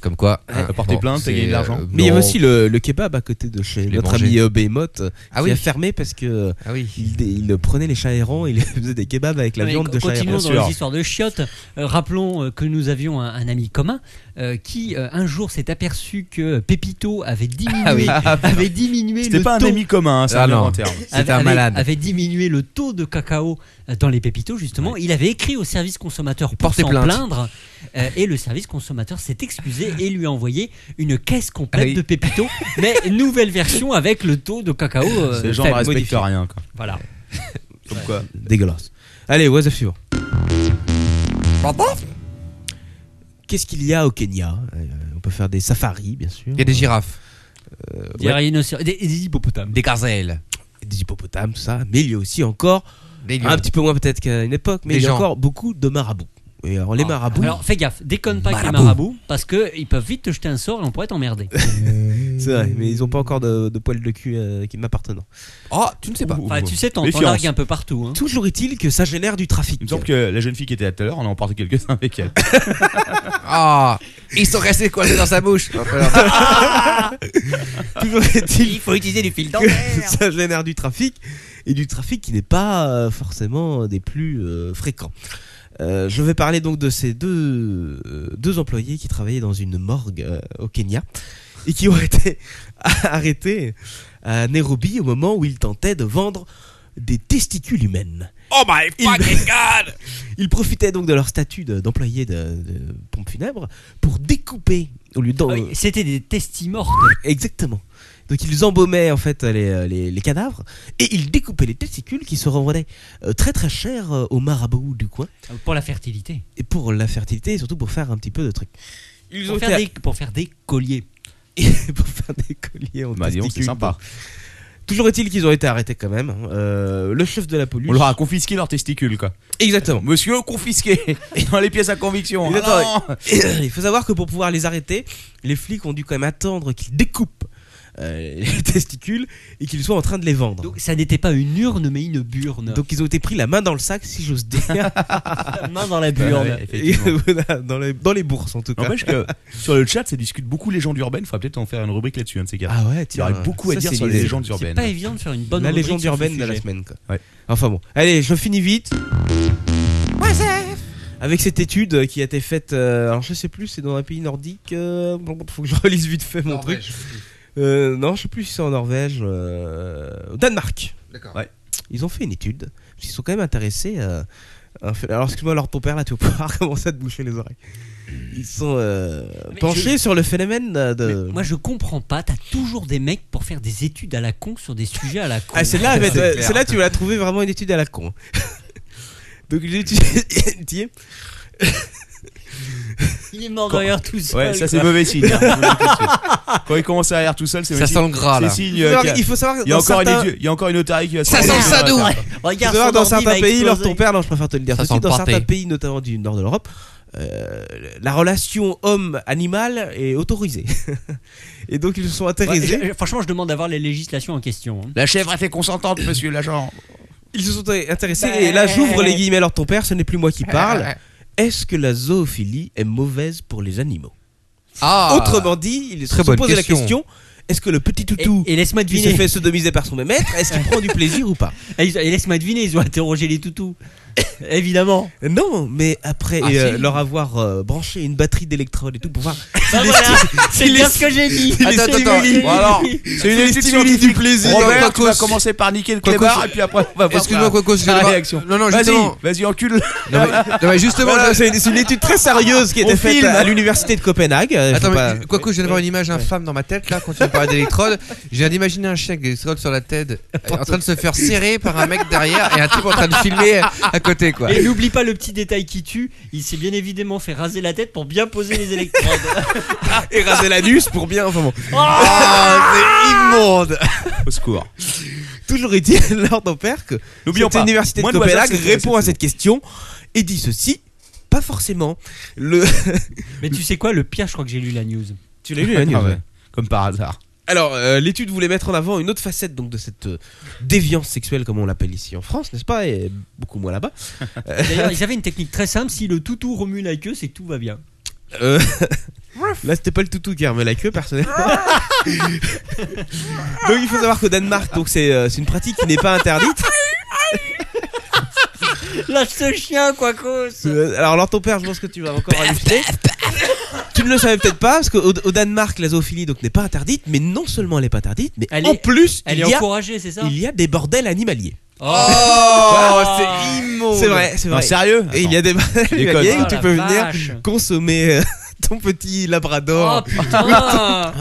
[SPEAKER 2] Comme quoi. hein,
[SPEAKER 5] T'as porté
[SPEAKER 2] bon,
[SPEAKER 5] plainte, t'as
[SPEAKER 2] c'est,
[SPEAKER 5] gagné de l'argent.
[SPEAKER 2] euh,
[SPEAKER 8] Mais il y avait
[SPEAKER 2] non.
[SPEAKER 8] aussi le, le kebab à côté de chez
[SPEAKER 2] l'ai
[SPEAKER 8] notre
[SPEAKER 2] mangé.
[SPEAKER 8] ami euh, Behemoth euh,
[SPEAKER 2] Ah
[SPEAKER 8] qui
[SPEAKER 2] oui.
[SPEAKER 8] a fermé parce que
[SPEAKER 2] Ah oui.
[SPEAKER 8] il, dé- il prenait les chats errants, il faisait des kebabs avec la
[SPEAKER 3] Ouais,
[SPEAKER 8] viande de chat
[SPEAKER 3] continuons
[SPEAKER 8] errant.
[SPEAKER 5] bien
[SPEAKER 3] dans les
[SPEAKER 5] sûr.
[SPEAKER 3] histoires de chiottes. Euh, rappelons euh, que nous avions un, un ami commun euh, qui euh, un jour s'est aperçu que Pépito avait diminué, avait diminué
[SPEAKER 5] C'était
[SPEAKER 3] le
[SPEAKER 5] pas un
[SPEAKER 3] taux.
[SPEAKER 5] ami commun, hein, c'est
[SPEAKER 2] Ah
[SPEAKER 5] un
[SPEAKER 2] non.
[SPEAKER 5] bien en terme.
[SPEAKER 2] C'était un
[SPEAKER 3] avait-
[SPEAKER 2] malade.
[SPEAKER 3] avait diminué le taux de cacao euh, dans les pépitos justement. Il avait écrit au service consommateur pour
[SPEAKER 2] Portez
[SPEAKER 3] s'en
[SPEAKER 2] plainte.
[SPEAKER 3] plaindre euh, et le service consommateur s'est excusé et lui a envoyé une caisse complète
[SPEAKER 2] Ah oui.
[SPEAKER 3] de pépitos, mais nouvelle version avec le taux de cacao. euh,
[SPEAKER 5] Ces gens ne
[SPEAKER 3] faible,
[SPEAKER 5] respectent
[SPEAKER 3] modifié.
[SPEAKER 5] rien, quoi.
[SPEAKER 3] Voilà.
[SPEAKER 2] Euh,
[SPEAKER 5] Comme quoi.
[SPEAKER 8] Dégueulasse. Allez, what's up suivant. Qu'est-ce qu'il y a au Kenya Euh, On peut faire des safaris, bien sûr.
[SPEAKER 2] Il y a des girafes,
[SPEAKER 3] Il y a rhinocéros- des- des hippopotames.
[SPEAKER 2] des gazelles,
[SPEAKER 8] des hippopotames, tout ça. Mais il y a aussi encore,
[SPEAKER 2] des lions.
[SPEAKER 8] un petit peu moins peut-être qu'à une époque, mais
[SPEAKER 2] Des
[SPEAKER 8] il y a
[SPEAKER 2] gens.
[SPEAKER 8] encore beaucoup de marabouts. Et alors, les
[SPEAKER 3] Ah.
[SPEAKER 8] marabouts,
[SPEAKER 3] Alors fais gaffe, déconne pas avec les
[SPEAKER 8] Marabouts.
[SPEAKER 3] marabouts parce que ils peuvent vite te jeter un sort et on pourrait t'emmerder.
[SPEAKER 8] c'est vrai, mais ils n'ont pas encore de, de poils de cul euh, qui m'appartenant.
[SPEAKER 2] Oh, tu ne sais pas.
[SPEAKER 3] Enfin, tu sais, t'en t'en
[SPEAKER 5] Méfiance.
[SPEAKER 3] largues un peu partout. hein.
[SPEAKER 8] Toujours est-il que ça génère du trafic.
[SPEAKER 5] Il me semble que la jeune fille qui était là tout à l'heure, on a emporté quelques-uns avec elle.
[SPEAKER 2] Ah, ils sont restés coincés dans sa bouche.
[SPEAKER 8] Toujours est-il
[SPEAKER 2] faut utiliser du fil
[SPEAKER 8] que ça génère du trafic et du trafic qui n'est pas euh, forcément des plus euh, fréquents. Euh, je vais parler donc de ces deux, euh, deux employés qui travaillaient dans une morgue euh, au Kenya et qui ont été arrêtés à Nairobi au moment où ils tentaient de vendre des testicules humaines.
[SPEAKER 11] Oh my
[SPEAKER 8] Il-
[SPEAKER 11] fucking god!
[SPEAKER 8] Ils profitaient donc de leur statut de- d'employé de, de pompe funèbre pour découper au lieu d'en...
[SPEAKER 3] Ah oui, C'était des testis mortes.
[SPEAKER 8] Exactement. Donc ils embaumaient en fait les, euh, les- les cadavres et ils découpaient les testicules qui se revendaient euh, très très cher euh, aux marabouts du coin
[SPEAKER 3] Pour la fertilité.
[SPEAKER 8] et pour la fertilité et surtout pour faire un petit peu de trucs. Ils
[SPEAKER 3] Pour faire, des, pour faire des colliers.
[SPEAKER 8] pour faire des colliers en
[SPEAKER 5] Bah, dis donc, c'est
[SPEAKER 8] testicules.
[SPEAKER 5] sympa.
[SPEAKER 8] Toujours est-il qu'ils ont été arrêtés quand même. hein. Euh, le chef de la police.
[SPEAKER 5] On leur a confisqué leurs testicules, quoi.
[SPEAKER 8] Exactement.
[SPEAKER 5] Monsieur, confisqué Dans les pièces à conviction.
[SPEAKER 8] Mais
[SPEAKER 5] Ah
[SPEAKER 8] attends,
[SPEAKER 5] non
[SPEAKER 8] Il faut savoir que pour pouvoir les arrêter, les flics ont dû quand même attendre qu'ils découpent euh, les testicules et qu'ils soient en train de les vendre.
[SPEAKER 3] Donc ça n'était pas une urne, mais une burne.
[SPEAKER 8] Donc ils ont été pris la main dans le sac, si j'ose dire.
[SPEAKER 3] la main dans la
[SPEAKER 5] Ah
[SPEAKER 3] burne.
[SPEAKER 5] ouais,
[SPEAKER 8] Et
[SPEAKER 5] effectivement.
[SPEAKER 8] voilà, dans, les, dans les bourses en tout cas.
[SPEAKER 5] N'empêche que sur le chat, ça discute beaucoup légendes urbaines. Faudrait peut-être en faire une rubrique là-dessus, un de ces gars.
[SPEAKER 8] ah ouais,
[SPEAKER 5] Il y aurait beaucoup à
[SPEAKER 8] ça,
[SPEAKER 5] dire
[SPEAKER 8] c'est
[SPEAKER 5] sur les
[SPEAKER 8] l'idée.
[SPEAKER 5] légendes
[SPEAKER 3] C'est
[SPEAKER 5] urbaines.
[SPEAKER 3] pas évident de faire une bonne
[SPEAKER 8] la
[SPEAKER 3] rubrique
[SPEAKER 8] légende
[SPEAKER 3] sur ce
[SPEAKER 8] urbaine de la
[SPEAKER 3] sujet.
[SPEAKER 8] semaine quoi.
[SPEAKER 5] Ouais.
[SPEAKER 8] Enfin bon, allez, je finis vite. Ah, Avec cette étude qui a été faite, euh, alors je sais plus, c'est dans un pays nordique. euh, bon, faut que je relise vite fait mon truc. Euh, non, je sais plus si c'est en Norvège, euh, au Danemark.
[SPEAKER 2] D'accord.
[SPEAKER 5] Ouais.
[SPEAKER 8] Ils ont fait une étude. Ils sont quand même intéressés. euh, à un phénomène- alors excuse-moi, alors ton père là, tu vas pouvoir commencer à te boucher les oreilles. Ils sont euh,
[SPEAKER 3] Mais
[SPEAKER 8] penchés sur le phénomène euh, de.
[SPEAKER 3] Moi je comprends pas, t'as toujours des mecs pour faire des études à la con sur des sujets à la con.
[SPEAKER 8] Ah, celle-là,
[SPEAKER 2] C'est
[SPEAKER 8] mais, euh,
[SPEAKER 2] clair.
[SPEAKER 8] celle-là, tu vas la trouver vraiment une étude à la con. Donc, j'ai étudié.
[SPEAKER 3] Il est mort derrière tout seul.
[SPEAKER 5] Ouais, ça c'est
[SPEAKER 3] quoi.
[SPEAKER 5] mauvais signe. hein. Je vous le dis tout de suite. Quand il commence à rire tout seul, c'est
[SPEAKER 2] Ça
[SPEAKER 5] mauvais
[SPEAKER 2] sent le gras
[SPEAKER 5] signe.
[SPEAKER 2] là.
[SPEAKER 5] C'est signe,
[SPEAKER 8] Il faut
[SPEAKER 5] euh, qu'il y
[SPEAKER 8] savoir-
[SPEAKER 5] a-
[SPEAKER 8] il faut savoir que
[SPEAKER 5] Il y a
[SPEAKER 8] dans
[SPEAKER 5] encore une
[SPEAKER 8] certains-
[SPEAKER 5] étude- il y a encore une otarie qui va se
[SPEAKER 2] Ça
[SPEAKER 5] prendre
[SPEAKER 2] sent le
[SPEAKER 5] dans la
[SPEAKER 2] sadou.
[SPEAKER 5] tête.
[SPEAKER 8] il faut
[SPEAKER 3] Regarde,
[SPEAKER 8] savoir
[SPEAKER 3] son
[SPEAKER 8] dans
[SPEAKER 3] ordi
[SPEAKER 8] certains
[SPEAKER 3] va
[SPEAKER 8] pays, leur
[SPEAKER 3] exploser.
[SPEAKER 8] ton père, non, je préfère te le dire
[SPEAKER 2] Ça
[SPEAKER 8] tout de suite,
[SPEAKER 2] sent le
[SPEAKER 8] dans
[SPEAKER 2] pâté.
[SPEAKER 8] certains pays, notamment du nord de l'Europe, euh, la relation homme-animal est autorisée. Et donc, ils se sont
[SPEAKER 3] Ouais,
[SPEAKER 8] intéressés.
[SPEAKER 3] je- je- franchement, je demande d'avoir les législations en question. hein.
[SPEAKER 5] La chèvre, elle fait consentante, monsieur l'agent.
[SPEAKER 8] Ils se sont intéressés. Et là, j'ouvre les guillemets, alors ton père, ce n'est plus moi qui parle. Est-ce que la zoophilie est mauvaise pour les animaux
[SPEAKER 2] Ah.
[SPEAKER 8] Autrement dit, ils se
[SPEAKER 2] Très
[SPEAKER 8] sont
[SPEAKER 2] bonne
[SPEAKER 8] posé la
[SPEAKER 2] question.
[SPEAKER 8] question est-ce que le petit
[SPEAKER 3] Et,
[SPEAKER 8] toutou.
[SPEAKER 3] et laisse-moi
[SPEAKER 8] qui s'est
[SPEAKER 3] deviner.
[SPEAKER 8] fait sodomiser par son maître, est-ce qu'il prend du plaisir ou pas
[SPEAKER 3] Et ils- et laisse-moi deviner, ils ont interrogé les toutous. Évidemment.
[SPEAKER 8] Non, mais après
[SPEAKER 2] Ah,
[SPEAKER 8] euh,
[SPEAKER 2] si.
[SPEAKER 8] leur avoir euh, branché une batterie d'électrode et tout pour voir
[SPEAKER 3] Ah, voilà, c'est bien ce que j'ai dit.
[SPEAKER 8] il est
[SPEAKER 5] Attends, attends,
[SPEAKER 8] stimulé.
[SPEAKER 5] bon, alors, c'est une étude
[SPEAKER 8] stimuli du
[SPEAKER 5] scientifique.
[SPEAKER 8] plaisir.
[SPEAKER 5] Robert,
[SPEAKER 2] Quacos.
[SPEAKER 5] tu vas commencer par niquer le
[SPEAKER 2] Quacos.
[SPEAKER 5] clébard et puis après, on va voir.
[SPEAKER 2] Excuse-moi,
[SPEAKER 5] ta-
[SPEAKER 2] Coco, je
[SPEAKER 5] ta
[SPEAKER 2] vais voir-
[SPEAKER 5] réaction.
[SPEAKER 2] Non, non, justement.
[SPEAKER 5] Vas-y, vas-y, encule.
[SPEAKER 2] Non, mais, non, mais justement,
[SPEAKER 8] Voilà,
[SPEAKER 2] je-
[SPEAKER 8] c'est une, c'est une étude très sérieuse qui a été
[SPEAKER 5] On
[SPEAKER 8] faite
[SPEAKER 5] filme.
[SPEAKER 8] à l'université de Copenhague. euh,
[SPEAKER 2] euh, Attends,
[SPEAKER 8] faut
[SPEAKER 2] mais
[SPEAKER 8] pas-
[SPEAKER 2] quoi que je viens d'avoir une image infâme dans ma tête là quand tu me parlais d'électrode. Je viens d'imaginer un chien avec des électrodes sur la tête euh, en train de se faire serrer par un mec derrière et un type en train de filmer euh, à côté quoi.
[SPEAKER 3] Et n'oublie pas le petit détail qui tue, il s'est bien évidemment fait raser la tête pour bien poser les électrodes.
[SPEAKER 8] et raser l'anus pour bien. Enfin bon.
[SPEAKER 2] Ah, c'est immonde!
[SPEAKER 5] Au secours.
[SPEAKER 8] Toujours est-il, Lord Ampère, que
[SPEAKER 5] N'oublions
[SPEAKER 8] cette
[SPEAKER 5] pas.
[SPEAKER 8] université de
[SPEAKER 5] Moine Wazak,
[SPEAKER 8] Copenhague
[SPEAKER 5] c'est-
[SPEAKER 8] répond à
[SPEAKER 5] c'est-
[SPEAKER 8] cette question et dit ceci pas forcément. Le...
[SPEAKER 3] Mais tu sais quoi, le pire, je crois que j'ai lu la news.
[SPEAKER 8] tu l'as lu,
[SPEAKER 5] Ah
[SPEAKER 8] la news,
[SPEAKER 5] ouais.
[SPEAKER 8] ouais.
[SPEAKER 5] Comme par hasard.
[SPEAKER 8] Alors, euh, l'étude voulait mettre en avant une autre facette donc de cette euh, déviance sexuelle, comme on l'appelle ici en France, n'est-ce pas Et beaucoup moins là-bas. Euh,
[SPEAKER 3] D'ailleurs, ils avaient une technique très simple si le toutou remue la queue, c'est que tout va bien.
[SPEAKER 8] euh, Là, c'était pas le toutou qui remet la queue, personnellement. donc, il faut savoir qu'au Danemark, donc c'est euh, c'est une pratique qui n'est pas interdite.
[SPEAKER 3] Lâche ce chien, quoi cause
[SPEAKER 8] Euh, alors, alors, ton père, je pense que tu vas encore halluciner. Tu ne le savais peut-être pas, parce qu'au au Danemark, la zoophilie donc n'est pas interdite, mais non seulement elle n'est pas interdite, mais
[SPEAKER 3] Elle
[SPEAKER 8] en
[SPEAKER 3] est-
[SPEAKER 8] plus,
[SPEAKER 3] Elle
[SPEAKER 8] il,
[SPEAKER 3] est
[SPEAKER 8] y a,
[SPEAKER 3] encouragée, c'est ça
[SPEAKER 8] il y a des bordels animaliers.
[SPEAKER 5] Oh, c'est immonde.
[SPEAKER 8] C'est vrai, c'est
[SPEAKER 5] Non,
[SPEAKER 8] vrai.
[SPEAKER 5] sérieux
[SPEAKER 8] Et il y a des bordels
[SPEAKER 5] déconnes.
[SPEAKER 8] animaliers
[SPEAKER 3] Oh
[SPEAKER 8] où tu
[SPEAKER 3] la
[SPEAKER 8] peux
[SPEAKER 3] vache.
[SPEAKER 8] venir consommer euh, ton petit
[SPEAKER 3] Oh
[SPEAKER 8] labrador.
[SPEAKER 3] putain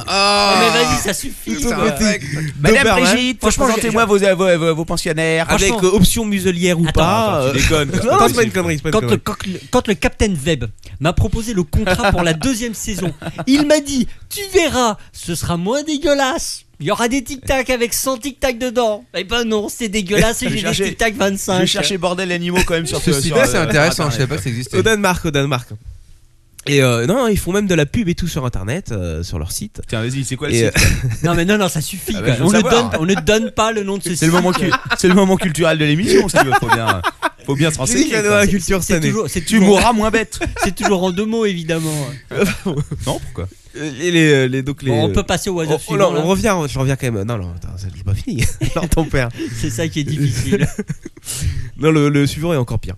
[SPEAKER 3] Oh, mais vas-y, ça
[SPEAKER 8] ton
[SPEAKER 3] suffit ça.
[SPEAKER 8] petit
[SPEAKER 5] Madame
[SPEAKER 8] Doberman,
[SPEAKER 5] Brigitte,
[SPEAKER 3] Franchement,
[SPEAKER 5] présentez-moi vos, euh, vos, vos, vos pensionnaires.
[SPEAKER 8] Avec
[SPEAKER 3] franchement-
[SPEAKER 8] euh, option muselière ou pas. euh,
[SPEAKER 5] Ah, déconnes.
[SPEAKER 8] Non, non, c'est pas une connerie, c'est pas une
[SPEAKER 3] Quand le,
[SPEAKER 8] connerie.
[SPEAKER 3] quand, le, quand le Captain Webb m'a proposé le contrat pour la deuxième saison, il m'a dit Tu verras, ce sera moins dégueulasse. Il y aura des tic-tac avec 100 tic-tac dedans. Eh ben non, c'est dégueulasse et
[SPEAKER 5] Je
[SPEAKER 3] j'ai
[SPEAKER 5] vais
[SPEAKER 3] des
[SPEAKER 5] chercher-
[SPEAKER 3] tic-tac
[SPEAKER 5] Je
[SPEAKER 3] 25.
[SPEAKER 5] vais chercher bordel animaux quand même sur ce
[SPEAKER 2] Ceci
[SPEAKER 5] sur,
[SPEAKER 2] dit,
[SPEAKER 5] euh,
[SPEAKER 2] c'est intéressant, je
[SPEAKER 5] Internet.
[SPEAKER 2] savais pas que ça
[SPEAKER 8] Au
[SPEAKER 2] existait.
[SPEAKER 8] Danemark, au Danemark. Et euh, non, ils font même de la pub et tout sur internet, euh, sur leur site.
[SPEAKER 5] Tiens, vas-y, c'est quoi le
[SPEAKER 8] Et,
[SPEAKER 5] site
[SPEAKER 3] Non, mais non, non, ça suffit.
[SPEAKER 5] Ah
[SPEAKER 3] quoi.
[SPEAKER 5] bah, je veux
[SPEAKER 3] on, ne
[SPEAKER 5] savoir.
[SPEAKER 3] donne, on ne donne pas le nom de ce
[SPEAKER 5] C'est le, moment
[SPEAKER 3] site.
[SPEAKER 5] cu- c'est le moment culturel de l'émission, si tu veux. Faut bien, faut bien se
[SPEAKER 8] C'est
[SPEAKER 5] renseigner.
[SPEAKER 8] la
[SPEAKER 5] quoi.
[SPEAKER 8] nouvelle culture
[SPEAKER 3] C'est
[SPEAKER 8] cette année.
[SPEAKER 3] toujours, c'est
[SPEAKER 5] Tu
[SPEAKER 3] toujours,
[SPEAKER 5] mourras moins bête.
[SPEAKER 3] c'est toujours en deux mots, évidemment.
[SPEAKER 5] Non, pourquoi
[SPEAKER 8] Euh, Et les, euh, les- donc les,
[SPEAKER 3] Bon, on peut passer au
[SPEAKER 8] on,
[SPEAKER 5] Oh,
[SPEAKER 3] hasard
[SPEAKER 8] on-
[SPEAKER 3] suivant.
[SPEAKER 8] on
[SPEAKER 3] là.
[SPEAKER 8] revient, je reviens quand même. Non, non, attends, c'est- j'ai pas fini. non, ton père.
[SPEAKER 3] C'est ça qui est difficile.
[SPEAKER 8] Non, le, le suivant est encore pire.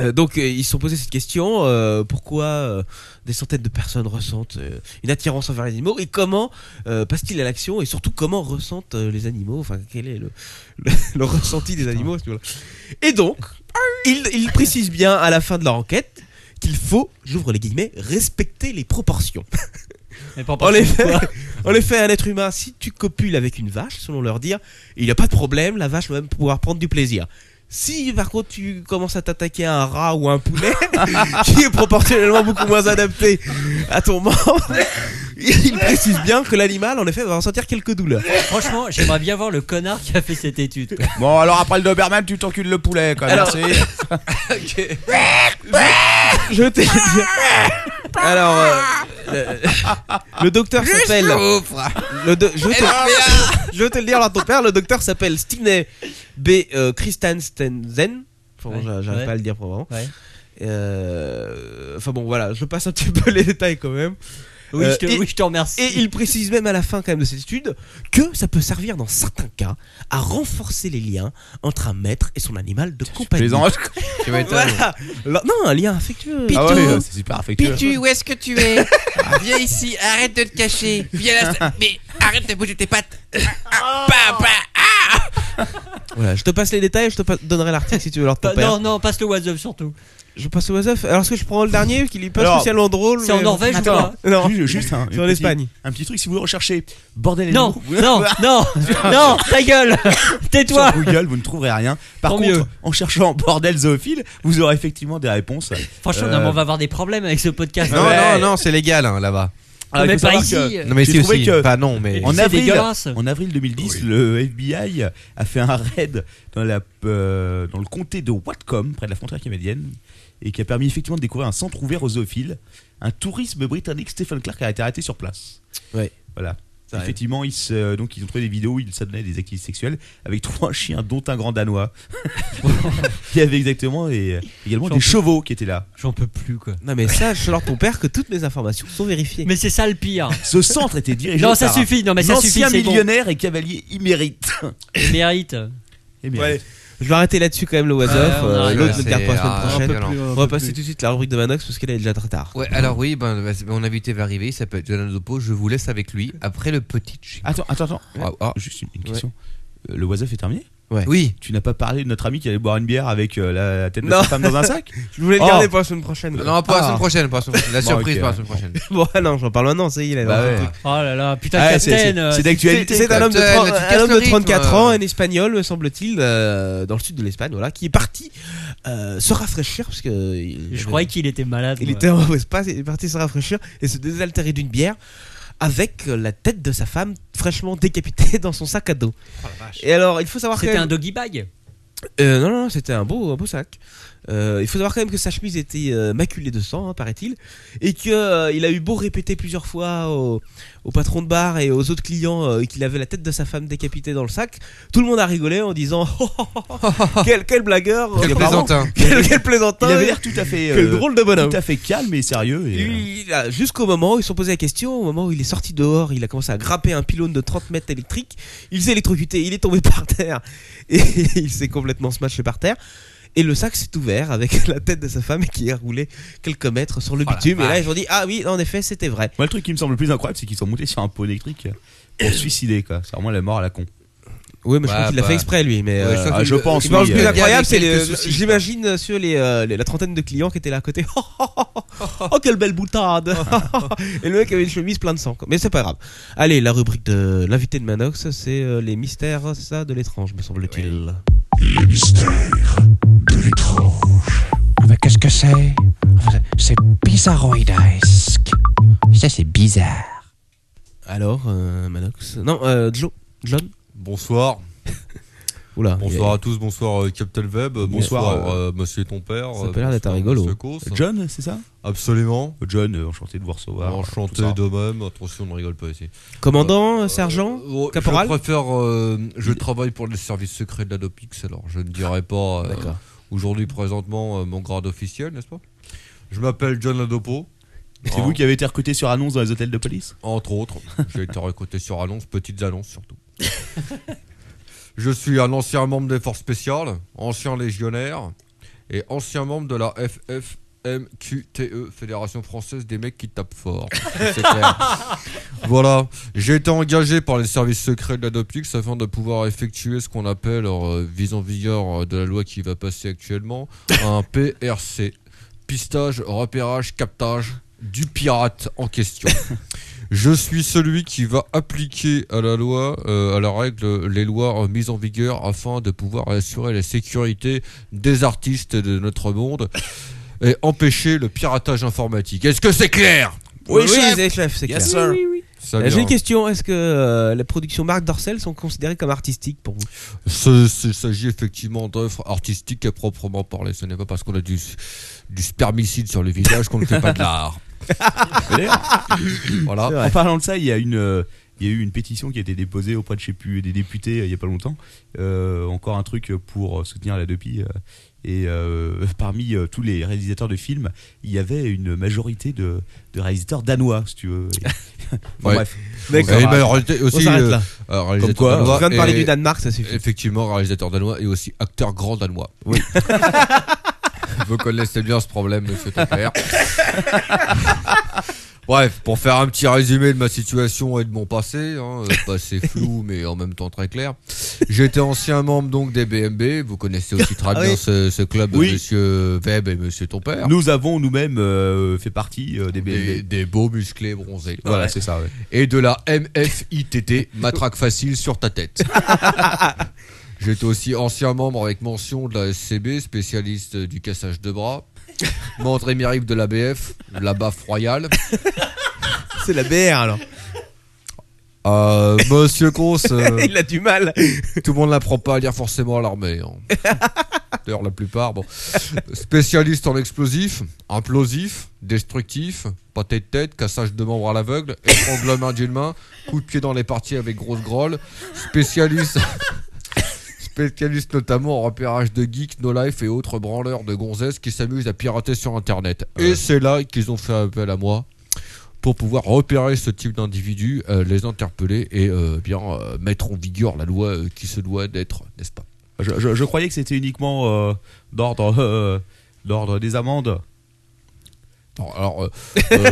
[SPEAKER 8] Euh, donc euh, ils se sont posé cette question euh, pourquoi euh, des centaines de personnes ressentent euh, une attirance envers les animaux et comment euh, passent-ils à l'action et surtout comment ressentent euh, les animaux enfin quel est le, le- le ressenti des animaux à ce niveau-là. et donc ils, ils précisent bien à la fin de leur enquête qu'il faut j'ouvre les guillemets respecter les proportions
[SPEAKER 3] Mais pas-
[SPEAKER 8] en effet, en effet, un être humain, si tu copules avec une vache, selon leur dire, il n'y a pas de problème, la vache va même pouvoir prendre du plaisir. Si par contre tu commences à t'attaquer à un rat ou à un poulet, qui est proportionnellement beaucoup moins adapté à ton membre, il précise bien que l'animal, en effet, va ressentir quelques douleurs.
[SPEAKER 3] Franchement, j'aimerais bien voir le connard qui a fait cette étude. quoi.
[SPEAKER 5] Bon, alors après le Doberman, tu t'encules le poulet, quoi.
[SPEAKER 8] Alors-
[SPEAKER 5] Merci.
[SPEAKER 8] Je t'ai dit. Alors, euh, le, le docteur s'appelle. Le do- je, te, je vais te le dire alors ton père. Le docteur s'appelle Stine B. euh, Christensen. Enfin,
[SPEAKER 3] Ouais,
[SPEAKER 8] j'a- J'arrive
[SPEAKER 3] ouais.
[SPEAKER 8] pas à le dire pour vraiment.
[SPEAKER 3] Ouais.
[SPEAKER 8] Euh, Enfin bon, voilà, je passe un petit peu les détails quand même.
[SPEAKER 3] Oui,
[SPEAKER 8] Euh,
[SPEAKER 3] je te,
[SPEAKER 8] et-
[SPEAKER 3] oui, je te remercie.
[SPEAKER 8] Et il précise même à la fin quand même de cette étude que ça peut servir dans certains cas à renforcer les liens entre un maître et son animal de compagnie.
[SPEAKER 5] Les anges.
[SPEAKER 2] Tu m'étonnes.
[SPEAKER 8] Voilà. Alors, Non, un lien affectueux.
[SPEAKER 5] Ah
[SPEAKER 8] euh,
[SPEAKER 5] ouais, c'est super affectueux.
[SPEAKER 12] où est-ce que tu es Viens ici, arrête de te cacher. Viens là, ça- mais arrête de bouger tes pattes. Ah, ah, pa, pa.
[SPEAKER 8] Ah, Voilà, je te passe les détails, je te pa- donnerai l'article si tu veux leur
[SPEAKER 3] Pa-
[SPEAKER 8] ton père.
[SPEAKER 3] Ah, non, non, passe le WhatsApp surtout.
[SPEAKER 8] Je passe au Wasaf. Alors est-ce que je prends le dernier qui n'est pas
[SPEAKER 5] Alors,
[SPEAKER 8] spécialement drôle
[SPEAKER 3] C'est en
[SPEAKER 8] mais-
[SPEAKER 3] Norvège ou
[SPEAKER 5] Attends,
[SPEAKER 3] pas
[SPEAKER 8] Non.
[SPEAKER 5] juste, juste un,
[SPEAKER 8] C'est
[SPEAKER 5] une
[SPEAKER 8] en
[SPEAKER 5] petite-
[SPEAKER 8] Espagne.
[SPEAKER 5] Un petit truc, si vous recherchez bordel
[SPEAKER 3] Non,
[SPEAKER 5] animaux,
[SPEAKER 3] non, non, non, ta gueule Tais-toi
[SPEAKER 5] Sur Google, vous ne trouverez rien. Par
[SPEAKER 3] Tant
[SPEAKER 5] contre,
[SPEAKER 3] mieux.
[SPEAKER 5] en cherchant bordel zoophile, vous aurez effectivement des réponses.
[SPEAKER 3] Franchement,
[SPEAKER 5] Euh,
[SPEAKER 3] non, mais on va avoir des problèmes avec ce podcast.
[SPEAKER 2] Non,
[SPEAKER 5] Ouais.
[SPEAKER 2] non, non, c'est légal hein, là-bas.
[SPEAKER 5] Ah, il
[SPEAKER 3] mais
[SPEAKER 5] faut
[SPEAKER 3] pas
[SPEAKER 5] savoir
[SPEAKER 3] ici.
[SPEAKER 8] Euh,
[SPEAKER 5] que-
[SPEAKER 2] Non, mais
[SPEAKER 5] J'ai
[SPEAKER 2] si
[SPEAKER 5] trouvé
[SPEAKER 2] aussi.
[SPEAKER 5] que-
[SPEAKER 2] Enfin, non, mais.
[SPEAKER 3] Et
[SPEAKER 5] En
[SPEAKER 3] c'est
[SPEAKER 5] avril,
[SPEAKER 3] dégueulasse.
[SPEAKER 5] en avril 2010, le FBI a fait un raid dans, la, euh, dans le comté de Whatcom, près de la frontière canadienne, et qui a permis effectivement de découvrir un centre ouvert aux zoophiles. Un tourisme britannique, Stephen Clark, a été arrêté sur place.
[SPEAKER 8] Ouais.
[SPEAKER 5] Voilà.
[SPEAKER 8] Ça arrive.
[SPEAKER 5] effectivement, ils, se- euh, donc, ils ont trouvé des vidéos où ils s'adonnaient à des activités sexuelles avec trois chiens, dont un grand danois. Il y avait exactement et, euh, également
[SPEAKER 3] J'en
[SPEAKER 5] des
[SPEAKER 3] peux-
[SPEAKER 5] chevaux qui étaient là.
[SPEAKER 3] J'en peux plus, quoi.
[SPEAKER 8] Non mais sache alors ton père que toutes mes informations sont vérifiées.
[SPEAKER 3] Mais c'est ça le pire.
[SPEAKER 5] Ce centre était dirigé
[SPEAKER 3] Non, ça
[SPEAKER 5] par
[SPEAKER 3] suffit, non, mais
[SPEAKER 5] un
[SPEAKER 3] ça suffit,
[SPEAKER 5] ancien
[SPEAKER 3] c'est bon.
[SPEAKER 5] millionnaire et cavalier immérite.
[SPEAKER 3] Mérite. Oh
[SPEAKER 5] Immérite.
[SPEAKER 8] Je vais arrêter là-dessus quand même le Wasaf.
[SPEAKER 3] Ouais, on
[SPEAKER 8] euh,
[SPEAKER 3] arrive,
[SPEAKER 8] L'autre
[SPEAKER 3] ouais,
[SPEAKER 8] le garde pour la
[SPEAKER 2] c'est- ah,
[SPEAKER 8] semaine
[SPEAKER 2] un peu
[SPEAKER 8] prochaine.
[SPEAKER 2] plus,
[SPEAKER 8] on va passer tout de suite la rubrique de Manox parce qu'elle est déjà très tard.
[SPEAKER 2] Ouais, alors oui, ben, ben, mon invité va arriver, il s'appelle Jonathan Zopo, je vous laisse avec lui après le petit chic.
[SPEAKER 5] Attends, attends, attends.
[SPEAKER 2] Ah, ah.
[SPEAKER 5] Juste une, une question. Euh, Le Wasaf est terminé
[SPEAKER 2] Oui,
[SPEAKER 5] Tu n'as pas parlé de notre ami qui allait boire une bière avec euh, la, la tête de
[SPEAKER 8] Non.
[SPEAKER 5] sa femme dans un sac
[SPEAKER 8] Je voulais le
[SPEAKER 5] Oh.
[SPEAKER 8] garder pour la semaine prochaine.
[SPEAKER 2] non, pas la semaine prochaine, pas la semaine prochaine. La
[SPEAKER 5] Bon,
[SPEAKER 2] surprise,
[SPEAKER 5] ok.
[SPEAKER 2] pas la semaine prochaine.
[SPEAKER 8] Bon, ah non, j'en parle maintenant, ça y est, il a
[SPEAKER 5] Bah ouais.
[SPEAKER 8] truc.
[SPEAKER 3] Oh là là, putain,
[SPEAKER 5] Ah, c'est-
[SPEAKER 3] Captain
[SPEAKER 5] c'est-
[SPEAKER 3] euh,
[SPEAKER 5] C'est
[SPEAKER 8] C'est
[SPEAKER 5] d'actualité.
[SPEAKER 8] c'est un
[SPEAKER 5] quoi.
[SPEAKER 8] homme de,
[SPEAKER 2] Captain,
[SPEAKER 8] tro-
[SPEAKER 2] tu
[SPEAKER 8] un
[SPEAKER 2] casses
[SPEAKER 8] homme
[SPEAKER 2] le
[SPEAKER 8] de
[SPEAKER 2] rythme,
[SPEAKER 8] 34 ans,
[SPEAKER 2] euh.
[SPEAKER 8] un espagnol, me semble-t-il, euh, dans le sud de l'Espagne, voilà, qui est parti euh, se rafraîchir parce que. euh, il-
[SPEAKER 3] Je croyais qu'il était malade.
[SPEAKER 8] Il
[SPEAKER 3] moi.
[SPEAKER 8] était en espace, il est parti se rafraîchir et se désaltérer d'une bière avec euh, la tête de sa femme fraîchement décapitée dans son sac à
[SPEAKER 3] Oh
[SPEAKER 8] dos. et alors, il faut savoir que.
[SPEAKER 3] C'était un doggy bag.
[SPEAKER 8] Euh, non, non, c'était un beau, un beau sac. Euh, il faut savoir quand même que sa chemise était euh, maculée de sang, hein, paraît-il, et que euh, il a eu beau répéter plusieurs fois au, au patron de bar et aux autres clients euh, qu'il avait la tête de sa femme décapitée dans le sac. Tout le monde a rigolé en disant quel, quel blagueur,
[SPEAKER 2] Quel
[SPEAKER 8] apparemment.
[SPEAKER 2] plaisantin.
[SPEAKER 8] quel, quel plaisantin,
[SPEAKER 5] Il avait l'air tout à fait.
[SPEAKER 8] quel
[SPEAKER 5] euh,
[SPEAKER 8] drôle de bonhomme.
[SPEAKER 5] Tout à fait calme et sérieux. Et, euh,
[SPEAKER 8] Lui, il a- jusqu'au moment où ils se sont posé la question, au moment où il est sorti dehors, il a commencé à grapper un pylône de 30 mètres électrique, il s'est électrocuté, il est tombé par terre, et il s'est complètement smashé par terre. Et le sac s'est ouvert avec la tête de sa femme qui est roulée quelques mètres sur le bitume. et là, ils ont dit Ah oui, en effet, c'était vrai.
[SPEAKER 5] Moi, le truc qui me semble le plus incroyable, c'est qu'ils sont montés sur un pot électrique euh, pour se suicider, quoi. C'est vraiment la mort à la con.
[SPEAKER 8] Oui, mais je
[SPEAKER 2] Ouais,
[SPEAKER 8] crois qu'il l'a
[SPEAKER 2] bah.
[SPEAKER 8] fait exprès, lui. Mais
[SPEAKER 5] Ouais,
[SPEAKER 8] euh,
[SPEAKER 5] je crois que le-
[SPEAKER 8] ce
[SPEAKER 5] pense,
[SPEAKER 8] qui me semble
[SPEAKER 5] oui,
[SPEAKER 8] le plus
[SPEAKER 5] euh,
[SPEAKER 8] incroyable, c'est
[SPEAKER 2] il y avait
[SPEAKER 8] le-
[SPEAKER 2] quelques soucis,
[SPEAKER 8] j'imagine euh, sur les, euh, les- la trentaine de clients qui étaient là à côté. Oh, oh, oh, oh, oh, quelle belle boutade Et le mec avait une chemise plein de sang. quoi. Mais c'est pas grave. Allez, la rubrique de l'invité de Manox, c'est euh, les mystères ça de l'étrange, me semble-t-il.
[SPEAKER 10] Les mystères de l'étrange.
[SPEAKER 11] Mais qu'est-ce que c'est C'est bizarroïdesque. Ça, c'est bizarre.
[SPEAKER 8] Alors, euh, Manox Non, euh, Joe. John
[SPEAKER 2] Bonsoir.
[SPEAKER 8] Oula.
[SPEAKER 2] Bonsoir à tous, bonsoir euh, Captain Web, euh, bonsoir
[SPEAKER 5] Bonsoir,
[SPEAKER 2] euh, Monsieur ton père.
[SPEAKER 8] ça a
[SPEAKER 2] euh,
[SPEAKER 8] pas l'air d'être
[SPEAKER 2] bonsoir,
[SPEAKER 8] un rigolo.
[SPEAKER 2] Monsieur Causse.
[SPEAKER 5] John, c'est ça
[SPEAKER 2] Absolument.
[SPEAKER 5] John, euh, enchanté de vous recevoir.
[SPEAKER 2] Enchanté de même. Attention, ne rigole pas ici.
[SPEAKER 8] Commandant, euh, sergent
[SPEAKER 2] Euh, ouais,
[SPEAKER 8] caporal
[SPEAKER 2] Je préfère. euh, je travaille pour les services secrets de l'Adopix, alors je ne dirai pas euh,
[SPEAKER 8] D'accord.
[SPEAKER 2] aujourd'hui présentement euh, mon grade officiel, n'est-ce pas Je m'appelle John Ladopo.
[SPEAKER 5] C'est
[SPEAKER 2] Hein,
[SPEAKER 5] vous qui avez été recruté sur annonce dans les hôtels de police
[SPEAKER 2] Entre autres, j'ai été recruté sur annonce, petites annonces surtout. je suis un ancien membre des forces spéciales, ancien légionnaire et ancien membre de la FFMQTE, E, Fédération Française des Mecs qui Tapent Fort. C'est clair. voilà, j'ai été engagé par les services secrets de la DOPIX afin de pouvoir effectuer ce qu'on appelle, euh, vis en vigueur euh, de la loi qui va passer actuellement, un PRC, pistage, repérage, captage du pirate en question. Je suis celui qui va appliquer à la loi, euh, à la règle, les lois euh, mises en vigueur afin de pouvoir assurer la sécurité des artistes de notre monde et empêcher le piratage informatique. Est-ce que c'est clair
[SPEAKER 8] Oui, c'est chef, c'est clair.
[SPEAKER 2] Ça
[SPEAKER 8] Euh, J'ai
[SPEAKER 2] vient.
[SPEAKER 8] une question. Est-ce que euh, les productions Marc Dorcel sont considérées comme artistiques pour vous
[SPEAKER 2] Ce- ce- Il s'agit effectivement d'œuvres artistiques à proprement parler. Ce n'est pas parce qu'on a du, du spermicide sur le visage qu'on ne fait pas de l'art. voilà.
[SPEAKER 5] Ah. En parlant de ça, il y a une. euh, il y a eu une pétition qui a été déposée auprès de je sais plus, des députés euh, il n'y a pas longtemps. Euh, encore un truc pour soutenir la DEPI. euh, et euh, parmi euh, tous les réalisateurs de films, il y avait une majorité de, de réalisateurs danois, si tu veux. Et- Bon,
[SPEAKER 2] Ouais.
[SPEAKER 5] bref.
[SPEAKER 2] Et il m'a arrêté
[SPEAKER 8] On
[SPEAKER 2] aussi,
[SPEAKER 8] s'arrête
[SPEAKER 2] euh,
[SPEAKER 8] là.
[SPEAKER 2] euh,
[SPEAKER 8] Comme
[SPEAKER 2] réalisateur
[SPEAKER 8] quoi,
[SPEAKER 2] danois
[SPEAKER 8] on vient de parler
[SPEAKER 2] et-
[SPEAKER 8] du Danemark, ça suffit.
[SPEAKER 2] Effectivement, réalisateur danois et aussi acteur grand danois. Oui. Vous connaissez bien ce problème, monsieur Tapper. Bref, pour faire un petit résumé de ma situation et de mon passé, hein, euh, passé flou mais en même temps très clair, j'étais ancien membre donc des BMB. Vous connaissez aussi très bien ce, ce club, de
[SPEAKER 5] Ah Oui.
[SPEAKER 2] monsieur Webb et monsieur Tompère.
[SPEAKER 5] Nous avons nous-mêmes euh, fait partie euh, des
[SPEAKER 2] Des,
[SPEAKER 5] BNB.
[SPEAKER 2] des beaux musclés bronzés.
[SPEAKER 5] Voilà, c'est ça. ouais.
[SPEAKER 2] et de la MFITT, matraque facile sur ta tête. J'étais aussi ancien membre avec mention de la SCB, spécialiste du cassage de bras, membre émérite de l'ABF, la baffe royale.
[SPEAKER 8] C'est la BR alors.
[SPEAKER 2] Euh, Monsieur Grosse, euh,
[SPEAKER 8] Il a du mal.
[SPEAKER 2] tout le monde n'apprend pas à lire forcément à l'armée. hein. D'ailleurs, la plupart, bon. Spécialiste en explosifs, implosifs, destructifs, pâté de tête, cassage de membres à l'aveugle, étranglement d'une main, coup de pied dans les parties avec grosse grolle. Spécialiste. Spécialiste notamment en repérage de geeks, no life et autres branleurs de gonzesses qui s'amusent à pirater sur internet. Et c'est là qu'ils ont fait appel à moi pour pouvoir repérer ce type d'individus, euh, les interpeller et euh, bien euh, mettre en vigueur la loi euh, qui se doit d'être, n'est-ce pas
[SPEAKER 5] Je, je- je croyais que c'était uniquement euh, d'ordre euh, d'ordre des amendes.
[SPEAKER 2] Non, alors, euh, euh,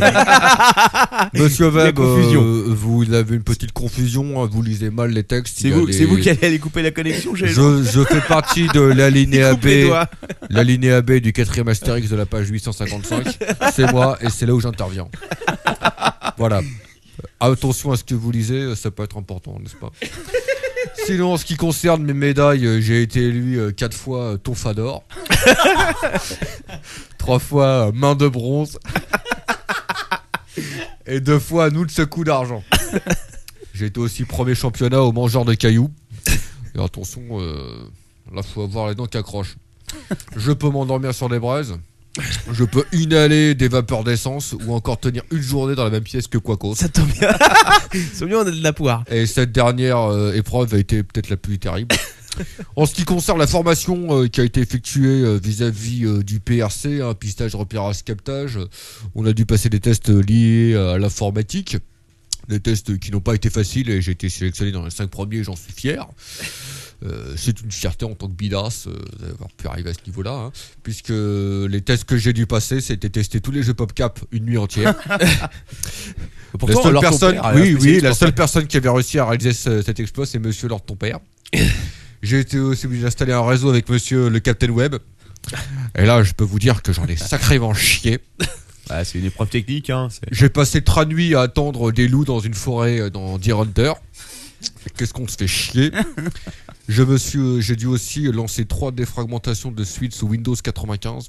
[SPEAKER 2] Monsieur
[SPEAKER 5] La
[SPEAKER 2] Webb,
[SPEAKER 5] confusion.
[SPEAKER 2] euh, vous avez une petite confusion, hein, vous lisez mal les textes.
[SPEAKER 5] C'est
[SPEAKER 2] il y a
[SPEAKER 5] vous,
[SPEAKER 2] des-
[SPEAKER 5] c'est vous qui allez aller couper la connexion, j'ai
[SPEAKER 2] Je, je fais partie de l'alinéa
[SPEAKER 5] Coupe les
[SPEAKER 2] B,
[SPEAKER 5] doigts.
[SPEAKER 2] l'alinéa B du quatrième astérix de la page 855. C'est moi et c'est là où j'interviens. Voilà. Attention à ce que vous lisez, euh, ça peut être important, n'est-ce pas Sinon, en ce qui concerne mes médailles, euh, j'ai été élu euh, quatre fois euh, Tonfador, trois fois euh, Main de bronze et deux fois Nous de ce coup d'argent. J'ai été aussi premier championnat au mangeur de cailloux. Et attention, euh, là, faut avoir les dents qui accrochent. Je peux m'endormir sur les braises. Je peux inhaler des vapeurs d'essence ou encore tenir une journée dans la même pièce que Quacos. Ça
[SPEAKER 8] tombe bien. on a de la poire.
[SPEAKER 2] Et cette dernière euh, épreuve a été peut-être la plus terrible. En ce qui concerne la formation euh, qui a été effectuée euh, vis-à-vis euh, du PRC, hein, pistage, repérage, captage, euh, on a dû passer des tests euh, liés à l'informatique. Des tests qui n'ont pas été faciles et j'ai été sélectionné dans les 5 premiers, j'en suis fier. Euh, c'est une fierté en tant que bidas euh, d'avoir pu arriver à ce niveau-là, hein, puisque les tests que j'ai dû passer, c'était tester tous les jeux PopCap une nuit entière.
[SPEAKER 5] Pourtant,
[SPEAKER 2] la seule
[SPEAKER 5] Lord ton
[SPEAKER 2] personne,
[SPEAKER 5] père a un
[SPEAKER 2] oui, oui,
[SPEAKER 5] spécialiste
[SPEAKER 2] la
[SPEAKER 5] pour
[SPEAKER 2] seule
[SPEAKER 5] ça.
[SPEAKER 2] personne qui avait réussi à réaliser ce- cet exploit, c'est Monsieur Lord ton père. J'ai été aussi obligé d'installer un réseau avec Monsieur le Captain Web. Et là, je peux vous dire que j'en ai sacrément chié.
[SPEAKER 5] Ah, c'est une épreuve technique. Hein, c'est-
[SPEAKER 2] J'ai passé trois nuits à attendre des loups dans une forêt euh, dans Deer Hunter. Qu'est-ce qu'on se fait chier Je me suis, euh, j'ai dû aussi lancer trois défragmentations de suite sous Windows 95.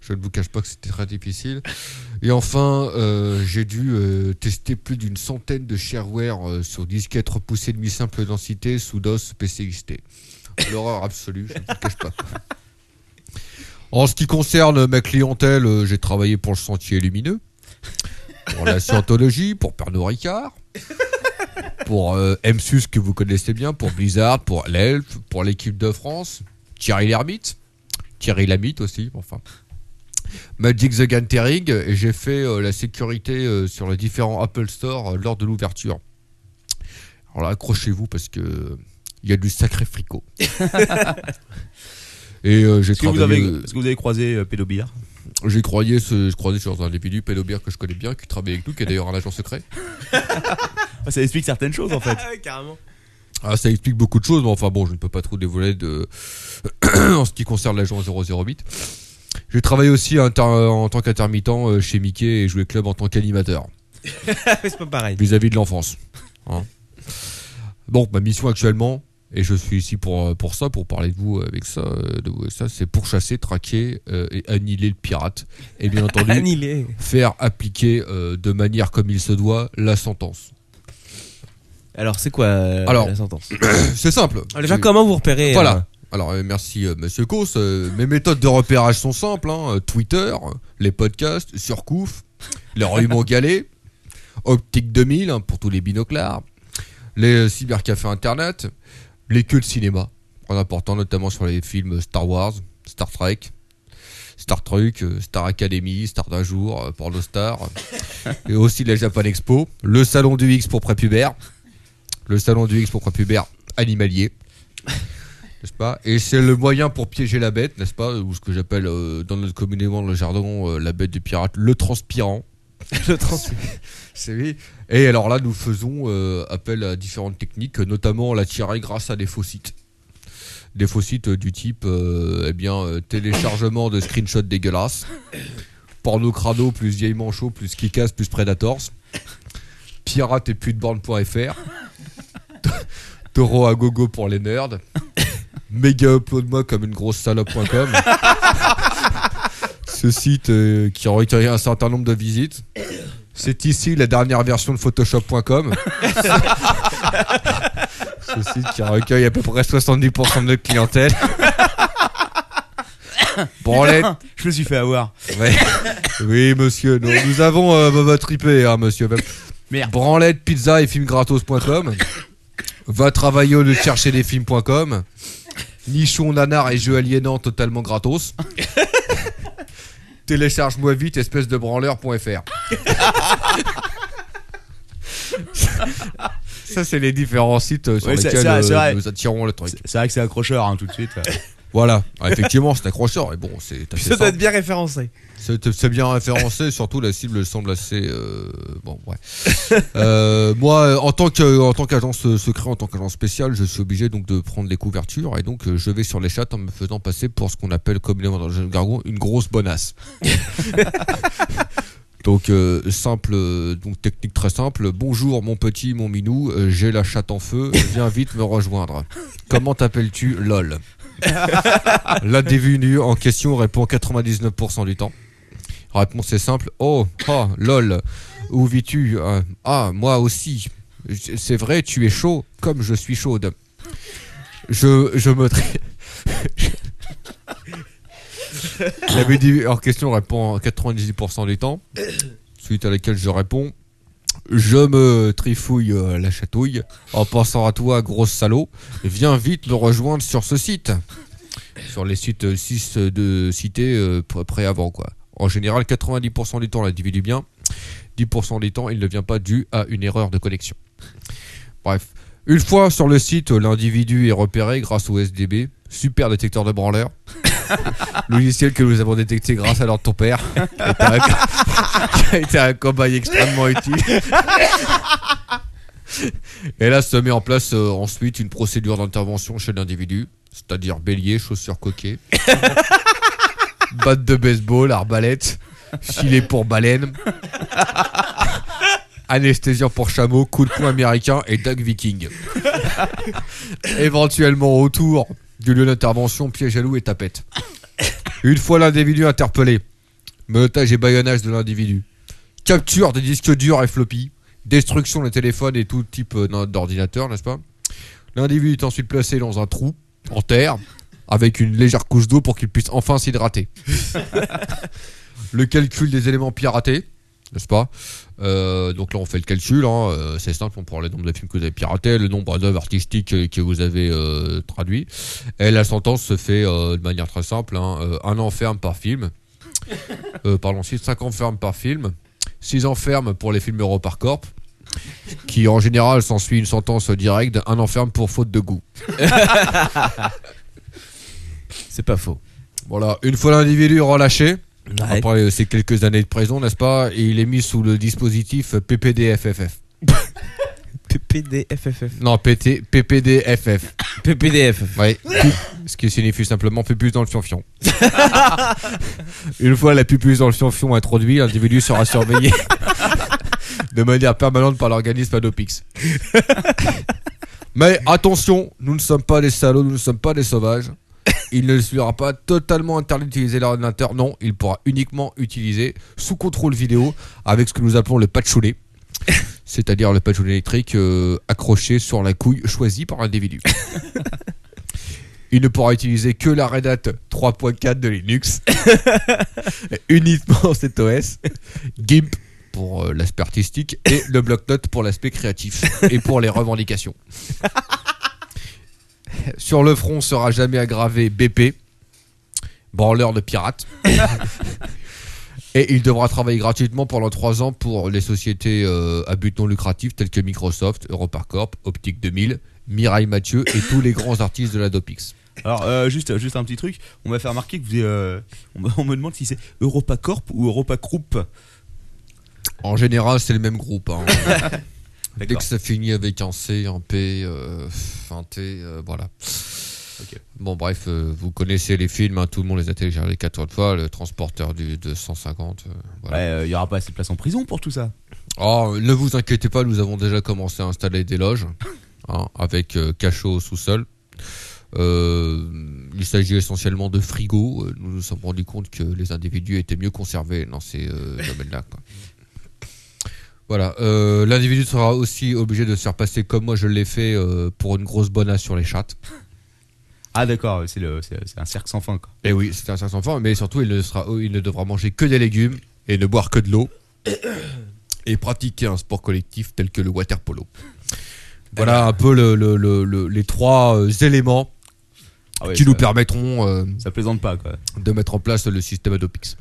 [SPEAKER 2] Je ne vous cache pas que c'était très difficile. Et enfin, euh, j'ai dû euh, tester plus d'une centaine de shareware euh, sur disquette repoussée de mi-simple densité sous DOS PCXT. L'horreur absolue, je ne vous le cache pas. En ce qui concerne ma clientèle, euh, j'ai travaillé pour le Sentier Lumineux, pour la Scientologie, pour Pernod Ricard, pour euh, MSUS que vous connaissez bien, pour Blizzard, pour l'Elf, pour l'équipe de France, Thierry Lhermitte, Thierry Lamitte aussi, enfin. Magic the Gathering, et j'ai fait euh, la sécurité euh, sur les différents Apple Store euh, lors de l'ouverture. Alors là, accrochez-vous parce que il y a du sacré fricot. et euh, j'ai
[SPEAKER 5] Est-ce que, vous
[SPEAKER 2] travaillé-
[SPEAKER 5] avez- est-ce que vous avez croisé euh, Pédobillard
[SPEAKER 2] j'ai croyé ce, je croisais sur un individu pédobère que je connais bien, qui travaille avec nous, qui est d'ailleurs un agent secret.
[SPEAKER 5] Ça explique certaines choses en fait.
[SPEAKER 8] carrément.
[SPEAKER 2] Ah, ça explique beaucoup de choses, mais enfin bon, je ne peux pas trop dévoiler de... en ce qui concerne l'agent 008. J'ai travaillé aussi inter- en tant qu'intermittent euh, chez Mickey et joué club en tant qu'animateur.
[SPEAKER 8] Ah, c'est pas pareil.
[SPEAKER 2] Vis-à-vis de l'enfance. Hein. Donc ma mission actuellement, et je suis ici pour, euh, pour ça, pour parler de vous avec ça, euh, de vous avec ça c'est pour chasser, traquer euh, et annihiler le pirate. Et bien entendu,
[SPEAKER 8] Annihiler.
[SPEAKER 2] faire appliquer euh, de manière comme il se doit la sentence.
[SPEAKER 8] Alors, c'est quoi euh,
[SPEAKER 2] Alors,
[SPEAKER 8] la sentence
[SPEAKER 2] c'est simple.
[SPEAKER 8] Alors, déjà, comment vous repérez
[SPEAKER 2] Voilà.
[SPEAKER 8] euh,
[SPEAKER 2] Alors, euh, merci, euh, monsieur Cos. Euh, mes méthodes de repérage sont simples hein. Euh, Twitter, euh, les podcasts, Surcouf, les rhumons galets, Optique 2000 hein, pour tous les binoclars, les euh, cybercafés internet, les queues de cinéma, en important notamment sur les films Star Wars, Star Trek. Star Truc, euh, Star Academy, Star d'un jour, euh, Porno Star, euh, et aussi la Japan Expo, le salon du X pour prépubère, le salon du X pour prépubère animalier, n'est-ce pas Et c'est le moyen pour piéger la bête, n'est-ce pas Ou ce que j'appelle euh, dans notre communément dans le jardin euh, la bête du pirate, le transpirant.
[SPEAKER 8] euh, Le transpirant.
[SPEAKER 2] c'est oui. Et alors là, nous faisons euh, appel à différentes techniques, notamment la tirer grâce à des faux sites. Des faux sites euh, du type euh, eh bien, euh, téléchargement de screenshots dégueulasses, porno crado plus vieille manchot plus kickass plus predators, pirate et putborn.fr, taureau à gogo pour les nerds, méga upload-moi comme une grosse salope.com. Ce site euh, qui a recueilli un certain nombre de visites. C'est ici la dernière version de Photoshop.com. Ce site qui recueille à peu près 70% de notre clientèle. Branlette.
[SPEAKER 5] Putain, Je me suis fait avoir.
[SPEAKER 2] Ouais. Oui, monsieur, nous, nous avons euh, votre IP, hein, monsieur.
[SPEAKER 5] Merde.
[SPEAKER 2] Branlette, pizza et filmsgratos.com. Va travailler au lieu de chercher des films.com. Nichon, nanar et jeux aliénants totalement gratos. Télécharge-moi vite, espèce de branleur.fr. Ça, c'est les différents sites euh, sur
[SPEAKER 5] Ouais, c'est-
[SPEAKER 2] lesquels
[SPEAKER 5] c'est vrai,
[SPEAKER 2] euh,
[SPEAKER 5] c'est vrai.
[SPEAKER 2] nous attirons le truc.
[SPEAKER 5] C'est vrai que c'est accrocheur hein, tout de suite.
[SPEAKER 2] Voilà, Ah, effectivement, c'est accrocheur. Et bon, c'est assez
[SPEAKER 8] Ça doit
[SPEAKER 2] simple.
[SPEAKER 8] être bien référencé.
[SPEAKER 2] C'est c'est bien référencé, surtout la cible semble assez. euh, bon, ouais. Euh, moi, euh, en tant que, en tant qu'agence euh, secret, en tant qu'agence spéciale, je suis obligé donc de prendre les couvertures et donc euh, je vais sur les chats en me faisant passer pour ce qu'on appelle communément dans le jeune gargon une grosse bonasse. donc euh, simple, euh, donc technique très simple. Bonjour mon petit, mon minou, euh, j'ai la chatte en feu, viens vite me rejoindre. Comment t'appelles-tu, lol? La dévenue en question répond 99% du temps. Réponse est simple. Oh, ah, lol. Où vis-tu Euh, Ah, moi aussi. J- C'est vrai, tu es chaud comme je suis chaude. Je, je me... tra- La BD hors question répond en 98% des temps, suite à laquelle je réponds. Je me trifouille euh, la chatouille en pensant à toi, grosse salaud. Viens vite me rejoindre sur ce site. Sur les sites euh, 6 de cités euh, pr- près avant, quoi. En général, 90% du temps, l'individu bien. 10% des temps, il ne vient pas dû à une erreur de connexion. Bref. Une fois sur le site, l'individu est repéré grâce au SDB, super détecteur de branleurs. logiciel que nous avons détecté grâce à l'ordre de ton père, qui a été un- qui a été un cobaye extrêmement utile. Et là se met en place euh, ensuite une procédure d'intervention chez l'individu, c'est-à-dire bélier, chaussures coquet, batte de baseball, arbalète, filet pour baleine, anesthésiant pour chameau, coup de poing américain et duck viking. Éventuellement autour du lieu d'intervention, piège à loup et tapette. Une fois l'individu interpellé, Meutage et baillonnage de l'individu. Capture des disques durs et floppy. Destruction des téléphones et tout type euh, d'un- d'ordinateur, n'est-ce pas L'individu est ensuite placé dans un trou, en terre, avec une légère couche d'eau pour qu'il puisse enfin s'hydrater. le calcul des éléments piratés, n'est-ce pas Euh, Donc là, on fait le calcul, hein, euh, c'est simple, on prend le nombre de films que vous avez piratés, le nombre d'œuvres artistiques euh, que vous avez euh, traduits. Et la sentence se fait euh, de manière très simple, hein, euh, un enferme par film. Euh, pardon, 6, 5 enfermes par film, 6 enfermes pour les films Euro par corp, qui en général s'ensuit une sentence directe, un enferme pour faute de goût.
[SPEAKER 8] C'est pas faux.
[SPEAKER 2] Voilà, une fois l'individu relâché, après euh, ces quelques années de prison, n'est-ce pas, et il est mis sous le dispositif PPDFFF.
[SPEAKER 8] PPDFFF.
[SPEAKER 2] Non, PT, PPDFF.
[SPEAKER 8] PPDFF.
[SPEAKER 2] Oui. Ce qui signifie simplement pupus dans le fionfion. Une fois la pupus dans le fionfion introduite, l'individu sera surveillé de manière permanente par l'organisme Adopix. Mais attention, nous ne sommes pas des salauds, nous ne sommes pas des sauvages. Il ne sera pas totalement interdit d'utiliser l'ordinateur. Non, il pourra uniquement utiliser sous contrôle vidéo avec ce que nous appelons le patchoulet. C'est-à-dire le patchoulet électrique euh, accroché sur la couille choisie par l'individu. Il ne pourra utiliser que la Red Hat 3.4 de Linux, uniquement cet OS, GIMP pour euh, l'aspect artistique et le bloc-notes pour l'aspect créatif et pour les revendications. Sur le front sera jamais aggravé BP, branleur de pirates. Et il devra travailler gratuitement pendant 3 ans pour les sociétés euh, à but non lucratif telles que Microsoft, EuroparCorp, Optique 2000, Mireille Mathieu et tous les grands artistes de la Dopix.
[SPEAKER 5] Alors, euh, juste, juste un petit truc. On m'a fait remarquer que vous, euh, on, me- on me demande si c'est EuropaCorp ou EuropaCroup.
[SPEAKER 2] En général, c'est le même groupe. hein. Dès
[SPEAKER 5] D'accord.
[SPEAKER 2] que ça finit avec un C, un P, euh, un T, euh, voilà. Bon, bref, euh, vous connaissez les films, hein, tout le monde les a téléchargés 14 fois, le transporteur du 250. euh, voilà.
[SPEAKER 5] Ouais, euh, il y aura pas assez de place en prison pour tout ça.
[SPEAKER 2] Oh, ne vous inquiétez pas, nous avons déjà commencé à installer des loges hein, avec euh, cachot au sous-sol. Euh, il s'agit essentiellement de frigos. Euh, Nous nous sommes rendus compte que les individus étaient mieux conservés dans ces euh, domaines-là. quoi. Voilà. euh, L'individu sera aussi obligé de se faire passer comme moi je l'ai fait euh, pour une grosse bonasse sur les chattes.
[SPEAKER 5] Ah, d'accord, c'est le- c'est- c'est un cercle sans fin. Quoi.
[SPEAKER 2] Et Eh oui, c'est un certain enfant, mais surtout, il ne, sera, oh, il ne devra manger que des légumes et ne boire que de l'eau et pratiquer un sport collectif tel que le water polo. Voilà un peu le- le- le- le- les trois euh, éléments
[SPEAKER 5] Ah ouais,
[SPEAKER 2] qui nous
[SPEAKER 5] ça-
[SPEAKER 2] permettront euh,
[SPEAKER 5] Ça plaisante pas, quoi.
[SPEAKER 2] de mettre en place le système Adopix.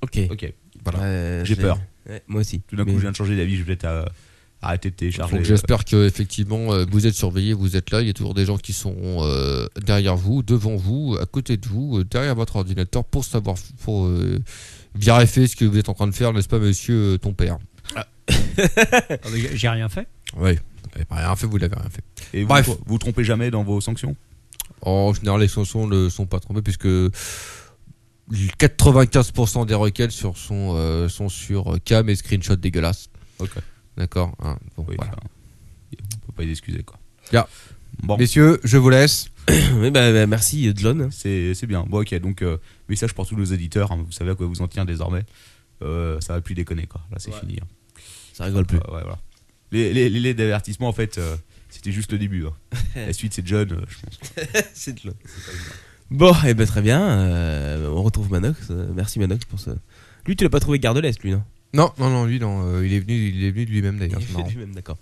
[SPEAKER 8] Ok.
[SPEAKER 5] Ok.
[SPEAKER 2] Voilà.
[SPEAKER 5] J'ai peur.
[SPEAKER 8] moi aussi.
[SPEAKER 5] Tout d'un coup,
[SPEAKER 8] Mais-
[SPEAKER 5] je viens de changer d'avis, je vais peut-être euh, arrêter de télécharger.
[SPEAKER 2] Donc j'espère que effectivement euh, vous êtes surveillés, vous êtes là, il y a toujours des gens qui sont euh, derrière vous, devant vous, à côté de vous, euh, derrière votre ordinateur pour savoir pour euh, vérifier ce que vous êtes en train de faire, n'est-ce pas monsieur euh, ton père
[SPEAKER 3] Ah, J'ai rien fait.
[SPEAKER 2] Oui, vous n'avez rien fait, vous l'avez rien fait.
[SPEAKER 5] euh, Et vous,
[SPEAKER 2] Bref.
[SPEAKER 5] vous vous trompez jamais dans vos sanctions
[SPEAKER 2] En général, les chansons ne sont pas trompées puisque 95% des requêtes sur sont, euh, sont sur cam et screenshot dégueulasse.
[SPEAKER 5] Ok.
[SPEAKER 2] D'accord. hein, bon,
[SPEAKER 5] Oui,
[SPEAKER 2] voilà.
[SPEAKER 5] enfin, on peut pas les excuser, quoi.
[SPEAKER 2] Bien.
[SPEAKER 5] Bon.
[SPEAKER 2] Messieurs, je vous laisse.
[SPEAKER 8] Oui, bah, bah, merci, Dlon.
[SPEAKER 5] C'est c'est bien. Bon, ok, donc euh, message pour tous nos éditeurs. hein, vous savez à quoi vous en tient désormais. Euh, ça va plus déconner, quoi. Là, c'est fini. hein.
[SPEAKER 8] Ça rigole plus.
[SPEAKER 5] Euh, ouais, voilà. Les, les, les lettres d'avertissement, en fait, euh, c'était juste le début. hein. La suite, c'est John, euh, je pense.
[SPEAKER 8] C'est Dlon. Bon, et ben très bien. euh, on retrouve Manox. Euh, Merci Manox pour ce. Lui, tu l'as pas trouvé garde l'Est, lui, non
[SPEAKER 2] Non, non, non, lui, non. euh, il est venu, il est venu de lui-même d'ailleurs.
[SPEAKER 8] Il est
[SPEAKER 2] c'est
[SPEAKER 8] venu de
[SPEAKER 2] marrant.
[SPEAKER 8] lui-même, d'accord.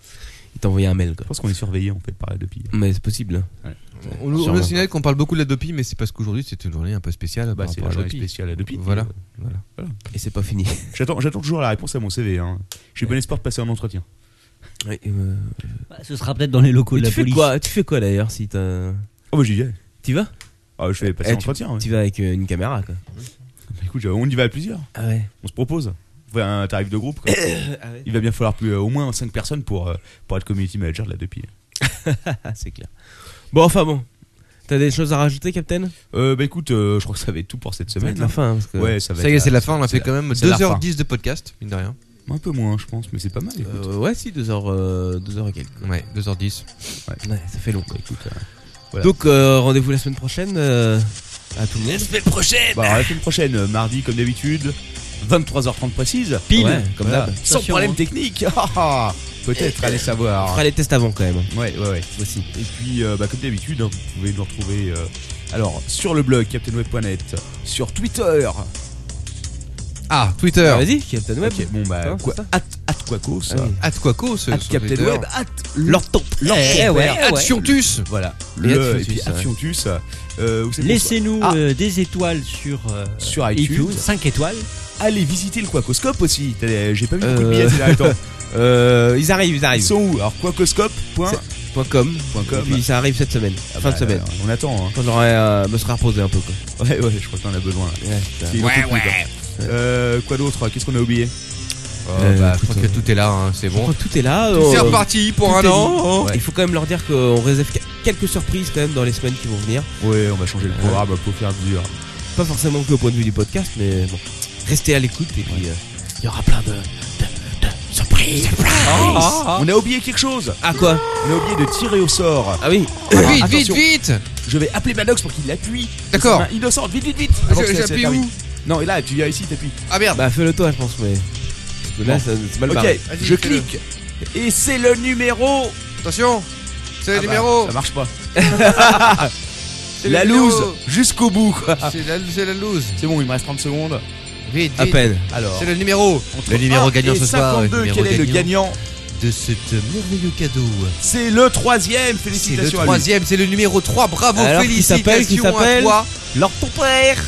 [SPEAKER 8] Il t'a envoyé un mail. Quoi. Je
[SPEAKER 5] pense qu'on est surveillé en fait par la Dopi.
[SPEAKER 8] Mais c'est possible. hein.
[SPEAKER 5] Ouais.
[SPEAKER 2] On, on
[SPEAKER 8] Sûrement.
[SPEAKER 2] nous signale qu'on parle beaucoup de la Dopi, mais c'est parce qu'aujourd'hui c'est une journée un peu spéciale.
[SPEAKER 5] Bah,
[SPEAKER 2] par
[SPEAKER 5] c'est
[SPEAKER 2] rapport
[SPEAKER 5] la
[SPEAKER 2] à
[SPEAKER 5] journée euh, spéciale à Dopi.
[SPEAKER 2] Voilà.
[SPEAKER 5] Voilà.
[SPEAKER 8] Et c'est pas fini.
[SPEAKER 5] J'attends, j'attends toujours la réponse à mon CV. hein. J'ai bon espoir de passer un entretien.
[SPEAKER 8] euh,
[SPEAKER 3] Bah, ce sera peut-être dans les locaux
[SPEAKER 8] Mais
[SPEAKER 3] de la
[SPEAKER 8] tu fais
[SPEAKER 3] police.
[SPEAKER 8] Quoi tu fais quoi d'ailleurs si t'as.
[SPEAKER 5] Oh, bah j'y vais.
[SPEAKER 8] T'y vas
[SPEAKER 5] Ah, je vais passer
[SPEAKER 8] Eh,
[SPEAKER 5] un
[SPEAKER 8] tu-
[SPEAKER 5] entretien.
[SPEAKER 8] Tu vas avec euh, une caméra, quoi.
[SPEAKER 5] Bah, écoute, on y va à plusieurs.
[SPEAKER 8] Ah ouais.
[SPEAKER 5] On se propose. On fait un tarif de groupe. quoi.
[SPEAKER 8] Ah ouais.
[SPEAKER 5] Il va bien falloir plus, euh, au moins 5 personnes pour, euh, pour être community manager de la Dopi.
[SPEAKER 8] c'est clair. Bon, enfin bon. T'as des choses à rajouter, Captain
[SPEAKER 5] Euh, bah écoute, euh, je crois que ça va être tout pour cette
[SPEAKER 8] va
[SPEAKER 5] semaine.
[SPEAKER 8] être la fin, hein, parce que-
[SPEAKER 5] Ouais, ça va
[SPEAKER 2] Ça y
[SPEAKER 5] être
[SPEAKER 2] est, c'est la fin. On a
[SPEAKER 5] c'est
[SPEAKER 2] fait quand même
[SPEAKER 5] c'est la
[SPEAKER 2] 2h10 de podcast, mine de rien.
[SPEAKER 5] fin. Un peu moins, je pense, mais c'est pas mal. Écoute.
[SPEAKER 8] Euh, Ouais, si, 2h deux heures, euh, deux heures et quelques.
[SPEAKER 2] Ouais, 2h10.
[SPEAKER 8] Ouais, ça fait long, quoi.
[SPEAKER 5] Écoute, euh, voilà.
[SPEAKER 8] Donc, euh, rendez-vous la semaine prochaine. euh, à tout le monde.
[SPEAKER 11] semaine prochaine
[SPEAKER 5] Bah, alors, la semaine prochaine, euh, mardi comme d'habitude, 23h30 précise.
[SPEAKER 8] Pile,
[SPEAKER 5] Ouais,
[SPEAKER 8] comme
[SPEAKER 5] voilà.
[SPEAKER 8] d'hab.
[SPEAKER 5] Sans
[SPEAKER 11] Attention,
[SPEAKER 5] problème
[SPEAKER 11] hein.
[SPEAKER 5] technique. Ah, ah. Peut-être, allez
[SPEAKER 8] On
[SPEAKER 5] savoir.
[SPEAKER 8] fera les tests avant, quand même.
[SPEAKER 5] Ouais, ouais, ouais.
[SPEAKER 8] Voici.
[SPEAKER 5] Et puis, euh, bah, comme d'habitude, hein, vous pouvez nous retrouver euh, alors, sur le blog CaptainWeb.net, sur Twitter.
[SPEAKER 2] Ah, Twitter.
[SPEAKER 8] Ah, Vas-y, Captain Web.
[SPEAKER 5] Ok, bon, bah,
[SPEAKER 8] Hein,
[SPEAKER 5] quoi,
[SPEAKER 8] c'est ça
[SPEAKER 5] at, at Quacos, euh,
[SPEAKER 8] Ah oui.
[SPEAKER 2] At Quaco, ce
[SPEAKER 5] at
[SPEAKER 2] sur Twitter. Oh,
[SPEAKER 5] CaptainWeb, at
[SPEAKER 8] L'orton.
[SPEAKER 3] Eh ouais, eh ouais.
[SPEAKER 2] Surtus.
[SPEAKER 5] Voilà,
[SPEAKER 2] Et
[SPEAKER 5] le,
[SPEAKER 2] at
[SPEAKER 5] et puis
[SPEAKER 2] Fiontus,
[SPEAKER 5] at
[SPEAKER 2] ouais.
[SPEAKER 5] Fiontus, euh, vous savez qu'on soit-
[SPEAKER 3] Laissez-nous
[SPEAKER 5] Ah.
[SPEAKER 3] euh, des étoiles sur, euh,
[SPEAKER 5] Sur iTunes.
[SPEAKER 3] 5 étoiles.
[SPEAKER 5] Allez visiter le Quacoscope aussi. T'as- euh, J'ai pas vu beaucoup de
[SPEAKER 8] Euh.
[SPEAKER 5] billets ces derniers temps.
[SPEAKER 8] Euh, ils arrivent, ils
[SPEAKER 5] Ils
[SPEAKER 8] arrivent.
[SPEAKER 5] sont où Alors, quacoscope.com.
[SPEAKER 8] Point .com.
[SPEAKER 5] com.
[SPEAKER 8] Et puis ça arrive cette semaine.
[SPEAKER 5] Ah,
[SPEAKER 8] fin
[SPEAKER 5] bah,
[SPEAKER 8] de semaine.
[SPEAKER 5] alors, On attend. hein.
[SPEAKER 8] Quand j'aurai euh, me sera reposé un peu, quoi.
[SPEAKER 5] Ouais, ouais, je crois qu'on en a besoin. là.
[SPEAKER 8] Ouais, ça.
[SPEAKER 5] S'il en
[SPEAKER 11] Ouais,
[SPEAKER 5] peut plus,
[SPEAKER 11] ouais.
[SPEAKER 5] quoi. Euh, quoi d'autre Qu'est-ce qu'on a oublié
[SPEAKER 2] Euh, bah, je
[SPEAKER 8] écoute,
[SPEAKER 2] crois que tout est là, hein, c'est
[SPEAKER 8] Je
[SPEAKER 2] bon.
[SPEAKER 8] crois que tout est là.
[SPEAKER 2] C'est
[SPEAKER 8] euh,
[SPEAKER 2] reparti pour
[SPEAKER 8] tout
[SPEAKER 2] un
[SPEAKER 8] est
[SPEAKER 2] an.
[SPEAKER 8] dit.
[SPEAKER 5] hein.
[SPEAKER 8] Il faut quand même leur dire qu'on réserve que- quelques surprises quand même dans les semaines qui vont venir.
[SPEAKER 5] Ouais, on va changer le programme pour faire dur.
[SPEAKER 8] Pas forcément que au point de vue du podcast, mais bon. Restez à l'écoute et puis euh, il y aura plein de, de, de surprises.
[SPEAKER 5] On a oublié quelque chose
[SPEAKER 8] Ah quoi
[SPEAKER 5] On a oublié de tirer au sort.
[SPEAKER 8] Ah oui
[SPEAKER 2] Vite, vite,
[SPEAKER 5] attention.
[SPEAKER 2] vite.
[SPEAKER 5] Je vais appeler Manox pour qu'il l'appuie.
[SPEAKER 2] D'accord.
[SPEAKER 5] Main Innocente, vite, vite, vite Avant que ça- ça
[SPEAKER 2] J'appuie
[SPEAKER 5] termine.
[SPEAKER 2] où
[SPEAKER 5] Non, et là, tu viens ici, t'appuies.
[SPEAKER 2] Ah merde.
[SPEAKER 8] Bah fais-le toi je pense mais. Parce que là
[SPEAKER 5] Bon.
[SPEAKER 8] ça- c'est mal
[SPEAKER 5] Ok,
[SPEAKER 8] barré.
[SPEAKER 2] fais-le.
[SPEAKER 5] je clique. Et c'est le numéro.
[SPEAKER 2] Bah. Attention. C'est
[SPEAKER 5] Ah
[SPEAKER 2] le
[SPEAKER 5] bah,
[SPEAKER 2] numéro.
[SPEAKER 5] Ça marche pas.
[SPEAKER 2] C'est le
[SPEAKER 5] La
[SPEAKER 2] numéro.
[SPEAKER 5] loose jusqu'au bout, quoi.
[SPEAKER 2] C'est la, c'est la loose.
[SPEAKER 5] C'est bon, il me reste 30 secondes.
[SPEAKER 2] Vite,
[SPEAKER 8] À
[SPEAKER 2] vite.
[SPEAKER 8] peine.
[SPEAKER 5] Alors,
[SPEAKER 2] C'est le numéro.
[SPEAKER 5] entre
[SPEAKER 2] Le numéro
[SPEAKER 5] 1
[SPEAKER 2] gagnant
[SPEAKER 5] et
[SPEAKER 2] ce soir,
[SPEAKER 5] 52,
[SPEAKER 2] le numéro
[SPEAKER 5] quel est le
[SPEAKER 2] gagnant
[SPEAKER 5] gagnant
[SPEAKER 2] de ce merveilleux cadeau.
[SPEAKER 5] C'est le troisième.
[SPEAKER 2] C'est le
[SPEAKER 5] Félicitations à lui.
[SPEAKER 2] troisième, c'est le numéro 3. Bravo,
[SPEAKER 8] Alors, qui s'appelle, qui
[SPEAKER 2] félicitations à
[SPEAKER 8] s'appelle
[SPEAKER 2] toi.
[SPEAKER 8] Leur ton père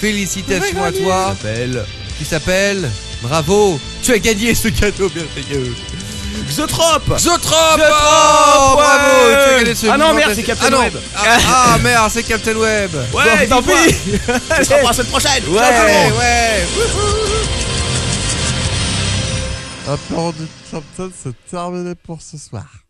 [SPEAKER 2] Félicitations à toi.
[SPEAKER 5] s'appelle
[SPEAKER 2] Qui s'appelle Bravo. Tu as gagné ce cadeau merveilleux.
[SPEAKER 5] Xotrope.
[SPEAKER 2] Zotrop
[SPEAKER 5] Zotrop,
[SPEAKER 2] Bravo tu
[SPEAKER 5] ouais.
[SPEAKER 2] as gagné ce
[SPEAKER 5] Ah non,
[SPEAKER 2] moment
[SPEAKER 5] merde,
[SPEAKER 2] de-
[SPEAKER 5] c'est Captain
[SPEAKER 2] Ah non.
[SPEAKER 5] Web.
[SPEAKER 2] Ah, ah, merde, c'est Captain Web
[SPEAKER 5] Ouais, tant pis. On se revoit la semaine prochaine.
[SPEAKER 2] Ouais, ouais Un plan de Captain, c'est terminé pour ce soir.